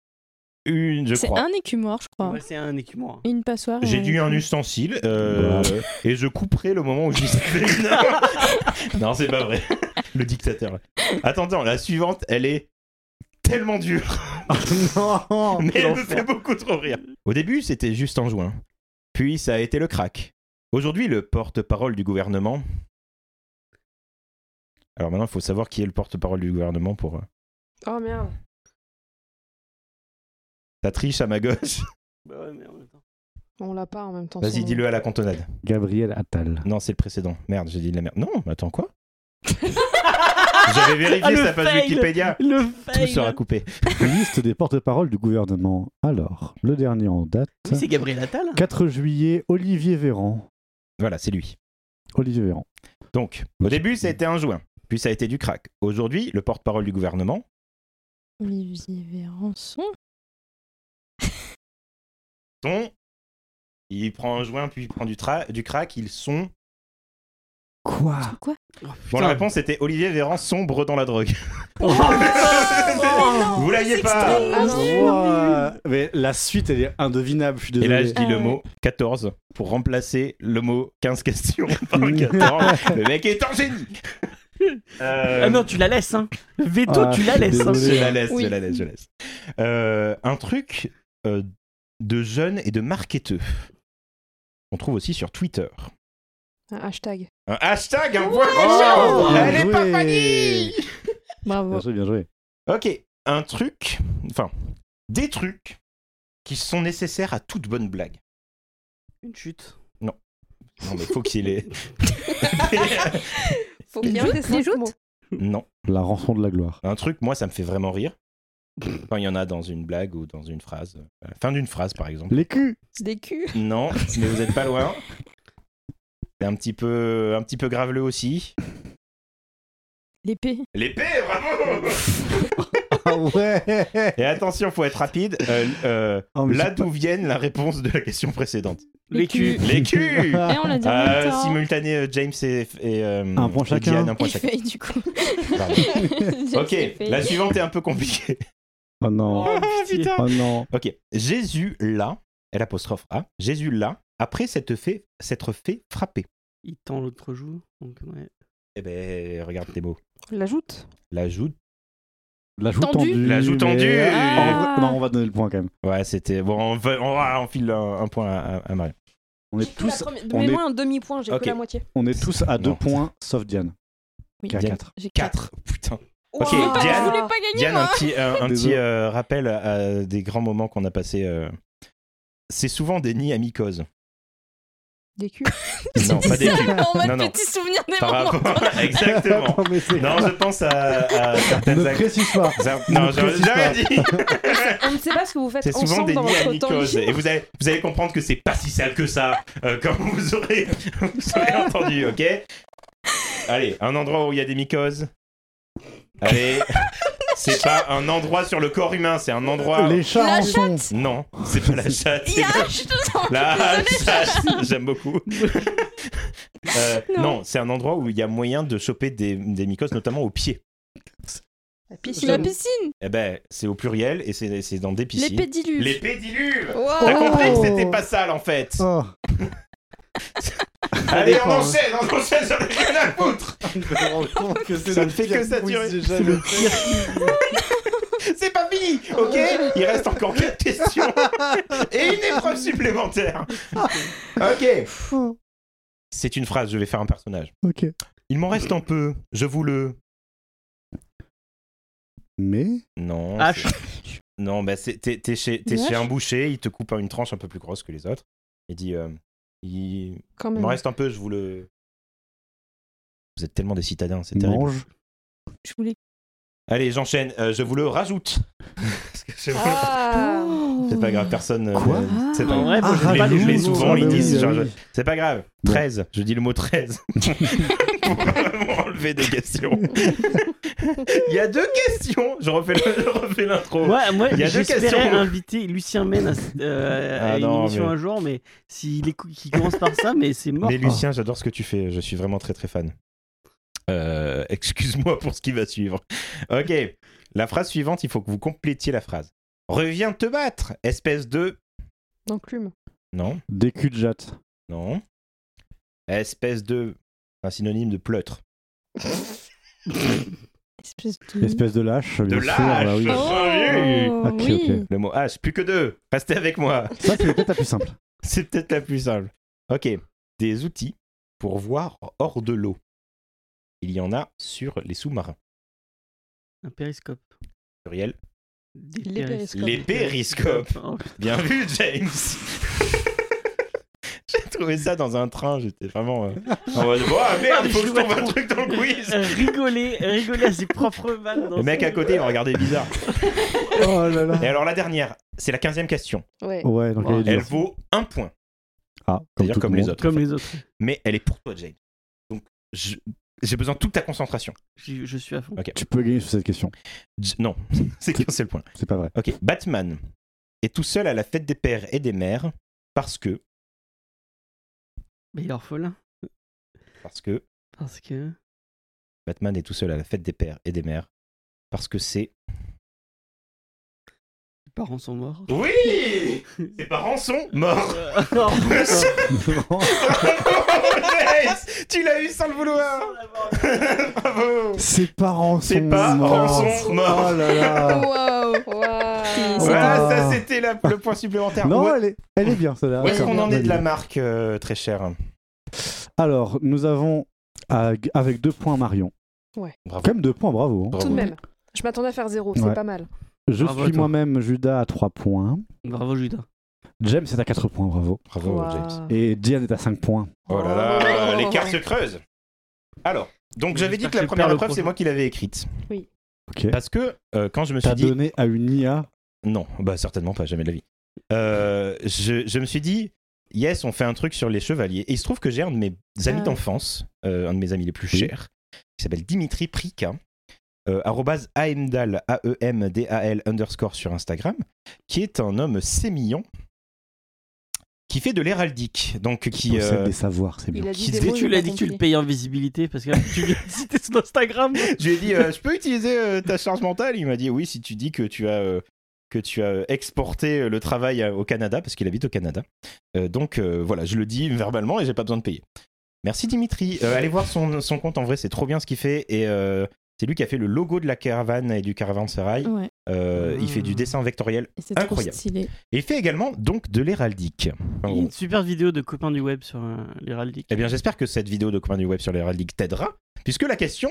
Speaker 4: Une, je
Speaker 6: C'est
Speaker 4: crois.
Speaker 6: un écumoire, je crois.
Speaker 3: Ouais, c'est un hein. écumoire.
Speaker 6: Une passoire.
Speaker 4: J'ai
Speaker 6: euh,
Speaker 4: dit un ustensile euh, et je couperai le moment où j'y serai. Non, non c'est pas vrai. Le dictateur. Attends, la suivante, elle est tellement dure,
Speaker 2: non
Speaker 4: Ah. mais elle me fait beaucoup trop rire. Au début, c'était juste en juin. Puis, ça a été le crack. Aujourd'hui, le porte-parole du gouvernement. Alors maintenant, il faut savoir qui est le porte-parole du gouvernement pour. euh,
Speaker 5: Oh
Speaker 6: Ah,
Speaker 5: merde.
Speaker 4: Ça triche à ma gauche.
Speaker 3: Bah ouais, mais en même temps.
Speaker 5: On l'a pas en même temps. son
Speaker 4: Vas-y,
Speaker 5: nom.
Speaker 4: dis-le à la cantonade.
Speaker 2: Gabriel Attal.
Speaker 4: Non, c'est le précédent. Merde, j'ai dit de la merde. Non, mais attends, quoi J'avais vérifié
Speaker 3: Ah, le
Speaker 4: sa page
Speaker 3: fail.
Speaker 4: Wikipédia.
Speaker 3: Le
Speaker 4: Tout
Speaker 3: fail.
Speaker 4: sera coupé.
Speaker 2: Liste des porte-parole du gouvernement. Alors, le dernier en date.
Speaker 3: Oui, c'est Gabriel Attal.
Speaker 2: 4 juillet, Olivier Véran.
Speaker 4: Voilà, c'est lui.
Speaker 2: Olivier Véran.
Speaker 4: Donc, au début, ça a été un juin. Puis, ça a été du crack. Aujourd'hui, le porte-parole du gouvernement.
Speaker 6: Olivier Vérançon.
Speaker 4: Sont. Il prend un joint, puis il prend du, tra- du crack. Ils sont.
Speaker 2: Quoi
Speaker 4: Ah.
Speaker 6: Quoi
Speaker 4: Bon, la
Speaker 3: Oh,
Speaker 4: réponse était Olivier Véran sombre dans la drogue.
Speaker 3: Oh,
Speaker 4: Vous l'aviez pas
Speaker 5: Ah non.
Speaker 2: Ouah. Mais la suite, elle est indevinable, je suis
Speaker 4: Et
Speaker 2: désolé.
Speaker 4: là, je dis
Speaker 6: Ah
Speaker 4: le
Speaker 6: ouais.
Speaker 4: mot 14 pour remplacer le mot 15 questions par le 14. le mec est un génie Euh,
Speaker 3: Ah non, tu la laisses, hein. Veto,
Speaker 2: Ah,
Speaker 3: tu la laisses. hein.
Speaker 2: désolé.
Speaker 4: Je la laisse,
Speaker 6: Oui.
Speaker 4: je la laisse, je la laisse. Euh, un truc euh, de jeune et de marketeux. On trouve aussi sur Twitter.
Speaker 5: Un hashtag.
Speaker 4: Un hashtag, hein, un point pour
Speaker 2: j'avoue.
Speaker 4: Jean.
Speaker 2: Bien
Speaker 4: Elle est pas
Speaker 2: joué.
Speaker 4: fanée.
Speaker 2: Bien
Speaker 6: Bravo.
Speaker 2: joué, bien joué.
Speaker 4: Ok, un truc, enfin, des trucs qui sont nécessaires à toute bonne blague.
Speaker 3: Une chute.
Speaker 4: Non, mais faut qu'il ait.
Speaker 5: Faut
Speaker 6: qu'il y ait un des cinq mots.
Speaker 4: non.
Speaker 2: La rançon de la gloire.
Speaker 4: Un truc, moi, ça me fait vraiment rire. Quand il y en a dans une blague ou dans une phrase. À la fin d'une phrase, par exemple.
Speaker 2: Les culs
Speaker 6: Des culs.
Speaker 4: Non, mais vous n'êtes pas loin. C'est un petit peu, un petit peu graveleux aussi.
Speaker 6: L'épée.
Speaker 4: L'épée, bravo
Speaker 2: Ah ouais
Speaker 4: Et attention, faut être rapide. Euh, euh,
Speaker 2: Oh, mais
Speaker 4: là
Speaker 2: c'est pas-
Speaker 4: d'où viennent la réponse de la question précédente.
Speaker 6: Les culs.
Speaker 4: Les culs
Speaker 6: Et Eh, on l'a dit en
Speaker 4: Euh,
Speaker 6: même temps.
Speaker 4: Simultané, euh, James et, et, euh,
Speaker 2: Un point
Speaker 4: et
Speaker 2: chacun.
Speaker 4: Diane, un point
Speaker 6: Et
Speaker 4: chacun.
Speaker 6: Faye, du coup.
Speaker 4: Pardon. Ok, la suivante est un peu compliquée. Ah,
Speaker 2: Oh non
Speaker 3: Oh, pitié.
Speaker 2: Oh non
Speaker 4: Ok. Jésus là, elle apostrophe A, Jésus là, après s'être fait, s'être fait frapper.
Speaker 3: Il tend l'autre joue. Donc, ouais.
Speaker 4: Eh ben, regarde tes mots.
Speaker 5: L'ajoute
Speaker 4: L'ajout.
Speaker 2: La joue
Speaker 6: Tendue.
Speaker 2: tendue
Speaker 4: La joue
Speaker 2: mais-
Speaker 4: tendue.
Speaker 6: Ah.
Speaker 2: En vrai- Non, on va donner le point quand même.
Speaker 4: Ouais, c'était. Bon, on, va- on, va- on file un, un point à, à- à Marie.
Speaker 2: On est tous, on est,
Speaker 5: Mets-moi un demi-point, j'ai
Speaker 4: Ok.
Speaker 5: que la moitié.
Speaker 2: on est tous à
Speaker 4: Non.
Speaker 2: deux points, sauf Diane,
Speaker 6: Oui.
Speaker 2: qui a
Speaker 4: Diane.
Speaker 2: quatre.
Speaker 6: J'ai quatre.
Speaker 4: 4. Putain. Ok,
Speaker 5: Oh,
Speaker 6: Je voulais pas-
Speaker 4: Diane-
Speaker 6: Je voulais pas gagner,
Speaker 4: Diane, un
Speaker 6: moi.
Speaker 4: petit, un, un
Speaker 2: Désolé.
Speaker 4: petit euh, rappel à des grands moments qu'on a passés. euh. C'est souvent des nids à mycose.
Speaker 5: Des culs.
Speaker 4: Non, pas des
Speaker 6: ça,
Speaker 4: culs.
Speaker 6: En
Speaker 4: Non,
Speaker 6: mode
Speaker 4: non.
Speaker 6: petit souvenir des
Speaker 4: Par
Speaker 6: moments.
Speaker 4: rapport. Exactement.
Speaker 2: Attends, mais c'est-
Speaker 4: Non, je pense à, à certaines
Speaker 2: Ne
Speaker 4: actions.
Speaker 2: précise pas
Speaker 4: Non,
Speaker 2: Ne
Speaker 4: j'ai
Speaker 2: précise
Speaker 4: j'avais
Speaker 2: pas.
Speaker 4: dit.
Speaker 5: On ne sait pas ce que vous faites
Speaker 4: C'est souvent
Speaker 5: ensemble
Speaker 4: des
Speaker 5: dans
Speaker 4: nids à
Speaker 5: votre temps
Speaker 4: mycose.
Speaker 5: libre.
Speaker 4: Et vous allez, vous allez comprendre que c'est pas si sale que ça, euh, comme vous aurez, vous aurez entendu, ok Allez, un endroit où il y a des mycoses. Allez, c'est pas un endroit sur le corps humain, c'est un endroit.
Speaker 2: Les chats
Speaker 6: La
Speaker 2: en sont
Speaker 4: Non, c'est pas la chatte.
Speaker 6: Il
Speaker 4: c'est
Speaker 6: y a, je te sens.
Speaker 4: La
Speaker 6: Désolée,
Speaker 4: chatte, j'aime beaucoup. Euh, non,
Speaker 6: Non.
Speaker 4: c'est un endroit où il y a moyen de choper des, des mycoses, notamment aux pieds.
Speaker 5: La
Speaker 6: La
Speaker 5: piscine.
Speaker 6: piscine.
Speaker 4: Eh ben, c'est au pluriel et c'est c'est dans des piscines.
Speaker 6: Les pédiluves.
Speaker 4: Les pédiluves T'as
Speaker 6: Wow.
Speaker 4: compris que c'était pas sale en fait
Speaker 2: Oh.
Speaker 4: Allez, on
Speaker 2: dépend.
Speaker 4: enchaîne, on enchaîne, j'en ai rien à foutre Ça ne fait que ça durer.
Speaker 2: C'est le pire.
Speaker 4: C'est pas fini, ok Il reste encore 4 questions et une épreuve supplémentaire. Ok. C'est une phrase, je vais faire un personnage.
Speaker 2: Ok.
Speaker 4: Il m'en reste un peu, je vous le...
Speaker 2: Mais
Speaker 4: Non.
Speaker 3: H.
Speaker 4: c'est- Non, bah c'est- t'es t'es chez, t'es
Speaker 6: Le
Speaker 4: chez
Speaker 6: H.
Speaker 4: un boucher, il te coupe une tranche un peu plus grosse que les autres. Il dit... euh, il...
Speaker 5: Quand
Speaker 4: il
Speaker 5: même.
Speaker 4: m'en reste un peu, je vous le... Vous êtes tellement des citadins, c'est terrible.
Speaker 2: mange.
Speaker 6: Je voulais.
Speaker 4: Allez, j'enchaîne, euh, je vous le rajoute. Parce que je vous le-
Speaker 5: Ah
Speaker 4: C'est pas grave, personne. euh,
Speaker 2: Quoi
Speaker 4: ne- C'est pas
Speaker 3: En vrai,
Speaker 4: grave.
Speaker 3: moi,
Speaker 2: Ah,
Speaker 3: j'ai pas
Speaker 4: ben, je
Speaker 3: les
Speaker 4: l'ai
Speaker 3: jeux de mots.
Speaker 4: souvent, ils
Speaker 2: Ah, bah
Speaker 4: disent,
Speaker 2: oui,
Speaker 4: genre,
Speaker 2: ah
Speaker 4: je-
Speaker 2: oui.
Speaker 4: C'est pas grave.
Speaker 2: Bon.
Speaker 4: 13, je dis le mot 13. Pour vraiment enlever des questions. Il y a deux questions. Je refais le- je refais l'intro.
Speaker 3: Ouais, moi,
Speaker 4: Il y a deux
Speaker 3: j'espérais
Speaker 4: questions.
Speaker 3: inviter Lucien Mène à, cette- euh, à
Speaker 4: Ah
Speaker 3: une
Speaker 4: non,
Speaker 3: émission
Speaker 4: mais-
Speaker 3: un jour, mais s'il écou- qu'il commence par ça, mais c'est mort.
Speaker 4: Mais Lucien, j'adore ce que tu fais. Je suis vraiment très très fan. Euh, Excuse-moi pour ce qui va suivre. Ok. La phrase suivante, il faut que vous complétiez la phrase. Reviens te battre, espèce de.
Speaker 5: D'enclume.
Speaker 4: Non,
Speaker 2: Des culs de jatte.
Speaker 4: non. Espèce de. Un synonyme de pleutre.
Speaker 6: Espèce de.
Speaker 2: Espèce de lâche.
Speaker 4: De
Speaker 2: bien sûr,
Speaker 4: Mm. lâche.
Speaker 2: bah oui. Ah,
Speaker 4: Oh. Salut.
Speaker 6: Oh,
Speaker 2: Ok,
Speaker 6: oui.
Speaker 2: ok.
Speaker 4: Le mot H, plus que deux. Restez avec moi.
Speaker 2: Ça, c'est peut-être la plus simple.
Speaker 4: C'est peut-être la plus simple. Ok. Des outils pour voir hors de l'eau. Il y en a sur les sous-marins.
Speaker 3: Un périscope.
Speaker 4: Pluriel.
Speaker 3: Des
Speaker 5: Les
Speaker 3: péris-
Speaker 5: périscopes.
Speaker 4: Les périscopes.
Speaker 3: Oh,
Speaker 4: Bien vu, James. J'ai trouvé ça dans un train. J'étais vraiment. euh, en mode, oh merde, il faut que je tombe un truc dans le quiz.
Speaker 3: Euh, rigoler, rigoler à ses propres vannes. dans
Speaker 4: Le mec
Speaker 3: son-
Speaker 4: à côté, il m'a regardé bizarre.
Speaker 2: Oh là
Speaker 4: Et
Speaker 2: là.
Speaker 4: alors, la dernière, c'est la quinzième question.
Speaker 5: Ouais.
Speaker 2: Ouais, donc elle est
Speaker 4: Elle
Speaker 2: dure.
Speaker 4: vaut un point.
Speaker 2: Ah, comme,
Speaker 4: C'est-à-dire
Speaker 2: tout
Speaker 4: comme
Speaker 2: le
Speaker 4: les
Speaker 2: monde.
Speaker 4: autres.
Speaker 3: Comme les autres.
Speaker 4: Mais elle est pour toi, Jane. Donc, je- j'ai besoin de toute ta concentration.
Speaker 3: Je, je suis à fond.
Speaker 2: Tu peux gagner sur cette question.
Speaker 4: J- Non, c'est qu'un seul point.
Speaker 2: C'est pas vrai.
Speaker 4: Ok, Batman est tout seul à la fête des pères et des mères parce que.
Speaker 3: Mais il est orphelin.
Speaker 4: Parce que.
Speaker 3: Parce que.
Speaker 4: Batman est tout seul à la fête des pères et des mères parce que c'est.
Speaker 3: Ses parents sont morts.
Speaker 4: Oui Ses parents sont morts
Speaker 3: Euh, oh, putain.
Speaker 4: Tu l'as eu sans le vouloir Bravo
Speaker 2: Ses parents
Speaker 4: Ses
Speaker 2: sont
Speaker 4: parents
Speaker 2: morts.
Speaker 4: sont morts.
Speaker 2: Oh là là.
Speaker 6: Wow.
Speaker 5: Waouh.
Speaker 6: Ouais.
Speaker 4: Voilà,
Speaker 2: Ah.
Speaker 4: ça c'était la- le point supplémentaire.
Speaker 2: Non,
Speaker 4: Où-
Speaker 2: elle est, elle est bien celle-là.
Speaker 4: où est-ce
Speaker 2: D'accord.
Speaker 4: qu'on en est de la
Speaker 2: Valide.
Speaker 4: marque, euh, très cher
Speaker 2: Alors, nous avons ag- avec deux points Marion.
Speaker 4: Bravo.
Speaker 2: Comme deux points, bravo. hein.
Speaker 4: Bravo.
Speaker 5: Tout de même. Je m'attendais à faire zéro,
Speaker 2: Ouais.
Speaker 5: c'est pas mal.
Speaker 2: Je
Speaker 3: Bravo à
Speaker 2: suis
Speaker 3: toi.
Speaker 2: moi-même Judas à trois points.
Speaker 3: Bravo, Judas.
Speaker 2: James est à quatre points, bravo.
Speaker 4: Bravo,
Speaker 5: Waouh.
Speaker 4: Oh, James.
Speaker 2: Et Diane est à cinq points.
Speaker 4: Oh là là, l'écart se creuse. Alors, donc j'avais dit
Speaker 3: J'espère
Speaker 4: que la
Speaker 3: que je
Speaker 4: première
Speaker 3: perds le
Speaker 4: épreuve, c'est
Speaker 3: prochain.
Speaker 4: moi qui l'avais écrite.
Speaker 2: Ok.
Speaker 4: Parce que euh, quand je me suis
Speaker 2: T'as
Speaker 4: dit.
Speaker 2: donné à une IA.
Speaker 4: Non, bah certainement pas, jamais de la vie. Euh, je, je me suis dit, yes, on fait un truc sur les chevaliers. Et il se trouve que j'ai un de mes amis
Speaker 6: Ah.
Speaker 4: d'enfance, euh, un de mes amis les plus
Speaker 2: Oui.
Speaker 4: chers, qui s'appelle Dimitri Prika, euh, arrobase aemdal, E A-E-M-D-A-L underscore sur Instagram, qui est un homme sémillant qui fait de l'héraldique. Donc,
Speaker 2: Qui
Speaker 4: qui.
Speaker 2: possède
Speaker 4: euh,
Speaker 2: des savoirs, c'est bien.
Speaker 5: Il a dit
Speaker 4: Qui
Speaker 5: des
Speaker 4: dé-
Speaker 5: mots,
Speaker 3: tu
Speaker 5: il
Speaker 3: l'as
Speaker 5: a
Speaker 3: dit que tu le
Speaker 5: compris.
Speaker 3: payes en visibilité parce que tu l'as cité sur Instagram.
Speaker 4: Je lui ai dit, euh, je peux utiliser euh, ta charge mentale Il m'a dit, oui, si tu dis que tu as, euh, que tu as euh, exporté euh, le travail euh, au Canada, parce qu'il habite au Canada. Euh, donc euh, voilà, je le dis verbalement et j'ai pas besoin de payer. Merci Dimitri. Euh, allez voir son, son compte, en vrai, c'est trop bien ce qu'il fait. Et euh, c'est lui qui a fait le logo de la caravane et du caravansérail.
Speaker 6: Ouais,
Speaker 4: Euh, Il fait
Speaker 3: Mmh.
Speaker 4: du dessin vectoriel.
Speaker 6: et c'est trop
Speaker 4: Incroyable.
Speaker 6: stylé.
Speaker 4: Et il fait également donc de l'héraldique. En gros.
Speaker 3: Une super vidéo de copains du web sur euh, l'héraldique.
Speaker 4: Ah, Eh bien, j'espère que cette vidéo de Command du Web sur les Rallyes t'aidera, puisque la question,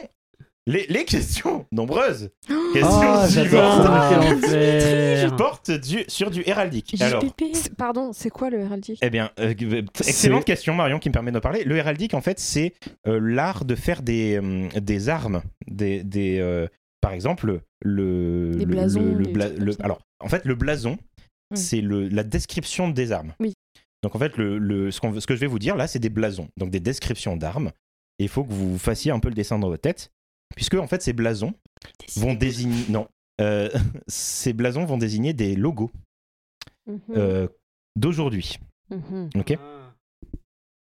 Speaker 4: les, les questions nombreuses, questions
Speaker 3: Ah,
Speaker 4: suivantes,
Speaker 3: j'adore, quel
Speaker 6: Dimitri,
Speaker 3: enfer.
Speaker 4: portent du- sur du héraldique. Alors,
Speaker 6: JPP.
Speaker 5: C'est- Pardon, c'est quoi le héraldique
Speaker 4: eh bien, euh, euh,
Speaker 2: C'est-
Speaker 4: excellente question, Marion, qui me permet d'en parler. Le héraldique, en fait, c'est euh, l'art de faire des, hum, des armes, des, des, euh, par exemple, le.
Speaker 6: Des
Speaker 4: le-
Speaker 6: blasons,
Speaker 4: le- le
Speaker 6: des
Speaker 4: bla-
Speaker 6: trucs comme
Speaker 4: le-
Speaker 6: ça.
Speaker 4: alors, en fait, le blason,
Speaker 6: Oui.
Speaker 4: c'est le- la description des armes.
Speaker 6: Oui.
Speaker 4: Donc, en fait, le, le- ce, qu'on veut- ce que je vais vous dire là, c'est des blasons, donc des descriptions d'armes. Et il faut que vous fassiez un peu le dessin dans votre tête, puisque, en fait, ces blasons vont désigner. Non. Euh, ces blasons vont désigner des logos
Speaker 6: Mm.
Speaker 4: euh, d'aujourd'hui.
Speaker 5: Mhm.
Speaker 4: Ok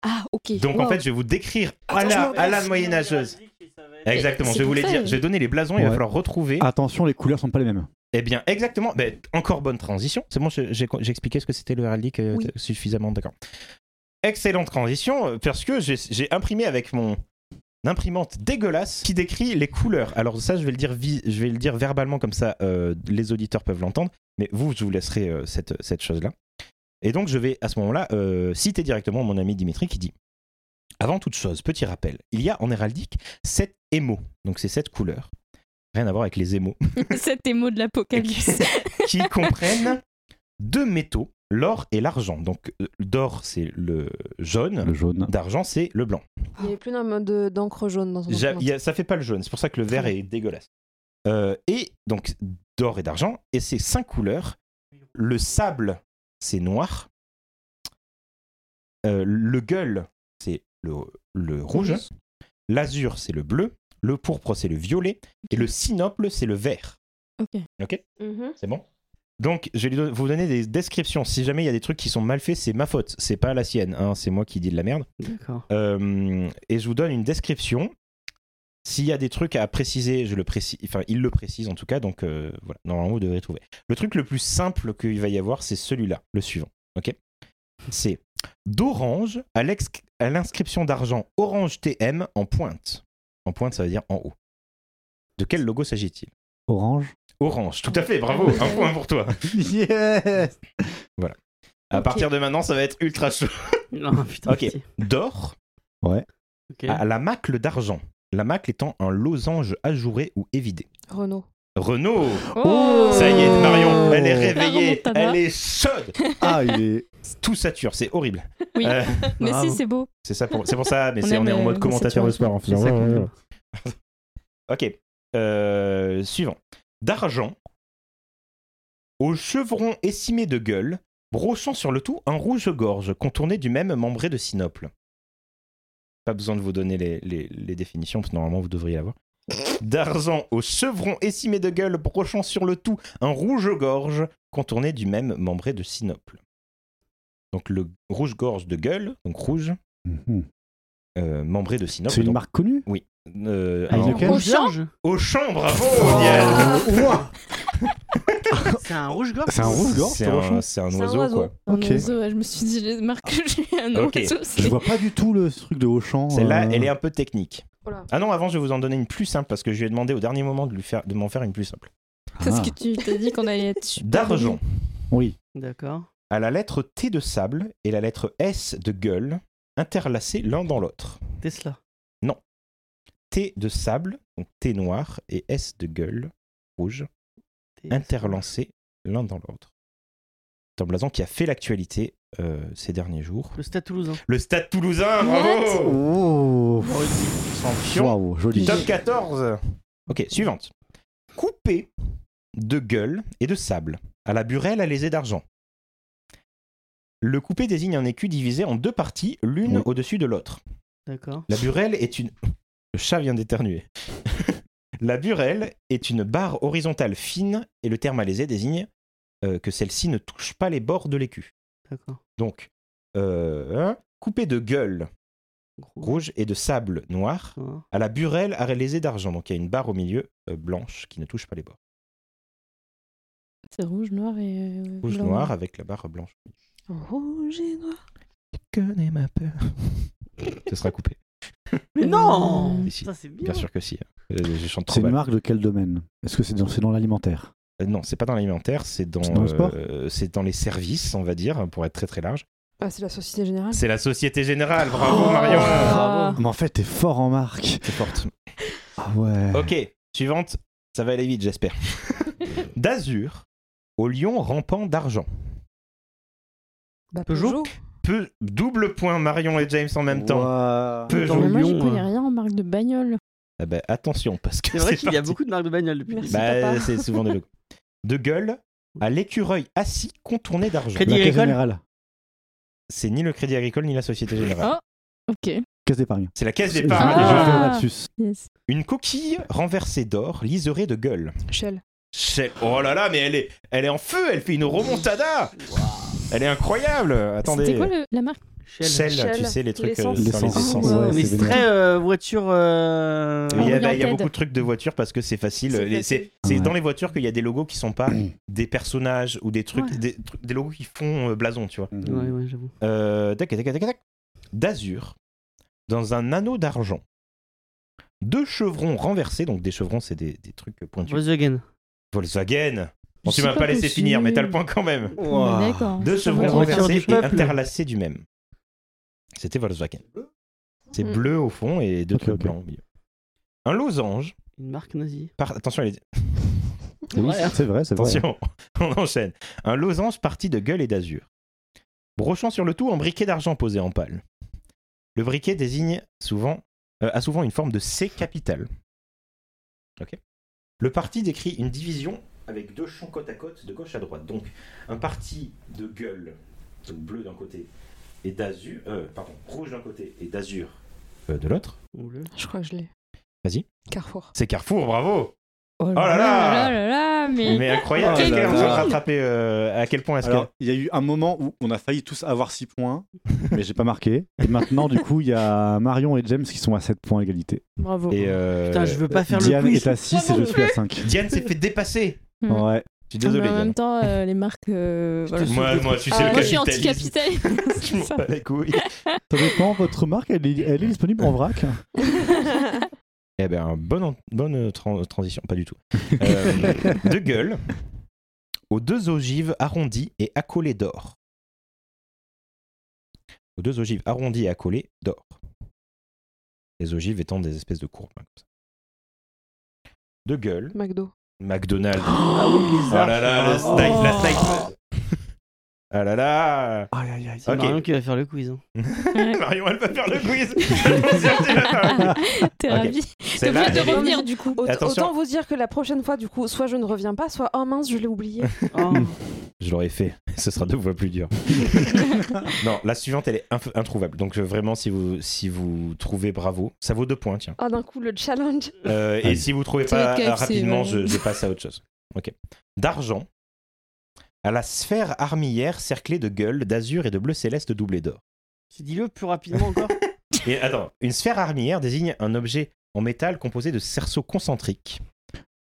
Speaker 6: Ah, ok.
Speaker 4: Donc en
Speaker 6: Wow.
Speaker 4: fait, je vais vous décrire à
Speaker 6: Attends, je
Speaker 4: la,
Speaker 3: Ah,
Speaker 6: m'en
Speaker 4: à la moyenâgeuse. Exactement,
Speaker 6: C'est
Speaker 4: je vais vous
Speaker 6: pour
Speaker 4: les
Speaker 6: ça,
Speaker 4: dire.
Speaker 6: euh.
Speaker 4: Je vais donner les blasons, il va
Speaker 2: Ouais.
Speaker 4: falloir retrouver.
Speaker 2: Attention, les couleurs sont pas les mêmes.
Speaker 4: Eh bien, exactement. Ben, encore bonne transition. C'est bon, je- j'ai j'ai expliqué ce que c'était le heraldique euh,
Speaker 6: Oui.
Speaker 4: t- suffisamment. D'accord. Excellente transition, euh, parce que j'ai- j'ai imprimé avec mon imprimante dégueulasse qui décrit les couleurs. Alors ça, je vais le dire, vi- je vais le dire verbalement comme ça, euh, les auditeurs peuvent l'entendre. Mais vous, je vous laisserai euh, cette, cette chose-là. Et donc, je vais à ce moment-là euh, citer directement mon ami Dimitri qui dit Avant toute chose, petit rappel, il y a en héraldique sept émaux, donc c'est sept couleurs. Rien à voir avec les émaux
Speaker 6: Cet émo de l'apocalypse.
Speaker 4: qui comprennent deux métaux, l'or et l'argent. Donc euh, d'or c'est le jaune,
Speaker 2: Le jaune.
Speaker 4: d'argent c'est le blanc.
Speaker 5: Il n'y avait plus d'un mode de- d'encre jaune dans son
Speaker 4: J'a-
Speaker 5: document.
Speaker 4: y a- ça fait pas le jaune, c'est pour ça que le vert est dégueulasse. Euh, et donc d'or et d'argent, et ces cinq couleurs, le sable c'est noir, Euh, le gueule c'est le, le rouge, l'azur c'est le bleu, le pourpre c'est le violet, et le sinople c'est le vert.
Speaker 6: ok.
Speaker 4: Ok
Speaker 5: Mhm.
Speaker 4: C'est bon Donc, je vais lui don- vous donner des descriptions. Si jamais il y a des trucs qui sont mal faits, c'est ma faute. C'est pas la sienne. hein. C'est moi qui dis de la merde.
Speaker 3: D'accord.
Speaker 4: Euh, et je vous donne une description. S'il y a des trucs à préciser, je le précise. Enfin, il le précise en tout cas. Donc, euh, voilà. Normalement, vous devrez trouver. Le truc le plus simple qu'il va y avoir, c'est celui-là, le suivant. Ok C'est d'orange à l'ex- à l'inscription d'argent orange TM en pointe. En pointe, ça veut dire en haut. De quel logo s'agit-il
Speaker 2: Orange.
Speaker 4: Orange, tout à fait, bravo, un point pour toi.
Speaker 2: yes
Speaker 4: À
Speaker 6: Ok.
Speaker 4: partir de maintenant, ça va être ultra chaud.
Speaker 3: Non, putain.
Speaker 4: Ok. Ah,
Speaker 3: merci.
Speaker 4: D'or
Speaker 3: Ok.
Speaker 4: à la macle d'argent. La macle étant un losange ajouré ou évidé.
Speaker 5: Renault.
Speaker 4: Renault
Speaker 2: Oh.
Speaker 4: Ça y est, Marion, elle est réveillée,
Speaker 6: La remontada.
Speaker 4: elle est chaude
Speaker 2: Ah, il est.
Speaker 4: Tout sature, c'est horrible.
Speaker 6: Oui.
Speaker 4: Euh,
Speaker 6: Mais
Speaker 3: Bravo.
Speaker 6: si, c'est beau.
Speaker 4: c'est ça pour, c'est pour ça, mais
Speaker 6: On
Speaker 4: c'est- on
Speaker 6: aime,
Speaker 4: est en
Speaker 6: euh,
Speaker 4: mode
Speaker 6: la
Speaker 4: commentateur de sport en
Speaker 3: C'est
Speaker 4: faisant.
Speaker 3: ça qu'on aime.
Speaker 4: Ok, euh, suivant. D'argent au chevron écimé de gueule, brochant sur le tout un rouge-gorge contourné du même membré de sinople. Pas besoin de vous donner les, les- les définitions, parce que normalement vous devriez l'avoir. D'argent au chevron écimé de gueule, brochant sur le tout un rouge-gorge contourné du même membré de sinople. Donc le rouge-gorge de gueule, donc rouge,
Speaker 2: Mhm.
Speaker 4: euh, membré de sinople.
Speaker 2: C'est une
Speaker 4: donc-
Speaker 2: marque connue
Speaker 4: Oui. Euh,
Speaker 2: Ah,
Speaker 4: alors-
Speaker 2: il y a quel
Speaker 3: Rouge
Speaker 6: Auchan
Speaker 3: gorge
Speaker 4: Auchan, bravo Diane.
Speaker 2: Oh, ouah.
Speaker 3: C'est un rouge gorge.
Speaker 2: C'est un rouge gorge,
Speaker 4: C'est
Speaker 2: sur Auchan
Speaker 4: un, c'est un
Speaker 5: C'est un
Speaker 4: oiseau,
Speaker 5: oiseau.
Speaker 4: quoi.
Speaker 6: Un
Speaker 2: Ok.
Speaker 6: oiseau, ouais, je me suis dit, les marques que j'ai un
Speaker 4: Ok.
Speaker 6: oiseau, c'est-
Speaker 2: Je vois pas du tout le truc de Auchan.
Speaker 4: Celle-là,
Speaker 2: euh,
Speaker 4: elle est un peu technique.
Speaker 5: Oh là.
Speaker 4: Ah non, avant, je vais vous en donner une plus simple parce que je lui ai demandé au dernier moment de, lui faire, de m'en faire une plus simple.
Speaker 6: Parce
Speaker 2: Ah.
Speaker 6: que tu t'as dit qu'on allait être super
Speaker 4: D'argent
Speaker 2: Oui.
Speaker 3: D'accord.
Speaker 4: à la lettre T de sable et la lettre S de gueule interlacées l'un dans l'autre.
Speaker 3: Tesla.
Speaker 4: T de sable, donc T noir, et S de gueule rouge
Speaker 3: Tesla.
Speaker 4: Hein. interlacées l'un dans l'autre. C'est un blason qui a fait l'actualité euh, ces derniers jours.
Speaker 3: Le stade toulousain.
Speaker 4: Le stade toulousain, bravo
Speaker 2: Oh.
Speaker 4: Champion
Speaker 2: Waouh, joli.
Speaker 4: Top 14 Ok, suivante. Coupé de gueule et de sable, à la burelle alésée d'argent. Le coupé désigne un écu divisé en deux parties, l'une
Speaker 2: Oui.
Speaker 4: au-dessus de l'autre.
Speaker 3: D'accord.
Speaker 4: La burelle est une... Le chat vient d'éternuer. La burelle est une barre horizontale fine et le terme alaisé désigne euh, que celle-ci ne touche pas les bords de l'écu.
Speaker 3: D'accord.
Speaker 4: Donc, euh, coupée de gueule rouge et de sable noir,
Speaker 3: D'accord.
Speaker 4: à la burelle alaisée d'argent. Donc, il y a une barre au milieu euh, blanche qui ne touche pas les bords.
Speaker 6: C'est rouge, noir et. euh,
Speaker 4: Rouge
Speaker 6: blanc.
Speaker 4: noir avec la barre blanche.
Speaker 5: Rouge et noir.
Speaker 4: Je connais ma peur. Euh, Ce sera coupé.
Speaker 3: Mmh. Mais non
Speaker 4: Ici.
Speaker 3: Ça, c'est bien.
Speaker 4: Bien sûr que si. Euh, Je chante trop
Speaker 2: C'est une
Speaker 4: mal.
Speaker 2: marque de quel domaine Est-ce que c'est dans, c'est dans l'alimentaire
Speaker 4: Euh, Non, c'est pas dans l'alimentaire, c'est dans,
Speaker 2: C'est dans le sport
Speaker 4: euh, c'est dans les services, on va dire, pour être très très large.
Speaker 5: Ah, c'est la Société Générale.
Speaker 4: C'est la Société Générale, bravo
Speaker 3: Oh.
Speaker 4: Marion
Speaker 6: Ah.
Speaker 2: Mais en fait, t'es fort en marque.
Speaker 4: C'est forte.
Speaker 2: Ah ouais.
Speaker 4: Ok, suivante, ça va aller vite j'espère. D'azur au lion rampant d'argent.
Speaker 5: Bah,
Speaker 3: Peugeot
Speaker 4: Peu- double point Marion et James en même temps.
Speaker 2: Ouah.
Speaker 4: Peugeot.
Speaker 3: Dans
Speaker 6: Mais
Speaker 3: le
Speaker 6: moi, j'y
Speaker 3: lion,
Speaker 4: euh.
Speaker 6: connais
Speaker 3: hein.
Speaker 6: rien en marque de bagnole.
Speaker 4: Ah bah, attention, parce que
Speaker 3: C'est vrai qu'il y a
Speaker 4: parti.
Speaker 3: beaucoup de marques de bagnoles depuis.
Speaker 5: Merci.
Speaker 4: Bah,
Speaker 5: papa.
Speaker 4: c'est souvent des logos. De gueule à l'écureuil assis contourné d'argent. Bah,
Speaker 3: Crédit
Speaker 2: La Caisse
Speaker 3: Agricole
Speaker 2: Générale.
Speaker 4: C'est ni le Crédit Agricole ni la Société
Speaker 6: Ah.
Speaker 4: Générale.
Speaker 6: Ok.
Speaker 2: Caisse d'épargne.
Speaker 4: C'est la Caisse
Speaker 2: J'ai-
Speaker 4: d'épargne.
Speaker 2: j'ai- j'ai fait un
Speaker 6: Ah.
Speaker 2: lapsus.
Speaker 6: Yes.
Speaker 4: Une coquille renversée d'or liserée de gueule.
Speaker 5: Shell.
Speaker 4: Chez- Oh là là, mais elle est, elle est en feu, elle fait une remontada Elle est incroyable Attendez.
Speaker 6: C'était quoi le- la marque
Speaker 4: Shell,
Speaker 5: Shell,
Speaker 4: tu sais, les trucs euh,
Speaker 5: l'essence.
Speaker 4: sur les
Speaker 2: L'essence.
Speaker 4: essences.
Speaker 6: Oh, wow.
Speaker 2: Ouais,
Speaker 3: Mais
Speaker 2: c'est
Speaker 3: c'est
Speaker 2: vénère.
Speaker 3: très euh, voiture. euh,
Speaker 4: Il y, a, bah, il y a
Speaker 6: Oriented.
Speaker 4: beaucoup de trucs de voitures parce que c'est facile.
Speaker 6: C'est
Speaker 4: Les- C'est
Speaker 6: facile.
Speaker 4: c'est
Speaker 2: Ouais.
Speaker 4: dans les voitures qu'il y a des logos qui sont pas des personnages ou des trucs,
Speaker 6: Ouais.
Speaker 4: des, trucs- des logos qui font euh, blason, tu vois.
Speaker 3: Ouais, ouais, j'avoue.
Speaker 4: Euh, tac, tac, tac, tac. D'azur, dans un anneau d'argent. Deux chevrons renversés, donc des chevrons, c'est des, des trucs pointus.
Speaker 3: Volkswagen.
Speaker 4: Volkswagen Bon,
Speaker 6: Je
Speaker 4: tu
Speaker 6: sais
Speaker 4: m'as pas laissé
Speaker 6: possible.
Speaker 4: finir, mais t'as le point quand même.
Speaker 6: Ouais, D'accord. hein.
Speaker 4: Deux Oh
Speaker 6: Ça va.
Speaker 4: chevrons
Speaker 3: voiture du
Speaker 4: renversés et
Speaker 3: peuple.
Speaker 4: interlacés du même. C'était Volkswagen. C'est
Speaker 5: Mm.
Speaker 4: bleu au fond et deux
Speaker 2: Ok,
Speaker 4: trucs
Speaker 2: ok.
Speaker 4: blancs au milieu. Un losange.
Speaker 3: Une marque nazie.
Speaker 4: par- Attention, elle est-
Speaker 2: Oui,
Speaker 3: Ouais.
Speaker 2: C'est vrai, c'est vrai.
Speaker 4: attention, on enchaîne. Un losange parti de gueule et d'azur. Brochant sur le tout un briquet d'argent posé en pâle. Le briquet désigne souvent, euh, a souvent une forme de C capitale. Ok. Le parti décrit une division avec deux champs côte à côte de gauche à droite. Donc, un parti de gueule, donc bleu d'un côté, et d'azur, euh, pardon, rouge d'un côté et d'azur euh, de l'autre.
Speaker 3: Ou le-
Speaker 5: Je crois que je l'ai.
Speaker 4: Vas-y.
Speaker 5: Carrefour.
Speaker 4: C'est Carrefour, bravo
Speaker 6: Oh
Speaker 4: là là.
Speaker 6: là là là, mais.
Speaker 4: Mais incroyable,
Speaker 2: Oh là
Speaker 4: est-ce qu'elle est en train de
Speaker 2: là.
Speaker 4: rattraper euh, à quel point est-ce qu'elle-
Speaker 2: Alors, il y a eu un moment où on a failli tous avoir 6 points, mais j'ai pas marqué. Et maintenant, du coup, il y a Marion et James qui sont à 7 points à égalité.
Speaker 6: Bravo.
Speaker 4: Et euh,
Speaker 3: Putain, je veux pas faire
Speaker 2: Diane
Speaker 3: le
Speaker 2: est
Speaker 3: quiz.
Speaker 2: à 6 et je suis à 5.
Speaker 4: Diane s'est fait dépasser.
Speaker 6: Mm.
Speaker 2: Ouais.
Speaker 4: Je suis
Speaker 6: Ah, mais
Speaker 4: désolé,
Speaker 6: en
Speaker 4: Diane.
Speaker 6: même temps, euh, les marques. euh, voilà.
Speaker 4: Moi, moi, tu sais
Speaker 6: Ah,
Speaker 4: le
Speaker 6: moi, je suis
Speaker 4: capitalisme.
Speaker 6: anti-capitaliste.
Speaker 4: Je m'en bats les couilles.
Speaker 2: Ça dépend, votre marque, elle est, elle est disponible en vrac.
Speaker 4: Eh ben, bonne, en- bonne euh, tran- transition, pas du tout. Euh, de gueule, aux deux ogives arrondies et accolées d'or. Aux deux ogives arrondies et accolées d'or. Les ogives étant des espèces de courbes. hein, comme ça. De gueule,
Speaker 5: McDo.
Speaker 4: McDonald's.
Speaker 3: Ah oui,
Speaker 4: Oh
Speaker 3: les arches.
Speaker 4: là là, le
Speaker 3: Oh.
Speaker 4: snipe, la snipe. Ah là là
Speaker 2: Aïe, aïe, aïe.
Speaker 3: Oh C'est
Speaker 4: Ok.
Speaker 3: Marion qui va faire le quiz. hein.
Speaker 4: Marion, elle va faire le quiz. Elle va sortir la table.
Speaker 6: Ah, T'es
Speaker 4: Ok.
Speaker 6: ravi.
Speaker 4: C'est
Speaker 6: T'es
Speaker 4: là.
Speaker 6: obligé de
Speaker 4: elle est-
Speaker 6: revenir du coup.
Speaker 5: Aut-
Speaker 4: Attention.
Speaker 5: Autant vous dire que la prochaine fois, du coup, soit je ne reviens pas, soit oh mince, je l'ai oublié.
Speaker 3: Oh.
Speaker 4: Je l'aurais fait. Ce sera deux fois plus dur. non, la suivante, elle est inf- introuvable. Donc euh, vraiment, si vous si vous trouvez, bravo. Ça vaut deux points, tiens.
Speaker 5: Ah, d'un coup, le challenge.
Speaker 4: Euh, et
Speaker 2: Allez.
Speaker 4: si vous trouvez
Speaker 6: Ça
Speaker 4: pas
Speaker 6: va être KFC,
Speaker 4: rapidement,
Speaker 6: ouais.
Speaker 4: je, je passe à autre chose. Ok. D'argent à la sphère armillère cerclée de gueule, d'azur et de bleu céleste doublé d'or.
Speaker 3: Tu dis-le plus rapidement encore.
Speaker 4: Et attends, une sphère armillère désigne un objet en métal composé de cerceaux concentriques.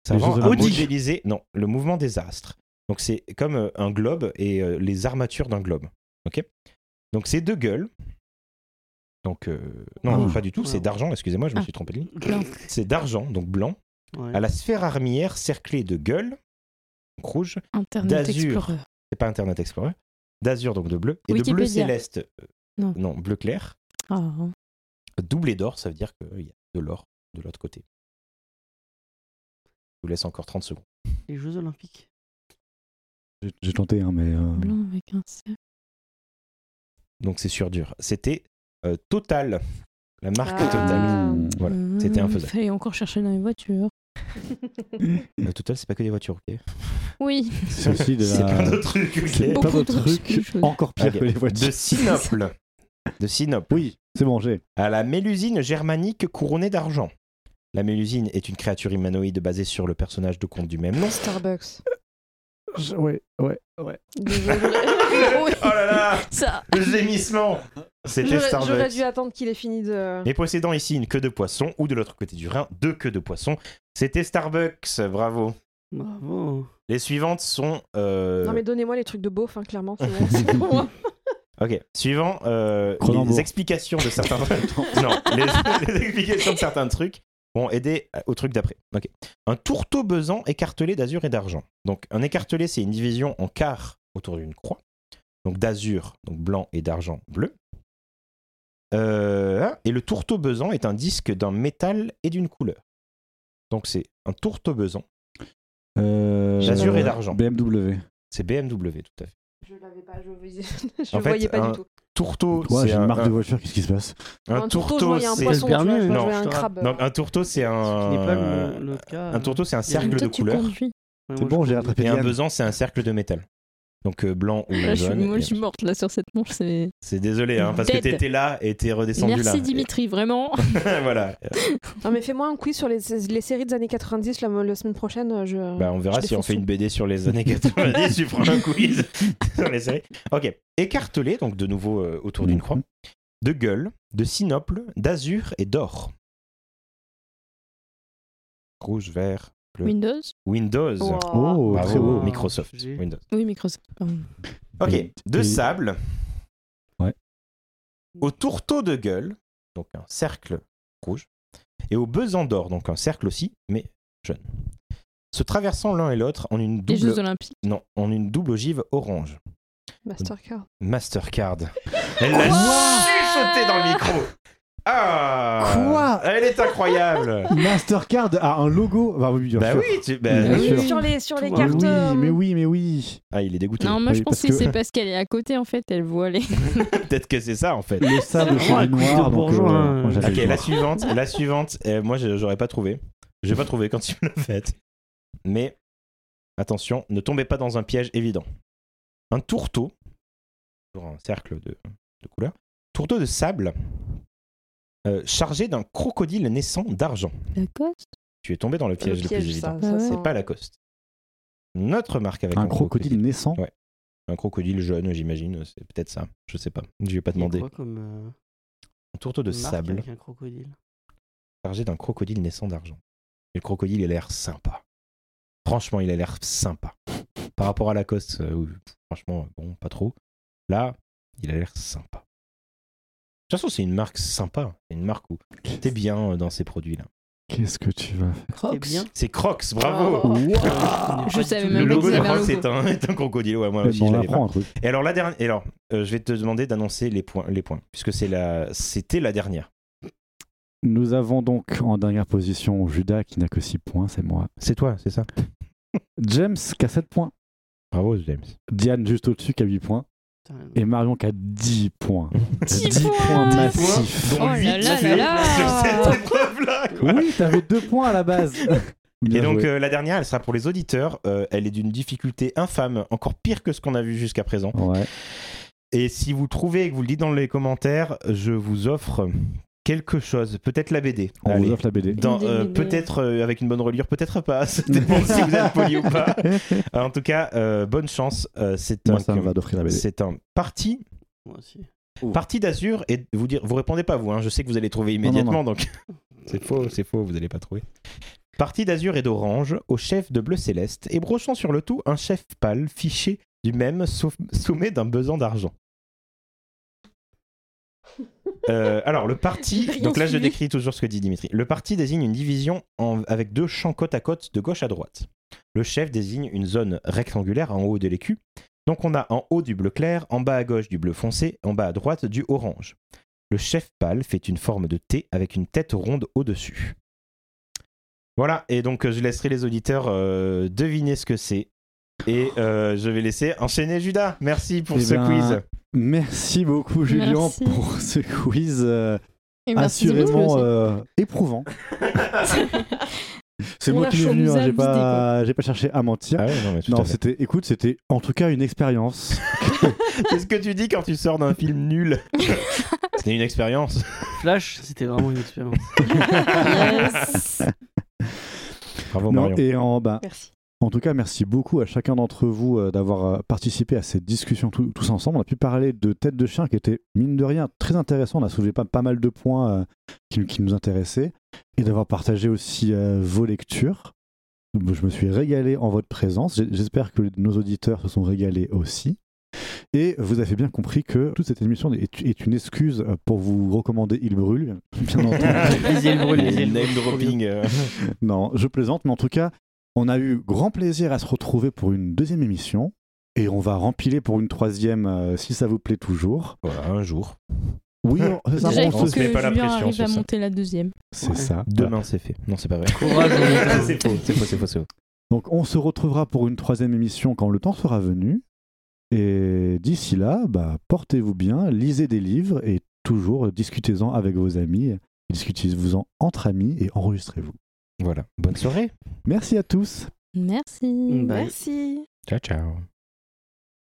Speaker 4: Ça
Speaker 2: Les
Speaker 4: va
Speaker 2: Jeux
Speaker 4: à
Speaker 2: Olympiques.
Speaker 4: modéliser, non, le mouvement des astres. Donc c'est comme euh, un globe et euh, les armatures d'un globe. Ok Donc c'est deux gueules. Donc euh, non,
Speaker 2: Ah.
Speaker 4: non, pas du tout, c'est
Speaker 3: Wow.
Speaker 4: d'argent, excusez-moi, je me
Speaker 6: Ah.
Speaker 4: suis trompé de ligne.
Speaker 6: Blanc.
Speaker 4: C'est d'argent, donc blanc,
Speaker 3: Ouais.
Speaker 4: à la sphère armillère cerclée de gueule, donc rouge,
Speaker 6: Internet
Speaker 4: D'Azur.
Speaker 6: Explorer.
Speaker 4: c'est pas Internet Explorer, d'azur, donc de bleu, et de bleu
Speaker 6: Wikipédia.
Speaker 4: céleste, euh,
Speaker 6: Non.
Speaker 4: non, bleu clair,
Speaker 6: Ah.
Speaker 4: doublé d'or, ça veut dire qu'il y a de l'or de l'autre côté. Je vous laisse encore 30 secondes.
Speaker 3: Les Jeux Olympiques.
Speaker 2: J'ai- J'ai tenté, hein, mais. euh,
Speaker 6: Blanc avec un C.
Speaker 4: Donc c'est sur dur. C'était euh, Total, la marque
Speaker 5: Ah. Mmh.
Speaker 4: Total.
Speaker 2: hmm,
Speaker 4: Voilà,
Speaker 6: Euh,
Speaker 4: c'était infaisable.
Speaker 6: Fallait encore chercher dans les voitures.
Speaker 4: Euh, total, c'est pas que des voitures, ok
Speaker 6: Oui.
Speaker 2: C'est aussi de
Speaker 4: C'est plein de
Speaker 2: la.
Speaker 4: trucs,
Speaker 2: C'est
Speaker 4: ok
Speaker 2: plein
Speaker 6: Beaucoup
Speaker 2: de
Speaker 6: d'autres
Speaker 2: trucs
Speaker 6: choses.
Speaker 2: encore pire
Speaker 4: Ok.
Speaker 2: que Ah, les voitures.
Speaker 4: De Sinople. De Sinople.
Speaker 2: Oui, c'est bon, j'ai.
Speaker 4: À la Mélusine germanique couronnée d'argent. La Mélusine est une créature humanoïde basée sur le personnage de conte du même nom.
Speaker 5: Starbucks.
Speaker 2: Je- Ouais, ouais, ouais.
Speaker 5: Désolée.
Speaker 6: Oui,
Speaker 4: Oh là là
Speaker 6: ça.
Speaker 4: Le gémissement C'était
Speaker 5: J'aurais j'aurais
Speaker 4: Starbucks.
Speaker 5: dû attendre qu'il ait fini de.
Speaker 4: Et possédant ici une queue de poisson, ou de l'autre côté du Rhin, deux queues de poisson, c'était Starbucks, bravo.
Speaker 3: Bravo.
Speaker 4: Les suivantes sont... euh,
Speaker 5: Non mais donnez-moi les trucs de beauf, hein, clairement. c'est bon, c'est pour moi.
Speaker 4: Ok, suivant euh, les
Speaker 2: Cronenbourg.
Speaker 4: explications de certains... non, les, les explications de certains trucs vont aider à- au truc d'après. Ok. Un tourteau besant écartelé d'azur et d'argent. Donc un écartelé, c'est une division en quarts autour d'une croix. Donc d'azur, donc blanc, et d'argent, bleu. Euh, et le tourteau besant est un disque d'un métal et d'une couleur. Donc c'est un tourteau besant.
Speaker 2: Euh,
Speaker 4: J'azure et d'argent.
Speaker 2: BMW.
Speaker 4: C'est BMW, tout à fait.
Speaker 5: Je l'avais pas, je, voyais- je
Speaker 4: En fait,
Speaker 5: voyais pas
Speaker 4: un-
Speaker 5: du tout.
Speaker 4: Tourteau,
Speaker 2: Ouais,
Speaker 4: c'est
Speaker 2: j'ai une
Speaker 4: un,
Speaker 2: marque de
Speaker 4: un,
Speaker 2: voiture, qu'est-ce qui se passe
Speaker 4: un
Speaker 5: Un tourteau, je
Speaker 4: tourteau,
Speaker 5: voyais un
Speaker 4: c'est...
Speaker 5: poisson, tu vois,
Speaker 3: Bermude.
Speaker 5: je
Speaker 4: Non,
Speaker 5: voyais
Speaker 3: je
Speaker 5: un
Speaker 3: te
Speaker 5: crabe.
Speaker 4: Non, un tourteau, c'est
Speaker 3: Ce qui n'est pas le-
Speaker 4: un...
Speaker 3: l'autre cas.
Speaker 6: Euh,
Speaker 4: Un tourteau, c'est un
Speaker 3: Il y a une
Speaker 4: cercle de
Speaker 6: Toi, tu
Speaker 4: couleurs.
Speaker 6: conduis.
Speaker 3: Ouais,
Speaker 2: C'est
Speaker 3: moi,
Speaker 2: bon,
Speaker 3: je
Speaker 2: j'ai
Speaker 3: comprends.
Speaker 2: rattrapé
Speaker 4: Et un
Speaker 2: Yann.
Speaker 4: besan, c'est un cercle de métal. Donc euh, blanc ou
Speaker 6: Là, Ah, je suis,
Speaker 4: jaune.
Speaker 6: moi,
Speaker 4: Et-
Speaker 6: je suis morte là sur cette manche. C'est...
Speaker 4: C'est désolé, hein, parce que
Speaker 6: Dead.
Speaker 4: t'étais là et t'es redescendu
Speaker 6: Merci
Speaker 4: là.
Speaker 6: Dimitri, Euh, vraiment.
Speaker 4: voilà.
Speaker 5: Non mais fais-moi un quiz sur les, les séries des années 90 la, la semaine prochaine. Je...
Speaker 4: Bah, on verra
Speaker 5: Je
Speaker 4: si on
Speaker 5: défonce
Speaker 4: fait
Speaker 5: tout.
Speaker 4: une BD sur les années 90, tu feras un quiz sur les séries. Ok. Écartelé, donc de nouveau euh, autour d'une croix, de gueule, de sinople, d'azur et d'or. Rouge, vert,
Speaker 6: Windows
Speaker 4: Windows.
Speaker 5: Wow.
Speaker 2: Oh,
Speaker 4: Bravo,
Speaker 2: très beau.
Speaker 4: Microsoft.
Speaker 3: J'ai-
Speaker 4: Windows.
Speaker 6: Oui, Microsoft. pardon.
Speaker 4: Ok.
Speaker 2: Et-
Speaker 4: De
Speaker 2: et-
Speaker 4: sable.
Speaker 2: Ouais.
Speaker 4: Au tourteau de gueule, donc un cercle rouge, et au besan d'or, donc un cercle aussi, mais jaune. Se traversant l'un et l'autre en une
Speaker 6: Les Jeux
Speaker 4: double,
Speaker 6: Olympiques.
Speaker 4: non, en une double ogive orange.
Speaker 5: Mastercard.
Speaker 4: Mastercard. Elle l'a
Speaker 6: Quoi
Speaker 4: chuchoté dans le micro. Ah
Speaker 2: Quoi
Speaker 4: Elle est incroyable.
Speaker 2: Mastercard a un logo. Bah oui, bien
Speaker 4: bah
Speaker 2: sûr.
Speaker 4: oui, tu- bah-
Speaker 2: Bien sûr.
Speaker 5: Ah Sur les, sur les
Speaker 3: Tout,
Speaker 2: Mais
Speaker 5: cartes. euh,
Speaker 2: oui, mais oui, mais oui.
Speaker 4: Ah, il est dégoûté.
Speaker 6: Non, moi,
Speaker 2: Oui,
Speaker 6: je pense
Speaker 2: parce
Speaker 6: que,
Speaker 2: que-
Speaker 6: c'est parce qu'elle est à côté en fait. Elle voit les.
Speaker 4: Peut-être que c'est ça en fait.
Speaker 2: Le sable,
Speaker 3: vraiment
Speaker 2: c'est
Speaker 3: un
Speaker 2: du
Speaker 3: quiz de
Speaker 2: noir. Donc, euh,
Speaker 3: bourgeois, hein.
Speaker 2: moi, j'avais
Speaker 4: Ok,
Speaker 2: le
Speaker 4: la
Speaker 2: noir.
Speaker 4: suivante, la suivante, euh, moi je- j'aurais pas trouvé. J'ai pas trouvé quand tu me l'as faite. Mais attention, ne tombez pas dans un piège évident. Un tourteau, toujours un cercle de, de couleurs, tourteau de sable euh, chargé d'un crocodile naissant d'argent.
Speaker 6: Lacoste
Speaker 4: Tu es tombé dans le
Speaker 5: le
Speaker 4: piège le, plus
Speaker 5: piège,
Speaker 4: évident.
Speaker 5: ça. Oh.
Speaker 6: Ah
Speaker 5: ça,
Speaker 6: ouais.
Speaker 4: C'est pas Lacoste. Notre marque avec
Speaker 2: Un crocodile naissant.
Speaker 4: Ouais. Un crocodile jeune, j'imagine, c'est peut-être ça. Je sais pas. Je vais pas
Speaker 3: Il y a
Speaker 4: demander.
Speaker 3: quoi comme, euh,
Speaker 4: Un tourteau de
Speaker 3: marque
Speaker 4: sable.
Speaker 3: avec un crocodile
Speaker 4: chargé d'un crocodile naissant d'argent. Et le crocodile, il a l'air sympa. Franchement, il a l'air sympa. Par rapport à Lacoste, euh, oui, franchement, bon, pas trop. Là, il a l'air sympa. De toute façon, c'est une marque sympa. C'est une marque où t'es bien euh, dans ces produits-là.
Speaker 2: Qu'est-ce que tu vas faire
Speaker 3: C'est bien.
Speaker 4: C'est Crocs, bravo
Speaker 5: Oh.
Speaker 3: Wow.
Speaker 6: Je savais
Speaker 4: Le
Speaker 6: même pas
Speaker 4: logo
Speaker 6: qu'ils
Speaker 4: de
Speaker 6: avaient un
Speaker 4: Crocs est
Speaker 6: logo.
Speaker 4: un, est un crocodile. Ouais, moi
Speaker 2: Mais
Speaker 4: aussi,
Speaker 2: bon,
Speaker 4: je
Speaker 2: On
Speaker 4: l'avais pas.
Speaker 2: apprend un truc.
Speaker 4: Et alors, la dernière. et alors, euh, je vais te demander d'annoncer les points, les points puisque c'est la... c'était la dernière.
Speaker 2: Nous avons donc en dernière position Judas qui n'a que 6 points, c'est moi.
Speaker 4: C'est toi, c'est ça
Speaker 2: James qui a 7 points.
Speaker 4: Bravo, James.
Speaker 2: Diane juste au-dessus qui a 8 points. Et Marion qui a 10 points.
Speaker 6: 10
Speaker 2: points
Speaker 6: points.
Speaker 2: massifs.
Speaker 6: Oh là là là là.
Speaker 4: sur cette épreuve-là. quoi.
Speaker 2: Oui, t'avais 2 points à la base.
Speaker 4: Et
Speaker 2: Bien
Speaker 4: donc
Speaker 2: joué.
Speaker 4: euh, la dernière, elle sera pour les auditeurs. Euh, elle est d'une difficulté infâme, encore pire que ce qu'on a vu jusqu'à présent.
Speaker 2: Ouais.
Speaker 4: Et si vous le trouvez et que vous le dites dans les commentaires, je vous offre quelque chose. Peut-être la BD.
Speaker 2: On
Speaker 4: Allez.
Speaker 2: vous offre la BD.
Speaker 4: Dans,
Speaker 6: Une
Speaker 4: euh,
Speaker 6: BD.
Speaker 4: peut-être euh, avec une bonne reliure, peut-être pas. Ça dépend si vous êtes poli ou pas. Euh, en tout cas, euh, bonne chance. Euh, c'est
Speaker 2: Moi,
Speaker 4: un-
Speaker 2: ça me va d'offrir la BD.
Speaker 4: c'est un parti,
Speaker 3: Moi aussi.
Speaker 4: parti d'Azur et vous dire, vous répondez pas vous. hein, je sais que vous allez trouver
Speaker 2: non,
Speaker 4: immédiatement, donc C'est faux, c'est faux, vous n'allez pas trouver. Parti d'azur et d'orange, au chef de bleu céleste, et brochant sur le tout un chef pâle, fiché du même, sauf- sommé d'un besan d'argent. Euh, alors, le parti.
Speaker 6: Rien
Speaker 4: Donc là, je
Speaker 6: suivi.
Speaker 4: décris toujours ce que dit Dimitri. Le parti désigne une division en- avec deux champs côte à côte, de gauche à droite. Le chef désigne une zone rectangulaire en haut de l'écu. Donc on a en haut du bleu clair, en bas à gauche du bleu foncé, en bas à droite du orange. Le chef pâle fait une forme de T avec une tête ronde au-dessus. Voilà, et donc euh, je laisserai les auditeurs euh, deviner ce que c'est. Et euh, je vais laisser enchaîner Judas. Merci pour
Speaker 2: Eh
Speaker 4: ce
Speaker 2: ben,
Speaker 4: quiz.
Speaker 2: Merci beaucoup, Julien,
Speaker 6: Merci.
Speaker 2: pour ce quiz euh,
Speaker 6: Et merci beaucoup,
Speaker 2: assurément
Speaker 6: je sais.
Speaker 2: euh, éprouvant. C'est
Speaker 6: On
Speaker 2: moi
Speaker 6: a
Speaker 2: qui l'ai venu,
Speaker 6: chaumisé
Speaker 2: hein,
Speaker 6: à
Speaker 2: j'ai
Speaker 6: l'idée,
Speaker 2: pas, j'ai pas cherché à mentir.
Speaker 4: Ah ouais, non, mais tout à
Speaker 2: non,
Speaker 4: fait.
Speaker 2: c'était, écoute, c'était en tout cas une expérience.
Speaker 4: C'est ce que tu dis quand tu sors d'un film nul. C'était une expérience.
Speaker 3: Flash, c'était vraiment une expérience.
Speaker 6: Yes.
Speaker 4: Bravo
Speaker 2: Non,
Speaker 4: Marion.
Speaker 2: et en, ben,
Speaker 5: Merci.
Speaker 2: En tout cas, merci beaucoup à chacun d'entre vous euh, d'avoir euh, participé à cette discussion tout- tous ensemble. On a pu parler de Tête de Chien qui était, mine de rien, très intéressant. On a soulevé pas, pas mal de points euh, qui, qui nous intéressaient et d'avoir partagé aussi euh, vos lectures. Je me suis régalé en votre présence. J'ai- J'espère que nos auditeurs se sont régalés aussi. Et vous avez bien compris que toute cette émission est, est une excuse euh, pour vous recommander Il Brûle, bien entendu.
Speaker 3: Les ailes brûlent, les ailes
Speaker 4: Name
Speaker 3: brûlent, trop bien.
Speaker 4: dropping. euh.
Speaker 2: Non, je plaisante, mais en tout cas, on a eu grand plaisir à se retrouver pour une deuxième émission. Et on va rempiler pour une troisième euh, si ça vous plaît toujours.
Speaker 4: Voilà, un jour.
Speaker 2: Oui, on- c'est ça,
Speaker 6: Déjà, il
Speaker 2: on
Speaker 6: faut
Speaker 2: se-
Speaker 4: met
Speaker 6: que
Speaker 4: pas la
Speaker 6: Julien
Speaker 4: pression
Speaker 6: arrive
Speaker 4: sur
Speaker 6: à
Speaker 4: ça.
Speaker 6: monter la deuxième.
Speaker 2: c'est ça. Voilà.
Speaker 4: Demain c'est fait. Non, c'est pas vrai.
Speaker 3: Courage, on est là.
Speaker 4: c'est faux, c'est faux, c'est faux, c'est faux.
Speaker 2: Donc on se retrouvera pour une troisième émission quand le temps sera venu. Et d'ici là, bah, portez-vous bien, lisez des livres et toujours discutez-en avec vos amis, discutez-vous-en entre amis et enregistrez-vous.
Speaker 4: Voilà. Bonne soirée.
Speaker 2: Merci à tous.
Speaker 6: Merci.
Speaker 3: Bah,
Speaker 5: Merci.
Speaker 4: Ciao, ciao.